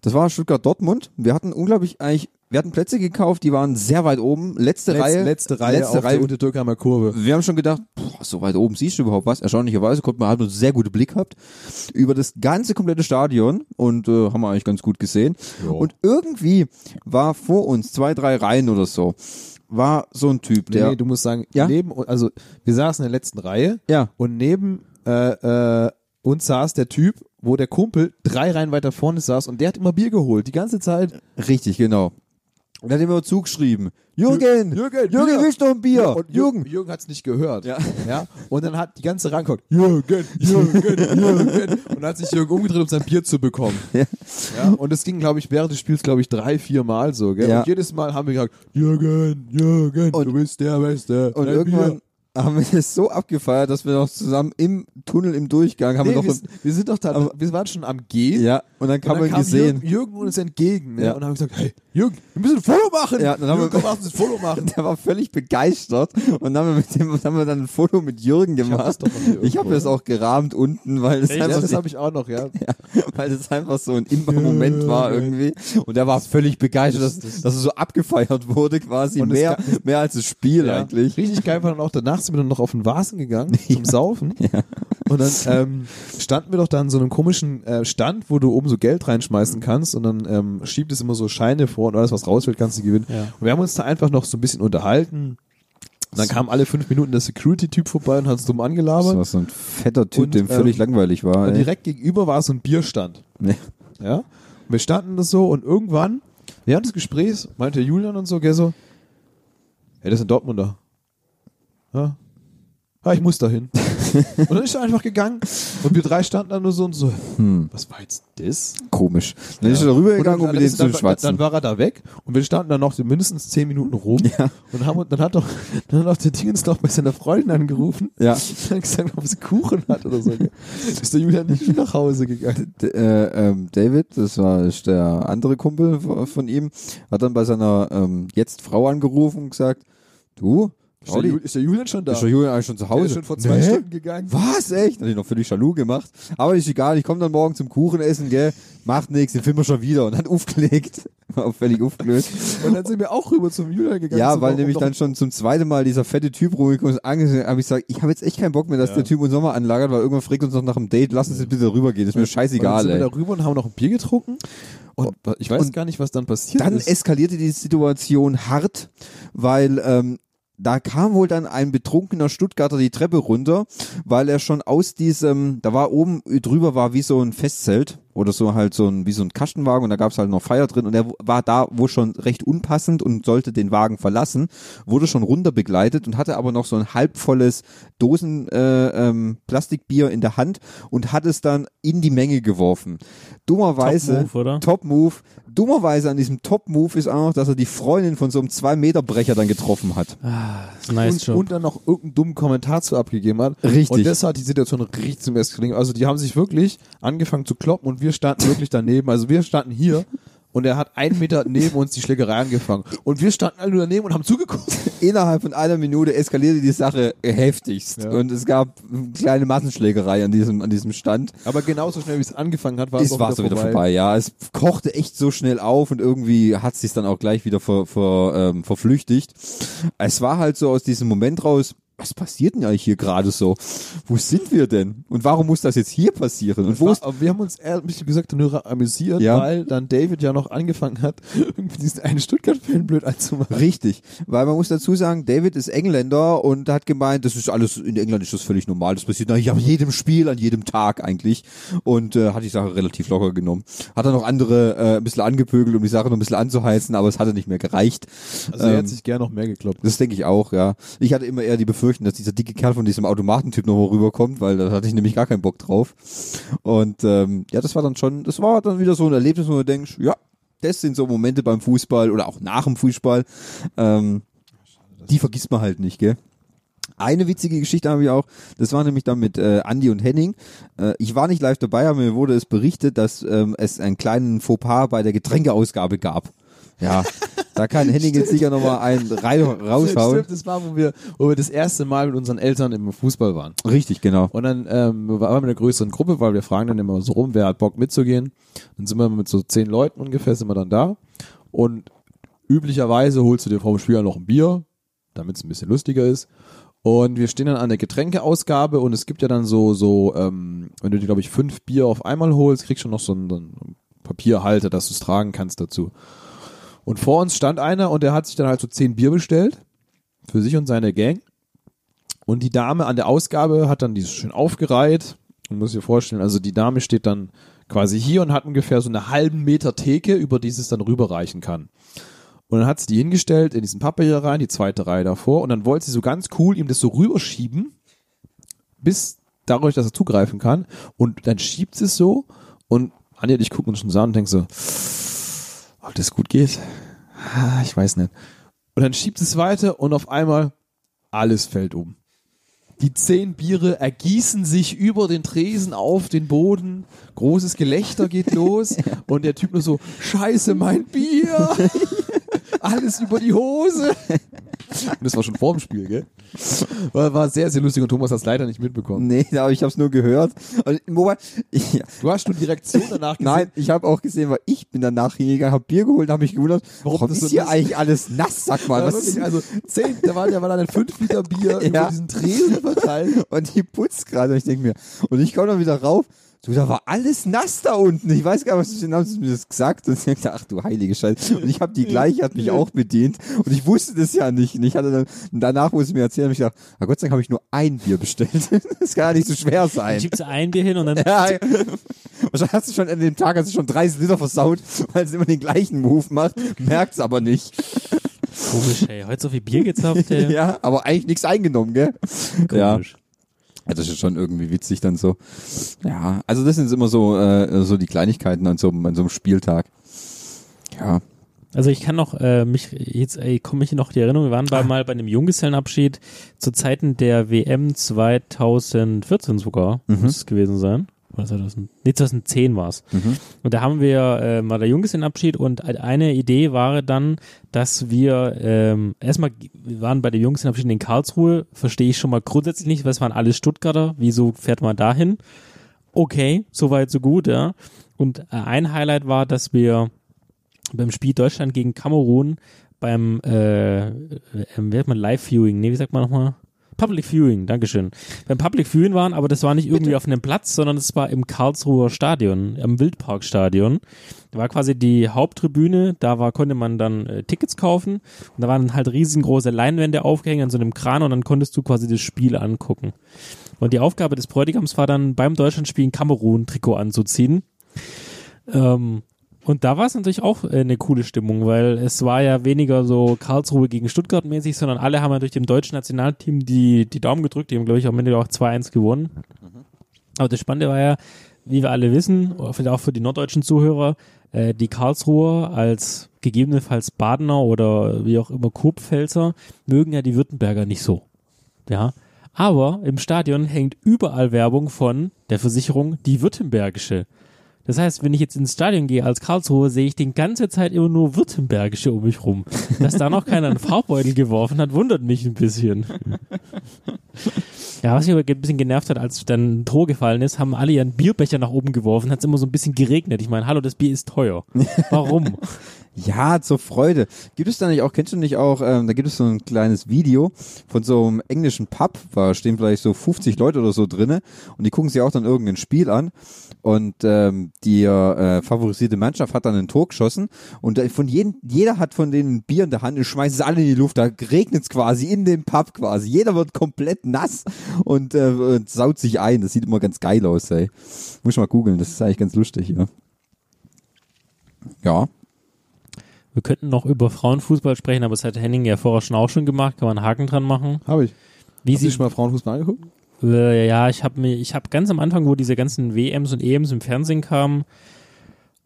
S2: das war Stuttgart-Dortmund. Wir hatten unglaublich eigentlich, wir hatten Plätze gekauft, die waren sehr weit oben. Letzte
S1: Letz-
S2: Reihe.
S1: letzte Reihe
S2: letzte
S1: auf
S2: Reihe.
S1: der Untertürkheimer Kurve.
S2: Wir haben schon gedacht, boah, so weit oben siehst du überhaupt was. Erstaunlicherweise konnte man, hat einen sehr guten Blick gehabt über das ganze komplette Stadion und äh, haben wir eigentlich ganz gut gesehen.
S1: Jo.
S2: Und irgendwie war vor uns zwei, drei Reihen oder so, war so ein Typ,
S1: Nee,
S2: der,
S1: nee, du musst sagen,
S2: Ja?
S1: neben, also wir saßen in der letzten Reihe
S2: ja,
S1: und neben äh, äh, uns saß der Typ, wo der Kumpel drei Reihen weiter vorne saß und der hat immer Bier geholt, die ganze Zeit.
S2: Richtig, genau. Und dann haben wir zugeschrieben. Jürgen!
S1: Jürgen,
S2: Jürgen,
S1: Bier.
S2: willst du ein Bier?
S1: Und Jürgen,
S2: Jürgen!
S1: Jürgen hat's nicht gehört.
S2: Ja.
S1: ja. Und dann hat die ganze rangeguckt. Jürgen, (laughs) Jürgen, Jürgen. Und hat sich Jürgen umgedreht, um sein Bier zu bekommen. Ja. Und es ging, glaube ich, während des Spiels, glaube ich, drei, vier Mal so. Gell?
S2: Ja.
S1: Und jedes Mal haben wir gesagt, Jürgen, Jürgen,
S2: Und-
S1: du bist der Beste.
S2: Und
S1: Dein
S2: irgendwann
S1: Bier.
S2: haben wir es so abgefeiert, dass wir noch zusammen im Tunnel im Durchgang haben
S1: Nee,
S2: wir
S1: wir,
S2: noch.
S1: sind- wir sind doch da, wir waren schon am Gehen.
S2: Ja, und dann
S1: Und
S2: kam
S1: dann
S2: man
S1: kam
S2: gesehen.
S1: Jürgen, Jürgen uns entgegen ne?
S2: Ja.
S1: und haben gesagt,
S2: (laughs)
S1: hey, Jürgen, wir müssen ein Foto machen.
S2: Ja, dann haben
S1: Jürgen,
S2: wir-
S1: (laughs) komm, lass uns ein Foto machen.
S2: Der war völlig begeistert und dann haben wir, mit dem, dann haben wir dann ein Foto mit Jürgen
S1: hab das
S2: gemacht.
S1: doch noch hier
S2: Ich habe
S1: irgendwo.
S2: das auch gerahmt unten, weil es
S3: Echt?
S1: Ja,
S2: einfach,
S1: das habe ich auch noch, ja.
S2: weil es einfach so ein imber Moment war irgendwie. Und er war völlig begeistert, dass, dass es so abgefeiert wurde quasi
S1: Und es
S2: mehr,
S1: gab-
S2: mehr als das
S1: (laughs)
S2: Spiel
S1: Ja.
S2: eigentlich.
S1: Richtig geil war dann auch, danach sind wir dann noch auf den Vasen (laughs) gegangen zum Saufen. Und dann ähm, standen wir doch da an so einem komischen äh, Stand, wo du oben so Geld reinschmeißen kannst und dann ähm, schiebt es immer so Scheine vor und alles, was rausfällt, kannst du gewinnen.
S3: Ja.
S1: Und wir haben uns da einfach noch so ein bisschen unterhalten. Und dann kam alle fünf Minuten der Security-Typ vorbei und hat uns dumm angelabert.
S2: war so ein fetter Typ,
S1: Und,
S2: dem völlig
S1: ähm,
S2: langweilig war.
S1: Und
S2: ey.
S1: direkt gegenüber war so ein Bierstand.
S2: Nee. (laughs)
S1: Ja? Und wir standen das so und irgendwann, während des Gesprächs, meinte Julian und so, gell so, hey, das ist ein Dortmunder. Ja. ja, ich muss dahin. und dann ist er einfach gegangen und wir drei standen da nur so und so, was war jetzt das?
S2: Komisch. Dann ist er
S1: Und
S2: rübergegangen, um
S1: dann-
S2: mit dem
S1: dann-
S2: zu
S1: dann, Dann
S2: schwatzen.
S1: war er da weg und wir standen dann noch so mindestens zehn Minuten rum und haben und dann hat doch dann hat doch der Dingens noch bei seiner Freundin angerufen
S2: Ja.
S1: und hat gesagt, ob sie Kuchen hat oder so. Ist der Julian nicht schon nach Hause gegangen?
S2: D äh, ähm, David, das war ist der andere Kumpel v- von ihm, hat dann bei seiner ähm, jetzt Frau angerufen und gesagt, du, Claudi,
S1: Ju- Julian schon da?
S2: ist der Julian eigentlich schon zu
S1: Der
S2: Hause?
S1: ist schon vor zwei
S2: Nee.
S1: Stunden gegangen.
S2: Was, echt? Hat ich noch völlig Schalu gemacht. Aber ist egal, ich komme dann morgen zum Kuchen essen, gell? Macht nix, den filmen wir schon wieder. Und hat (laughs) aufgelegt. War völlig aufgelöst.
S1: Und dann sind wir auch rüber zum Julian gegangen.
S2: Ja,
S1: zum
S2: weil
S1: Bauch,
S2: nämlich
S1: um noch-
S2: dann schon zum zweiten Mal dieser fette Typ rumgekommen ist, angesehen, habe ich gesagt, ich habe jetzt echt keinen Bock mehr, dass der Typ uns nochmal anlagert, weil irgendwann fragt uns noch nach dem Date, lass uns jetzt bitte rübergehen, ist mir
S1: Und
S2: scheißegal,
S1: dann sind wir
S2: ey.
S1: da rüber und haben noch ein Bier getrunken. Und ich weiß
S2: und
S1: gar nicht, was dann passiert
S2: Dann
S1: ist.
S2: eskalierte die Situation hart, weil ähm, da kam wohl dann ein betrunkener Stuttgarter die Treppe runter, weil er schon aus diesem, da war oben drüber war wie so ein Festzelt oder so halt so ein, wie so ein Kastenwagen und da gab's halt noch Feier drin und er war da wo schon recht unpassend und sollte den Wagen verlassen, wurde schon runter begleitet und hatte aber noch so ein halbvolles Dosen äh, ähm, Plastikbier in der Hand und hat es dann in die Menge geworfen. Dummerweise,
S3: Top Move, oder?
S2: Top Move. Dummerweise an diesem Top Move ist auch noch, dass er die Freundin von so einem 2-Meter-Brecher dann getroffen hat.
S3: Ist nice
S1: und,
S3: Job.
S1: und dann noch irgendeinen dummen Kommentar zu abgegeben hat.
S2: Richtig.
S1: Und das hat die Situation richtig zum Ersten gelingen. Also die haben sich wirklich angefangen zu kloppen und wir standen wirklich daneben. Also wir standen hier und er hat einen Meter neben uns die Schlägerei angefangen. Und wir standen alle nur daneben und haben zugeguckt.
S2: Innerhalb von einer Minute eskalierte die Sache heftigst
S1: Ja.
S2: und es gab kleine Massenschlägerei an diesem, an diesem Stand.
S1: Aber genauso schnell, wie es angefangen hat, war es
S2: Es
S1: auch
S2: war
S1: wieder,
S2: so wieder
S1: vorbei.
S2: vorbei, ja. Es kochte echt so schnell auf und irgendwie hat sich dann auch gleich wieder ver, ver, ähm, verflüchtigt. Es war halt so aus diesem Moment raus, was passiert denn eigentlich hier gerade so? Wo sind wir denn? Und warum muss das jetzt hier passieren? Und wo
S1: War-
S2: ist
S1: aber wir haben uns ehrlich gesagt nur ra- amüsiert,
S2: Ja.
S1: weil dann David ja noch angefangen hat, (laughs) irgendwie diesen einen Stuttgart-Film blöd anzumachen.
S2: Richtig, weil man muss dazu sagen, David ist Engländer und hat gemeint, das ist alles, in England ist das völlig normal, das passiert nach jedem Spiel, an jedem Tag eigentlich und äh, hat die Sache relativ locker genommen. Hat dann noch andere äh, ein bisschen angepögelt, um die Sache noch ein bisschen anzuheizen, aber es hatte nicht mehr gereicht.
S1: Also er
S2: Ähm,
S1: hat sich gern noch mehr gekloppt.
S2: das denke ich auch, ja. Ich hatte immer eher die Befürchtung, dass dieser dicke Kerl von diesem Automatentyp noch mal rüberkommt, weil da hatte ich nämlich gar keinen Bock drauf. Und ähm, ja, das war dann schon, das war dann wieder so ein Erlebnis, wo du denkst, ja, das sind so Momente beim Fußball oder auch nach dem Fußball. Ähm, die vergisst man halt nicht, gell? Eine witzige Geschichte habe ich auch, das war nämlich dann mit äh, Andy und Henning. Äh, ich war nicht live dabei, aber mir wurde es berichtet, dass ähm, es einen kleinen Fauxpas bei der Getränkeausgabe gab. Ja,
S1: (laughs)
S2: da kann Henning jetzt sicher nochmal einen rein, raushauen.
S1: Stimmt, das war, wo wir, wo wir das erste Mal mit unseren Eltern im Fußball waren.
S2: Richtig, genau.
S1: Und dann ähm, waren wir in einer größeren Gruppe, weil wir fragen dann immer so rum, wer hat Bock mitzugehen. Dann sind wir mit so zehn Leuten ungefähr, sind wir dann da. Und üblicherweise holst du dir vom Spieler noch ein Bier, damit es ein bisschen lustiger ist. Und wir stehen dann an der Getränkeausgabe und es gibt ja dann so, so ähm, wenn du dir, glaube ich, fünf Bier auf einmal holst, kriegst du noch so einen, so einen Papierhalter, dass du es tragen kannst dazu. Und vor uns stand einer und der hat sich dann halt so zehn Bier bestellt für sich und seine Gang. Und die Dame an der Ausgabe hat dann dieses schön aufgereiht. Man muss sich vorstellen, also die Dame steht dann quasi hier und hat ungefähr so eine halben Meter Theke, über die sie es dann rüberreichen kann. Und dann hat sie die hingestellt in diesen Pappbecher rein, die zweite Reihe davor. Und dann wollte sie so ganz cool ihm das so rüberschieben, bis dadurch, dass er zugreifen kann. Und dann schiebt sie es so. Und Anja, dich guckt uns schon so an und denkt so, ob das gut geht? Ah, Ich weiß nicht. Und dann schiebt sie es weiter und auf einmal alles fällt um. Die zehn Biere ergießen sich über den Tresen auf den Boden. Großes Gelächter
S2: (laughs)
S1: geht los und der Typ nur so, scheiße, mein Bier!
S2: (laughs)
S1: Alles über die Hose! Und das war schon vor dem Spiel, gell? War, war sehr, sehr lustig und Thomas hat es leider nicht mitbekommen.
S2: Nee, (laughs) aber ich habe es nur gehört. Und, wobei, ja,
S1: Du hast schon die Reaktion danach gesehen.
S2: nein, ich habe auch gesehen, weil ich bin danach hingegangen, habe Bier geholt, habe mich gewundert, warum,
S1: das
S2: ist
S1: so
S2: hier
S1: nass-
S2: eigentlich alles nass, sag mal.
S1: Ja,
S2: Was
S1: wirklich,
S2: ist,
S1: also zehn, da waren, da waren dann fünf Liter Bier über
S2: Ja.
S1: diesen Tresen verteilt.
S2: und die putzt gerade. Und ich denke mir, und ich komme dann wieder rauf. Du, da war alles nass da unten. Ich weiß gar nicht, was du haben sie mir das gesagt. Und ich dachte, ach du heilige Scheiße. Und ich habe die gleiche, hat mich auch bedient. Und ich wusste das ja nicht. Und ich hatte dann, und danach musste mir erzählen, hab ich gedacht, na Gott sei Dank habe ich nur ein Bier bestellt. (laughs) Das kann ja nicht so schwer sein.
S3: Schiebst du ein Bier hin und dann
S2: Ja, ja. Wahrscheinlich hast du schon an dem Tag hast du schon 30 Liter versaut, weil es immer den gleichen Move macht, merkt's aber nicht.
S3: komisch, ey. Heute so viel Bier gezapft, ey.
S2: Ja, aber eigentlich nichts eingenommen, gell? Ja,
S3: Komisch.
S2: das ist schon irgendwie witzig dann so. Ja, also das sind immer so äh, so die Kleinigkeiten an so, einem- an so einem Spieltag. Ja,
S3: Also ich kann noch äh, mich jetzt ey, komme ich noch die Erinnerung, wir waren bei, mal bei einem Junggesellenabschied zu Zeiten der WM 2014 sogar, muss es gewesen sein. Oder 2000, nee, 2010 war's. Und da haben wir äh, mal der Junggesellenabschied und eine Idee war dann, dass wir ähm, erstmal g- wir waren bei der Junggesellenabschied in Karlsruhe, verstehe ich schon mal grundsätzlich nicht, weil es waren alle Stuttgarter, wieso fährt man dahin? Okay, soweit so gut, ja. Und äh, ein Highlight war, dass wir beim Spiel Deutschland gegen Kamerun beim äh, äh, wie sagt man Live Viewing, nee, wie sagt man nochmal? Public Viewing, Dankeschön. Beim Public Viewing waren, aber das war nicht irgendwie auf einem Platz, sondern das war im Karlsruher Stadion, im Wildparkstadion. Da war quasi die Haupttribüne, da war, konnte man dann äh, Tickets kaufen und da waren halt riesengroße Leinwände aufgehängt an so einem Kran und dann konntest du quasi das Spiel angucken. Und die Aufgabe des Bräutigams war dann beim Deutschlandspiel ein Kamerun-Trikot anzuziehen. Ähm, und da war es natürlich auch äh, eine coole Stimmung, weil es war ja weniger so Karlsruhe gegen Stuttgart mäßig, sondern alle haben ja durch dem deutschen Nationalteam die, die Daumen gedrückt. Die haben, glaube ich, am Ende auch 2-1 gewonnen. Aber das Spannende war ja, wie wir alle wissen, oder vielleicht auch für die norddeutschen Zuhörer, äh, die Karlsruher als gegebenenfalls Badener oder wie auch immer Kurpfälzer mögen ja die Württemberger nicht so. Ja. Aber im Stadion hängt überall Werbung von der Versicherung die Württembergische. Das heißt, wenn ich jetzt ins Stadion gehe als Karlsruhe, sehe ich die ganze Zeit immer nur Württembergische um mich rum. Dass da noch keiner einen Farbbeutel geworfen hat, wundert mich ein bisschen. Ja, was mich aber ein bisschen genervt hat, als dann ein Tor gefallen ist, haben alle ihren Bierbecher nach oben geworfen, hat es immer so ein bisschen geregnet. Ich meine, hallo, das Bier ist teuer. Warum?
S2: ja, zur Freude. Gibt es da nicht auch, kennst du nicht auch, ähm, da gibt es so ein kleines Video von so einem englischen Pub, da stehen vielleicht so 50 Leute oder so drinne und die gucken sich auch dann irgendein Spiel an und ähm, die äh, favorisierte Mannschaft hat dann ein Tor geschossen und da- von jedem, jeder hat von denen ein Bier in der Hand und schmeißt es alle in die Luft, da regnet es quasi in dem Pub quasi. Jeder wird komplett nass und, äh, und saut sich ein. Das sieht immer ganz geil aus, ey. Muss ich mal googeln, das ist eigentlich ganz lustig, ja. Ja.
S3: Wir könnten noch über Frauenfußball sprechen, aber das hat Henning ja vorher schon auch schon gemacht, kann man einen Haken dran machen.
S1: Habe ich.
S3: Wie
S1: Hast du
S3: sieht
S1: dich schon mal Frauenfußball angeguckt?
S3: Äh, ja, ich habe mir, ich habe ganz am Anfang, wo diese ganzen WMs und EMs im Fernsehen kamen,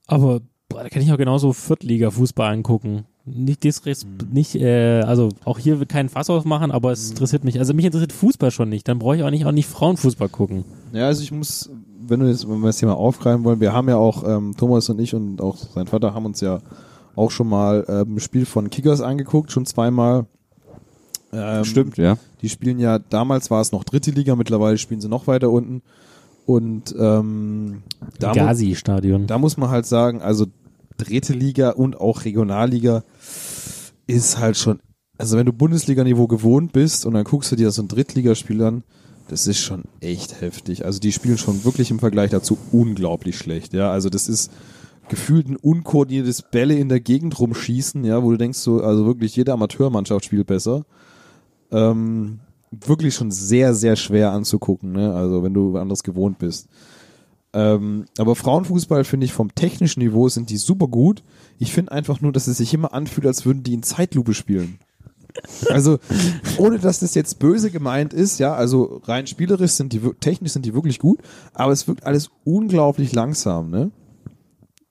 S3: aber boah, da kann ich auch genauso Viertliga-Fußball angucken. Nicht disres,
S1: Mhm.
S3: nicht, äh, also auch hier will kein Fass aufmachen, aber es interessiert mich. Also mich interessiert Fußball schon nicht. Dann brauche ich auch nicht auch nicht Frauenfußball gucken.
S1: Ja, also ich muss, wenn du jetzt, wenn wir das Thema aufgreifen wollen, wir haben ja auch, ähm, Thomas und ich und auch sein Vater haben uns ja auch schon mal ähm, ein Spiel von Kickers angeguckt, schon zweimal. Ähm,
S2: Stimmt, ja.
S1: Die spielen ja, damals war es noch dritte Liga, mittlerweile spielen sie noch weiter unten. Und ähm, da, mu
S3: Gazi-Stadion.
S1: da muss man halt sagen, also dritte Liga und auch Regionalliga ist halt schon, also wenn du Bundesliga-Niveau gewohnt bist und dann guckst du dir so ein Drittligaspiel an, das ist schon echt heftig. Also die spielen schon wirklich im Vergleich dazu unglaublich schlecht. Ja, also das ist gefühlt ein unkoordiniertes Bälle in der Gegend rumschießen, ja, wo du denkst so, also wirklich jede Amateurmannschaft spielt besser. Ähm, wirklich schon sehr, sehr schwer anzugucken, ne? Also wenn du anders gewohnt bist. Ähm, aber Frauenfußball finde ich vom technischen Niveau sind die super gut. Ich finde einfach nur, dass es sich immer anfühlt, als würden die in Zeitlupe spielen. Also, ohne dass das jetzt böse gemeint ist, ja, also rein spielerisch sind die, wir- technisch sind die wirklich gut, aber es wirkt alles unglaublich langsam, ne?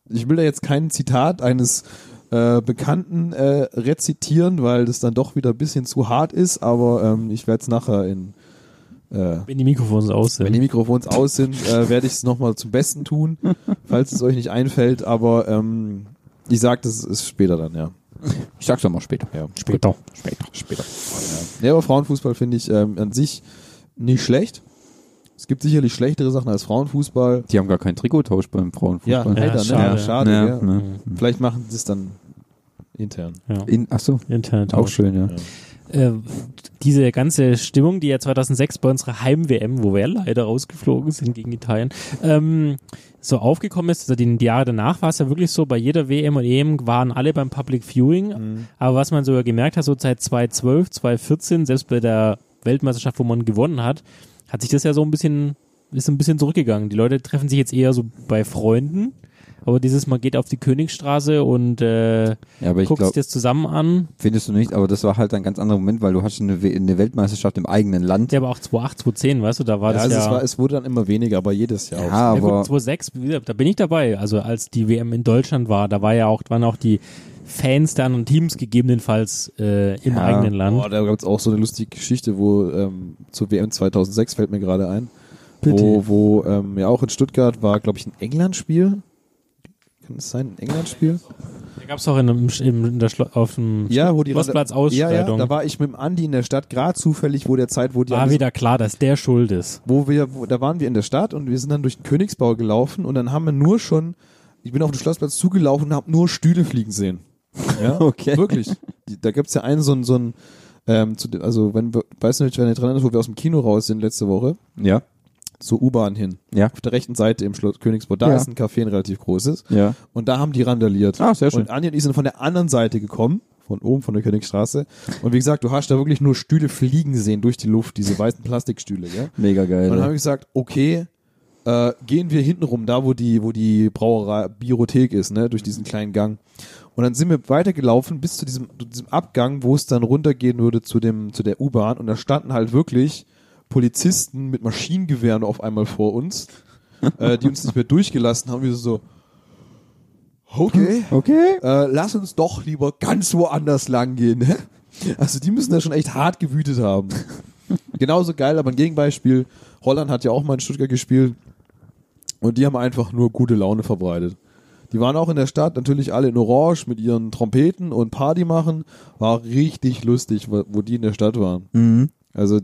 S1: Ich will da jetzt kein Zitat eines äh, Bekannten äh, rezitieren, weil das dann doch wieder ein bisschen zu hart ist, aber ähm, ich werde es nachher in, äh,
S3: Wenn die Mikrofons aus
S1: wenn die
S3: sind.
S1: Mikrofons aus sind, äh, werde ich es nochmal zum Besten tun, falls es euch nicht einfällt, aber ähm, ich sag, das ist später dann, ja.
S2: Ich sag's doch mal später.
S1: Ja,
S3: Später.
S2: Später. Später.
S1: ja aber Frauenfußball finde ich ähm, an sich nicht schlecht. Es gibt sicherlich schlechtere Sachen als Frauenfußball.
S2: Die haben gar keinen Trikottausch beim Frauenfußball.
S3: Ja,
S1: leider,
S3: schade.
S1: ne? Schade,
S2: Ja,
S1: ja,
S2: ne.
S1: Vielleicht machen sie es dann intern.
S3: Ja.
S2: In, ach so,
S3: Internet
S2: auch schön, ja.
S3: Äh, diese ganze Stimmung, die ja 2006 bei unserer Heim-WM, wo wir leider rausgeflogen sind gegen Italien, ähm, so aufgekommen ist, also die, die Jahre danach war es ja wirklich so, bei jeder WM und EM waren alle beim Public Viewing,
S2: Mhm.
S3: aber was man sogar gemerkt hat, so seit 2012, 2014, selbst bei der Weltmeisterschaft, wo man gewonnen hat, hat sich das ja so ein bisschen, ist ein bisschen zurückgegangen. Die Leute treffen sich jetzt eher so bei Freunden, aber dieses Mal geht auf die Königstraße und äh,
S2: Ja, aber ich
S3: guckt sich
S2: glaube,
S3: das zusammen an.
S2: findest du nicht, aber das war halt ein ganz anderer Moment, weil du hast eine, We- eine Weltmeisterschaft im eigenen Land.
S3: Ja, aber auch 2008, 2010, weißt du, da war
S1: Ja,
S3: das
S1: also
S3: ja.
S1: es, war, es wurde dann immer weniger, aber jedes Jahr. auch.
S2: Ja,
S3: ja,
S2: aber
S3: gut, 2006, wie gesagt, da bin ich dabei. Also als die WM in Deutschland war, da war ja auch, waren auch die Fans der anderen Teams gegebenenfalls äh, im
S2: Ja.
S3: eigenen Land.
S1: Boah, da gab's auch so eine lustige Geschichte, wo ähm, zur WM 2006 fällt mir gerade ein,
S3: Bitte.
S1: wo, wo ähm, ja auch in Stuttgart war, glaube ich, ein England-Spiel. Kann es sein, ein England-Spiel?
S3: da gab es auch in, einem, Sch- im- in der Schlo auf dem
S1: Ja, wo die
S3: Schlossplatz
S1: ja,
S3: Ausscheidung.
S1: ja, da war ich mit dem Andi in der Stadt, gerade zufällig, wo der Zeit, wo die
S2: also
S3: war Ah, wieder klar, dass der schuld ist.
S1: wo wir, wo, da waren wir in der Stadt und wir sind dann durch den Königsbau gelaufen und dann haben wir nur schon, ich bin auf den Schlossplatz zugelaufen und habe nur Stühle fliegen sehen. Ja,
S2: (laughs) Okay.
S1: Wirklich. Die, da gibt's ja einen so ein, so ein ähm, zu, dem- also wenn wir, weißt du nicht, wenn ihr dran ist, wo wir aus dem Kino raus sind letzte Woche,
S2: ja,
S1: zur U-Bahn hin.
S2: ja,
S1: Auf der rechten Seite im Schloss Königsbau, da
S2: Ja.
S1: ist ein Café, ein relativ großes.
S2: ja.
S1: Und da haben die randaliert.
S2: Ah, sehr schön.
S1: Und Anja und ich sind von der anderen Seite gekommen, von oben, von der Königstraße. Und wie gesagt, du hast da wirklich nur Stühle fliegen sehen durch die Luft, diese weißen Plastikstühle, gell?
S2: Mega
S1: Und dann
S2: geil.
S1: habe ich gesagt, okay, äh, gehen wir hinten rum, da wo die, wo die Brauerei, Biothek ist, ne, durch diesen kleinen Gang. Und dann sind wir weitergelaufen bis zu diesem, zu diesem Abgang, wo es dann runtergehen würde zu dem, zu der U-Bahn. Und da standen halt wirklich Polizisten mit Maschinengewehren auf einmal vor uns, äh, die uns nicht mehr durchgelassen haben. Wir so, okay
S2: Okay.
S1: äh, lass uns doch lieber ganz woanders lang gehen. Ne? Also die müssen da schon echt hart gewütet haben. Genauso geil, aber ein Gegenbeispiel. Holland hat ja auch mal in Stuttgart gespielt und die haben einfach nur gute Laune verbreitet. Die waren auch in der Stadt, natürlich alle in Orange mit ihren Trompeten und Party machen. War richtig lustig, wo wo die in der Stadt waren. Also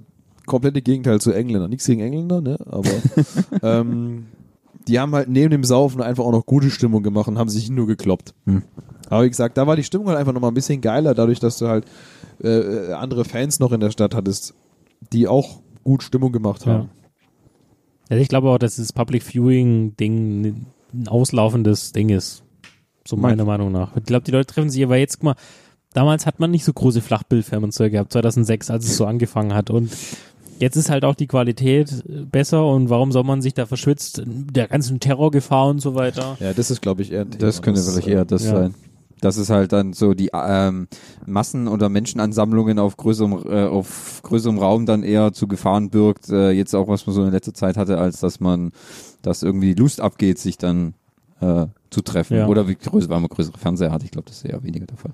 S1: komplette Gegenteil zu Engländern. Nichts gegen Engländer, ne? aber ähm, die haben halt neben dem Saufen einfach auch noch gute Stimmung gemacht und haben sich nur gekloppt. Aber wie gesagt, da war die Stimmung halt einfach nochmal ein bisschen geiler, dadurch, dass du halt äh, äh, andere Fans noch in der Stadt hattest, die auch gut Stimmung gemacht haben.
S3: Also ich glaube auch, dass das Public Viewing-Ding ein auslaufendes Ding ist. So meiner Meinung nach. Ich glaube, die Leute treffen sich, aber jetzt guck mal, damals hat man nicht so große Flachbildfirmen gehabt, 2006, als es so angefangen hat. Und jetzt ist halt auch die Qualität äh, besser und warum soll man sich da verschwitzt der ganzen Terrorgefahr und so weiter?
S1: Ja, das ist, glaube ich, eher ein Thema.
S2: Das könnte vielleicht
S1: äh,
S2: eher das
S3: ja.
S2: sein. Dass es halt dann so die ähm, Massen- oder Menschenansammlungen auf größerem, äh, auf größerem Raum dann eher zu Gefahren birgt, äh, jetzt auch was man so in letzter Zeit hatte, als dass man, dass irgendwie die Lust abgeht, sich dann äh, zu treffen.
S3: Ja.
S2: Oder wie größer, weil man größere Fernseher hat, ich glaube, das ist eher weniger der Fall.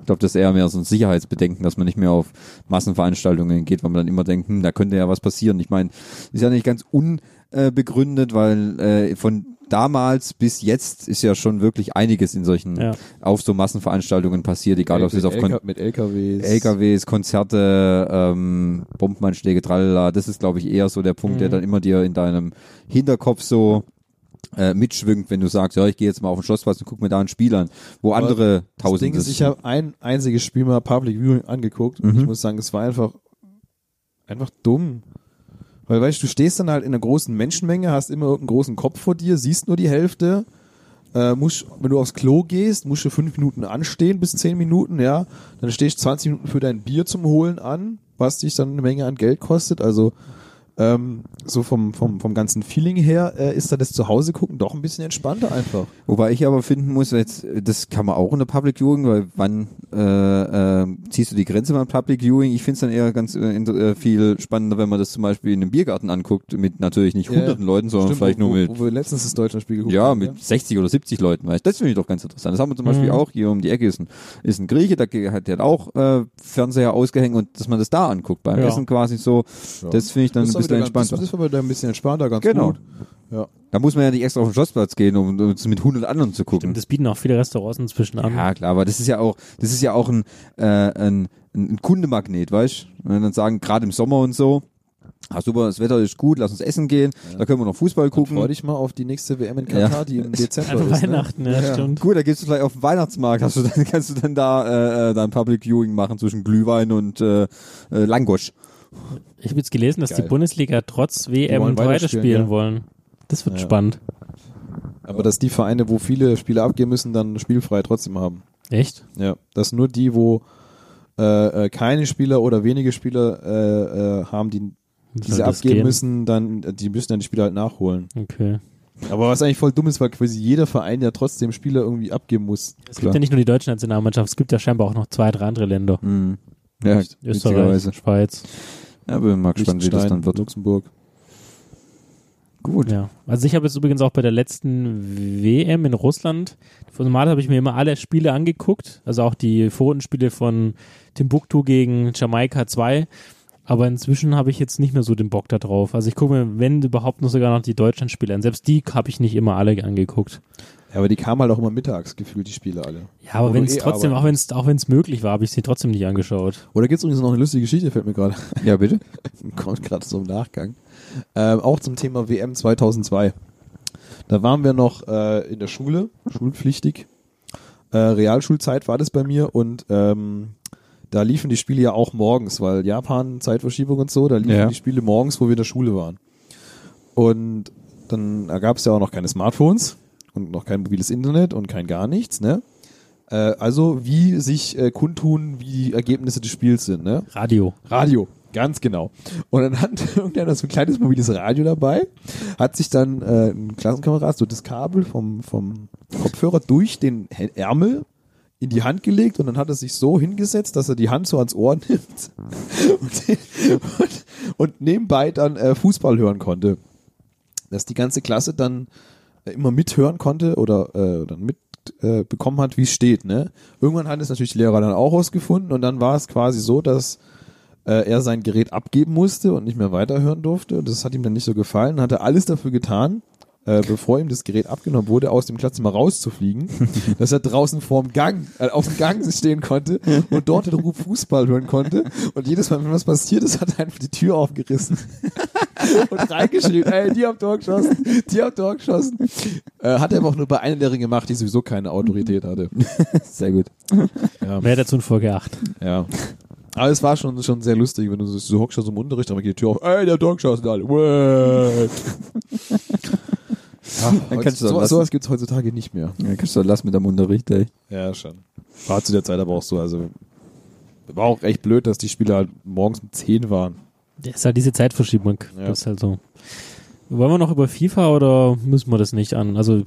S2: Ich glaube, das ist eher mehr so ein Sicherheitsbedenken, dass man nicht mehr auf Massenveranstaltungen geht, weil man dann immer denkt, hm, da könnte ja was passieren. Ich meine, ist ja nicht ganz unbegründet, weil äh, von damals bis jetzt ist ja schon wirklich einiges in solchen
S3: Ja.
S2: auf so Massenveranstaltungen passiert, egal ob es
S1: mit,
S2: jetzt auf Kon
S1: LK, mit LKWs.
S2: LKWs, Konzerte, ähm, Bombenanschläge, tralala. Das ist, glaube ich, eher so der Punkt, der dann immer dir in deinem Hinterkopf so äh, mitschwingt, wenn du sagst, ja, ich gehe jetzt mal auf den Schlossplatz und guck mir da ein Spiel an, wo andere
S1: Das Ding
S2: tausend
S1: ist, ich habe ein einziges Spiel mal Public Viewing angeguckt und ich muss sagen, es war einfach, einfach dumm. Weil, weißt du, du stehst dann halt in einer großen Menschenmenge, hast immer irgendeinen großen Kopf vor dir, siehst nur die Hälfte, äh, musst, wenn du aufs Klo gehst, musst du fünf Minuten anstehen bis zehn Minuten, ja. Dann stehst du 20 Minuten für dein Bier zum Holen an, was dich dann eine Menge an Geld kostet. Also ähm, so vom, vom, vom ganzen Feeling her äh, ist da das Zuhause gucken doch ein bisschen entspannter einfach.
S2: Wobei ich aber finden muss, jetzt, das kann man auch in der Public Viewing, weil wann äh, äh, ziehst du die Grenze beim Public Viewing? Ich finde es dann eher ganz äh, inter- äh, viel spannender, wenn man das zum Beispiel in einem Biergarten anguckt, mit natürlich nicht
S1: Ja, ja.
S2: hunderten Leuten, sondern
S1: Stimmt,
S2: vielleicht
S1: wo,
S2: nur
S1: wo-
S2: mit
S1: Wo wir letztens das Deutschlandspiel geguckt
S2: ja,
S1: haben,
S2: mit 60 oder 70 Leuten, weißt du. Das finde ich doch ganz interessant. Das haben wir zum Beispiel
S3: Mhm.
S2: auch hier um die Ecke ist ein, ist ein Grieche, der ge- hat, der hat auch äh, Fernseher ausgehängt und dass man das da anguckt beim
S3: Ja.
S2: Essen quasi so.
S1: Ja.
S2: Das finde ich dann
S1: ist aber
S2: ein bisschen
S1: wieder ganz-
S2: entspannter.
S1: Das war wieder ein bisschen entspannter, ganz
S2: Genau.
S1: gut. Ja.
S2: Da muss man ja nicht extra auf den Schlossplatz gehen, um um es mit 100 anderen zu gucken.
S3: Stimmt, das bieten auch viele Restaurants inzwischen an.
S2: ja, klar, aber das ist ja auch, das ist ja auch ein, äh, ein, ein ein Kundemagnet, weißt du? Wenn dann sagen, gerade im Sommer und so, ah super, das Wetter ist gut, lass uns essen gehen, da können wir noch Fußball gucken.
S1: Freu dich mal auf die nächste WM in Katar,
S2: Ja.
S1: die
S2: (laughs)
S1: im Dezember
S3: (laughs) An
S1: ist. ne?
S3: Weihnachten, ja, stimmt.
S2: Gut, da gehst du vielleicht auf den Weihnachtsmarkt, hast du dann, (laughs) kannst du dann da äh, äh, dein Public Viewing machen zwischen Glühwein und äh, äh, Langosch.
S3: Ich habe jetzt gelesen, dass
S1: Geil.
S3: die Bundesliga trotz
S1: wollen
S3: WM
S1: weiterspielen,
S3: weiterspielen
S1: ja.
S3: wollen. Das wird
S1: Ja.
S3: spannend.
S1: Ne? Aber dass die Vereine, wo viele Spieler abgehen müssen, dann spielfrei trotzdem haben.
S3: Echt?
S1: Ja. Dass nur die, wo äh, äh, keine Spieler oder wenige Spieler äh, äh, haben, die
S3: Soll
S1: diese
S3: das
S1: abgeben
S3: gehen?
S1: müssen, dann äh, die müssen dann die Spieler halt nachholen.
S3: Okay.
S1: Aber was eigentlich voll dumm ist, weil quasi jeder Verein ja trotzdem Spieler irgendwie abgeben muss.
S3: Es gibt ja nicht nur die deutsche Nationalmannschaft, es gibt ja scheinbar auch noch zwei, drei andere Länder.
S2: Mhm. Ja,
S3: Österreich,
S2: witzigerweise.
S3: Schweiz.
S2: Ja, bin mal gespannt, wie das dann wird.
S1: Luxemburg.
S2: Gut.
S3: Ja. Also ich habe jetzt übrigens auch bei der letzten WM in Russland, von Mal habe ich mir immer alle Spiele angeguckt, also auch die Vorrundenspiele von Timbuktu gegen Jamaika 2. Aber inzwischen habe ich jetzt nicht mehr so den Bock da drauf. Also ich gucke mir, wenn überhaupt, nur sogar noch die Deutschlandspiele an. Selbst die habe ich nicht immer alle angeguckt.
S1: Ja, aber die kamen halt auch immer mittags gefühlt, die Spiele alle.
S3: Ja, aber
S1: Wo
S3: wenn
S1: du
S3: es
S1: eh
S3: trotzdem, auch wenn es auch wenn es möglich war, habe ich sie trotzdem nicht angeschaut.
S1: Oder gibt es übrigens noch eine lustige Geschichte, fällt mir gerade
S2: Ja, bitte.
S1: (laughs) kommt gerade so im Nachgang. Ähm, auch zum Thema WM 2002. Da waren wir noch äh, in der Schule, schulpflichtig. Äh, Realschulzeit war das bei mir und ähm, da liefen die Spiele ja auch morgens, weil Japan, Zeitverschiebung und so, da liefen
S2: Ja.
S1: die Spiele morgens, wo wir in der Schule waren. Und dann gab es ja auch noch keine Smartphones und noch kein mobiles Internet und kein gar nichts, ne? Äh, also wie sich äh, kundtun, wie die Ergebnisse des Spiels sind, ne?
S3: Radio.
S1: Radio, ganz genau. Und dann hat (laughs) irgendeiner so ein kleines mobiles Radio dabei, hat sich dann äh, ein Klassenkamerad so das Kabel vom, vom Kopfhörer durch den Hä- Ärmel in die Hand gelegt und dann hat er sich so hingesetzt, dass er die Hand so ans Ohr (laughs) nimmt und, und, und nebenbei dann äh, Fußball hören konnte. Dass die ganze Klasse dann äh, immer mithören konnte oder äh, dann mit äh, bekommen hat, wie es steht. Ne? Irgendwann hat es natürlich die Lehrer dann auch rausgefunden und dann war es quasi so, dass äh, er sein Gerät abgeben musste und nicht mehr weiterhören durfte. Und das hat ihm dann nicht so gefallen. Hat er alles dafür getan, äh, bevor ihm das Gerät abgenommen wurde, aus dem Klassenzimmer
S2: (laughs)
S1: rauszufliegen, dass er draußen vorm Gang, äh, auf dem Gang stehen konnte und dort den Ruf Fußball hören konnte. Und jedes Mal, wenn was passiert ist, hat er einfach die Tür aufgerissen (laughs) und reingeschrieben, ey, die haben Tor geschossen, die haben Tor geschossen. Äh, hat er aber auch nur bei einer Lehrerin gemacht, die sowieso keine Autorität hatte.
S2: (laughs) Sehr gut.
S3: Mehr dazu in Folge 8.
S1: Ja. Aber es war schon, schon sehr lustig, wenn du so, so hockst aus dem Unterricht, aber geht die Tür auf, ey, der Dog schossen alle. Wait. (laughs)
S2: Dann kannst du
S1: so,
S2: doch lassen.
S1: sowas gibt es heutzutage nicht mehr.
S2: Ja, kannst du doch lassen mit deinem Unterricht, ey.
S1: Ja, schon. War zu der Zeit aber auch so. Also war auch echt blöd, dass die Spieler halt morgens um 10 waren.
S3: Das ist halt diese Zeitverschiebung.
S1: Ja.
S3: Das ist halt so. Wollen wir noch über FIFA oder müssen wir das nicht an? Also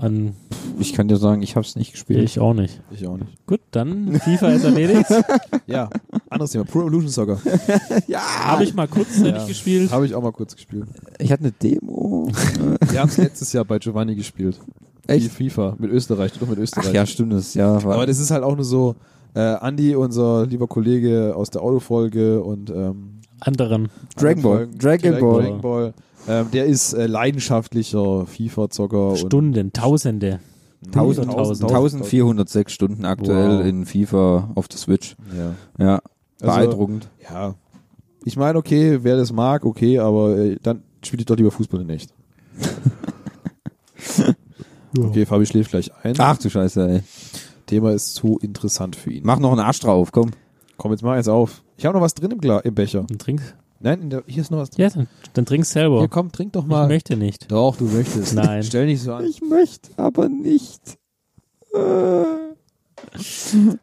S3: an
S2: Ich kann dir sagen, ich hab's nicht gespielt.
S3: ich auch nicht.
S1: Ich auch nicht.
S3: Gut,
S1: (laughs)
S3: dann FIFA ist erledigt.
S1: Ja, anderes Thema. Pro Evolution Soccer.
S2: ja,
S3: Habe ich mal kurzzeitig
S1: Ja. (laughs)
S3: gespielt.
S1: Habe ich auch mal kurz gespielt.
S2: ich hatte eine Demo.
S1: Wir haben es letztes Jahr bei Giovanni gespielt.
S2: Echt?
S1: Die FIFA mit Österreich, doch mit
S2: Ach
S1: Österreich.
S2: (laughs) ja, stimmt, das ja. War,
S1: Aber das ist halt auch nur so, äh, Andi, unser lieber Kollege aus der Autofolge und ähm,
S3: Anderen.
S2: Dragon Ball.
S1: Folgen-
S2: Dragon Ball.
S1: Dragon Ball. Ähm, der ist äh, leidenschaftlicher FIFA-Zocker.
S3: Stunden, Tausende.
S1: und
S3: Tausend,
S1: Tausend,
S2: 1406 Stunden aktuell
S3: Wow.
S2: in FIFA auf der Switch.
S1: Ja.
S2: Ja,
S1: Also-
S2: beeindruckend.
S1: ja. Ich meine, okay, wer das mag, okay, aber äh, dann spiele ich doch lieber Fußball in
S2: (laughs)
S1: echt. Okay, Fabi schläft gleich ein.
S2: Ach du Scheiße, ey.
S1: Thema ist zu interessant für ihn.
S2: Mach noch einen Arsch drauf, komm.
S1: Komm, jetzt mal eins auf. Ich habe noch was drin im, Gla im Becher.
S3: Dann trinkst.
S1: Nein, in der, hier ist noch was drin.
S3: Ja, dann, dann trinkst selber.
S1: Hier, komm, trink doch
S3: ich
S1: mal.
S3: möchte nicht.
S1: Doch, du möchtest.
S3: Nein.
S1: Stell nicht so an.
S2: Ich möchte aber nicht.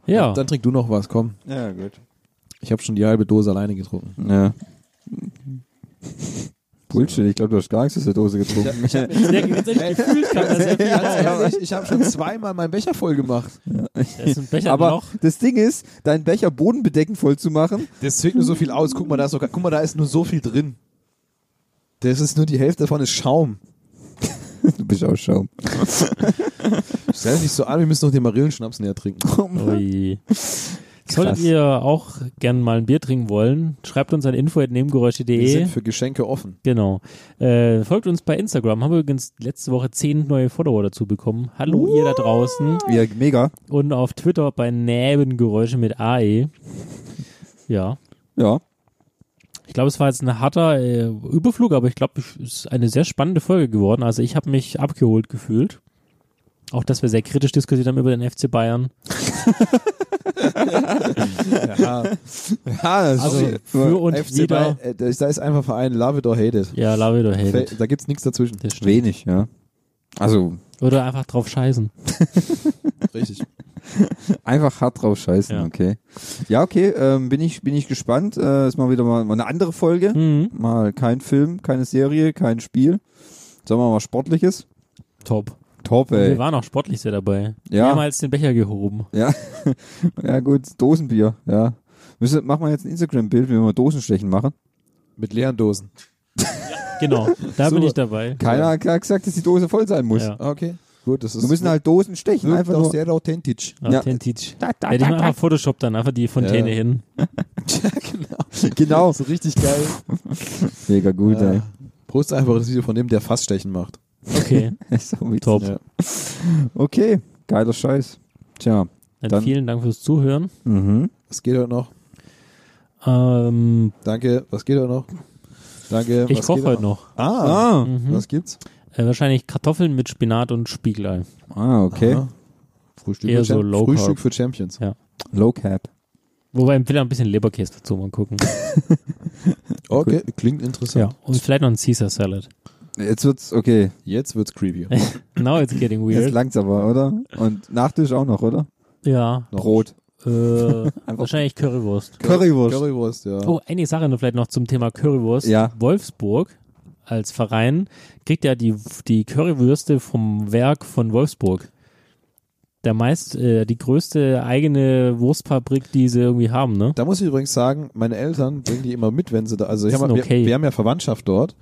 S3: Ja.
S1: Dann trink du noch was, komm.
S2: Ja, gut.
S1: Ich habe schon die halbe Dose alleine getrunken.
S2: Ja. Bullshit, ich glaube, du hast gar nichts aus der Dose getrunken.
S1: Ich habe
S3: Der letztendlich gefühlt kann, dass er viel hat.
S1: hab schon zweimal meinen Becher voll gemacht.
S3: Da ist ein Becher
S2: Aber
S3: noch.
S2: das Ding ist, deinen Becher bodenbedeckend voll zu machen.
S1: Das zwickt nur so viel aus. Guck mal, da ist, sogar, guck mal, da ist nur so viel drin. Das ist nur die Hälfte davon ist Schaum.
S2: (laughs) Du bist auch Schaum.
S1: Stell dich nicht so an, wir müssen noch den Marillenschnaps näher trinken. (laughs)
S3: Ui. Solltet ihr auch gern mal ein Bier trinken wollen, schreibt uns an
S1: Wir
S3: info.nebengeräusche.de.
S1: sind für Geschenke offen.
S3: Genau. Äh, folgt uns bei Instagram. Haben wir übrigens letzte Woche zehn neue Follower dazu bekommen. Hallo ihr da draußen.
S2: Ja, mega.
S3: Und auf Twitter bei Nebengeräusche mit AE. Ja.
S2: Ja.
S3: Ich glaube, es war jetzt ein harter äh, Überflug, aber ich glaube, es ist eine sehr spannende Folge geworden. Also ich habe mich abgeholt gefühlt. Auch, dass wir sehr kritisch diskutiert haben über den FC Bayern.
S1: Ja,
S2: Ja, das
S3: Also für und
S1: FC
S3: wieder.
S1: Bayern, äh, da ist einfach Verein, love it or hate it.
S3: Ja, love it or hate
S1: Fe-
S3: it.
S1: Da gibt's nichts dazwischen.
S3: Das stimmt.
S2: wenig, ja. Also
S3: Oder einfach drauf scheißen.
S1: Richtig.
S2: einfach hart drauf scheißen,
S3: Ja.
S2: okay. Ja, okay, ähm, bin, ich, bin ich gespannt. Äh, ist mal wieder mal, mal eine andere Folge.
S3: Mhm.
S2: Mal kein Film, keine Serie, kein Spiel. Sagen wir mal Sportliches.
S3: Top.
S2: Top,
S3: Wir
S2: ey.
S3: waren auch sportlich sehr dabei.
S2: Ja.
S3: Mehrmals den Becher gehoben.
S2: Ja, ja gut, Dosenbier, ja. Müssen, machen wir jetzt ein Instagram-Bild, wenn wir Dosenstechen machen.
S1: Mit leeren Dosen.
S3: Genau. Da
S2: (laughs)
S3: bin
S2: So.
S3: ich dabei.
S2: Keiner hat gesagt, dass die Dose voll sein muss.
S3: Ja.
S1: Ah, Okay. Gut, das ist.
S2: Wir müssen halt Dosen stechen,
S1: wirkt
S2: einfach
S1: auch
S2: nur.
S1: sehr authentisch.
S2: Ja.
S3: Authentisch.
S2: Da, da,
S3: Hätte ich
S2: da,
S3: mir
S2: da.
S3: einfach Photoshop dann einfach die Fontäne
S1: Ja.
S3: hin.
S2: Genau.
S1: So richtig (laughs) geil.
S2: Mega gut,
S1: Ja.
S2: ey. (laughs)
S1: Prost einfach das Video von dem, der Fassstechen macht.
S3: Okay,
S2: so witzig.
S3: top.
S1: Ja.
S2: Okay, geiler Scheiß. Tja.
S3: Dann,
S2: Dann-
S3: vielen Dank fürs Zuhören.
S2: Mhm.
S1: Was geht heute noch?
S3: Ähm,
S1: Danke. Was geht heute noch? Danke.
S3: ich
S1: was
S3: koche
S1: geht
S3: heute noch.
S1: Ah.
S2: Ah.
S3: Mhm.
S1: Was gibt's?
S3: Äh, wahrscheinlich Kartoffeln mit Spinat und Spiegelei.
S2: Ah, okay.
S1: Aha. Frühstück,
S3: Eher
S1: für,
S3: so
S1: Champ-
S3: low
S1: Frühstück
S3: carb.
S1: für Champions.
S2: Low Cap.
S3: Wobei im Villa ein bisschen Leberkäse dazu mal gucken.
S1: Okay, klingt interessant.
S3: ja. Und vielleicht noch ein Caesar Salad.
S2: Jetzt wird's, okay,
S1: Jetzt wird's creepier.
S3: Now it's getting
S2: jetzt
S3: weird.
S2: langt's aber, oder? Und Nachtisch auch noch, oder?
S1: (laughs)
S3: Ja.
S1: Noch.
S2: Brot.
S3: Äh, wahrscheinlich Currywurst.
S2: Currywurst.
S1: Currywurst, ja.
S3: Oh, eine Sache noch vielleicht noch zum Thema Currywurst.
S2: Ja.
S3: Wolfsburg als Verein kriegt ja die, die Currywürste vom Werk von Wolfsburg. Der meist, äh, die größte eigene Wurstfabrik, die sie irgendwie haben, ne?
S1: Da muss ich übrigens sagen, meine Eltern bringen die immer mit, wenn sie da. Also ich
S3: Ist
S1: hab,
S3: denn okay?
S1: wir, wir haben ja Verwandtschaft dort.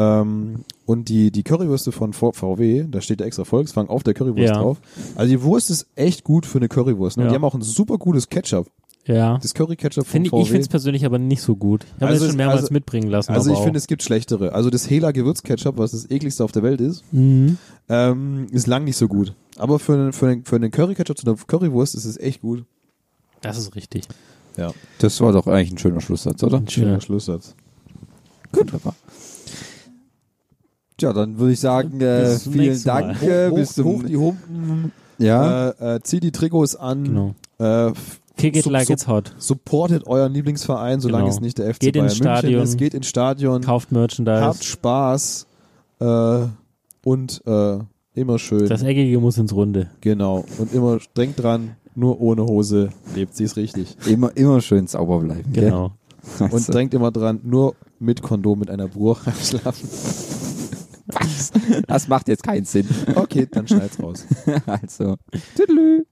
S1: Ähm, und die, die Currywürste von V- VW, da steht der extra Volkswagen auf der Currywurst
S3: Ja.
S1: drauf. Also die Wurst ist echt gut für eine Currywurst. Ne? Und
S3: Ja.
S1: Die haben auch ein super gutes Ketchup.
S3: Ja.
S1: Das Curry-Ketchup von
S3: Find ich
S1: VW.
S3: ich finde es persönlich aber nicht so gut. Ich habe
S1: Also
S3: das
S1: es-
S3: schon mehrmals
S1: also-
S3: mitbringen lassen.
S1: also
S3: aber
S1: ich finde,
S3: auch.
S1: es gibt schlechtere. Also das Hela Gewürzketchup, was das ekligste auf der Welt ist,
S3: Mhm.
S1: ähm, ist lang nicht so gut. Aber für, einen- für, einen- für einen Curry-Ketchup zu einer Currywurst ist es echt gut.
S3: Das ist richtig.
S1: Ja,
S2: Das war doch eigentlich ein schöner Schlusssatz, oder?
S3: Ein schöner
S1: Schlusssatz.
S2: Gut. Tja, dann würde ich sagen, äh,
S3: Bis zum
S2: vielen
S3: nächsten
S2: Dank.
S1: Hoch,
S2: Äh,
S1: hoch,
S2: bis
S1: hoch
S2: zum,
S1: die Humpen,
S2: ja,
S1: äh, äh, zieh die Trikots an.
S3: Genau.
S1: Äh, f-
S3: Kick it
S1: sup-
S3: like
S1: sup-
S3: it's hot.
S1: Supportet euren Lieblingsverein, solange
S3: Genau.
S1: es nicht der FC
S3: Geht
S1: Bayern
S3: ins
S1: München
S3: Stadion.
S1: ist. Geht ins Stadion, habt
S3: Kauft Merchandise.
S1: Spaß äh, und äh, immer schön.
S3: Das Eckige muss ins Runde.
S1: genau. Und immer streng dran, nur ohne Hose lebt sie es richtig.
S2: immer, immer schön sauber bleiben. gell?
S3: Äh. Genau.
S2: (laughs) Also,
S1: Und denkt immer dran, nur mit Kondom mit einer Bruch (laughs) schlafen.
S2: das macht jetzt keinen Sinn. (laughs)
S1: Okay, dann schneid's raus.
S2: also, tüdelü.